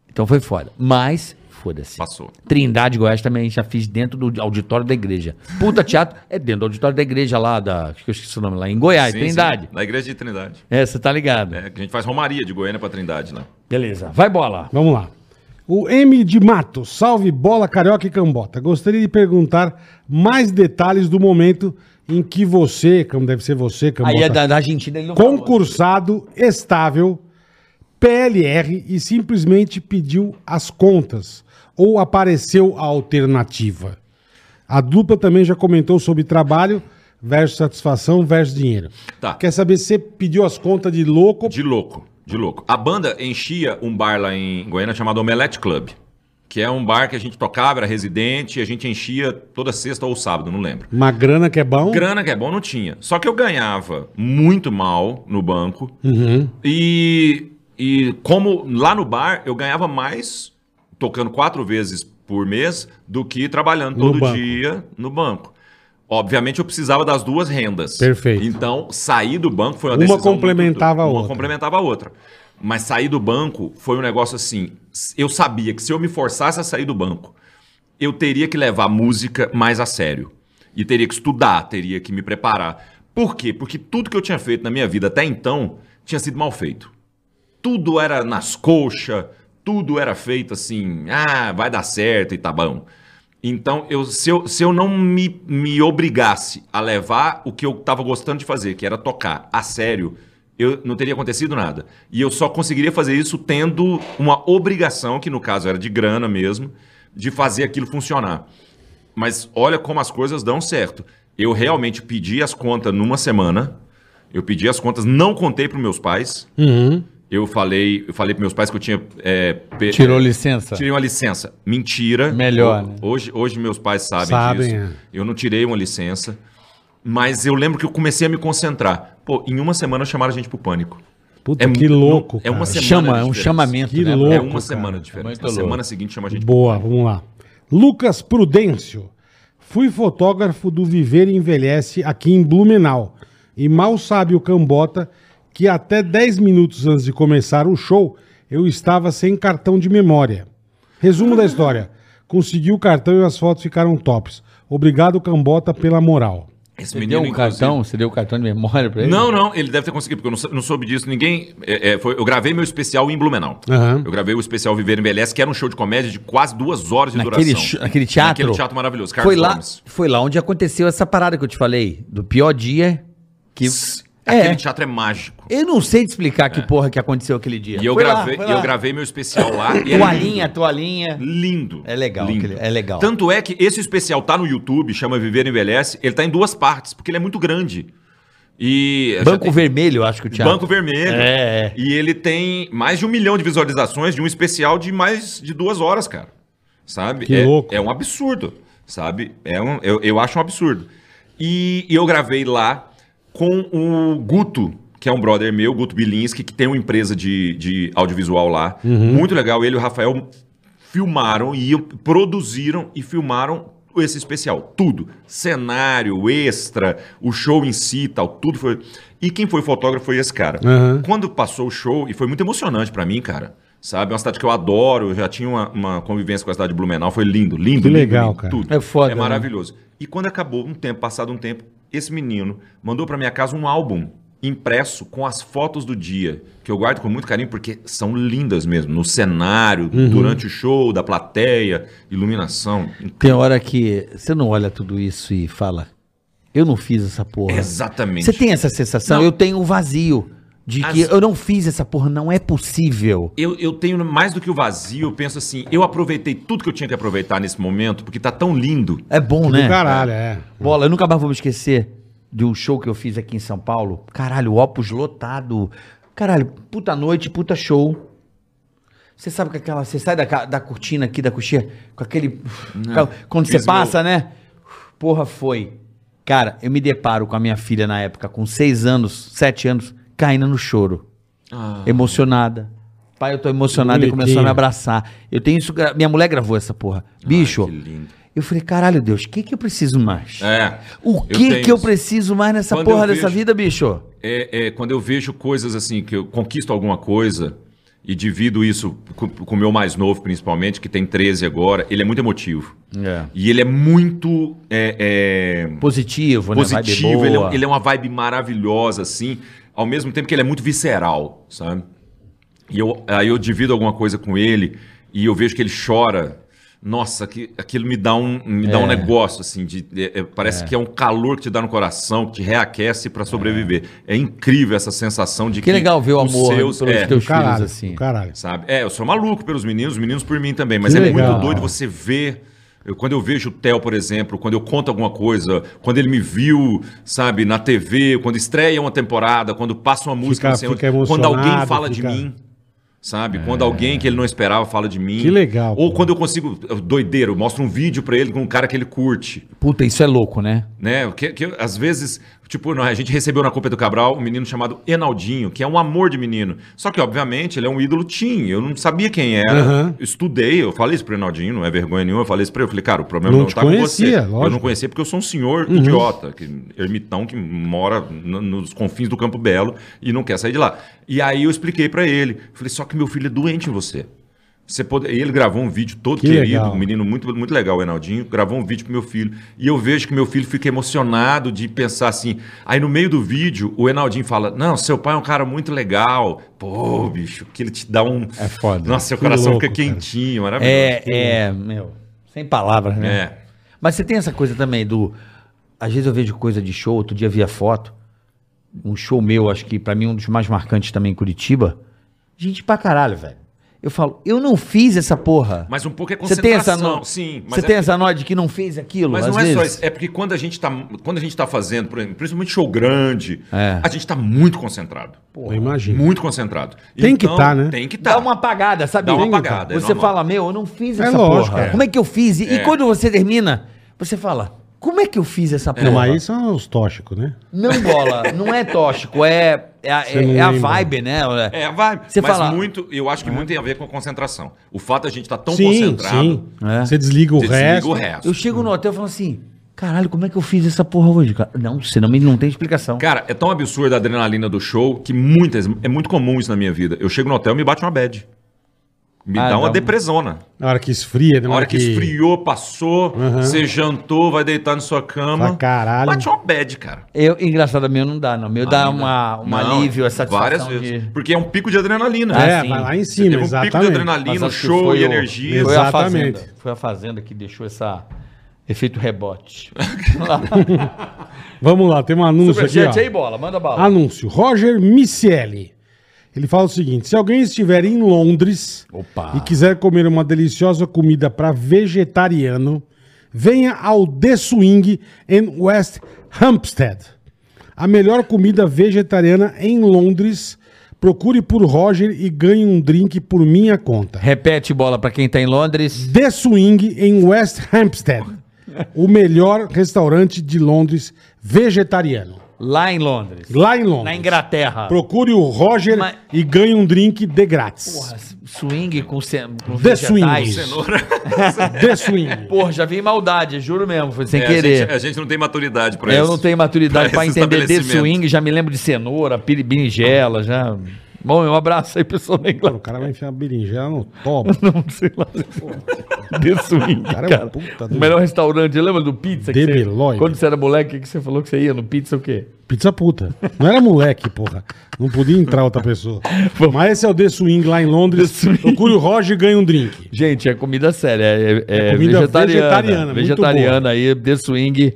S3: Então foi foda. Mas, foda-se.
S4: Passou.
S3: Trindade Goiás também já fiz dentro do auditório da igreja. Puta teatro é dentro do auditório da igreja lá da. Acho que eu esqueci o nome lá, em Goiás, Ah,
S4: Sim,
S3: é Trindade.
S4: sim, na igreja de Trindade.
S3: É, você tá ligado.
S4: É, que a gente faz Romaria de Goiânia pra Trindade, né?
S3: Beleza. Vai bola.
S2: Vamos lá. O M de Mato, salve bola carioca e cambota. Gostaria de perguntar mais detalhes do momento em que você, como deve ser você, cambota,
S3: Aí é da, da Argentina ele não
S2: concursado, estável, PLR e simplesmente pediu as contas ou apareceu a alternativa. A dupla também já comentou sobre trabalho versus satisfação versus dinheiro.
S4: Tá.
S2: Quer saber se você pediu as contas de louco?
S4: De louco, de louco. A banda enchia um bar lá em Goiânia chamado Omelete Club, que é um bar que a gente tocava, era residente, e a gente enchia toda sexta ou sábado, não lembro.
S2: Uma grana que é bom?
S4: Grana que é bom não tinha. Só que eu ganhava muito mal no banco.
S2: Uhum,
S4: E, e como lá no bar eu ganhava mais tocando quatro vezes por mês do que trabalhando
S2: No
S4: todo
S2: banco.
S4: dia no banco. Obviamente eu precisava das duas rendas.
S2: Perfeito.
S4: Então sair do banco foi uma
S2: Uma
S4: decisão. muito
S2: complementava a
S4: dura.
S2: outra.
S4: Uma complementava a outra. Mas sair do banco foi um negócio assim. Eu sabia que se eu me forçasse a sair do banco, eu teria que levar a música mais a sério. E teria que estudar, teria que me preparar. Por quê? Porque tudo que eu tinha feito na minha vida até então tinha sido mal feito. Tudo era nas coxas, tudo era feito assim, ah, vai dar certo e tá bom. Então, eu, se, eu, se eu não me, me obrigasse a levar o que eu tava gostando de fazer, que era tocar, a sério, eu não teria acontecido nada. E eu só conseguiria fazer isso tendo uma obrigação, que no caso era de grana mesmo, de fazer aquilo funcionar. Mas olha como as coisas dão certo. Eu realmente pedi as contas numa semana. Eu pedi as contas, não contei para meus pais.
S2: uhum.
S4: Eu falei, eu falei para meus pais que eu tinha é, pe-
S1: Tirou licença?
S4: Tirei uma licença. Mentira.
S1: Melhor,
S4: Eu-
S1: né?
S4: Hoje, hoje meus pais sabem,
S2: Sabem,
S4: disso.
S2: é.
S4: Eu não tirei uma licença. Mas eu lembro que eu comecei a me concentrar. Pô, em uma semana chamaram a gente pro pânico.
S2: Puta,
S4: mu-
S2: que
S4: não-
S2: louco.
S4: É uma
S2: cara.
S4: semana
S3: Chama,
S4: de
S3: é um
S4: diferença.
S3: chamamento.
S2: Que
S3: né,
S2: louco.
S4: É
S3: Bruno?
S4: uma semana
S1: cara.
S4: diferente.
S1: Muito
S4: Na
S1: louco.
S4: semana seguinte chama a gente
S2: Boa, vamos lá. Lucas Prudêncio. Fui fotógrafo do Viver e Envelhece aqui em Blumenau. E mal sabe o Cambota que até 10 minutos antes de começar o show, eu estava sem cartão de memória. Resumo da história. Consegui o cartão e as fotos ficaram tops. Obrigado, Cambota, pela moral.
S4: Esse
S1: Você deu um
S4: inclusive-
S1: cartão? Você deu o cartão de memória pra ele?
S4: Não, não, ele deve ter conseguido, porque eu não, sou- não soube disso. Ninguém. é, é, foi- eu gravei meu especial em Blumenau.
S2: Aham.
S4: Eu gravei o especial Viver Envelhece, que era um show de comédia de quase duas horas de
S3: Naquele,
S4: duração.
S3: cho- naquele teatro.
S4: Naquele teatro maravilhoso.
S3: Foi lá,
S4: Gomes.
S3: foi lá onde aconteceu essa parada que eu te falei. Do pior dia que.
S4: Aquele
S3: É.
S4: teatro é mágico.
S3: Eu não sei te explicar que porra que aconteceu aquele dia.
S4: É. E eu,
S3: Foi lá,
S4: gravei,
S3: foi
S4: e eu
S3: lá.
S4: gravei meu especial lá. e era
S3: Toalhinha,
S4: lindo.
S3: toalhinha.
S4: Lindo.
S3: É legal,
S4: lindo.
S3: aquele- é legal.
S4: Tanto é que esse especial tá no YouTube, chama Viver Envelhece. Ele tá em duas partes, porque ele é muito grande. E
S3: Banco Vermelho, eu acho que o teatro.
S4: Banco Vermelho.
S3: É, é.
S4: E ele tem mais de um milhão de visualizações de um especial de mais de duas horas, cara. Sabe?
S2: Que
S4: é,
S2: louco.
S4: é um absurdo, sabe? É um, eu, eu acho um absurdo. E, e eu gravei lá com o Guto, que é um brother meu, Guto Bilinski, que tem uma empresa de, de audiovisual lá. Muito legal. Ele e o Rafael filmaram e produziram e filmaram esse especial. Tudo. Cenário, extra, o show em si e tal, tudo foi. E quem foi fotógrafo foi esse cara.
S2: Aham.
S4: Quando passou o show, e foi muito emocionante pra mim, cara. Sabe? É uma cidade que eu adoro, eu já tinha uma, uma convivência com a cidade de Blumenau, foi lindo, lindo.
S2: Que
S4: lindo,
S2: legal,
S4: lindo,
S2: cara.
S4: Tudo.
S3: É foda,
S4: É
S3: né?
S4: maravilhoso. E quando acabou um tempo, passado um tempo, esse menino mandou pra minha casa um álbum impresso com as fotos do dia, que eu guardo com muito carinho porque são lindas mesmo, no cenário,
S3: Uhum.
S4: durante o show, da plateia, iluminação.
S3: Tem hora que você não olha tudo isso e fala, eu não fiz essa porra.
S4: Exatamente.
S3: Você tem essa sensação?
S4: Não.
S3: Eu tenho um vazio de que
S4: As-
S3: eu não fiz essa porra, não é possível.
S4: Eu, eu tenho mais do que o vazio, eu penso assim, eu aproveitei tudo que eu tinha que aproveitar nesse momento, porque tá tão lindo.
S3: É bom, né?
S2: Do caralho, é.
S3: Bola, eu nunca mais vou me esquecer de um show que eu fiz aqui em São Paulo. Caralho, Opus lotado. Caralho, puta noite, puta show. Você sabe que aquela. Você sai da, ca- da cortina aqui, da coxinha, com aquele. quando você
S4: fiz meu-
S3: passa, né? Porra, foi. Cara, eu me deparo com a minha filha na época, com seis anos, sete anos, caindo no choro. Emocionada. Pai, eu tô emocionada e
S2: Bonitinho.
S3: começou a me abraçar. Eu tenho isso. gra- Minha mulher gravou essa porra. Bicho.
S4: que lindo.
S3: Eu falei, caralho, Deus, o que, que eu preciso mais?
S4: É.
S3: O
S4: eu
S3: que
S4: tenho
S3: que eu
S4: isso.
S3: preciso mais nessa
S4: Quando
S3: porra
S4: eu
S3: dessa
S4: vejo-
S3: vida, bicho?
S4: É, é, quando eu vejo coisas assim, que eu conquisto alguma coisa e divido isso com com o meu mais novo, principalmente, que tem 13 agora, ele é muito emotivo.
S3: É.
S4: E ele é muito é, é,
S3: Positivo, né? Vibe
S4: positivo, ele é,
S3: boa.
S4: ele é uma vibe maravilhosa, assim, ao mesmo tempo que ele é muito visceral, sabe? E eu, aí eu divido alguma coisa com ele e eu vejo que ele chora. Nossa, que, aquilo me dá um, me dá um negócio, assim, de, é, é, parece que é um calor que te dá no coração, que te reaquece pra sobreviver. É. incrível essa sensação de
S3: Que legal ver o
S4: os
S3: amor
S4: seus-
S3: pelos
S4: é,
S3: teus
S2: Do caralho,
S3: filhos assim.
S2: do caralho.
S4: Sabe? É, eu sou maluco pelos meninos, os meninos por mim também, mas
S2: Que
S4: é
S2: legal.
S4: muito doido você ver. eu- quando eu vejo o Theo, por exemplo, quando eu conto alguma coisa, quando ele me viu, sabe, na TV, quando estreia uma temporada, quando passa uma música,
S2: Fica-
S4: não sei onde,
S2: fica
S4: quando alguém
S2: emocionado,
S4: fala
S2: fica- É.
S4: de mim, sabe? Quando alguém que ele não esperava fala de mim.
S2: Que legal,
S4: Ou
S2: pô.
S4: quando eu consigo, eu- doideiro, eu mostro um vídeo pra ele com um cara que ele curte
S3: Puta, isso é louco, né?
S4: né? Que, que às vezes, tipo, não, a gente recebeu na Copa do Cabral um menino chamado Enaldinho, que é um amor de menino. Só que, obviamente, ele é um ídolo teen. Eu não sabia quem era.
S2: Aham.
S4: Eu Estudei, eu falei isso pro Enaldinho, não é vergonha nenhuma. Eu falei isso pra ele. Eu falei, cara, o problema
S2: Não
S4: não,
S2: te
S4: tá
S2: conhecia,
S4: com você. Eu não
S2: lógico. Uhum.
S4: conhecia porque eu sou um senhor idiota, que, ermitão que mora no- nos confins do Campo Belo e não quer sair de lá. E aí eu expliquei pra ele. Falei, só que meu filho é doente em você. Você pode... E ele gravou um vídeo todo
S2: Que
S4: querido,
S2: legal.
S4: um menino menino muito, muito legal, o Enaldinho, gravou um vídeo pro meu filho. E eu vejo que meu filho fica emocionado de pensar assim. Aí no meio do vídeo, o Enaldinho fala: Não, seu pai é um cara muito legal. Pô, bicho, que ele te dá um.
S3: É foda.
S4: Nossa, seu
S2: Que
S4: coração
S2: louco,
S4: fica
S2: cara.
S4: quentinho, maravilhoso.
S3: É, é, meu, sem palavras, né?
S4: É.
S3: Mas você tem essa coisa também do. Às vezes eu vejo coisa de show, outro dia via foto. Um show meu, acho que pra mim um dos mais marcantes também em Curitiba. Gente pra caralho, velho. Eu falo, eu não fiz essa porra.
S4: Mas um pouco é
S3: você tem essa
S4: concentração.
S3: nó...
S4: Sim,
S3: Você
S4: mas é
S3: tem essa nó de que não fez aquilo?
S4: Mas
S3: às
S4: não é só
S3: vezes?
S4: isso. É porque quando a gente tá, quando a gente tá fazendo, por exemplo, principalmente show grande,
S3: É.
S4: a gente tá muito concentrado.
S2: Eu imagino.
S4: Muito concentrado.
S2: Tem que tá, né?
S4: Tem que
S3: Dá
S4: tá.
S3: uma apagada, sabe?
S4: Dá uma apagada, é
S3: Você
S4: normal.
S3: fala, meu, eu não fiz
S2: É
S3: essa
S2: lógico,
S3: porra.
S2: é.
S3: Como é que eu fiz? E, e
S4: É.
S3: quando você termina, você fala, como é que eu fiz essa porra?
S2: Não, mas aí são os tóxicos, né?
S3: Não bola, não é tóxico, é, é, a-
S2: Você
S3: é-
S2: não
S3: é a
S2: lembra.
S3: vibe, né?
S4: É, vai.
S3: Você
S4: mas
S3: fala-
S4: muito, eu acho que muito tem a ver com a concentração. O fato de a gente estar tão
S2: Sim,
S4: concentrado,
S2: sim.
S3: É.
S2: Você desliga o
S4: você
S2: resto.
S4: desliga o resto.
S3: Eu chego no hotel e falo assim, caralho, como é que eu fiz essa porra hoje? cara? Não, senão me- não tem explicação.
S4: Cara, é tão absurda a adrenalina do show que muitas, é muito comum isso na minha vida. Eu chego no hotel e me bate uma bad. Me
S3: Ah,
S4: dá uma
S3: dá um-
S4: depressona.
S2: Na hora que esfria, né?
S4: Na hora que esfriou, passou,
S2: Aham.
S4: você jantou, vai deitar na sua cama.
S2: Fala, caralho.
S4: Bate uma bad, cara.
S3: Eu, engraçado, meu não dá, não. Meu dá uma, um
S4: Não,
S3: alívio, essa satisfação
S4: Várias vezes.
S3: de...
S4: Porque é um pico de adrenalina.
S2: É,
S3: assim.
S2: vai lá em
S4: Você
S2: cima,
S4: teve um
S2: exatamente.
S4: pico de
S3: Mas
S4: adrenalina,
S3: acho que
S4: show
S3: foi
S4: e
S3: o-
S4: energia.
S3: Foi a fazenda.
S2: Exatamente.
S3: Foi a fazenda que deixou essa... Efeito rebote.
S2: Vamos lá, tem um anúncio aqui.
S3: Superchat
S2: Ó.
S3: aí, bola, manda bala.
S2: Anúncio. Roger Micelli. Ele fala o seguinte: se alguém estiver em Londres
S3: Opa.
S2: e quiser comer uma deliciosa comida para vegetariano, venha ao The Swing em West Hampstead. A melhor comida vegetariana em Londres. Procure por Roger e ganhe um drink por minha conta.
S3: Repete bola pra quem tá em Londres.
S2: The Swing em West Hampstead. O melhor restaurante de Londres vegetariano.
S3: Lá em Londres.
S2: Lá em Londres.
S3: Na Inglaterra.
S2: Procure o Roger
S3: Mas-
S2: e ganhe um drink de grátis.
S3: Porra, swing com, ce... com
S2: The
S3: vegetais.
S2: Swing. The Swing.
S3: Porra, já vi maldade, juro mesmo, foi sem
S4: É, a
S3: querer.
S4: gente- a gente não tem maturidade pra
S3: eu
S4: isso.
S3: não tenho maturidade
S4: pra
S3: pra
S4: esse
S3: entender The
S4: estabelecimento.
S3: Swing, já me lembro de cenoura, piri- berinjela, já... Bom, um abraço aí, pessoal da
S2: Cara,
S3: Inglaterra.
S2: o cara vai enfiar uma berinjela no topo.
S6: Não, sei lá. The Swing,
S2: Cara,
S6: cara.
S2: é uma puta
S3: O
S2: do...
S3: melhor restaurante, lembra do pizza? que você,
S2: Debeloide.
S3: quando você era moleque, que você falou que você ia no pizza o quê?
S2: Pizza puta. Não era moleque, porra. Não podia entrar outra pessoa. Mas esse é o The Swing lá em Londres.
S3: The Swing.
S2: Procure o Roger e ganha um drink.
S3: Gente, é comida séria, é, é-
S2: É comida
S3: vegetariana.
S2: vegetariana,
S3: Vegetariana,
S2: muito
S3: aí, The Swing,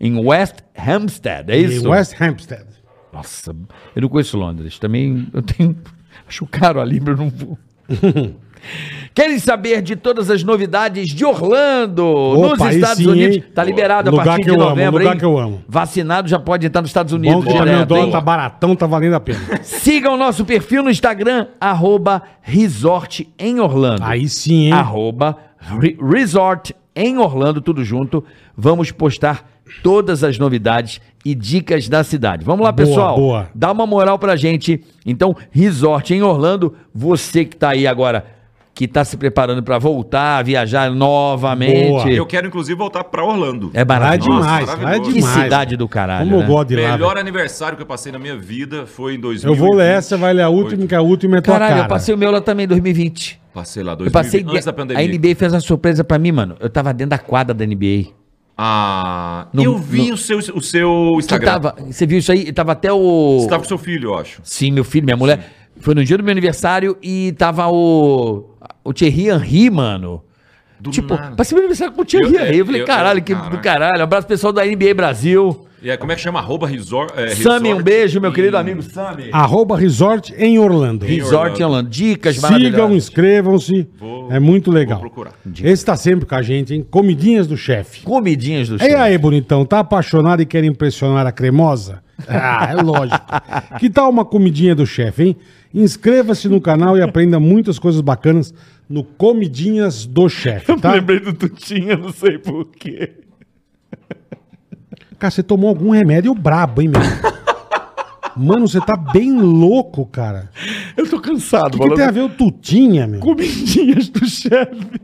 S3: em West Hampstead, é
S2: Em
S3: isso?
S2: West Hampstead.
S3: Nossa, eu não conheço Londres. Também eu tenho. Acho caro a Libra, eu não vou. Querem saber de todas as novidades de Orlando,
S2: Opa,
S3: nos
S2: aí
S3: Estados
S2: sim,
S3: Unidos?
S2: hein?
S3: Tá liberado a
S2: Lugar
S3: partir
S2: que
S3: de
S2: eu amo,
S3: novembro,
S2: lugar
S3: hein?
S2: que eu amo.
S3: Vacinado já pode entrar nos Estados
S2: Bom
S3: Unidos
S2: que também o
S3: direto,
S2: dólar
S3: hein?
S2: tá baratão, tá valendo a pena.
S3: Siga o nosso perfil no Instagram, arroba Resort em Orlando.
S2: Aí sim,
S3: Ah,
S2: hein? é
S3: Arroba Re- Resort em Orlando, tudo junto. Vamos postar todas as novidades e dicas da cidade. Vamos lá,
S2: Boa,
S3: pessoal.
S2: boa.
S3: Dá uma moral pra gente. Então, Resort em Orlando, você que tá aí agora, que tá se preparando pra voltar, viajar novamente.
S2: Boa.
S4: Eu quero, inclusive, voltar pra Orlando.
S3: É
S2: Lá é
S3: barato.
S4: Nossa,
S2: demais, lá é
S4: maravilhoso.
S3: que
S2: demais.
S3: cidade do
S2: cara.
S3: caralho,
S2: Como eu
S3: né?
S2: gosto de lá.
S4: Melhor aniversário que eu passei na minha vida foi em 2000.
S2: Eu vou ler essa, vai ler a última, que a última é tua
S3: Caralho,
S2: cara.
S3: eu passei o meu lá também em 2020.
S4: Passei lá,
S3: Eu
S4: 2000,
S3: passei.
S4: antes da
S3: a
S4: pandemia.
S3: NBA fez uma surpresa pra mim, mano. Eu tava dentro da quadra da NBA.
S4: Ah,
S3: No-
S4: eu vi
S3: no-
S4: o seu, o seu
S3: Que
S4: Instagram.
S3: tava, você viu isso aí? Tava até o.
S4: Você tava com seu filho, eu acho.
S3: Sim, meu filho, minha mulher. Foi no dia do meu aniversário e tava o. O Thierry Henry, mano.
S4: Do
S3: tipo,
S4: nada.
S3: passei meu aniversário com o Thierry
S4: Eu-
S3: Henry. Eu falei,
S4: eu-
S3: caralho,
S4: eu-
S3: que do
S4: caraca.
S3: caralho. Um Abraço pessoal da NBA Brasil.
S4: E aí, como é que chama? Arroba resort. É,
S3: Sammy, um
S4: resort
S3: beijo, meu
S4: em-
S3: querido amigo Sammy.
S2: Arroba Resort em Orlando.
S3: Resort em
S4: Orlando.
S3: Orlando. Dicas
S2: Sigam,
S3: maravilhosas.
S2: inscrevam-se.
S4: Vou-
S2: É muito legal.
S4: vou procurar.
S2: Esse tá sempre com a gente, hein? Comidinhas do chefe.
S3: Comidinhas do
S2: E
S3: chefe.
S2: aí, bonitão, tá apaixonado e quer impressionar a cremosa? Ah, é lógico. que tal uma comidinha do chefe, hein? Inscreva-se no canal e aprenda muitas coisas bacanas no Comidinhas do Chefe,
S6: Eu
S2: tá?
S6: Lembrei do Tutinha, não sei porquê.
S2: Cara, você tomou algum remédio brabo, hein, meu? Mano, você tá bem louco, cara.
S6: Eu tô cansado,
S2: O que, que tem a ver o Tutinha, meu?
S6: Comidinhas do chefe.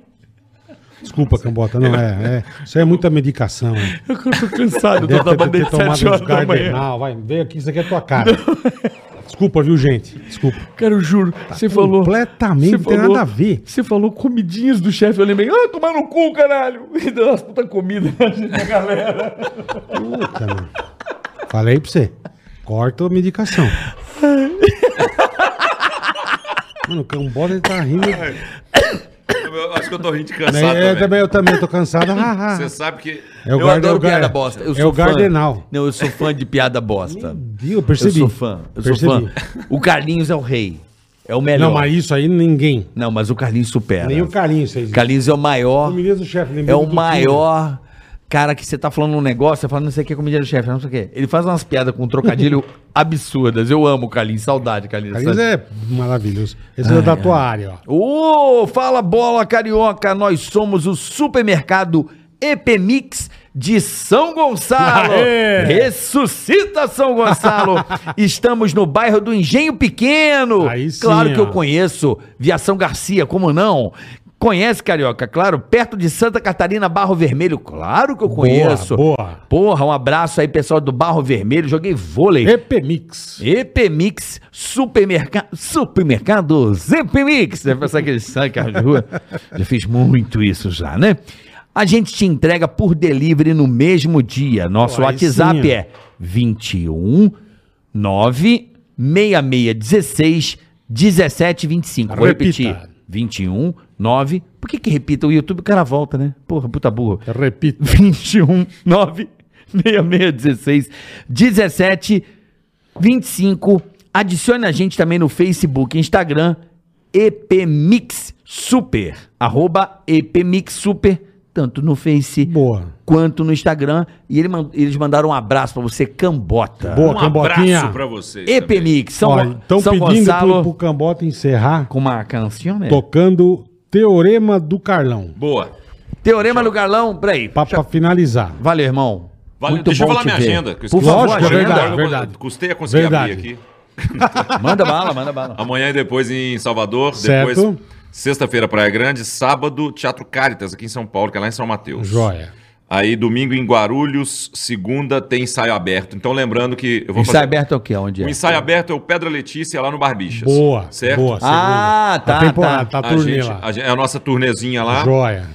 S2: Desculpa, Cambota, não é, é. Isso aí é muita medicação. Né?
S6: Eu tô cansado, eu
S2: Deve
S6: tô
S2: ter,
S6: trabalhando
S2: ter
S6: desde
S2: tomado
S6: 7
S2: uns
S6: horas da manhã.
S2: Gardenal. Vai, vem aqui, isso aqui é tua cara. Desculpa, viu, gente? Desculpa.
S6: Cara, eu juro,
S2: Tá
S6: você falou.
S2: completamente,
S6: você
S2: não tem nada a ver.
S6: Você falou comidinhas do chefe, eu lembrei, ah, tomar no cu, caralho! E deu umas puta comida na gente, na galera.
S2: Puta, meu. Falei pra você. Corta a medicação. Mano, o Cambota ele tá rindo.
S4: Eu acho que eu tô rindo de
S2: Né,
S4: cansado.
S2: eu,
S4: também.
S2: também, eu também tô cansado. Ah, ah.
S4: Você sabe que.
S2: É o
S3: eu
S2: guarda-
S3: adoro
S2: é o gar-
S3: piada bosta. Eu
S2: é
S3: sou
S2: o Gardenal.
S3: Fã. Não, eu sou fã de piada bosta.
S2: Ih, Eu percebi.
S3: Eu sou fã. Eu sou
S2: Percebi.
S3: fã. O Carlinhos é o rei. É o melhor.
S2: Não, mas isso aí ninguém.
S3: Não, mas o Carlinhos supera.
S2: Nem o carinho, vocês.
S3: Carlinhos é o maior.
S2: Comidinhas do chefe, lembrei
S3: É
S2: do
S3: o
S2: Tutinha.
S3: maior cara que você tá falando um negócio, você fala, não sei o que é comida do chefe, não sei o que. Ele faz umas piadas com um trocadilho absurdas. Eu amo o Carlinhos, saudade, Carlinhos.
S2: Carlinhos
S3: sabe?
S2: é maravilhoso. Esse é da tua área, ó.
S3: Ô, fala bola carioca, nós somos o supermercado Epemix de São Gonçalo.
S2: Aê!
S3: Ressuscita São Gonçalo. Estamos no bairro do Engenho Pequeno.
S2: Aí sim,
S3: claro que
S2: ó.
S3: eu conheço Viação Garcia, como não? Conhece Carioca, claro, perto de Santa Catarina, Barro Vermelho, claro que eu conheço.
S2: boa.
S3: Porra, um abraço aí pessoal do Barro Vermelho, joguei vôlei.
S2: Epemix.
S3: EPMix Supermercado Supermercados EPMix. Você vai pensar que ele sai com a rua. Já fiz muito isso já, né? A gente te entrega por delivery no mesmo dia. Nosso
S2: Pô, aí
S3: WhatsApp
S2: sim, ó.
S3: é 21 9 6616 1725. Vou
S2: Repita.
S3: repetir. 21 9. Por que que repita o YouTube? O cara volta, né? Porra, puta burro.
S2: Repito.
S3: 21 9 6616 17 25. Adicione a gente também no Facebook e Instagram EPMix Super. Arroba EPMix Super, tanto no Face
S2: Boa.
S3: quanto no Instagram. E ele man- eles mandaram um abraço pra você, Cambota.
S2: Boa,
S4: Um
S2: Cambotinha.
S4: abraço pra você. também.
S3: EPMix, São,
S2: Ó, Estão
S3: São
S2: pedindo pro,
S3: Gonçalo.
S2: pro Cambota encerrar
S3: Com uma canção, né?
S2: tocando Teorema do Carlão.
S4: Boa.
S3: Teorema do Garlão, peraí.
S2: Pra, pra finalizar.
S3: Valeu, irmão.
S4: Valeu,
S3: Muito
S4: deixa eu
S3: bom
S4: falar
S3: te
S4: minha
S3: ver.
S4: agenda. que eu
S3: Por
S4: esqueci.
S3: favor,
S2: Lógico, é
S4: Agora eu
S3: agenda.
S2: verdade.
S4: Custei a conseguir
S2: Verdade.
S4: abrir aqui.
S3: Manda bala, manda bala.
S4: Amanhã e depois em Salvador.
S2: Certo.
S4: Depois, sexta-feira, Praia Grande. Sábado, Teatro Caritas, aqui em São Paulo, que é lá em São Mateus.
S2: Joia.
S4: Ah, Aí domingo em Guarulhos, segunda tem ensaio aberto. Então lembrando que eu vou
S3: Ensaio
S4: fazer-
S3: aberto é o quê? Onde é?
S4: O ensaio aberto é o Pedra Letícia lá no Barbixas.
S2: Boa,
S4: certo?
S2: boa.
S3: Ah,
S2: segunda.
S3: tá,
S2: A temporada, tá,
S4: A,
S2: a turnê
S4: gente,
S2: lá.
S4: a gente- é a nossa turnezinha lá.
S2: Joia.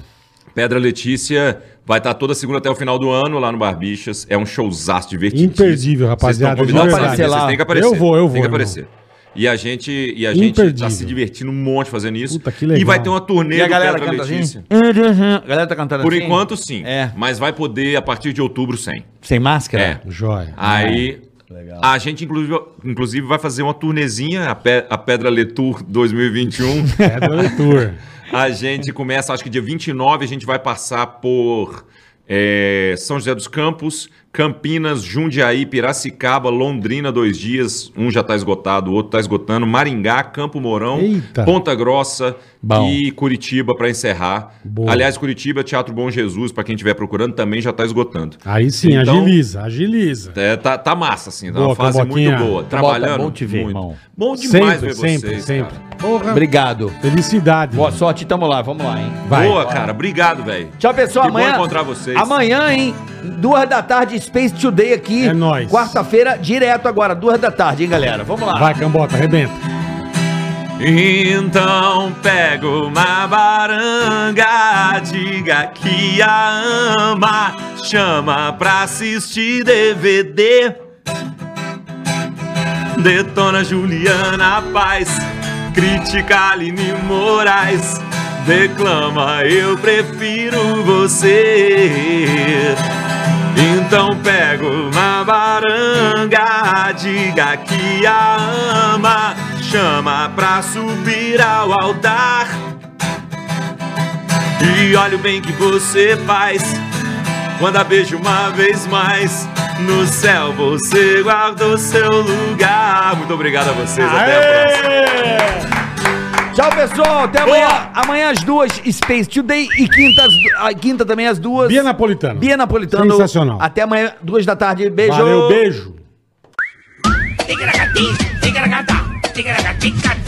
S4: Pedra Letícia vai estar toda segunda até o final do ano lá no Barbixas. É um showzaço divertido.
S2: Imperdível, rapaziada,
S4: Vocês estão
S3: de
S4: convidados
S3: verdade.
S4: a aparecer, vocês têm que aparecer.
S2: Eu vou, eu
S4: Tem
S2: vou,
S4: que
S2: eu
S4: aparecer. E a gente, e a gente
S2: Imperdível.
S4: tá se divertindo um monte fazendo isso.
S2: Puta, que legal.
S4: E vai ter uma turnê
S3: E a
S4: do
S3: galera
S4: Pedra
S3: canta
S4: Letícia.
S3: assim? A galera tá cantando
S4: Por
S3: assim?
S4: enquanto, sim.
S3: É.
S4: Mas vai poder a partir de outubro sem.
S3: Sem máscara?
S4: É.
S2: Joia.
S4: Aí. A gente, inclusive, inclusive, vai fazer uma turnezinha, a, Pe- a Pedra Letour 2021.
S2: É da leitura.
S4: a gente começa, acho que dia 29, a gente vai passar por é, São José dos Campos, Campinas, Jundiaí, Piracicaba, Londrina, dois dias. Um já está esgotado, o outro está esgotando. Maringá, Campo Mourão,
S2: Eita.
S4: Ponta Grossa
S3: Bom.
S4: e Curitiba para encerrar.
S2: Boa.
S4: Aliás, Curitiba, Teatro Bom Jesus, para quem estiver procurando, também já está esgotando.
S2: Aí sim,
S4: Então-
S2: agiliza, agiliza.
S4: É, tá, tá massa, assim. Tá
S2: Boa, tá
S4: uma fase
S2: Camboquinha.
S4: muito boa.
S3: Cambota,
S4: Trabalhando.
S3: bom te ver,
S4: muito.
S3: irmão.
S4: Bom demais
S2: sempre,
S4: ver vocês.
S2: sempre,
S4: cara.
S2: sempre. Porra,
S3: Obrigado.
S2: felicidade.
S3: Boa
S2: mano.
S3: sorte, tamo lá, vamos lá, hein?
S2: Vai.
S4: Boa, cara. Obrigado, velho.
S3: Tchau, pessoal.
S4: Que bom
S3: Então, amanhã.
S4: encontrar vocês.
S3: Amanhã, hein? Duas da tarde, Space Today aqui.
S2: É nóis.
S3: Quarta-feira, direto agora, duas da tarde, hein, galera? Vamos lá.
S2: Vai, Cambota, arrebenta.
S4: Então pego uma baranga, diga que a ama, chama pra assistir DVD. Detona Juliana Paz, critica Aline Moraes, declama eu prefiro você. Então pego uma baranga, diga que a ama, chama pra subir ao altar. E olha o bem que você faz, manda beijo uma vez mais. No céu você guarda o seu lugar. Muito obrigado a vocês, até a próxima.
S3: Tchau, pessoal. Até
S4: Boa.
S3: amanhã. Amanhã às duas, Space Today. E quinta, às du- ah, quinta também às duas.
S2: Bia Napolitano.
S3: Bia Napolitano.
S2: Sensacional.
S3: Até amanhã, duas da tarde. Beijo.
S2: Valeu, beijo.
S7: Tigra gatinho, tigra gata, tigra gatica,